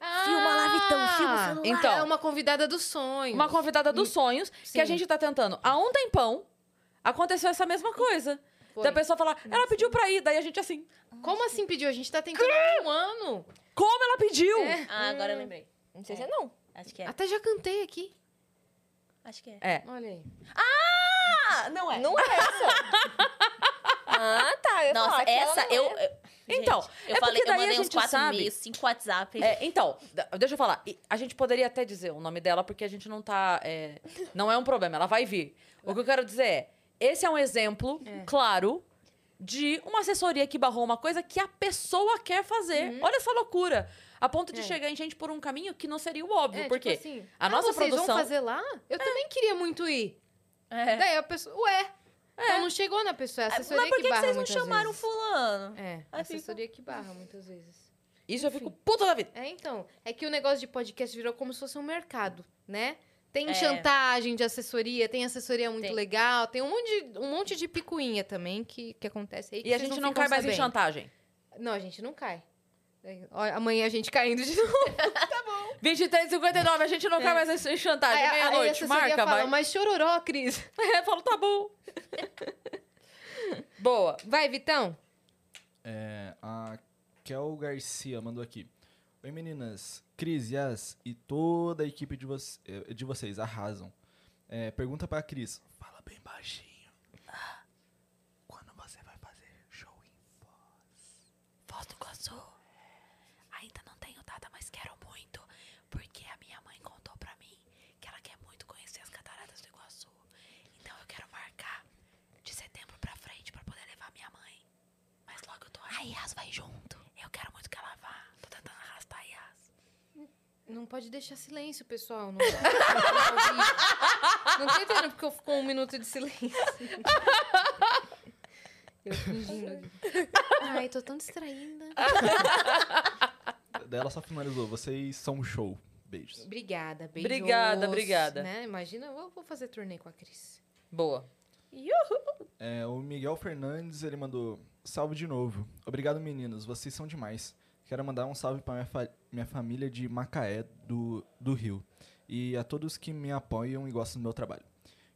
Speaker 1: Ah,
Speaker 3: Filma lá, Vitão, filma o celular.
Speaker 1: Então, é uma convidada dos sonhos.
Speaker 2: Uma convidada dos sonhos que
Speaker 1: Sim.
Speaker 2: a gente tá tentando. Há um tempão aconteceu essa mesma coisa.
Speaker 1: Foi.
Speaker 2: Da pessoa falar, ela pediu pra ir. Daí a gente assim,
Speaker 1: Como assim pediu? A gente tá tentando há um ano.
Speaker 2: como ela pediu? É.
Speaker 3: Ah, agora eu lembrei.
Speaker 4: Não sei se é não.
Speaker 3: Acho que é.
Speaker 1: Até já cantei aqui.
Speaker 3: Acho que é.
Speaker 1: Olha aí.
Speaker 3: Ah, não é.
Speaker 4: Não é essa. ah, tá. Eu ia
Speaker 3: Nossa,
Speaker 4: falar que ela
Speaker 3: essa
Speaker 4: não
Speaker 3: eu...
Speaker 4: é.
Speaker 3: eu-
Speaker 2: Então,
Speaker 3: Gente, É.
Speaker 2: é
Speaker 3: eu falei,
Speaker 2: porque
Speaker 3: eu
Speaker 2: daí
Speaker 3: mandei
Speaker 2: a
Speaker 3: uns
Speaker 2: gente
Speaker 3: quatro
Speaker 2: sabe.
Speaker 3: e-mails, cinco WhatsApp.
Speaker 2: então, da- deixa eu falar. E A gente poderia até dizer o nome dela, porque a gente não tá. é, não é um problema, ela vai vir. O que eu quero dizer é: esse é um exemplo, claro, de uma assessoria que barrou uma coisa que a pessoa quer fazer.
Speaker 1: Uhum.
Speaker 2: Olha essa loucura. A ponto de chegar em gente por um caminho que não seria o óbvio.
Speaker 1: É,
Speaker 2: por
Speaker 1: tipo
Speaker 2: quê?
Speaker 1: assim,
Speaker 2: a
Speaker 1: ah,
Speaker 2: nossa
Speaker 1: vocês
Speaker 2: produção.
Speaker 1: vão fazer lá? Eu também queria muito ir.
Speaker 3: É.
Speaker 1: Daí a pessoa... Ué. Então não chegou na pessoa. É a
Speaker 3: Mas
Speaker 1: assessoria
Speaker 3: por que,
Speaker 1: que
Speaker 3: que
Speaker 1: barra
Speaker 3: vocês não
Speaker 1: muitas
Speaker 3: chamaram
Speaker 1: vezes.
Speaker 3: fulano?
Speaker 1: É,
Speaker 3: Aí
Speaker 1: assessoria que barra muitas vezes.
Speaker 2: Isso eu fico puta da vida.
Speaker 1: É, então. É que o negócio de podcast virou como se fosse um mercado, né? Tem
Speaker 3: É.
Speaker 1: chantagem de assessoria, tem assessoria muito
Speaker 3: Tem.
Speaker 1: legal, tem um monte de, um monte de picuinha também que, que acontece aí. que
Speaker 2: E a
Speaker 1: vocês
Speaker 2: gente
Speaker 1: não
Speaker 2: não cai mais em
Speaker 1: sabendo.
Speaker 2: chantagem.
Speaker 1: Não, a gente não cai. É, Ó, Amanhã a gente caindo de novo.
Speaker 2: 23h59, a gente não cai
Speaker 3: É.
Speaker 2: mais em chantagem.
Speaker 1: Aí a- aí a
Speaker 2: Meia-noite,
Speaker 1: assessoria
Speaker 2: marca,
Speaker 1: fala,
Speaker 2: vai.
Speaker 1: mas chororó, Cris.
Speaker 2: É, eu falo, tá bom. Boa.
Speaker 1: Vai, Vitão.
Speaker 5: É, a Kel Garcia mandou aqui. Oi meninas, Cris, Yas e toda a equipe de, voc- eh, de vocês arrasam. É, pergunta pra Cris. Fala bem baixinho. Quando você vai fazer show em
Speaker 3: Foz do Iguaçu. Ainda não tenho data, mas quero muito. Porque a minha mãe contou pra mim que ela quer muito conhecer as cataratas do Iguaçu. Então eu quero marcar de setembro pra frente pra poder levar minha mãe. Mas logo eu tô aí. A Yas vai junto. Eu quero muito que ela vá. Tô tentando arrastar a Yas.
Speaker 1: Não pode deixar silêncio, pessoal. Não, não, pode. não tô entendendo porque eu ficou um minuto de silêncio. Eu fingindo. aqui. Ai, tô tão distraída.
Speaker 5: Daí Dela só finalizou. Vocês são um show. Beijos.
Speaker 1: Obrigada, beijos.
Speaker 2: Obrigada, obrigada.
Speaker 1: Né? Imagina, eu vou- vou fazer turnê com a Cris.
Speaker 2: Boa.
Speaker 5: É, o Miguel Fernandes, ele mandou salve de novo. Obrigado, meninos. Vocês são demais. Quero mandar um salve para minha, fa- minha família de Macaé, do, do Rio. E a todos que me apoiam e gostam do meu trabalho.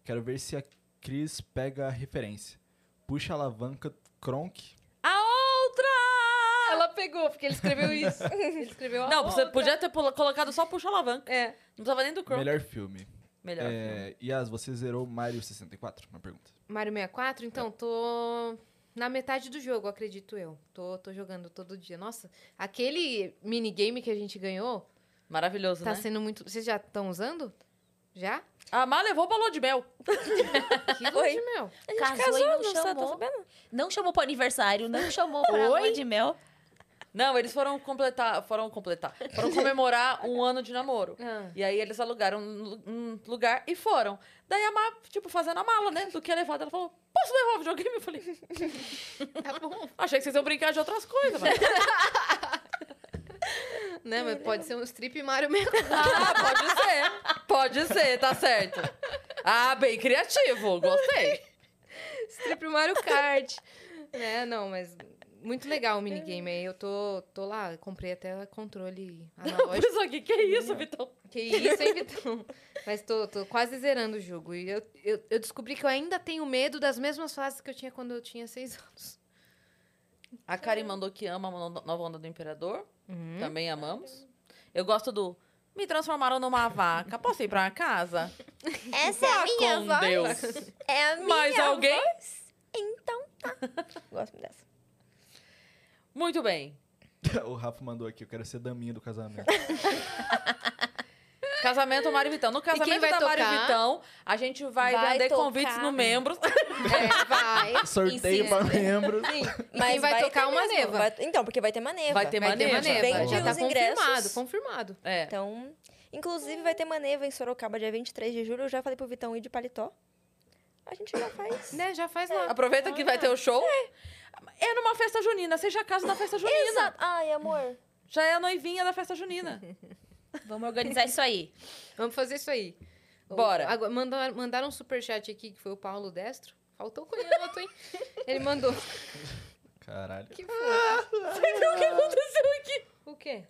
Speaker 5: Quero ver se a Cris pega a referência. Puxa a alavanca Kronk.
Speaker 2: A outra!
Speaker 1: Ah, Ela pegou, porque ele escreveu isso. Ele escreveu a
Speaker 2: Não, você
Speaker 1: outra.
Speaker 2: podia ter pula- colocado só puxa a alavanca.
Speaker 1: É.
Speaker 2: Não precisava nem do Chrome.
Speaker 5: Melhor filme.
Speaker 2: Melhor.
Speaker 5: É, Yas, você zerou Mario 64? Uma pergunta.
Speaker 1: Mario 64? Então, tô na metade do jogo, acredito eu. Tô, tô jogando todo dia. Nossa, aquele minigame que a gente ganhou
Speaker 2: Maravilhoso,
Speaker 1: tá
Speaker 2: né?
Speaker 1: sendo muito. Vocês já estão usando? Já?
Speaker 2: A Má levou o balão de mel.
Speaker 1: Que hoje, meu.
Speaker 3: A gente
Speaker 4: Casou,
Speaker 3: casou,
Speaker 4: e
Speaker 3: não,
Speaker 4: não sa- tá
Speaker 3: chamou.
Speaker 4: sabendo?
Speaker 3: Não chamou pro aniversário, não chamou pra lua de mel.
Speaker 2: Não, eles foram completar, foram completar, foram comemorar um ano de namoro.
Speaker 1: Ah.
Speaker 2: E aí eles alugaram um lu- um lugar e foram. Daí a Má, tipo, fazendo a mala, né? Do que é levado, ela falou, posso levar o videogame? Eu falei,
Speaker 1: Tá bom.
Speaker 2: achei que vocês iam brincar de outras coisas. Mas...
Speaker 1: Né, mas pode ser um strip Mario 64.
Speaker 2: Ah, pode ser, pode ser, tá certo. Ah, bem criativo, gostei.
Speaker 1: strip Mario Kart. né, não, mas. Muito legal o minigame aí. Eu tô, tô lá, comprei até controle analógico.
Speaker 2: Mas aqui, que é isso, Vitão?
Speaker 1: Que isso, hein, Vitão? Mas tô, tô quase zerando o jogo. E eu, eu, eu descobri que eu ainda tenho medo das mesmas fases que eu tinha quando eu tinha seis anos.
Speaker 2: A Karen mandou que ama a no- nova onda do Imperador.
Speaker 1: Uhum.
Speaker 2: Também amamos. Eu gosto do. Me transformaram numa vaca. Posso ir pra casa? Tá
Speaker 4: Essa é a minha
Speaker 2: com
Speaker 4: voz.
Speaker 2: Deus.
Speaker 4: É a minha
Speaker 2: Mais alguém?
Speaker 4: voz. Então tá. Gosto muito dessa.
Speaker 2: Muito bem.
Speaker 5: o Rafa mandou aqui. Eu quero ser daminha do casamento.
Speaker 2: Casamento Mário e Vitão. No
Speaker 1: quem
Speaker 2: casamento
Speaker 1: vai
Speaker 2: da Mário e
Speaker 1: tocar?
Speaker 2: Vitão, a gente vai,
Speaker 4: Vai
Speaker 2: vender
Speaker 4: tocar.
Speaker 2: convites no membros.
Speaker 1: É, vai.
Speaker 5: Sorteio para membros.
Speaker 1: Mas quem vai,
Speaker 4: ter
Speaker 1: tocar uma
Speaker 4: mesmo,
Speaker 1: neva. Vai,
Speaker 4: vai- Então, porque vai ter maneva.
Speaker 2: Vai ter
Speaker 1: ter uma
Speaker 2: maneva.
Speaker 1: neva.
Speaker 5: Vende
Speaker 1: Já tá
Speaker 4: os ingressos.
Speaker 1: confirmado, confirmado.
Speaker 2: É.
Speaker 4: Então, inclusive vai ter maneva em Sorocaba dia 23 de julho. Eu já falei pro Vitão ir de paletó. A gente já faz.
Speaker 1: Né, já faz lá.
Speaker 2: Aproveita que vai ter o show. É numa festa junina. Seja caso da festa junina.
Speaker 4: Exato. Ai, amor.
Speaker 2: Já é a noivinha da festa junina.
Speaker 3: Vamos organizar isso aí.
Speaker 1: Ah. Vamos fazer isso aí.
Speaker 2: Bora.
Speaker 1: O- Agora, mandaram, mandaram um superchat aqui, que foi o Paulo Destro. Faltou o canhoto, hein? Ele mandou.
Speaker 5: Caralho.
Speaker 1: Que foi?
Speaker 2: o que aconteceu aqui?
Speaker 1: O quê?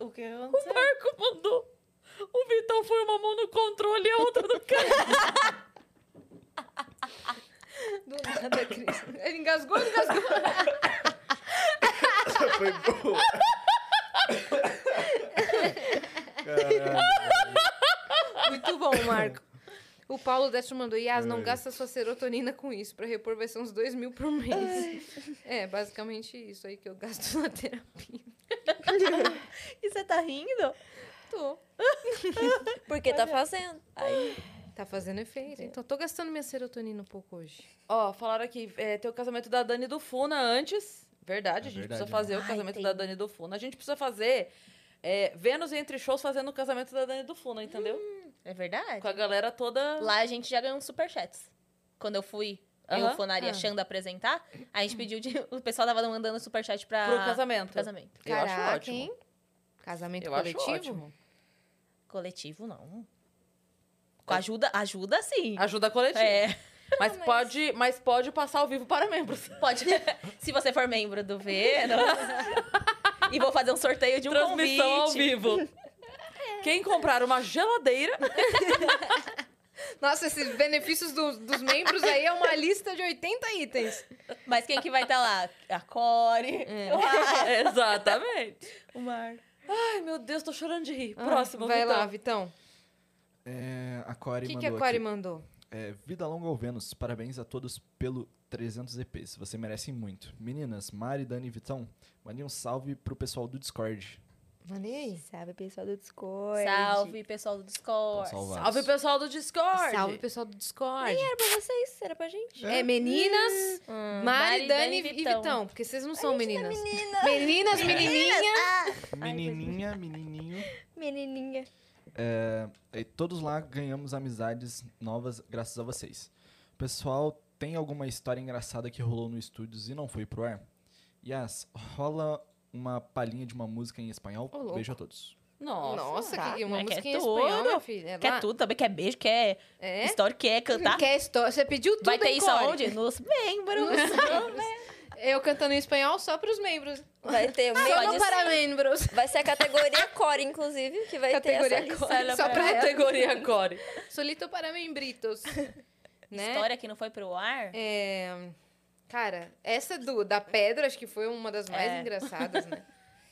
Speaker 3: O que
Speaker 2: O Marco mandou. O Vitão foi uma mão no controle e a outra no cara.
Speaker 1: Do nada, Cris. Ele engasgou, engasgou. Tá.
Speaker 5: Foi boa. Caralho.
Speaker 1: Muito bom, Marco. O Paulo Destro mandou, Yas, não
Speaker 5: Ai.
Speaker 1: gasta sua serotonina com isso. Pra repor vai ser uns dois mil por mês. É, basicamente isso aí que eu gasto na terapia.
Speaker 3: E você tá rindo?
Speaker 1: Tô.
Speaker 4: Porque
Speaker 1: é-
Speaker 4: tá fazendo. Aí,
Speaker 1: Tá fazendo efeito. Então, tô gastando minha serotonina um pouco hoje.
Speaker 2: Ó, falaram aqui, é, tem o casamento da Dani do Funa antes. Verdade,
Speaker 5: É
Speaker 2: a gente
Speaker 5: verdade,
Speaker 2: precisa fazer o
Speaker 4: Ai,
Speaker 2: casamento
Speaker 4: tem.
Speaker 2: da Dani do Funa. A gente precisa fazer é, Vênus entre shows fazendo o casamento da Dani do Funa, entendeu?
Speaker 3: É verdade.
Speaker 2: Com a galera toda.
Speaker 3: Lá a gente já ganhou uns superchats. Quando eu fui, eu,
Speaker 2: Aham.
Speaker 3: Fonaria,
Speaker 1: Ah.
Speaker 3: Xanda apresentar, a gente pediu de... O pessoal tava mandando superchat pra...
Speaker 2: Pro casamento.
Speaker 3: pro casamento.
Speaker 2: Eu acho ótimo.
Speaker 1: hein? Casamento
Speaker 2: Eu
Speaker 1: coletivo?
Speaker 2: acho ótimo.
Speaker 3: Coletivo, não. Com ajuda, ajuda sim.
Speaker 2: Ajuda coletiva.
Speaker 3: É.
Speaker 2: Mas,
Speaker 4: mas-
Speaker 2: Pode, mas pode passar ao vivo para membros.
Speaker 3: Pode. Se você for membro do Vênus. e vou fazer um sorteio de um
Speaker 2: Transmissão
Speaker 3: convite.
Speaker 2: ao vivo. Quem comprar uma geladeira
Speaker 1: Nossa, esses benefícios dos- dos membros aí é uma lista de 80 itens.
Speaker 3: Mas quem que vai estar lá? A Core. o Ra-
Speaker 2: Exatamente.
Speaker 3: O Mar.
Speaker 2: Ai, meu Deus, tô chorando de rir.
Speaker 1: Ah,
Speaker 2: Próximo,
Speaker 1: Vai
Speaker 2: Vitão.
Speaker 1: lá, Vitão.
Speaker 5: É, a
Speaker 1: O
Speaker 5: Core
Speaker 1: que, que
Speaker 5: mandou
Speaker 1: a Core
Speaker 5: aqui.
Speaker 1: mandou?
Speaker 5: É, Vida longa ao Vênus, parabéns a todos pelo 300 EPs, você merece muito. Meninas, Mari, Dani e Vitão, mandem um salve pro pessoal do Discord.
Speaker 1: Olha aí.
Speaker 4: Sabe, pessoal do Discord.
Speaker 3: Salve, pessoal do Discord.
Speaker 5: Estão salvados.
Speaker 2: Salve, pessoal do Discord.
Speaker 1: Salve, pessoal do Discord.
Speaker 4: Era pra vocês, era pra gente.
Speaker 1: É, meninas,
Speaker 3: Hum,
Speaker 1: Ah, Mari,
Speaker 3: Mari,
Speaker 1: Dani
Speaker 3: Dani
Speaker 1: e
Speaker 3: Vitão.
Speaker 1: Vitão. Porque vocês não são meninas. Meninas, menininha.
Speaker 5: Menininha, menininho.
Speaker 4: Menininha.
Speaker 5: E todos lá ganhamos amizades novas graças a vocês. Pessoal, tem alguma história engraçada que rolou no estúdios e não foi pro ar? Yas, rola uma palhinha de uma música em espanhol.
Speaker 1: Ô, louco.
Speaker 5: Beijo a todos.
Speaker 2: Nossa.
Speaker 1: Nossa,
Speaker 3: tá.
Speaker 1: que uma
Speaker 3: É que é
Speaker 1: música em
Speaker 3: tudo.
Speaker 1: espanhol, minha filha. É
Speaker 3: Quer
Speaker 1: lá?
Speaker 3: tudo também? Quer beijo? Quer
Speaker 1: É?
Speaker 3: história? Quer cantar?
Speaker 1: Quer história? Você pediu tudo,
Speaker 3: Vai ter
Speaker 1: hein,
Speaker 3: isso
Speaker 1: Core?
Speaker 3: aonde? Nos membros.
Speaker 1: Eu cantando em espanhol só pros membros.
Speaker 4: Vai ter meio-
Speaker 1: Só
Speaker 3: pode
Speaker 1: não
Speaker 3: ser.
Speaker 1: para membros.
Speaker 4: Vai ser a categoria core, inclusive, que vai
Speaker 1: Categoria
Speaker 4: ter essa
Speaker 1: core.
Speaker 4: lista.
Speaker 1: Só pra
Speaker 2: Categoria Core.
Speaker 1: Solito para membritos. né?
Speaker 3: História que não foi pro ar.
Speaker 1: É, Cara, essa do, da pedra acho que foi uma das mais
Speaker 3: É.
Speaker 1: engraçadas, né?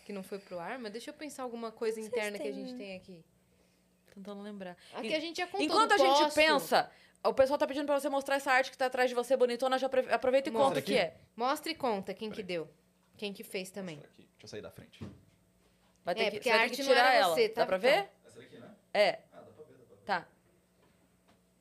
Speaker 1: Que não foi pro ar, mas deixa eu pensar alguma coisa interna que a gente tem aqui.
Speaker 2: Tentando lembrar.
Speaker 1: Aqui a gente é já contou
Speaker 2: Enquanto
Speaker 1: do
Speaker 2: a gente
Speaker 1: posto.
Speaker 2: pensa, o pessoal tá pedindo pra você mostrar essa arte que tá atrás de você, bonitona. Já apre- aproveita e
Speaker 1: Mostra
Speaker 2: conta o que é.
Speaker 1: Mostra e conta quem que deu. Quem que fez também.
Speaker 5: Aqui, Deixa eu sair da frente.
Speaker 2: Vai ter
Speaker 1: É,
Speaker 2: que,
Speaker 1: porque
Speaker 2: você vai
Speaker 1: a
Speaker 2: ter que
Speaker 1: arte não era
Speaker 2: tirar ela.
Speaker 1: você, tá,
Speaker 2: Dá pra
Speaker 1: Vitão?
Speaker 2: ver?
Speaker 5: Essa daqui, né?
Speaker 2: É,
Speaker 5: Ah, dá pra ver, dá pra ver.
Speaker 2: tá.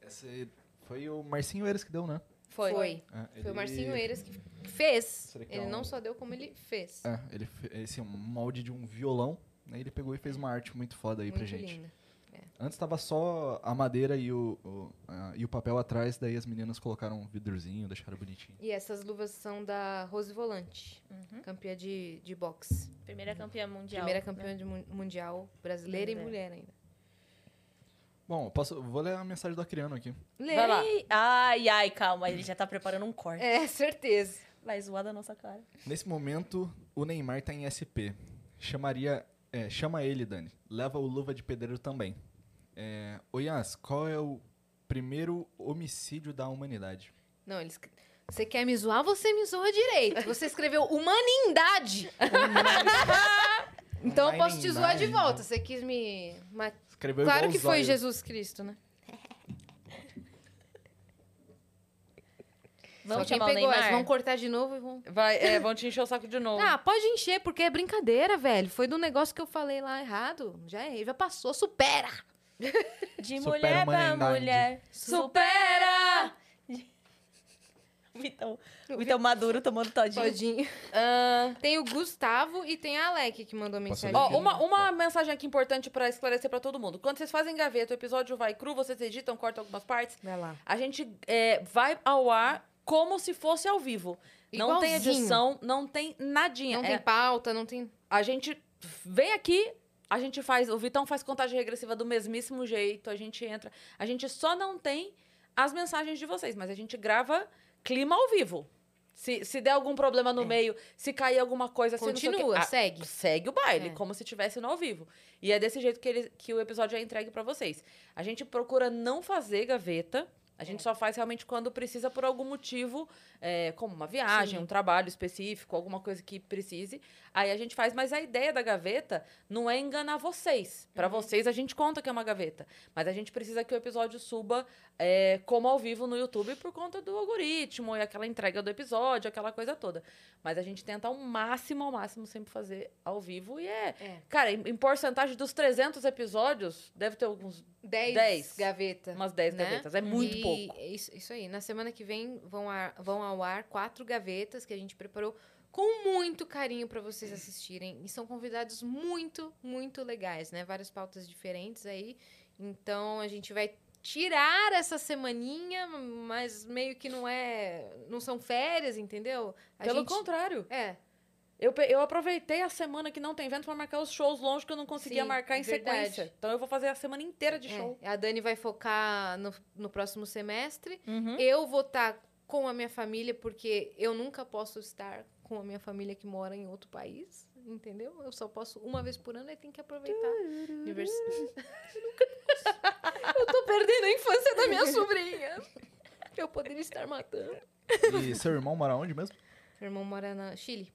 Speaker 5: Esse foi o Marcinho Eiras que deu, né?
Speaker 1: Foi. Foi,
Speaker 5: Ah,
Speaker 1: o Marcinho Eiras que fez.
Speaker 5: Será que é
Speaker 1: Ele
Speaker 5: um-
Speaker 1: não só deu como ele fez.
Speaker 5: É, ele fe- esse é um molde de um violão. Aí ele pegou e fez uma arte muito foda aí pra
Speaker 1: Muito
Speaker 5: gente.
Speaker 1: lindo.
Speaker 5: Antes tava só a madeira e o, o- ah, e o papel atrás, daí as meninas colocaram um vidrozinho, deixaram bonitinho.
Speaker 1: E essas luvas são da Rose Volante, campeã de, de boxe.
Speaker 3: Primeira campeã mundial.
Speaker 1: Primeira campeã de mun- mundial brasileira e
Speaker 3: Linda.
Speaker 1: mulher ainda.
Speaker 5: Bom, eu posso, vou ler a mensagem do Acriano aqui.
Speaker 1: Lê.
Speaker 2: Vai lá.
Speaker 3: Ai, ai, calma. Ele já tá preparando um corte.
Speaker 1: É, certeza.
Speaker 3: Vai zoar da nossa cara.
Speaker 5: Nesse momento, o Neymar tá em SP. Chamaria. é, chama ele, Dani. Leva o Luva de Pedreiro também. É, ô Yas, qual é o primeiro homicídio da humanidade?
Speaker 1: Não, eles. Você quer me zoar? Você me zoa direito. Você escreveu humanidade. então eu posso te zoar de
Speaker 5: Humanidade.
Speaker 1: volta. Você quis me. ma-
Speaker 5: Escreveu
Speaker 1: Claro
Speaker 5: igual
Speaker 1: que
Speaker 5: o
Speaker 1: foi
Speaker 5: Zóio.
Speaker 1: Jesus Cristo, né?
Speaker 3: Vamos
Speaker 1: Só quem
Speaker 3: chamar o
Speaker 1: pegou
Speaker 3: Neymar?
Speaker 1: essa, Vamos cortar de novo e vão.
Speaker 2: Vai, é, vão te encher o saco de novo.
Speaker 1: Ah, pode encher, porque é brincadeira, velho. Foi do negócio que eu falei lá errado. Já errei, já passou, supera!
Speaker 3: De
Speaker 5: Supera
Speaker 3: mulher
Speaker 5: uma
Speaker 3: pra
Speaker 5: humanidade.
Speaker 3: mulher. Supera! Vitão, Vitão Maduro tomando todinho.
Speaker 1: Todinho. Tem o Gustavo e tem a Alec que mandou
Speaker 5: Posso
Speaker 1: mensagem.
Speaker 5: ler?
Speaker 2: Ah. Ó, uma, uma mensagem aqui importante pra esclarecer pra todo mundo. Quando vocês fazem gaveta, o episódio vai cru, vocês editam, cortam algumas partes.
Speaker 1: Vai lá.
Speaker 2: A gente é, vai ao ar como se fosse ao vivo. Não tem
Speaker 1: Igualzinho.
Speaker 2: edição, não tem nadinha.
Speaker 1: Não
Speaker 2: É,
Speaker 1: tem pauta, não tem.
Speaker 2: A gente vem aqui, a gente faz. O Vitão faz contagem regressiva do mesmíssimo jeito, a gente entra. A gente só não tem as mensagens de vocês, mas a gente grava clima ao vivo. Se, se der algum problema no meio, se cair alguma coisa, se não sei
Speaker 1: É.
Speaker 2: o
Speaker 1: Continua,
Speaker 2: quê. Ah,
Speaker 1: segue.
Speaker 2: Segue o baile,
Speaker 1: É.
Speaker 2: como se tivesse no ao vivo. E é desse jeito que, ele, que o episódio é entregue pra vocês. A gente procura não fazer gaveta. A
Speaker 1: É.
Speaker 2: gente só faz realmente quando precisa por algum motivo, é, como uma viagem, um trabalho específico, alguma coisa que precise. Aí a gente faz, mas a ideia da gaveta não é enganar vocês.
Speaker 1: Uhum.
Speaker 2: Pra vocês a gente conta que é uma gaveta. Mas a gente precisa que o episódio suba é, como ao vivo no YouTube por conta do algoritmo e aquela entrega do episódio, aquela coisa toda. Mas a gente tenta ao máximo, ao máximo, sempre fazer ao vivo. E é.
Speaker 1: É.
Speaker 2: Cara, em, em porcentagem dos 300 episódios, deve ter alguns,
Speaker 1: 10,
Speaker 2: Dez.
Speaker 1: gaveta.
Speaker 2: umas 10
Speaker 1: Né?
Speaker 2: gavetas. É muito
Speaker 1: E
Speaker 2: pouco.
Speaker 1: Isso, isso aí. Na semana que vem vão, ar- vão ao ar quatro gavetas que a gente preparou com muito carinho pra vocês assistirem. E são convidados muito, muito legais, né? Várias pautas diferentes aí. Então a gente vai tirar essa semaninha, mas meio que não é. Não são férias, entendeu? A
Speaker 2: Pelo
Speaker 1: gente-
Speaker 2: contrário.
Speaker 1: É.
Speaker 2: Eu, pe- eu aproveitei a semana que não tem evento pra marcar os shows longe que eu não conseguia
Speaker 1: Sim, é
Speaker 2: marcar em
Speaker 1: verdade.
Speaker 2: sequência. Então eu vou fazer a semana inteira de
Speaker 1: É,
Speaker 2: show.
Speaker 1: a Dani vai focar no, no próximo semestre.
Speaker 3: Uhum.
Speaker 1: Eu vou estar com a minha família, porque eu nunca posso estar com a minha família que mora em outro país, entendeu? Eu só posso uma vez por ano e tem que aproveitar. Univers... eu tô perdendo a infância da minha sobrinha. Eu poderia estar matando.
Speaker 5: E seu irmão mora onde mesmo?
Speaker 1: Meu irmão mora na Chile.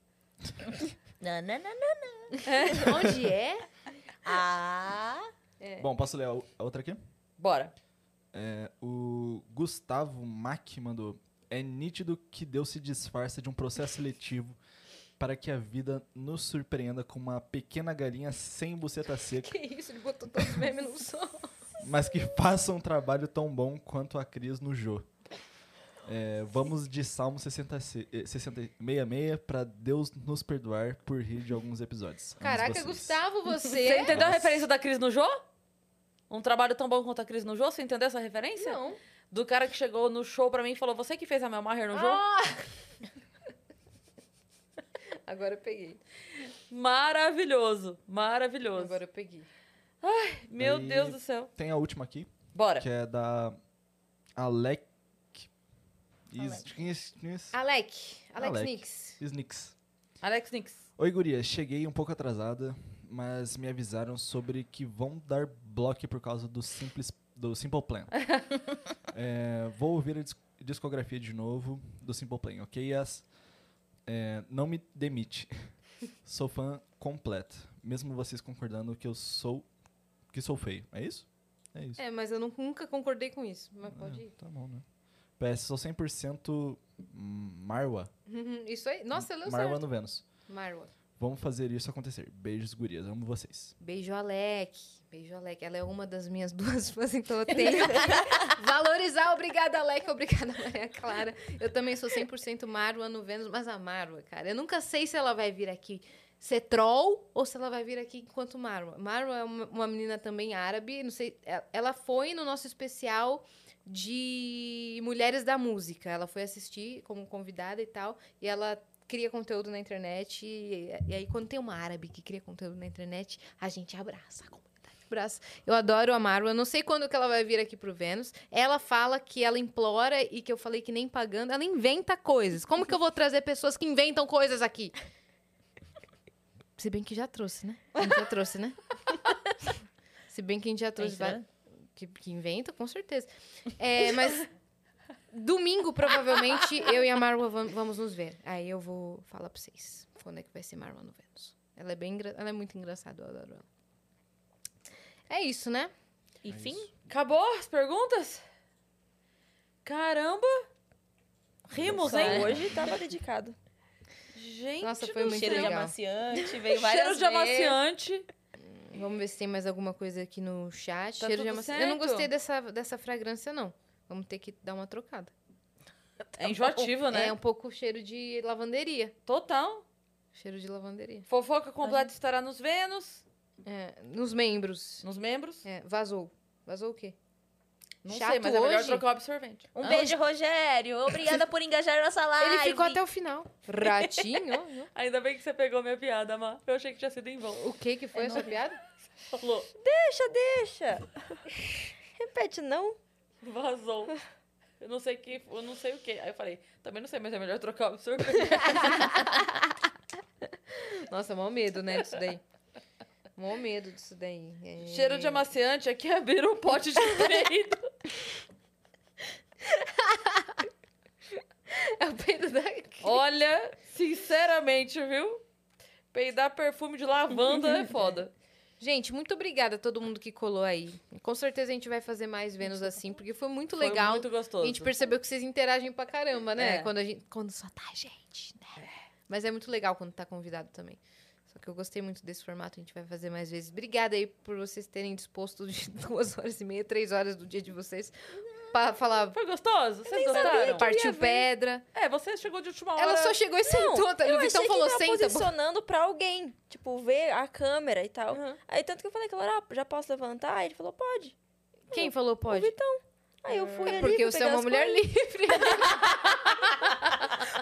Speaker 3: Não, não, não.
Speaker 1: Onde é?
Speaker 3: Ah,
Speaker 5: Bom, posso ler a o- a outra aqui?
Speaker 2: Bora.
Speaker 5: É, o Gustavo Mack mandou. É nítido que Deus se disfarça de um processo seletivo para que a vida nos surpreenda com uma pequena galinha sem buceta seca,
Speaker 1: Que isso? Ele botou todos os memes no som.
Speaker 5: mas que faça um trabalho tão bom quanto a Cris no Jô. É, vamos de Salmo 60, se- eh, 60 66 para Deus nos perdoar por rir de alguns episódios. Amo
Speaker 1: Caraca,
Speaker 5: vocês.
Speaker 1: Gustavo,
Speaker 2: Você
Speaker 1: você. é?
Speaker 2: entendeu a
Speaker 5: Nossa.
Speaker 2: referência da Cris no Jô? Um trabalho tão bom quanto a Cris no Jô? Você entendeu essa referência?
Speaker 1: Não.
Speaker 2: Do cara que chegou no show pra mim e falou: Você que fez a Mel Maher no Jô?
Speaker 1: Ah. Agora eu peguei.
Speaker 2: Maravilhoso. Maravilhoso.
Speaker 1: Agora eu peguei.
Speaker 2: Meu
Speaker 5: Aí-
Speaker 2: Deus do céu.
Speaker 5: Tem a última aqui,
Speaker 2: Bora.
Speaker 5: que é da Alec. Is- é Is-
Speaker 1: Alec. Alex
Speaker 5: Alec.
Speaker 1: Nix.
Speaker 5: Snicks.
Speaker 2: Alex Nix.
Speaker 5: Oi, guria. Cheguei um pouco atrasada, mas me avisaram sobre que vão dar bloco por causa do simples do Simple Plan. É, vou ouvir a dis- discografia de novo do Simple Plan, ok? As, É, não me demite. Sou fã completo. Mesmo vocês concordando que eu sou que sou feio. É isso? É isso.
Speaker 1: É, mas eu nun- nunca concordei com isso. Mas pode ir.
Speaker 5: Tá bom, né? PS, sou 100% Marwa.
Speaker 1: Uhum, Isso aí. Nossa, leu
Speaker 5: Marwa
Speaker 1: certo.
Speaker 5: no Vênus.
Speaker 1: Marwa.
Speaker 5: Vamos fazer isso acontecer. Beijos, gurias. Amo vocês.
Speaker 1: Beijo, Alec. Beijo, Alec. Ela é uma das minhas duas fãs, então eu tenho que valorizar. Obrigada, Alec. Obrigada, Maria Clara. Eu também sou 100% Marwa no Vênus, mas a Marwa, cara, eu nunca sei se ela vai vir aqui ser troll ou se ela vai vir aqui enquanto Marwa. Marwa é uma, uma menina também árabe, não sei, e- ela foi no nosso especial de Mulheres da Música. Ela foi assistir como convidada e tal, e ela cria conteúdo na internet e, e aí quando tem uma árabe que cria conteúdo na internet, a gente abraça a comunidade. Abraça. Eu adoro a Marwa. Eu não sei quando que ela vai vir aqui pro Vênus. Ela fala que ela implora e que eu falei que nem pagando. Ela inventa coisas. Como que eu vou trazer pessoas que inventam coisas aqui? Se bem que já trouxe, né? A gente já trouxe, né? Se bem que a gente já trouxe
Speaker 3: Tem, será?
Speaker 1: várias... Que, que inventa, com certeza. É, mas domingo, provavelmente, eu e a Marwa vam- vamos nos ver. Aí eu vou falar pra vocês quando é que vai ser Marwa no Vênus. Ela é, bem engra- ela é muito engraçada, eu adoro ela. É isso, né?
Speaker 3: enfim,
Speaker 2: Acabou as perguntas? Caramba! Rimos,
Speaker 3: Só
Speaker 2: hein?
Speaker 3: é.
Speaker 4: Hoje tava dedicado.
Speaker 2: Gente,
Speaker 1: Nossa,
Speaker 2: do
Speaker 1: foi muito
Speaker 3: cheiro de
Speaker 1: legal.
Speaker 3: amaciante,
Speaker 2: céu.
Speaker 3: veio várias
Speaker 2: cheiro de amaciante.
Speaker 1: Vamos ver se tem mais alguma coisa aqui no chat.
Speaker 2: Tá
Speaker 1: Cheiro de
Speaker 2: tudo
Speaker 1: amaci- Eu não
Speaker 2: certo.
Speaker 1: gostei dessa, dessa fragrância, não. Vamos ter que dar uma trocada.
Speaker 2: É enjoativo, né?
Speaker 1: É um pouco cheiro de lavanderia.
Speaker 2: Total.
Speaker 1: Cheiro de lavanderia.
Speaker 2: Fofoca completa estará nos Vênus,
Speaker 1: É, nos membros.
Speaker 2: nos membros.
Speaker 1: É, vazou. Vazou o quê?
Speaker 2: Não
Speaker 1: Chato
Speaker 2: sei, mas é melhor
Speaker 1: hoje?
Speaker 2: trocar o absorvente. Ah.
Speaker 3: Um beijo, Rogério. Obrigada por engajar nossa live.
Speaker 1: Ele ficou até o final. Ratinho. ó,
Speaker 2: Ainda bem que você pegou minha piada, Má. Eu achei que tinha sido em vão.
Speaker 1: ó. o que que
Speaker 2: É
Speaker 1: foi essa piada?
Speaker 2: Falou,
Speaker 4: Deixa. Repete, não.
Speaker 2: vazou. Eu não sei que, eu não sei o que. Aí eu falei, também não sei, mas é melhor trocar o absorvente.
Speaker 1: Nossa, mó medo, né, disso daí. Mó medo disso daí. É.
Speaker 2: Cheiro de amaciante aqui é abrir um pote de peido.
Speaker 1: É o peido da...
Speaker 2: Olha, sinceramente, viu? Peidar perfume de lavanda é foda.
Speaker 1: Gente, muito obrigada a todo mundo que colou aí. Com certeza a gente vai fazer mais Vênus assim, porque foi muito
Speaker 2: Foi
Speaker 1: legal.
Speaker 2: muito gostoso.
Speaker 1: A gente percebeu que vocês interagem pra caramba, né?
Speaker 2: É.
Speaker 1: Quando, a gente, quando só tá a gente, né? Mas é muito legal quando tá convidado também. Só que eu gostei muito desse formato, a gente vai fazer mais vezes. Obrigada aí por vocês terem disposto de duas horas e meia, três horas do dia de vocês pra falar.
Speaker 2: Foi gostoso? Vocês gostaram?
Speaker 1: Partiu pedra.
Speaker 2: É, você chegou de última hora.
Speaker 1: Ela só chegou e sentou. tá?
Speaker 4: eu
Speaker 1: o
Speaker 4: achei
Speaker 1: Vitão
Speaker 4: que
Speaker 1: falou,
Speaker 4: tava
Speaker 1: senta. pô."
Speaker 4: posicionando pra alguém. Tipo, ver a câmera e tal.
Speaker 2: Uhum.
Speaker 4: Aí tanto que eu falei que ah, já posso levantar? Aí ele falou, pode.
Speaker 1: Quem falou
Speaker 4: O
Speaker 1: pode?
Speaker 4: Vitão. Aí
Speaker 1: É.
Speaker 4: eu fui ali.
Speaker 1: Porque
Speaker 4: fui
Speaker 1: você é
Speaker 4: pegar
Speaker 1: uma
Speaker 4: as
Speaker 1: mulher
Speaker 4: coisas.
Speaker 1: livre.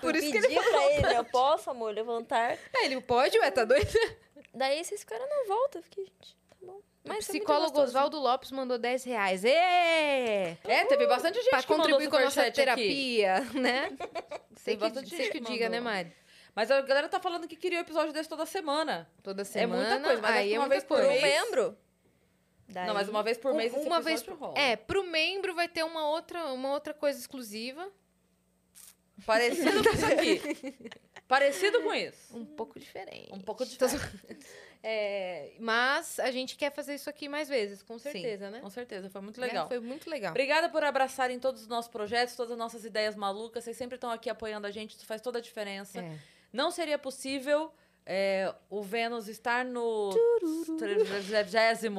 Speaker 1: Por isso que ele
Speaker 4: Pedi pra ele, eu posso, amor, levantar.
Speaker 1: Aí ele pode, ué, tá doido?
Speaker 4: Daí vocês ficaram, não, volta. Eu fiquei, gente, tá bom.
Speaker 2: é
Speaker 1: Mas
Speaker 4: Mas foi muito
Speaker 1: psicólogo
Speaker 4: gostoso.
Speaker 1: Oswaldo Lopes mandou 10 reais. Ê!
Speaker 2: É, teve bastante gente
Speaker 1: Pra
Speaker 2: que mandou
Speaker 1: contribuir com a nossa
Speaker 2: superchat aqui.
Speaker 1: terapia, né? Sei que,
Speaker 2: bastante
Speaker 1: sei
Speaker 2: gente
Speaker 1: que
Speaker 2: que
Speaker 1: diga, né,
Speaker 2: mandou.
Speaker 1: Mari?
Speaker 2: Mas a galera tá falando que queria o episódio desse toda semana.
Speaker 1: Toda
Speaker 2: É
Speaker 1: semana.
Speaker 2: muita coisa, mas acho
Speaker 1: aí
Speaker 2: que
Speaker 1: é
Speaker 2: uma
Speaker 1: muita
Speaker 2: vez por
Speaker 1: coisa.
Speaker 2: mês.
Speaker 4: Eu lembro. Daí-
Speaker 2: Não, mas uma vez por mês esse
Speaker 1: É. Um- uma vez
Speaker 2: episódio rola.
Speaker 1: É, pro membro vai ter uma outra, uma outra coisa exclusiva,
Speaker 2: Parecido com isso aqui. Parecido com isso.
Speaker 1: um pouco diferente.
Speaker 2: Hum. Um pouco
Speaker 1: Então, é, mas a gente quer fazer isso aqui mais vezes, com certeza, né?
Speaker 2: Com certeza, foi muito
Speaker 1: Né?
Speaker 2: legal.
Speaker 1: Foi muito legal.
Speaker 2: Obrigada por abraçarem todos os nossos projetos, todas as nossas ideias malucas. Vocês sempre estão aqui apoiando a gente, isso faz toda a diferença.
Speaker 1: É.
Speaker 2: Não seria possível é, o Vênus estar no 30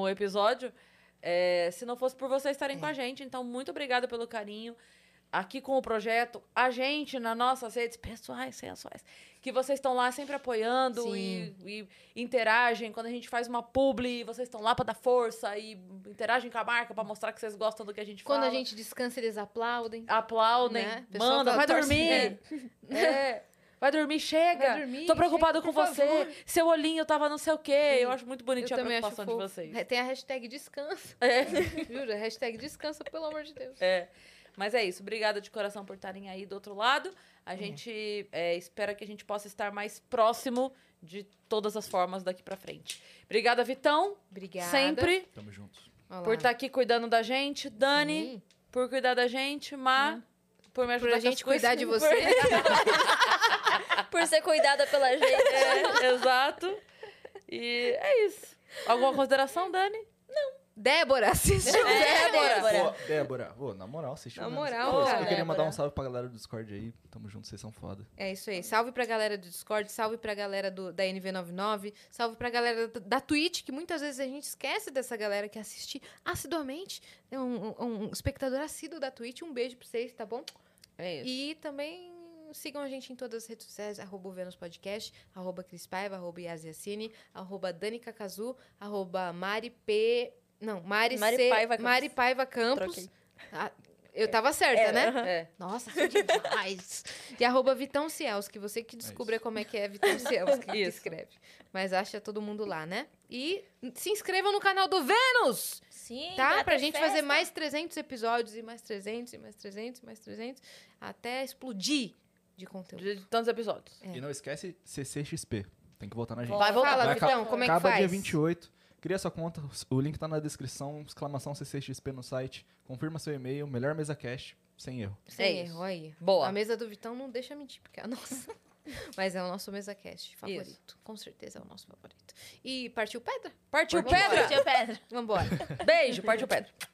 Speaker 2: episódio é, se não fosse por vocês estarem
Speaker 1: É.
Speaker 2: com a gente. Então, muito obrigada pelo carinho. Aqui com o projeto, a gente nas nossas redes pessoais, sensuais, que vocês estão lá sempre apoiando e, e interagem. Quando a gente faz uma publi, vocês estão lá pra dar força e interagem com a marca pra mostrar que vocês gostam do que a gente
Speaker 1: Quando a
Speaker 2: fala.
Speaker 1: gente descansa, eles aplaudem.
Speaker 2: aplaudem,
Speaker 1: Né? O pessoal
Speaker 2: manda,
Speaker 1: fala,
Speaker 2: vai
Speaker 1: "Torce-
Speaker 2: dormir. É. Vai dormir, chega.
Speaker 1: Vai dormir,
Speaker 2: Tô preocupado
Speaker 1: chega,
Speaker 2: com
Speaker 1: por
Speaker 2: você. Seu olhinho tava não sei o quê. Eu acho muito
Speaker 1: Eu
Speaker 2: bonitinho a
Speaker 1: também acho
Speaker 2: preocupação de
Speaker 1: fofo.
Speaker 2: vocês.
Speaker 1: É, Tem a hashtag descansa. Jura? Hashtag descansa, pelo amor de Deus.
Speaker 2: É. Mas é isso. Obrigada de coração por estarem aí do outro lado. A gente é, espera que a gente possa estar mais próximo de todas as formas daqui pra frente. Obrigada, Vitão,
Speaker 1: Obrigada.
Speaker 2: sempre,
Speaker 5: Tamo junto.
Speaker 1: Olha lá.
Speaker 2: por estar aqui cuidando da gente. Dani,
Speaker 1: Sim.
Speaker 2: por cuidar da gente. Má, por me ajudar
Speaker 1: Pra
Speaker 2: com as
Speaker 1: gente
Speaker 2: coisas.
Speaker 1: cuidar de você.
Speaker 4: Por ser cuidada pela gente.
Speaker 2: É, exato. E é isso. Alguma consideração, Dani?
Speaker 1: Débora, assiste.
Speaker 3: É,
Speaker 5: Ô,
Speaker 3: Débora.
Speaker 5: Débora, ô, na moral, vocês
Speaker 1: Na
Speaker 5: chamaram-
Speaker 1: moral, é,
Speaker 5: Ô,
Speaker 1: cara.
Speaker 5: Eu queria mandar
Speaker 3: Débora.
Speaker 5: um salve pra galera do Discord aí. Tamo junto, vocês são foda.
Speaker 1: É isso aí. Salve pra galera do Discord, salve pra galera do, da NV99, salve pra galera da, da Twitch, que muitas vezes a gente esquece dessa galera que assiste assiduamente. É um, um- um espectador assíduo da Twitch. Um beijo pra vocês, tá bom?
Speaker 2: É
Speaker 1: E também sigam a gente em todas as redes sociais, arroba o Vênus Podcast, arroba Cris Paiva, arroba Yaziacine, arroba Dani Cacazu, arroba Mari P... Não, Mari,
Speaker 4: Mari
Speaker 1: C...
Speaker 4: Paiva Campos.
Speaker 1: Mari Paiva Campos.
Speaker 4: Troquei.
Speaker 1: Ah, eu tava certa,
Speaker 4: É,
Speaker 1: né?
Speaker 4: aham.
Speaker 2: É.
Speaker 1: Nossa, que demais! e arroba Vitão Cielski, você que descubra como é que é Vitão Cielski que
Speaker 2: Isso.
Speaker 1: escreve. Mas acha todo mundo lá, né? E se inscrevam no canal do Vênus,
Speaker 3: Sim,
Speaker 1: tá?
Speaker 3: vai
Speaker 1: Pra
Speaker 3: ter
Speaker 1: gente
Speaker 3: festa.
Speaker 1: fazer mais 300 episódios e mais 300 e mais 300 e mais 300 até explodir de conteúdo.
Speaker 2: De tantos episódios.
Speaker 1: É.
Speaker 5: E não esquece CCXP. Tem que voltar na gente.
Speaker 3: Vai voltar.
Speaker 1: Fala,
Speaker 5: Vai acabar-
Speaker 1: Vitão, como é que
Speaker 5: Acaba
Speaker 1: faz?
Speaker 5: dia 28. Cria sua conta, o link tá na descrição, exclamação CCXP no site. Confirma seu e-mail, melhor mesa cash, sem erro.
Speaker 1: Sem
Speaker 2: É
Speaker 1: erro, aí.
Speaker 2: Boa.
Speaker 1: A mesa do Vitão não deixa mentir, porque é a nossa. Mas é o nosso mesa cast favorito. Com certeza é o nosso favorito. E partiu pedra?
Speaker 2: Partiu
Speaker 1: Partiu
Speaker 2: pedra!
Speaker 3: Tio Pedro.
Speaker 1: Vambora.
Speaker 2: Beijo, partiu pedra.